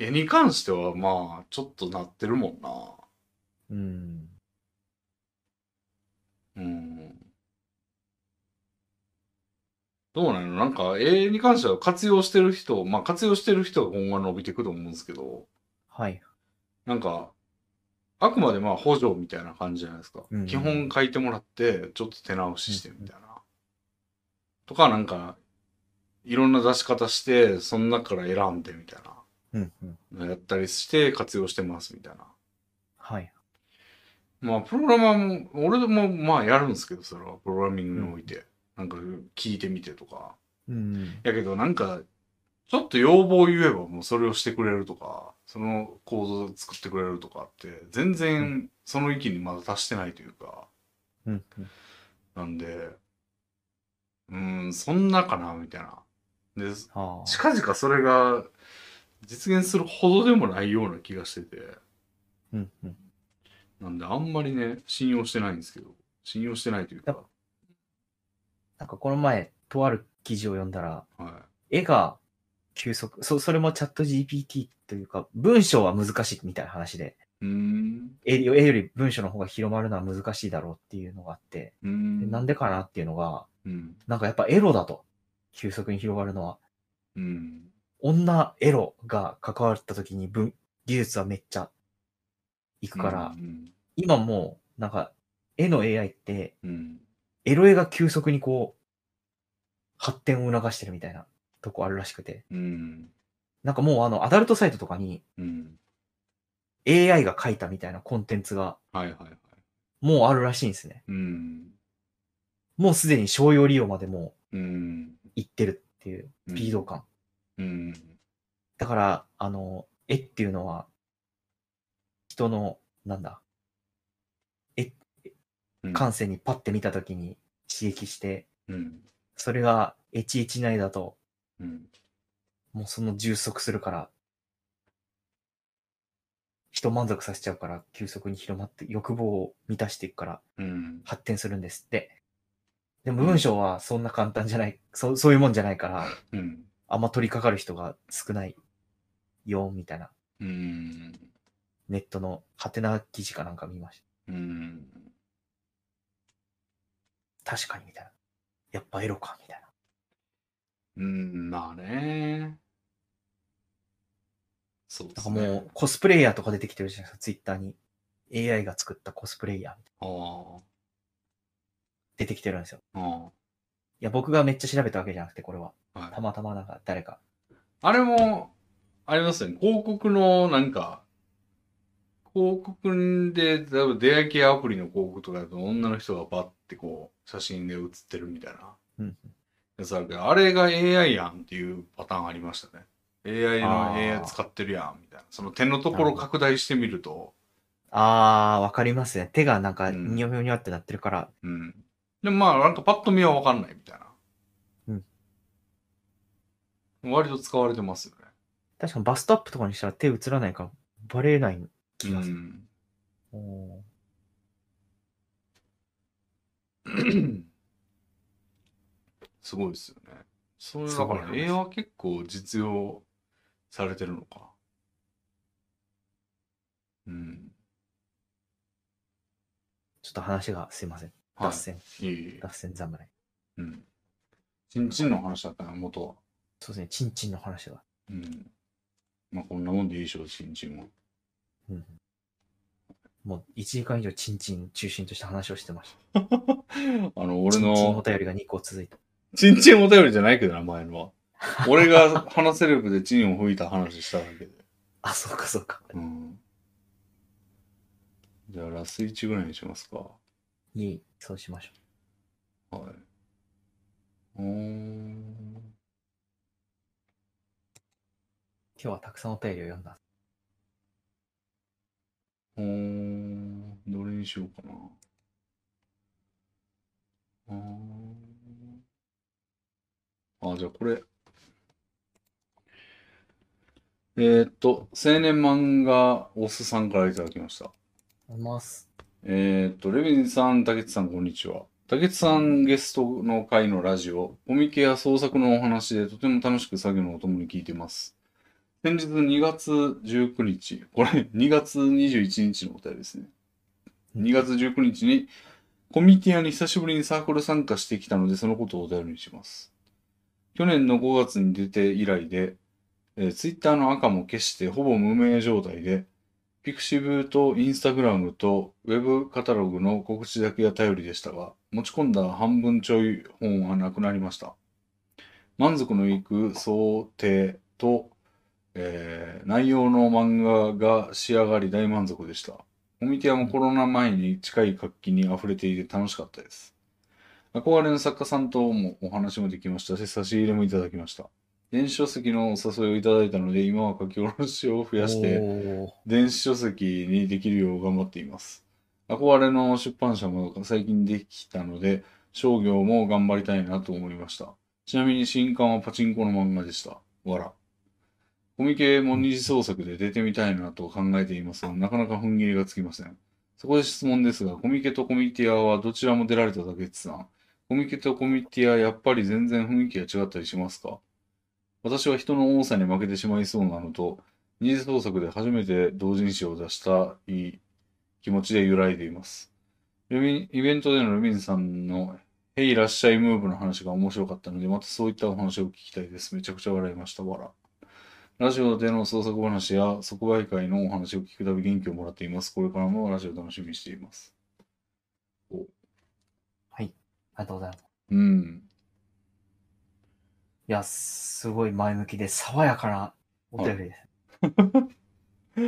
絵に関しては、まあ、ちょっとなってるもんな。うん。うんどうなのなんか、永遠に関しては活用してる人、まあ活用してる人が今後は伸びていくと思うんですけど、はい。なんか、あくまでまあ補助みたいな感じじゃないですか。うん基本書いてもらって、ちょっと手直ししてみたいな。とか、なんか、いろんな出し方して、その中から選んでみたいうん、うん。な。やったりして活用してますみたいな。はい。まあ、プログラマーも、俺もまあやるんですけど、それは、プログラミングにおいて。なんか、聞いてみてとか。うん。やけど、なんか、ちょっと要望を言えばもうそれをしてくれるとか、その構造を作ってくれるとかって、全然その域にまだ達してないというか、うん。なんで、うーん、そんなかな、みたいな。で、ああ。近々それが実現するほどでもないような気がしてて、うん、うん。なんであんまりね、信用してないんですけど、信用してないというか、なんかこの前、とある記事を読んだら、は絵が急速、そそれもチャット GPT というか、文章は難しいみたいな話で、い。うーん、絵よ絵より文章の方が広まるのは難しいだろうっていうのがあって、うーでん。なんでかなっていうのが、うん、なんかやっぱエロだと、急速に広がるのは。うん、女エロが関わった時に文技術はめっちゃ行くから、うん今もう、なんか、絵の AI って、うんエロ絵が急速にこう、発展を促してるみたいなとこあるらしくて。うんなんかもうあの、アダルトサイトとかにうん。 AI が描いたみたいなコンテンツがはいはいはい。もうあるらしいんですね。うんもうすでに商用利用までもうん。う行ってるっていうスピード感。うんだから、あの、絵っていうのは、人の、なんだ、絵うん、感性にパッて見たときに刺激して、うんそれがエチエチ内だと、うんもうその充足するから、人満足させちゃうから、急速に広まって、欲望を満たしていくからうん発展するんですって。でも文章はそんな簡単じゃない、そそういうもんじゃないから、うんあんま取り掛かる人が少ないよ、みたいな。うんネットのハテナ記事かなんか見ましうんた。確かにみたいな。やっぱエロかみたいな。うんまあね。そうでなんすかね。もうコスプレイヤーとか出てきてるじゃないですか、ツイッターに。AI が作ったコスプレイヤーみたいな出てきてるんですよ。ああいや、僕がめっちゃ調べたわけじゃなくて、これは。ああ、はいたまたまなんか誰か。あれも、ありますよね。広告の、なんか、広告で、多分出会い系アプリの広告とかだと、女の人がバッてこう、写真で写ってるみたいな。うんやつあるけど、あれが AI やんっていうパターンありましたね。AI のあー AI 使ってるやん、みたいな。その点のところ拡大してみると、あー、わかりますね。手がなんか、うんにょにょにょってなってるから、うん。でもまあ、なんかパッと見はわかんないみたいな。うん。割と使われてますよね。確かにバストアップとかにしたら手映らないから、バレない気がすうる。ん。おー すごいですよね。そういう、すだごかいら映画は結構実用されてるのか。うん。ちょっと話がすいません。は脱線、い。いえいえ脱線侍。うん。ちんちんの話だったな、元は。そうですね、チンチンの話が。うん。まあ、こんなもんでいいでしょう、ちんちんは。うんもう1時間以上チンチン中心とした話をしてました。あの、俺チンチンおの、便りが2個続いた。ちんちんお便りじゃないけどな、前のは。俺が話せる部でチンを吹いた話しただけで。あ、そうかそうか。うん。じゃあ、ラス1ぐらいにしますか。いい、そうしましょはい。うーん。う。今日はたくさんお便りを読んだ。うーん。どれにしようかな。うーん。あ、じゃあこれ。えーっと、青年漫画おすさんからいただきました。あります。えーっと、レビンさん、竹内さん、こんにちは。竹内さんゲストの回のラジオ、コミケや創作のお話でとても楽しく作業のお供に聞いてます。先日2月19日、これ2月21日のお便りですね。2月19日にコミティアに久しぶりにサークル参加してきたので、そのことをお便りにします。去年の5月に出て以来で、えー、Twitter の赤も消してほぼ無名状態で、ピクシブとインスタグラムとウェブカタログの告知だけが頼りでしたが、持ち込んだ半分ちょい本はなくなりました。満足のいく想定と、えー内容の漫画が仕上がり大満足でした。コミティアもコロナ前に近い活気に溢れていて楽しかったです。憧れの作家さんともお話もできましたし、差し入れもいただきました。電子書籍のお誘いをいただいたので、今は書き下ろしを増やして、おー電子書籍にできるよう頑張っています。憧れの出版社も最近できたので、商業も頑張りたいなと思いました。ちなみに新刊はパチンコの漫画でした。わら。コミケも二次創作で出てみたいなと考えていますが、なかなか踏ん切りがつきません。そこで質問ですが、コミケとコミティアはどちらも出られた竹内さん。コミケとコミティア、やっぱり全然雰囲気が違ったりしますか私は人の多さに負けてしまいそうなのと、二次創作で初めて同人誌を出したい気持ちで揺らいでいます。ルミイベントでのルミンさんの「へいらっしゃいムーブ」の話が面白かったので、またそういったお話を聞きたいです。めちゃくちゃ笑いました。わら。ラジオでの創作話や即売会のお話を聞くたび元気をもらっています。これからもラジオ楽しみにしています。ありがとうございます。いうん。や、すごい前向きで爽やかなお便りです。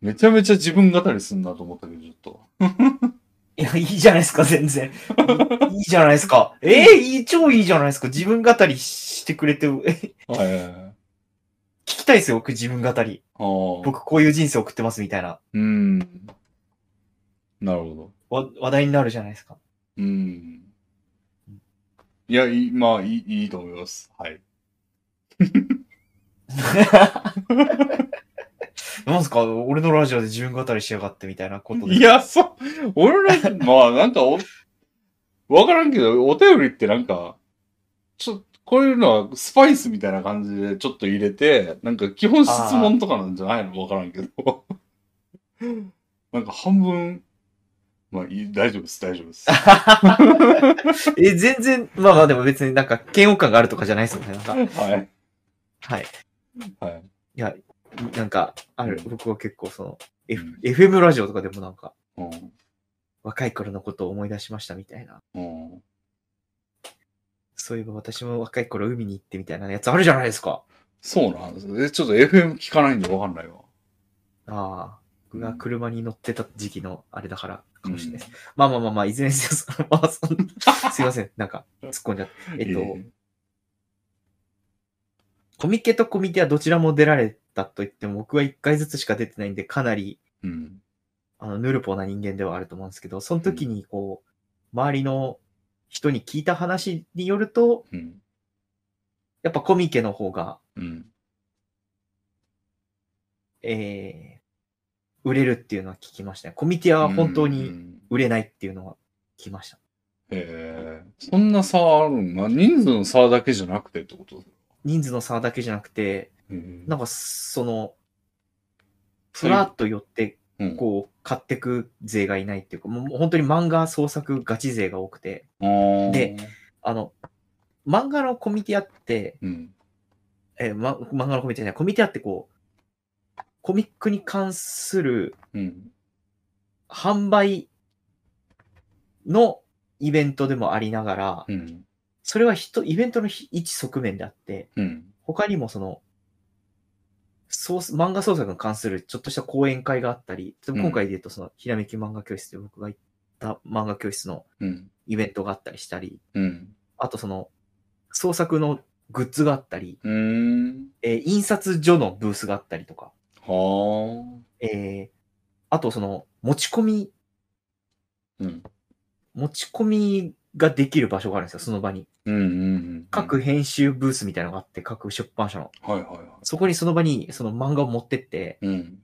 めちゃめちゃ自分語りすんなと思ったけど、ちょっと。いや、いいじゃないですか、全 然。いいいじゃないですか。ええいい、超いいじゃないですか。自分語りしてくれて、え聞はいはいはい。きたいですよ、僕、自分語り。ああ。僕、こういう人生送ってます、みたいな。うん。なるほど。わ話題になるじゃないですか。うん。いや、いいまあ、いい、いいと思います。はい。 なんすか、俺のラジオで自分語りしやがって、みたいなことで。いや、そう、俺ら、まあ、なんかお、わからんけど、お便りってなんか、ちょ、こういうのはスパイスみたいな感じでちょっと入れて、なんか基本質問とかなんじゃないのわからんけど。 なんか半分、まあいい、大丈夫です、大丈夫です。 え、全然、まあまあでも別になんか嫌悪感があるとかじゃないですもんね。なんか、はい。はい。はい。なんか、ある、僕は結構その、F うん FM ラジオとかでもなんか、うん。若い頃のことを思い出しましたみたいな。うん。そういえば私も若い頃海に行ってみたいなやつあるじゃないですか。そうなんです。え、ちょっと FM 聞かないんでわかんないわ。ああ。僕が車に乗ってた時期のあれだからかもしれないです。うまあまあまあまあ、いずれにせよ、そのまあそん なすいません。なんか、突っ込んじゃって。えっと、いコミケとコミテはどちらも出られたと言っても、僕は1回ずつしか出てないんで、かなり、うん。あの、ヌルポな人間ではあると思うんですけど、その時に、こう、周りの人に聞いた話によると、うん。やっぱコミケの方が、うん。えー、売れるっていうのは聞きましたね。コミティアは本当うにん。売れないっていうのは聞きました。ええそんな差あるんだ。人数の差だけじゃなくてってこと人数の差だけじゃなくて、ななんか、その、ふらっと寄って、うんこう、買ってく勢がいないっていうか、もう本当に漫画創作ガチ勢が多くて、で、あの、漫画のコミティアって、うん。えーま、漫画のコミティアじゃない、コミティアってこう、コミックに関するうん。販売のイベントでもありながら、うん。それは人、イベントのひ一側面であって、うん。他にもその、そうす漫画創作に関するちょっとした講演会があったり、でも今回で言うとその、ひらめき漫画教室で僕が行った漫画教室のうん。イベントがあったりしたり、うん。あとその、創作のグッズがあったり、うん。えー印刷所のブースがあったりとか、はえー、あとその、持ち込み、あ。うん。持ち込みができる場所があるんですよ、その場に。うん。うん。各編集ブースみたいなのがあって、各出版社の。はいはいはそこにその場にその漫画を持ってって、い。うん。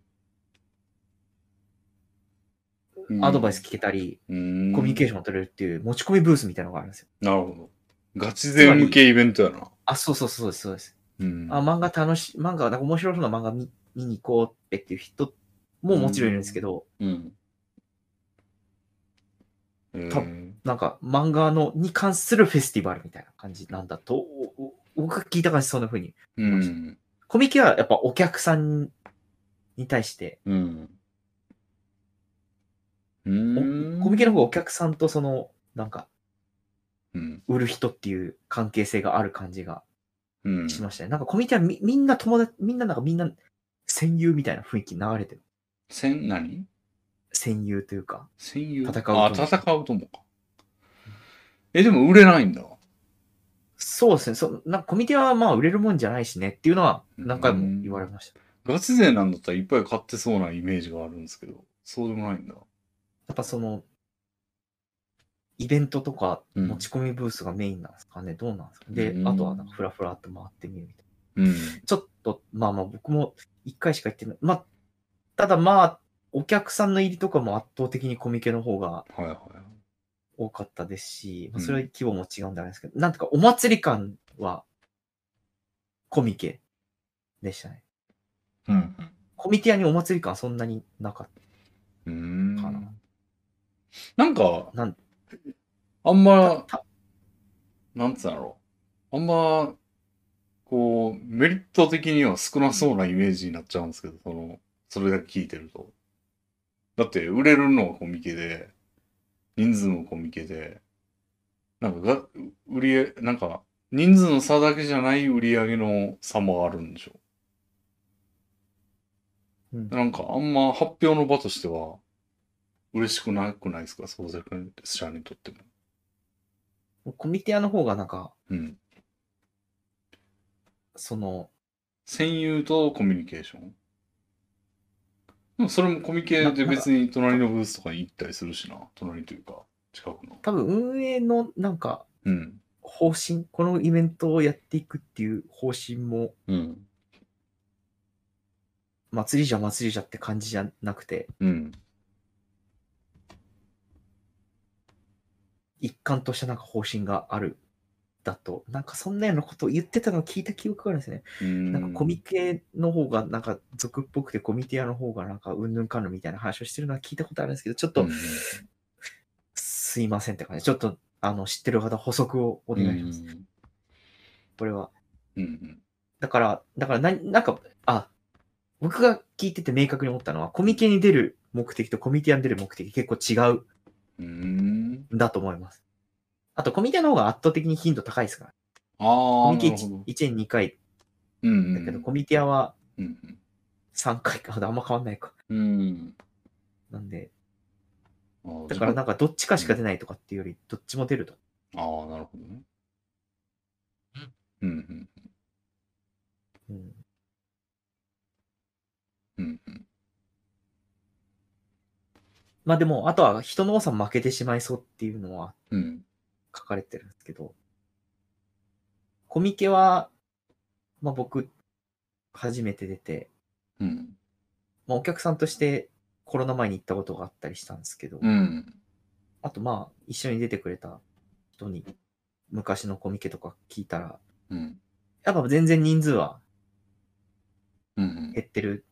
アドバイス聞けたり、うん。コミュニケーシションを取れるっていう持ち込みブースみたいなのがあるんですよ。ョン。なるほど。ガチ勢向けイベントやな。あ、そうそうそうです、そうです。うん。あ、漫画楽し、漫画、なんか面白そうな漫画見見に行こうってっていう人ももちろんいるんですけど、うん。多分。なんか漫画のに関するフェスティバルみたいな感じなんだと、おお僕が聞いた感じそんな風に。うん。コミケはやっぱお客さんに対して、うん。コミケの方がお客さんとその、なんか、うん。売る人っていう関係性がある感じがうん。しましたね。なんかコミケはみみんな友達、みんななんかみんな戦友みたいな雰囲気流れてる。戦、何戦友というか。戦友戦う友あ、戦う友か。え、でも売れないんだ。そうですね。そなんかコミケはまあ売れるもんじゃないしねっていうのは何回も言われました。ガチ勢なんだったらいっぱい買ってそうなイメージがあるんですけど、そうでもないんだ。やっぱその、イベントとかうん持ち込みブースがメインなんですかね、どうなんですかで、うんあとはなんかフラフラっと回ってみるみたいうん。な。ちょっと、まあまあ僕も一回しか行ってない。まあ、ただまあ、お客さんの入りとかも圧倒的にコミケの方がはいはい。多かったですし、まあ、うんそれは規模も違うんであれですけど、なんとかお祭り感はコミケでしたね。うん。コミティアにお祭り感そんなになかっうーたかな。ん。なんか、なんあんまた、なんつうんだろう。あんま、ここう、メリット的には少なそうなイメージになっちゃうんですけど、その、それだけ聞いてると。だって、売れるのはコミケで、人数もコミケで、なんかが、売り上げ、なんか、人数の差だけじゃない売り上げの差もあるんでしょ。うんなんか、あんま発表の場としては、嬉しくなくないですか創作者にとっても。コミティアの方がなんか、うん。その、戦友とコミュニケーション。でもそれもコミケで別に隣のブースとかに行ったりするしな。隣というか、近くの。多分運営のなんかうん。方針、このイベントをやっていくっていう方針も、うん。祭りじゃ祭りじゃって感じじゃなくて、うん。一貫としたなんか方針がある。だと、なんかそんなようなことを言ってたのを聞いた記憶があるんですね。うん。なんかコミケの方がなんか俗っぽくてコミティアの方がなんかうんぬんかんぬんみたいな話をしてるのは聞いたことあるんですけど、ちょっうとんすいませんって感じ。ちょっと、あの、知ってる方補足をお願いします。うんこれは。うん。だから、だからな、なんか、あ、僕が聞いてて明確に思ったのは、コミケに出る目的とコミティアに出る目的結構違ううん。んだと思います。あと、コミティアの方が圧倒的に頻度高いですから。ああコー、ミケなる 1, ほど。年2回うん。だけど、コミティアはうん。 3回か。あんま変わんないか。うん。なんで、あーだからなんかどっちかしか出ないとかっていうより、どっちも出ると。ああ、なるほどね。うん。うん。うん、うん。うん。まあでも、あとは人の多さ負けてしまいそうっていうのはうん。書かれてるんですけど、コミケは、まあ僕、初めて出て、うん。まあお客さんとしてコロナ前に行ったことがあったりしたんですけど、うん。あとまあ一緒に出てくれた人に昔のコミケとか聞いたら、うん。やっぱ全然人数はうん。減ってる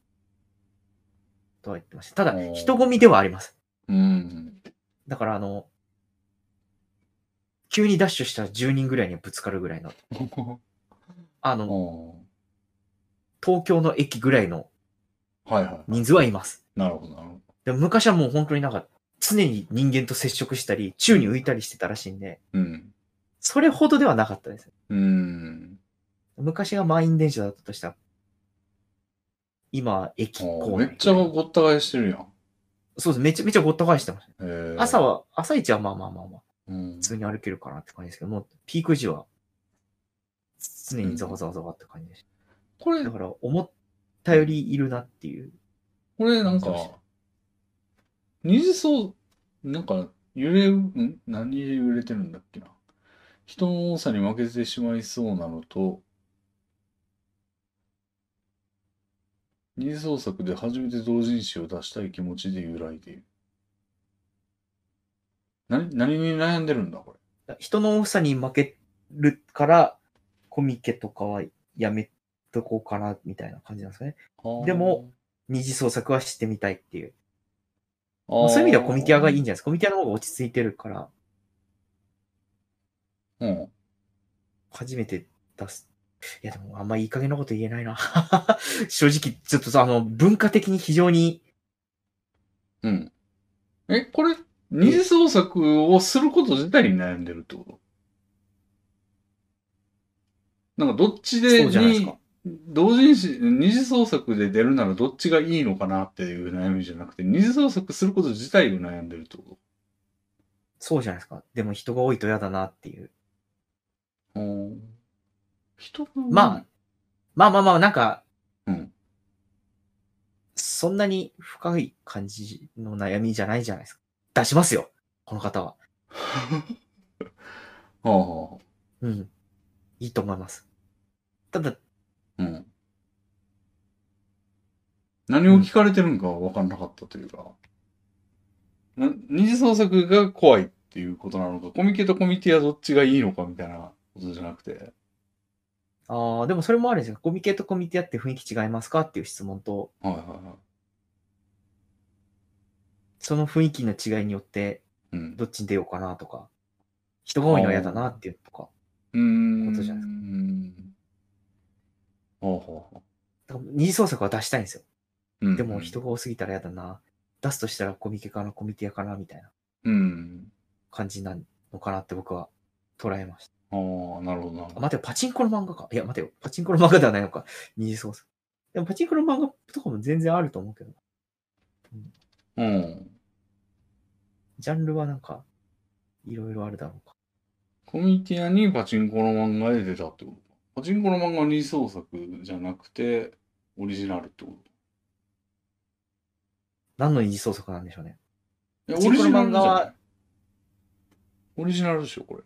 とは言ってました。ただおー、人混みではあります。うん。 だからあの、急にダッシュしたら10人ぐらいにぶつかるぐらいの、ああの、あ。東京の駅ぐらいのはいはい。人数はいます。なるほど、なるほど。でも昔はもう本当になんか常に人間と接触したり、宙に浮いたりしてたらしいんで、うん。それほどではなかったです。うん。昔が満員電車だったとしたら、今は駅あー構内めっちゃごった返してるやん。そうです。めちゃめちゃごった返してました。えー、朝は、朝一はまあまあまあまあ、うん普通に歩けるかなって感じですけど、もうピーク時は常にザワザワザワって感じでした。これだ、から思ったよりいるなっていう。これなんかそうそ、二次層、なんか、揺れ、ん何で揺れてるんだっけな。人の多さに負けてしまいそうなのと、二次創作で初めて同人誌を出したい気持ちで揺らいでいる。何、何に悩んでるんだ、これ。人の多さに負けるから、コミケとかはやめとこうかなみたいな感じなんですかね。あーでも、二次創作はしてみたいっていう。あまあ、ーそういう意味ではコミティアがいいんじゃないですか。コミティアの方が落ち着いてるから、うん。初めて出す。いや、でもあんまいい加減なこと言えない な。正直、ちょっとさ、あの、文化的に非常に、うん。え、これ、二次創作をすること自体に悩んでるってことなんかどっちでそうじゃないですにか、。同人誌、二次創作で出るならどっちがいいのかなっていう悩みじゃなくて、二次創作すること自体を悩んでるってこそうじゃないですか。でも人が多いと嫌だなっていう。とうん。人が まあ、まあまあまあ、なんか、うんそんなに深い感じの悩みじゃないじゃないですか。出しますよ。この方は。あ、はうん。いいと思います。ただ、あ、うん。何を聞かれてるのか分かんなかったというか、な二次創作が怖いっていうことなのか、コミケとコミティアどっちがいいのかみたいなことじゃなくて、ああ、でもそれもあるんですよ。コミケとコミティアって雰囲気違いますかっていう質問と、はいはいはい。その雰囲気の違いによって、うん。どっちに出ようかなとか、人が多いのは嫌だなっていうとか。うーんことじゃないですうんほうほだから二次創作は出したいんですよ。ううんでも人が多すぎたら嫌だな。出すとしたらコミケかな、コミティアかな、みたいなうん感じなのかなって僕は捉えました。ああなるほどなるあほど待てよ、パチンコの漫画か。いや、待てよ、パチンコの漫画ではないのか。二次創作。でもパチンコの漫画とかも全然あると思うけど、うんジャンルはなんか、いろいろあるだろうか。コミティアにパチンコの漫画で出たってことかパチンコの漫画は二次創作じゃなくてオリジナルってこ何の二次創作なんでしょうね。といやパチンコオのリジナルじ漫画はゃないオリジナルでしょこれ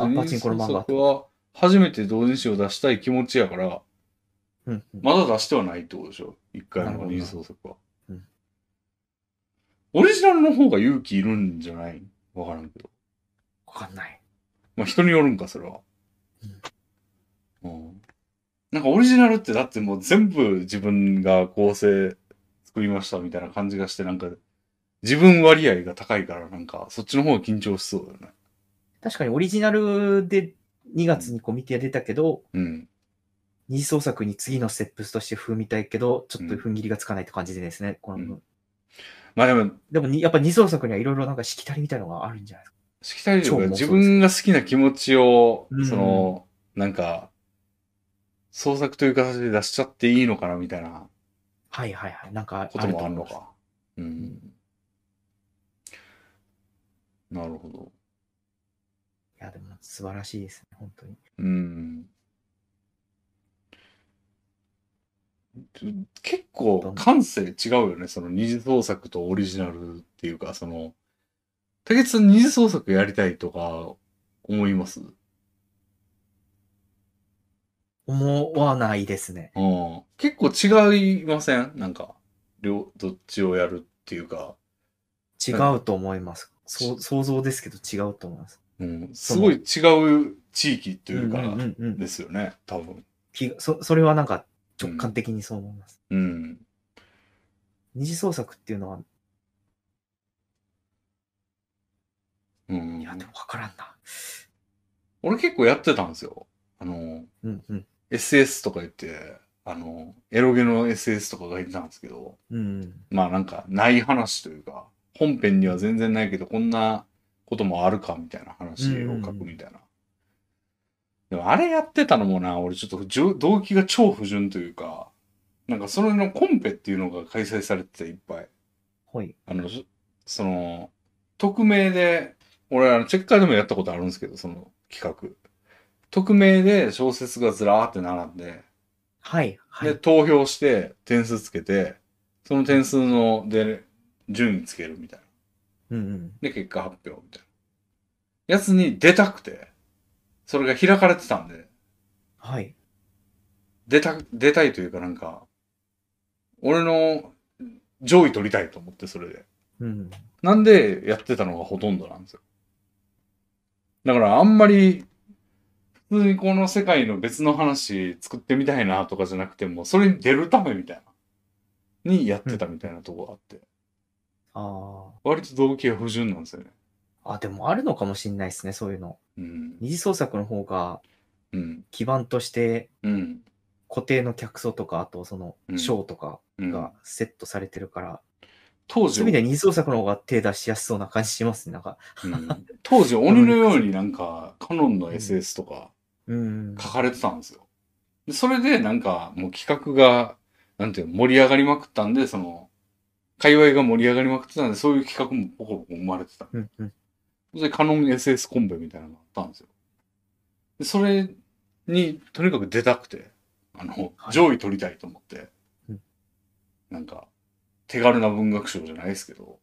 あパチンコの漫画二次創作は初めて同人誌を出したい気持ちやからうん、うん。まだ出してはないってことでしょ一回なるのほど二次創作は、うんオリジナルの方が勇気いるんじゃないわからんけど。わかんない。まあ人によるんか、それは。うん。なんかオリジナルってだってもう全部自分が構成作りましたみたいな感じがして、なんか自分割合が高いから、なんかそっちの方が緊張しそうだよね。確かにオリジナルで2月にコミティア出たけど、うん。二次創作に次のステップスとして踏みたいけど、ちょっと踏ん切りがつかないって感じでですね、この部分。まあでも、でもに、やっぱ二次創作にはいろいろなんかしきたりみたいのがあるんじゃないですか。しきたりというか超妄想です自分が好きな気持ちをう、んその、なんか、創作という形で出しちゃっていいのかなみたいなはいはいはい。なんかことともあ思るいのます。か。うん。なるほど。いや、でも素晴らしいですね、本当に。うん。結ど構ん感性違うよね。その二次創作とオリジナルっていうか、その、竹内さん二次創作やりたいとか思います思わないですね。うん結構違いませんなんか、両、どっちをやるっていうか、違うと思います。そう想像ですけど違うと思います。うん、すうごい違う地域といううんうか、んうんうんですよね、多分。気そ。それはなんか直感的にそう思います。うん。二次創作っていうのは、うんいや、でもわからんな。俺結構やってたんですよ。あの、うんうん。 SS とか言って、あの、エロゲの SS とかがいたんですけど、うんうん。まあなんか、ない話というか、本編には全然ないけど、こんなこともあるかみたいな話を書くみたいな。でもあれやってたのもな、俺ちょっとじゅ動機が超不純というか、なんかそれのコンペっていうのが開催されてていっぱい。はい。あの、そその、匿名で、俺あの、チェッカーでもやったことあるんですけど、その企画。匿名で小説がずらーって並んで、はい。はで、い。投票して点数つけて、その点数ので順位つけるみたいな。うんうん。で、結果発表みたいな。やつに出たくて、それが開かれてたんで、はい。出た、出たいというかなんか、俺の上位取りたいと思って、それで。うん。なんでやってたのがほとんどなんですよ。だからあんまり、普通にこの世界の別の話作ってみたいなとかじゃなくても、それに出るためみたいな、にやってたみたいなとこがあって、あ割と動機が不純なんですよね。あ。あ、でもあるのかもしれないですね、そういうの。うん。二次創作の方がうん。基盤としてうん。固定の客層とか、あとそのうん賞とかうんがセットされてるから、当時そういう意味では二次創作の方が手出しやすそうな感じしますね、なんか。うん当時鬼のようになんか、カノンの SS とかうん。書かれてたんですよ。でそれでなんか、もう企画が、なんていうの、盛り上がりまくったんで、その、界隈が盛り上がりまくってたんで、そういう企画もポコポコ生まれてた。うんうん。で、カノン SS コンペみたいなのがあったんですよ。で、それに、とにかく出たくて、あの、はい上位取りたいと思って、うんなんか、手軽な文学賞じゃないですけど、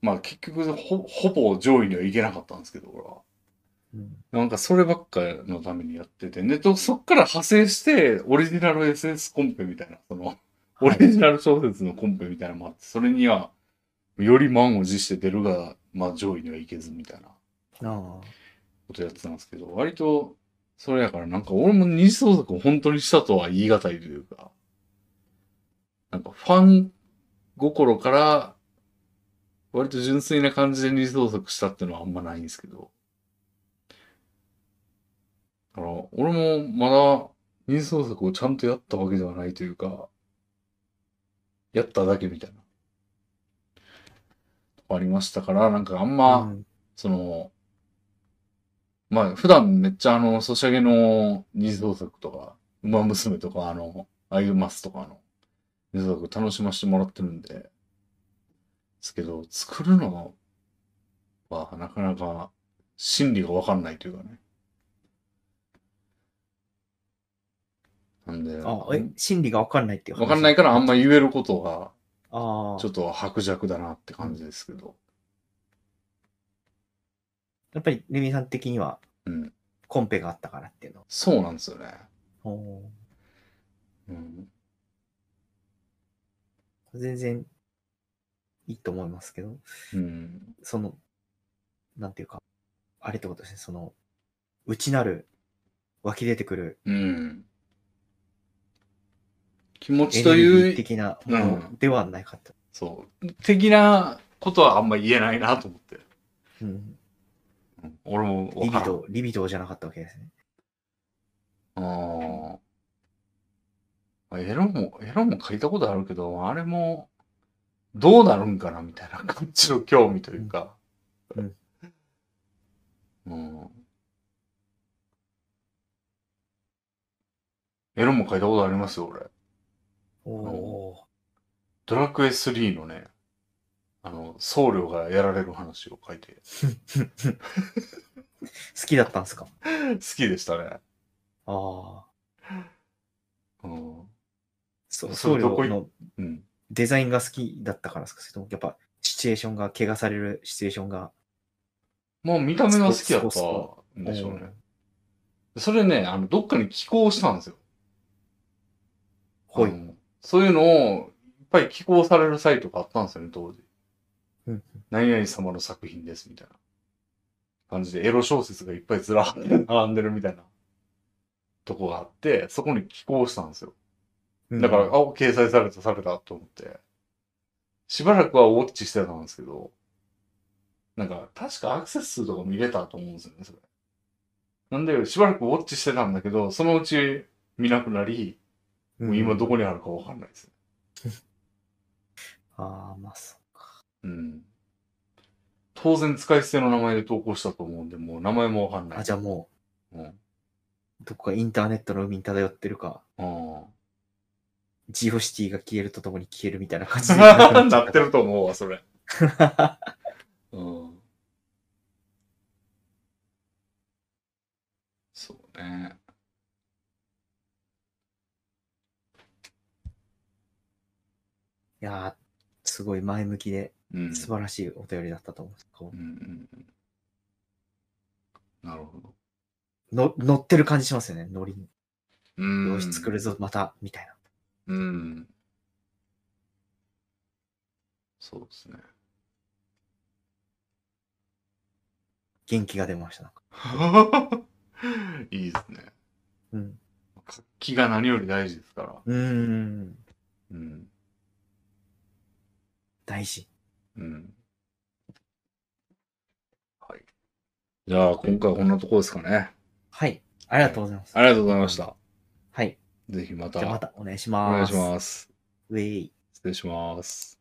まあ結局ほ、ほぼ上位にはいけなかったんですけど、俺は。うんなんかそればっかのためにやってて、ね、とそっから派生して、オリジナル SS コンペみたいな、その、オリジナル小説のコンペみたいなのもあって、それには、より満を持して出るが、まあ上位にはいけずみたいなああ。ことやってたんですけど、割と、それやからなんか俺も二次創作を本当にしたとは言い難いというか、なんかファン心から、割と純粋な感じで二次創作したっていうのはあんまないんですけど、だから俺もまだ二次創作をちゃんとやったわけではないというか、やっただけみたいな。とかありましたから、なんかあんま、うんその、まあ、普段めっちゃあの、ソシャゲの二次創作とか、馬娘とか、あの、アイマスとかの二次創作楽しませてもらってるんで、ですけど、作るのはなかなか心理がわかんないというかね。なんで、あ、え、心理がわかんないっていう話わかんないからあんま言えることがあちあょ。っと薄弱だなって感じですけど。やっぱり、レミさん的には、うん。コンペがあったからっていうの。そうなんですよね。おーうん。全然、いいと思いますけど、うん。その、なんていうか、あれってことですね、その、内なる、湧き出てくる、うん。気持ちエとネルギいーう、的なものではないかと。そう、的なことはあんま言えないなと思って。うん。うん俺もリ分ビからん。ドー、リビドーじゃなかったわけですね。ああ。エロも、エロも書いたことあるけど、あれも、どうなるんかなみたいな感じの興味というか。うんうん。エロも書いたことありますよ、俺。おおドラクエ3のね、あの、僧侶がやられる話を書いて、ー。好きだったんですか好きでしたね。ああ。うん。そそ僧れどこ侶いのうん。デザインが好きだったからですかそれともやっぱ、シチュエーションが、怪我されるシチュエーションが。まあ、見た目が好きだったスポんでしょうね。それね、あの、どっかに寄稿したんですよ。ほいあのそういうのを、いっぱい寄稿されるサイトがあったんですよね、当時。うん何々様の作品です、みたいな。感じで、エロ小説がいっぱいずらーって並んでるみたいな。とこがあって、そこに寄稿したんですよ。うんだから、あ、掲載された、されたと思って。しばらくはウォッチしてたんですけど、なんか、確かアクセス数とか見れたと思うんですよね、それ。なんで、しばらくウォッチしてたんだけど、そのうち見なくなり、もう今どこにあるかわかんないですね。ああ、まあそうう。ん。当然使い捨ての名前で投稿したと思うんで、もう名前もわかんない。あ、じゃあもうん。う、どこかインターネットの海に漂ってるか、うん。ジオシティが消えるとともに消えるみたいな感じ に なってる。ると思うわ、それ。うん。そうね。いやー、すごい前向きで、うん。素晴らしいお便りだったと思うんですけどうんうんうんなるほど。の乗ってる感じしますよね、乗りに。うんよし、作るぞ、また、みたいうな。ん。そうですね。 元気が出ました、なんか。いいですね。うん。活気が何より大事ですから。うーん、うん。大事。うん。はい。じゃあ、今回はこんなところですかね。はい、ありがとうございます。ありがとうございました。はい、ぜひまじゃあまたたお願いしおます。願いします。ウェイ。失礼します。